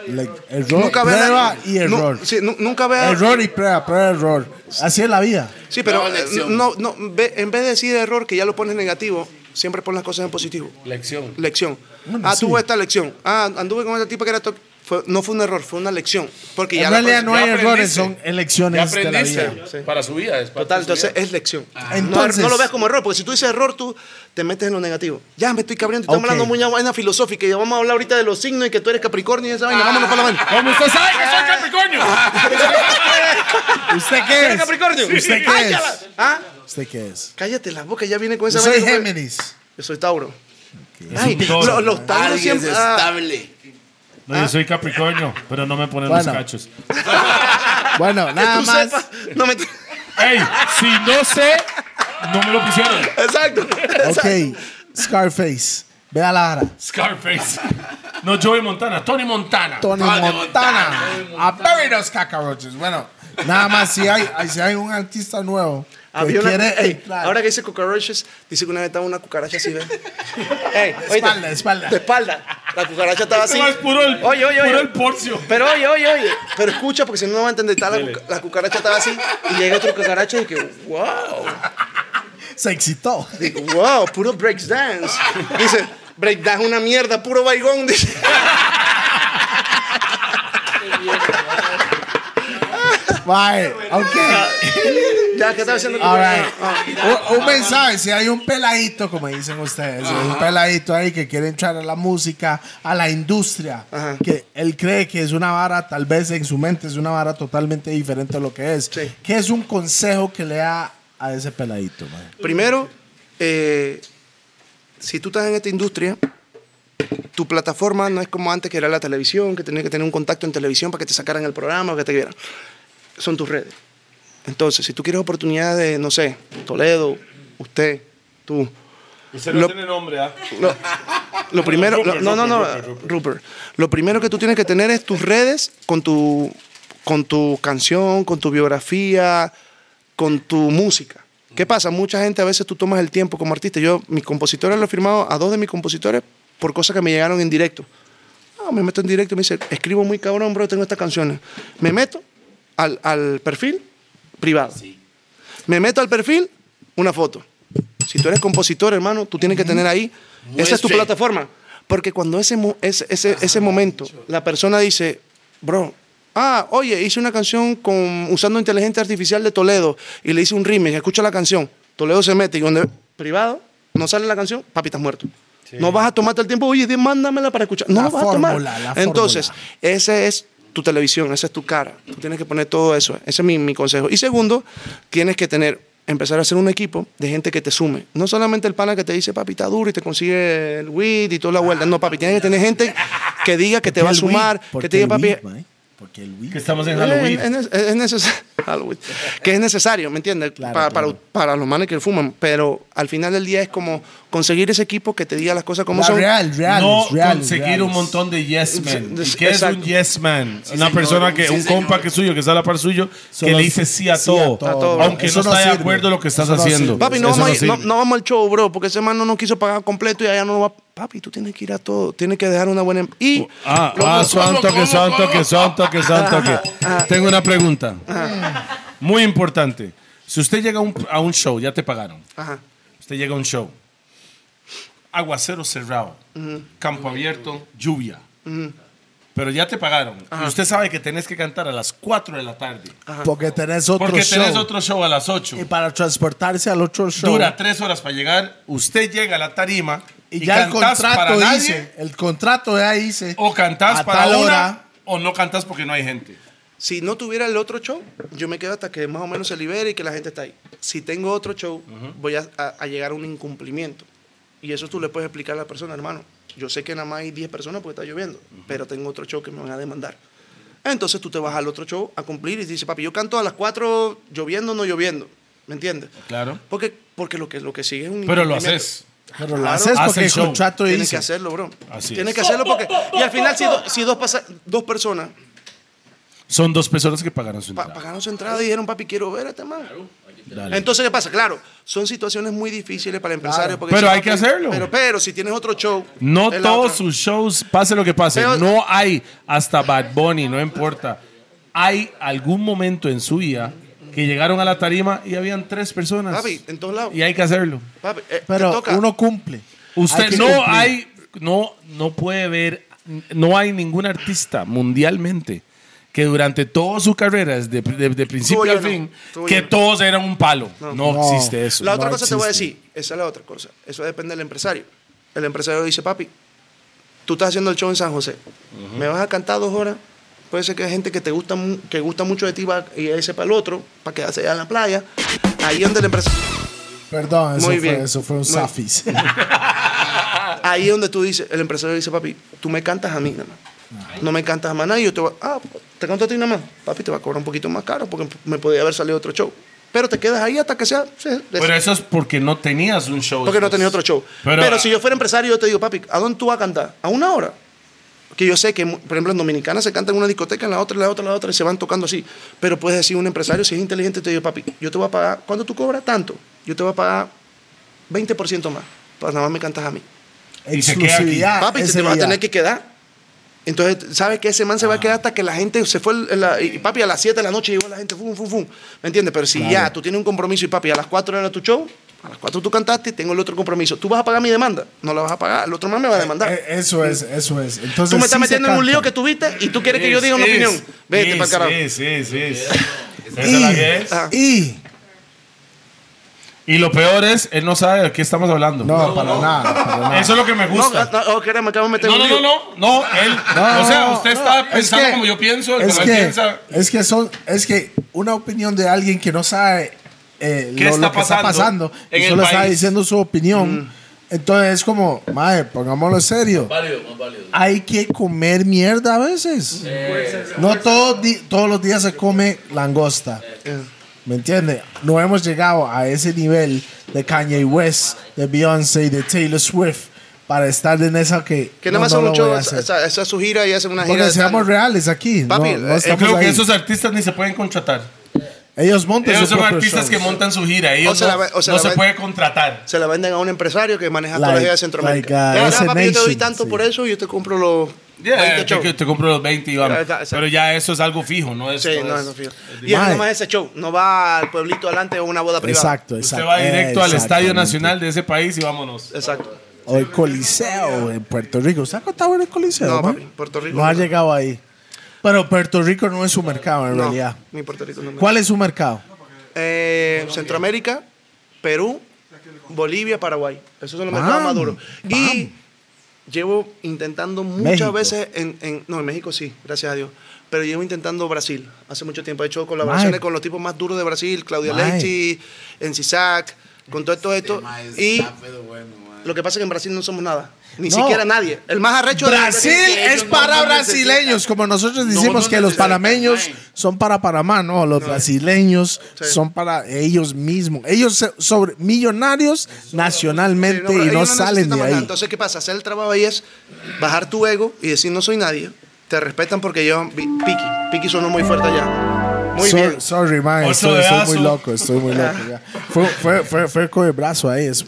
Speaker 1: le- error
Speaker 5: Nunca veas
Speaker 1: prueba
Speaker 5: la-
Speaker 1: y
Speaker 5: nu-
Speaker 1: error.
Speaker 5: sí, nu- nunca veas.
Speaker 1: Error y prueba, prueba, error. Así es la vida.
Speaker 5: Sí, pero
Speaker 3: No, lección.
Speaker 5: eh, no, no, ve- en vez de decir error que ya lo pones negativo, siempre pon las cosas en positivo.
Speaker 4: Lección.
Speaker 5: Lección.
Speaker 1: Bueno,
Speaker 5: ah,
Speaker 1: sí.
Speaker 5: tuvo esta lección. Ah, anduve con esta tipa que era to- fue- no fue un error, fue una lección. Porque ya
Speaker 1: En
Speaker 5: la
Speaker 1: realidad
Speaker 5: pon-
Speaker 1: no
Speaker 4: ya
Speaker 1: hay errores,
Speaker 4: aprendiste.
Speaker 1: son
Speaker 4: Ya
Speaker 1: elecciones de la vida.
Speaker 4: aprendiste. Para su vida. Es para
Speaker 5: Total,
Speaker 4: tu vida.
Speaker 5: entonces es lección. No-
Speaker 1: Ah. Entonces-
Speaker 5: no, lo veas como error, porque si tú dices error, tú te metes en lo negativo. Ya me estoy cabriendo, estamos
Speaker 1: Ok.
Speaker 5: hablando muy vaina filosófica. Y vamos a hablar ahorita de los signos y que tú eres Capricornio y esa vaina. Vámonos
Speaker 1: Ah.
Speaker 5: para la vaina.
Speaker 4: Como usted sabe que soy
Speaker 5: Ah.
Speaker 4: Capricornio.
Speaker 1: ¿Usted qué
Speaker 5: ¿Eres
Speaker 1: es?
Speaker 5: Capricornio?
Speaker 1: ¿Usted qué
Speaker 5: Cállala.
Speaker 1: es?
Speaker 5: ¿Ah?
Speaker 1: ¿Usted qué es?
Speaker 5: Cállate la boca, ya viene con
Speaker 1: Yo
Speaker 5: esa
Speaker 1: soy
Speaker 5: vaina.
Speaker 1: Géminis.
Speaker 5: Yo soy Tauro. Ay,
Speaker 4: Es un toro.
Speaker 5: lo- los Tauros
Speaker 3: Alguien es
Speaker 5: siempre. ah,
Speaker 3: estable.
Speaker 4: No, yo soy Capricornio, pero no me ponen
Speaker 1: Bueno.
Speaker 4: los cachos.
Speaker 1: Bueno,
Speaker 5: que
Speaker 1: nada
Speaker 5: tú
Speaker 1: más.
Speaker 5: sepas. No me-
Speaker 4: Ey, si no sé, no me lo pusieron.
Speaker 5: Exacto.
Speaker 1: Ok, Scarface. Vea la vara.
Speaker 4: Scarface. No Joey Montana, Tony Montana.
Speaker 5: Ah,
Speaker 1: Tony
Speaker 3: Tony
Speaker 1: Montana. A Perry los cacaroches. Bueno, nada más si hay, si hay un artista nuevo que
Speaker 5: Había una-
Speaker 1: quiere
Speaker 5: Ey,
Speaker 1: entrar.
Speaker 5: ahora que dice cucarachas, dice que una vez estaba una cucaracha así, ¿ves? Ey, oíste,
Speaker 1: Espalda, espalda.
Speaker 5: De espalda. La cucaracha estaba así.
Speaker 4: Este más puro el,
Speaker 5: Oye, oye,
Speaker 4: puro
Speaker 5: oye.
Speaker 4: el porcio.
Speaker 5: Pero oye, oye, oye. Pero escucha, porque si no, no va a entender. Estaba La,
Speaker 4: Dele.
Speaker 5: cuca- la cucaracha estaba así. Y llega otro cucaracha y que, wow.
Speaker 1: Se excitó.
Speaker 5: Digo, wow, puro breakdance. Dice, breakdance una mierda, puro baigón. Dice.
Speaker 1: Bye. Ok.
Speaker 5: Ya, ¿qué estaba haciendo? el
Speaker 1: All
Speaker 5: cucaracha?
Speaker 1: right.
Speaker 5: Ah.
Speaker 1: Un- Un mensaje, si hay un peladito, como dicen ustedes, un peladito ahí que quiere entrar a la música, a la industria,
Speaker 5: Ajá.
Speaker 1: que él cree que es una vara, tal vez en su mente es una vara totalmente diferente a lo que es.
Speaker 5: Sí.
Speaker 1: ¿Qué es un consejo que le da a ese peladito? man?
Speaker 5: Primero, eh, si tú estás en esta industria, tu plataforma no es como antes que era la televisión, que tenías que tener un contacto en televisión para que te sacaran el programa o que te vieran. Son tus redes. Entonces, si tú quieres oportunidad de, no sé, Toledo, usted, tú,
Speaker 4: Usted
Speaker 5: Lo-
Speaker 4: nombre, ¿ah?
Speaker 5: lo, lo primero,
Speaker 4: Rupert,
Speaker 5: lo- no, no, no,
Speaker 4: Rupert, Rupert,
Speaker 5: Rupert. Lo primero que tú tienes que tener es tus redes con tu con tu canción, con tu biografía, con tu música. ¿Qué pasa? Mucha gente a veces tú tomas el tiempo como artista. Yo, mis compositores lo he firmado a dos de mis compositores por cosas que me llegaron en directo. Ah, me meto en directo y me dice, escribo muy cabrón, bro, tengo estas canciones. Me meto al, al perfil privado. Me meto al perfil, una foto. Si tú eres compositor, hermano, tú tienes que tener ahí. Esa es tu
Speaker 3: Muestre.
Speaker 5: plataforma. Porque cuando ese, mo- ese, ese, ese momento la persona dice, bro, ah, oye, hice una canción con, usando inteligencia artificial de Toledo y le hice un remix, escucha la canción. Toledo se mete y donde privado no sale la canción, papi, estás muerto. No vas a tomarte el tiempo, oye, di- mándamela para escuchar. No
Speaker 1: La
Speaker 5: vas a tomar.
Speaker 1: fórmula, la
Speaker 5: Entonces, esa es tu televisión, esa es tu cara. Tú tienes que poner todo eso. Ese es mi, mi consejo. Y segundo, tienes que tener, empezar a hacer un equipo de gente que te sume. No solamente el pana que te dice, papi, está duro y te consigue el weed y toda la vuelta. No, papi, tienes que tener gente que diga que te va a
Speaker 1: El weed,
Speaker 5: sumar,
Speaker 1: ¿por
Speaker 5: que
Speaker 1: qué
Speaker 5: te diga,
Speaker 1: el
Speaker 5: papi,
Speaker 1: weed, mae? ¿Por qué el weed?
Speaker 4: Que estamos en
Speaker 5: eh,
Speaker 4: Halloween.
Speaker 5: en- en- es, es neces- Halloween. Que es necesario, ¿me entiendes?
Speaker 1: Claro,
Speaker 5: para, para-
Speaker 1: claro.
Speaker 5: para los manes que fuman. Pero al final del día es como conseguir ese equipo que te diga las cosas como
Speaker 1: La
Speaker 5: son.
Speaker 1: real, real.
Speaker 4: no
Speaker 1: real,
Speaker 4: conseguir
Speaker 1: real.
Speaker 4: un montón de yes men.
Speaker 5: Sí,
Speaker 4: ¿Y qué es un
Speaker 5: exacto.
Speaker 4: yes man? una
Speaker 3: señor.
Speaker 4: persona que,
Speaker 3: Sí,
Speaker 4: un
Speaker 3: señor.
Speaker 4: compa que es suyo, que está a la par suyo,
Speaker 1: Son
Speaker 4: que le
Speaker 1: los-
Speaker 4: dice sí a
Speaker 1: sí
Speaker 4: todo.
Speaker 1: a
Speaker 5: todo.
Speaker 4: Aunque
Speaker 1: Eso
Speaker 4: no,
Speaker 1: no
Speaker 4: está de
Speaker 1: sirve.
Speaker 4: acuerdo en lo que estás
Speaker 1: Eso no
Speaker 4: haciendo.
Speaker 1: sirve.
Speaker 5: Papi, no
Speaker 4: Eso
Speaker 5: vamos, a- no-
Speaker 4: sirve.
Speaker 5: no vamos al show, bro, porque ese man no nos quiso pagar completo y allá no va. Papi, tú tienes que ir a todo. Tienes que dejar una buena. em- Y.
Speaker 4: Ah,
Speaker 5: lo-
Speaker 4: ah,
Speaker 5: lo-
Speaker 4: santo que santo que santo que santo que.
Speaker 5: Ah,
Speaker 4: Tengo una pregunta. Muy importante. Si usted llega a un, a un show, ya te pagaron.
Speaker 5: Ajá.
Speaker 4: Usted llega a un show. Aguacero cerrado, campo abierto, lluvia. Pero ya te pagaron. Y usted sabe que tenés que cantar a las 4 de la tarde.
Speaker 1: Porque tenés Ah, otro
Speaker 4: Porque
Speaker 1: show.
Speaker 4: tenés otro show a las 8.
Speaker 1: Y para transportarse al otro show.
Speaker 4: Dura 3 horas para llegar. Usted llega a la tarima y,
Speaker 1: Y ya el
Speaker 4: cantás para
Speaker 1: contrato
Speaker 4: nadie.
Speaker 1: dice. El contrato ya dice.
Speaker 4: O cantás
Speaker 1: a
Speaker 4: para
Speaker 1: tal
Speaker 4: una
Speaker 1: hora.
Speaker 4: o no cantás porque no hay gente.
Speaker 5: Si no tuviera el otro show, yo me quedo hasta que más o menos se libere y que la gente está ahí. Si tengo otro show, voy a, a- a llegar a un incumplimiento. Y eso tú le puedes explicar a la persona, hermano. Yo sé que nada más hay 10 personas porque está lloviendo, pero tengo otro show que me van a demandar. Entonces tú te vas al otro show a cumplir y dices, papi, yo canto a las 4 lloviendo o no lloviendo. ¿Me entiendes?
Speaker 4: Claro.
Speaker 5: Porque, porque lo, que, lo que sigue es un
Speaker 4: Pero lo
Speaker 5: incumplimiento.
Speaker 4: haces.
Speaker 1: Pero lo
Speaker 5: Claro.
Speaker 1: haces
Speaker 4: Haz
Speaker 1: porque
Speaker 4: el
Speaker 1: el
Speaker 4: show.
Speaker 1: contrato
Speaker 5: Tienes
Speaker 1: dice.
Speaker 5: que hacerlo, bro.
Speaker 4: Así
Speaker 5: Tienes
Speaker 4: es.
Speaker 5: que hacerlo porque... Y al final, si, do- si dos, pasa- dos personas
Speaker 4: Son dos personas que pagaron su
Speaker 5: pa-
Speaker 4: entrada.
Speaker 5: pagaron su entrada y dijeron, papi, quiero ver a este man. Entonces, ¿qué pasa? Claro, son situaciones muy difíciles para empresarios. porque
Speaker 4: Pero
Speaker 5: dicen,
Speaker 4: hay que
Speaker 5: "Papi,
Speaker 4: hacerlo".
Speaker 5: Pero, pero, si tienes otro show...
Speaker 4: No
Speaker 5: es la
Speaker 4: todos
Speaker 5: otra.
Speaker 4: sus shows, pase lo que pase,
Speaker 5: Pero-
Speaker 4: no hay hasta Bad Bunny, no importa. Hay algún momento en su vida que llegaron a la tarima y habían tres personas.
Speaker 5: Papi, en todos lados.
Speaker 4: y hay que hacerlo.
Speaker 5: Papi, eh, te
Speaker 1: Pero
Speaker 5: toca.
Speaker 1: uno cumple.
Speaker 4: Usted
Speaker 1: que
Speaker 4: no
Speaker 1: cumplir.
Speaker 4: hay, no, no puede ver, no hay ningún artista mundialmente que durante toda su carrera, desde de, de principio
Speaker 5: Tuyo
Speaker 4: al
Speaker 5: no,
Speaker 4: fin,
Speaker 5: tuyo
Speaker 4: que
Speaker 5: no.
Speaker 4: todos eran un palo. No,
Speaker 1: No.
Speaker 4: existe eso.
Speaker 5: La otra
Speaker 1: no
Speaker 5: cosa te voy a
Speaker 1: existe.
Speaker 5: decir, esa es la otra cosa. Eso depende del empresario. El empresario dice, papi, tú estás haciendo el show en San José. Me vas a cantar dos horas. Puede ser que hay gente que te gusta, mu- que gusta mucho de ti va y ese para el otro, para quedarse allá en la playa. Ahí es donde el empresario.
Speaker 1: Perdón, eso,
Speaker 5: Muy
Speaker 1: Fue,
Speaker 5: bien.
Speaker 1: eso fue un
Speaker 5: Muy-
Speaker 1: safis.
Speaker 5: Ahí es donde tú dices, el empresario dice, papi, tú me cantas a mí nada más. No me cantas a más nadie. Yo te voy a- ah, te canto a ti nada más. Papi, te va a cobrar un poquito más caro porque me podía haber salido otro show. Pero te quedas ahí hasta que sea. se-
Speaker 4: Pero eso es porque no tenías un show.
Speaker 5: Porque no
Speaker 4: después.
Speaker 5: tenía otro show.
Speaker 4: pues. Pero-
Speaker 5: Pero, si yo fuera empresario, yo te digo, papi, ¿a dónde tú vas a cantar? A una hora. Que yo sé que, mu- por ejemplo, en Dominicana se canta en una discoteca, en la otra, en la otra, en la otra, y se van tocando así. Pero puedes decir un empresario, si es inteligente, te digo, papi, yo te voy a pagar, ¿cuánto tú cobras? Tanto. Yo te voy a pagar 20% más. Pues nada más me cantas a mí.
Speaker 4: Y se queda aquí.
Speaker 1: Exclusividad.
Speaker 5: papi,
Speaker 1: Ah, ese
Speaker 5: te vas a
Speaker 1: día. Ah.
Speaker 5: tener que quedar. Entonces, ¿sabes que Ese man se va a quedar hasta que la gente se fue. el- la- y papi, a las 7 de la noche llegó la gente, fum, fum, fum. ¿Me entiendes? Pero si ya tú tienes un compromiso y papi, a las 4 era tu show, a las 4 tú cantaste, tengo el otro compromiso. ¿Tú vas a pagar mi demanda? No la vas a pagar, el otro man me va a demandar.
Speaker 1: Eh, Eso es, eso es. Entonces,
Speaker 5: tú
Speaker 1: sí
Speaker 5: me
Speaker 1: se
Speaker 5: estás metiendo en un
Speaker 1: canta.
Speaker 5: lío que tuviste y tú quieres que yo diga una
Speaker 4: Es,
Speaker 5: opinión. Vete
Speaker 4: es,
Speaker 5: para el carajo.
Speaker 4: Es, es, es. Esa es la que es.
Speaker 5: Ah.
Speaker 1: Y, y-
Speaker 4: Y lo peor es, él no sabe de qué estamos hablando.
Speaker 1: no, para nada. para nada.
Speaker 4: Eso es lo que me
Speaker 5: No,
Speaker 4: gusta.
Speaker 5: no, ok, me acabo de meter en
Speaker 4: No,
Speaker 5: un
Speaker 4: no, no,
Speaker 5: lío.
Speaker 4: no, no, él,
Speaker 1: No,
Speaker 4: o sea,
Speaker 1: no,
Speaker 4: usted
Speaker 1: no,
Speaker 4: está
Speaker 1: es
Speaker 4: pensando
Speaker 1: que-
Speaker 4: como yo pienso, como
Speaker 1: Es
Speaker 4: él
Speaker 1: que,
Speaker 4: piensa.
Speaker 1: es que son, es que una opinión de alguien que no sabe eh,
Speaker 4: ¿Qué
Speaker 1: lo,
Speaker 4: está
Speaker 1: lo que está
Speaker 4: pasando
Speaker 1: pasando,
Speaker 4: en
Speaker 1: y
Speaker 4: el
Speaker 1: solo está
Speaker 4: país? Mm.
Speaker 1: diciendo su opinión. Entonces es como, madre, pongámoslo serio.
Speaker 9: Válido, más válido.
Speaker 1: Hay que comer mierda a veces. no todos di- todos los días se come langosta. ¿Me entiende? No hemos llegado a ese nivel de Kanye West, de Beyoncé, de Taylor Swift. para estar en esa que.
Speaker 5: Que nada más
Speaker 1: no,
Speaker 5: son
Speaker 1: no
Speaker 5: un
Speaker 1: lo
Speaker 5: show,
Speaker 1: voy a
Speaker 5: esa,
Speaker 1: hacer.
Speaker 5: esa- esa es su gira y hacen una gira.
Speaker 1: Porque
Speaker 5: de
Speaker 1: seamos
Speaker 5: tal.
Speaker 1: reales aquí.
Speaker 5: Papi,
Speaker 1: no, no
Speaker 5: eh,
Speaker 4: Yo
Speaker 1: estamos
Speaker 4: creo que
Speaker 1: ahí. Este
Speaker 4: esos artistas ni se pueden contratar.
Speaker 1: Ellos montan
Speaker 4: Ellos
Speaker 1: sus
Speaker 4: son
Speaker 1: propios
Speaker 4: artistas
Speaker 1: shows.
Speaker 4: que montan su gira. Ellos
Speaker 5: O sea,
Speaker 4: no,
Speaker 5: la ve- o sea,
Speaker 4: no
Speaker 5: la
Speaker 4: se
Speaker 5: ve-
Speaker 4: puede contratar.
Speaker 5: Se la venden a un empresario que maneja toda la
Speaker 1: Like-
Speaker 5: vida de Centroamérica.
Speaker 1: like, uh,
Speaker 5: ya,
Speaker 1: S
Speaker 5: ya, papi, yo te doy
Speaker 1: Nation,
Speaker 5: tanto
Speaker 1: sí.
Speaker 5: por eso y yo te compro los
Speaker 4: Yeah,
Speaker 5: 20
Speaker 4: te,
Speaker 5: shows.
Speaker 4: te compro los 20 y vamos.
Speaker 5: Ya, ya, ya.
Speaker 4: Pero ya eso es algo fijo, ¿no? Es,
Speaker 5: Sí,
Speaker 4: no
Speaker 5: no,
Speaker 4: es-
Speaker 5: no, fijo. Y es
Speaker 1: Mae.
Speaker 5: nada más ese show. No va al pueblito adelante o una boda privada.
Speaker 1: Exacto,
Speaker 4: Usted
Speaker 1: exacto.
Speaker 4: va directo al Estadio
Speaker 1: Exactamente.
Speaker 4: Nacional de ese país y vámonos.
Speaker 5: Exacto.
Speaker 1: O el Coliseo en Puerto Rico. ¿Usted ha contado en el Coliseo?
Speaker 5: No,
Speaker 1: man?
Speaker 5: papi, Puerto Rico
Speaker 1: No ha
Speaker 5: no.
Speaker 1: llegado ahí. Pero Puerto Rico no es su mercado, en
Speaker 5: No,
Speaker 1: realidad.
Speaker 5: ni Puerto Rico. No me-
Speaker 1: ¿Cuál es su mercado?
Speaker 5: Eh, Centroamérica, Perú, Bolivia, Paraguay. Esos son los
Speaker 1: Bam,
Speaker 5: mercados más duros.
Speaker 1: bam.
Speaker 5: Y llevo intentando muchas
Speaker 1: México.
Speaker 5: veces en, en- No, en México sí, gracias a Dios. Pero llevo intentando Brasil hace mucho tiempo. He hecho colaboraciones
Speaker 1: Mae.
Speaker 5: con los tipos más duros de Brasil, Claudia
Speaker 1: Mae.
Speaker 5: Leite, en CISAC, con todo esto, esto.
Speaker 3: Ma, está
Speaker 5: Y
Speaker 3: pero bueno, ma.
Speaker 5: lo que pasa es que en Brasil no somos nada. Ni
Speaker 1: No.
Speaker 5: siquiera nadie. El más arrecho de-
Speaker 1: Brasil es para brasileños, como nosotros decimos
Speaker 3: no
Speaker 1: que los
Speaker 3: necesitan,
Speaker 1: panameños
Speaker 3: mae.
Speaker 1: son para Panamá, no, los brasileños
Speaker 5: Sí.
Speaker 1: son para ellos mismos. Ellos se- sobre millonarios
Speaker 5: Sí,
Speaker 1: nacionalmente
Speaker 5: pero
Speaker 1: y
Speaker 5: ellos
Speaker 1: no
Speaker 5: necesitan
Speaker 1: salen de
Speaker 5: más nada.
Speaker 1: ahí.
Speaker 5: Entonces, ¿qué pasa? Hacer el trabajo ahí es bajar tu ego y decir no soy nadie. Te respetan porque llevan pi- piqui. Piqui sonó muy fuerte allá. Muy
Speaker 1: So-
Speaker 5: bien.
Speaker 1: Sorry, man,
Speaker 4: Ocho
Speaker 1: estoy,
Speaker 4: de
Speaker 1: estoy
Speaker 4: aso.
Speaker 1: muy loco, estoy muy loco. ya. Fue, fue, fue, fue con el brazo ahí. es-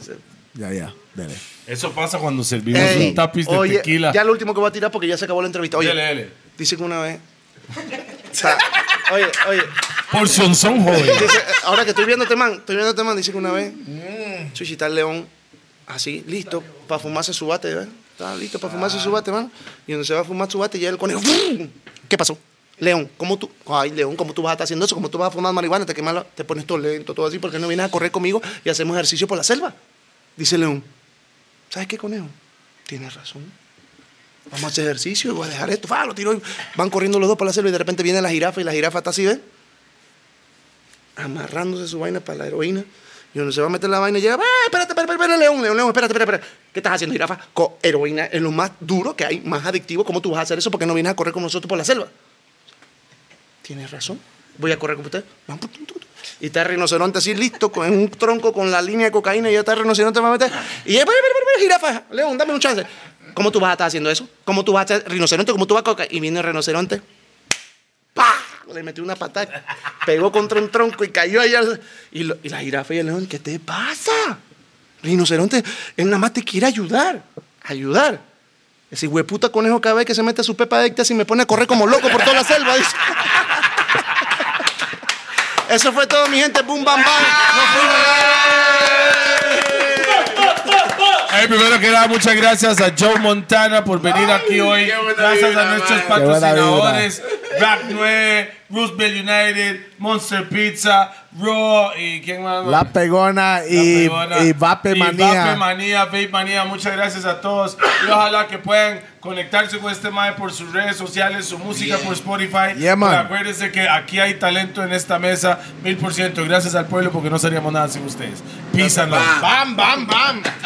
Speaker 1: Ya, ya, dele.
Speaker 4: Eso pasa cuando servimos
Speaker 5: Ey,
Speaker 4: un tapiz de
Speaker 5: oye,
Speaker 4: tequila.
Speaker 5: Ya lo último que voy a tirar porque ya se acabó la entrevista. Oye,
Speaker 4: Dele, dele.
Speaker 5: dice que una vez. O sea, oye, oye.
Speaker 4: Por sonzón, joven.
Speaker 5: Dice, eh, ahora que estoy viendo este man, estoy viendo este man, dice que una vez. Chuchita el león, así, listo, para fumarse su bate, ¿ves? Está listo para fumarse su bate, man. Y donde se va a fumar su bate, ya el conejo. ¡fum! ¿Qué pasó? León, ¿cómo tú? Ay, León, ¿cómo tú vas a estar haciendo eso? ¿Cómo tú vas a fumar marihuana? Te quemas, la- te pones todo lento, todo así, porque no vienes a correr conmigo y hacemos ejercicio por la selva. Dice León, ¿sabes qué, conejo? Tienes razón. Vamos a hacer ejercicio, voy a dejar esto. ¡Fa! Lo tiro y van corriendo los dos por la selva y de repente viene la jirafa y la jirafa está así, ¿ves? amarrándose su vaina para la heroína. Y uno se va a meter la vaina y llega, "Ah, espérate, espérate, espérate, León, León, León, espérate, espérate, espérate. ¿Qué estás haciendo, jirafa? Con heroína es lo más duro que hay, más adictivo. ¿Cómo tú vas a hacer eso? Porque no vienes a correr con nosotros por la selva. Tienes razón. Voy a correr con usted. Van, pu, tu, tu, tu. Y está el rinoceronte así listo, con en un tronco con la línea de cocaína y ya está el rinoceronte va a meter. Y ya, "Espera, espera, espera, jirafa, León, dame un chance. ¿Cómo tú vas a estar haciendo eso? ¿Cómo tú vas a hacer rinoceronte? ¿Cómo tú vas a coca? Y viene el rinoceronte. ¡Pah! Le metió una patada, pegó contra un tronco y cayó allá. Y, lo- y la jirafa y el león, ¿qué te pasa? Rinoceronte, él nada más te quiere ayudar. Ayudar. Ese hueputa conejo cada vez que se mete a su pepa de ictas y me pone a correr como loco por toda la selva. dice. Eso fue todo, mi gente. Boom, bam, bam. Nos fuimos.
Speaker 4: Ay, primero que nada, muchas gracias a Joe Montana por venir aquí hoy.
Speaker 3: qué buena
Speaker 4: Gracias
Speaker 3: vibra,
Speaker 4: a nuestros
Speaker 3: man.
Speaker 1: Qué buena
Speaker 4: patrocinadores: Rack 9, Roosevelt United, Monster Pizza, Raw y quién más. man?
Speaker 1: La pegona y,
Speaker 4: Pegona.
Speaker 1: y Vape
Speaker 4: Vape
Speaker 1: Manía.
Speaker 4: Manía, Vape Manía. Muchas gracias a todos. Y ojalá que puedan conectarse con este mae por sus redes sociales, su música por Spotify.
Speaker 1: Yeah, man.
Speaker 4: Pero acuérdense que aquí hay talento en esta mesa, mil por ciento. Gracias al pueblo porque no seríamos nada sin ustedes. Peace and love.
Speaker 3: Bam.
Speaker 4: Bam, bam, bam.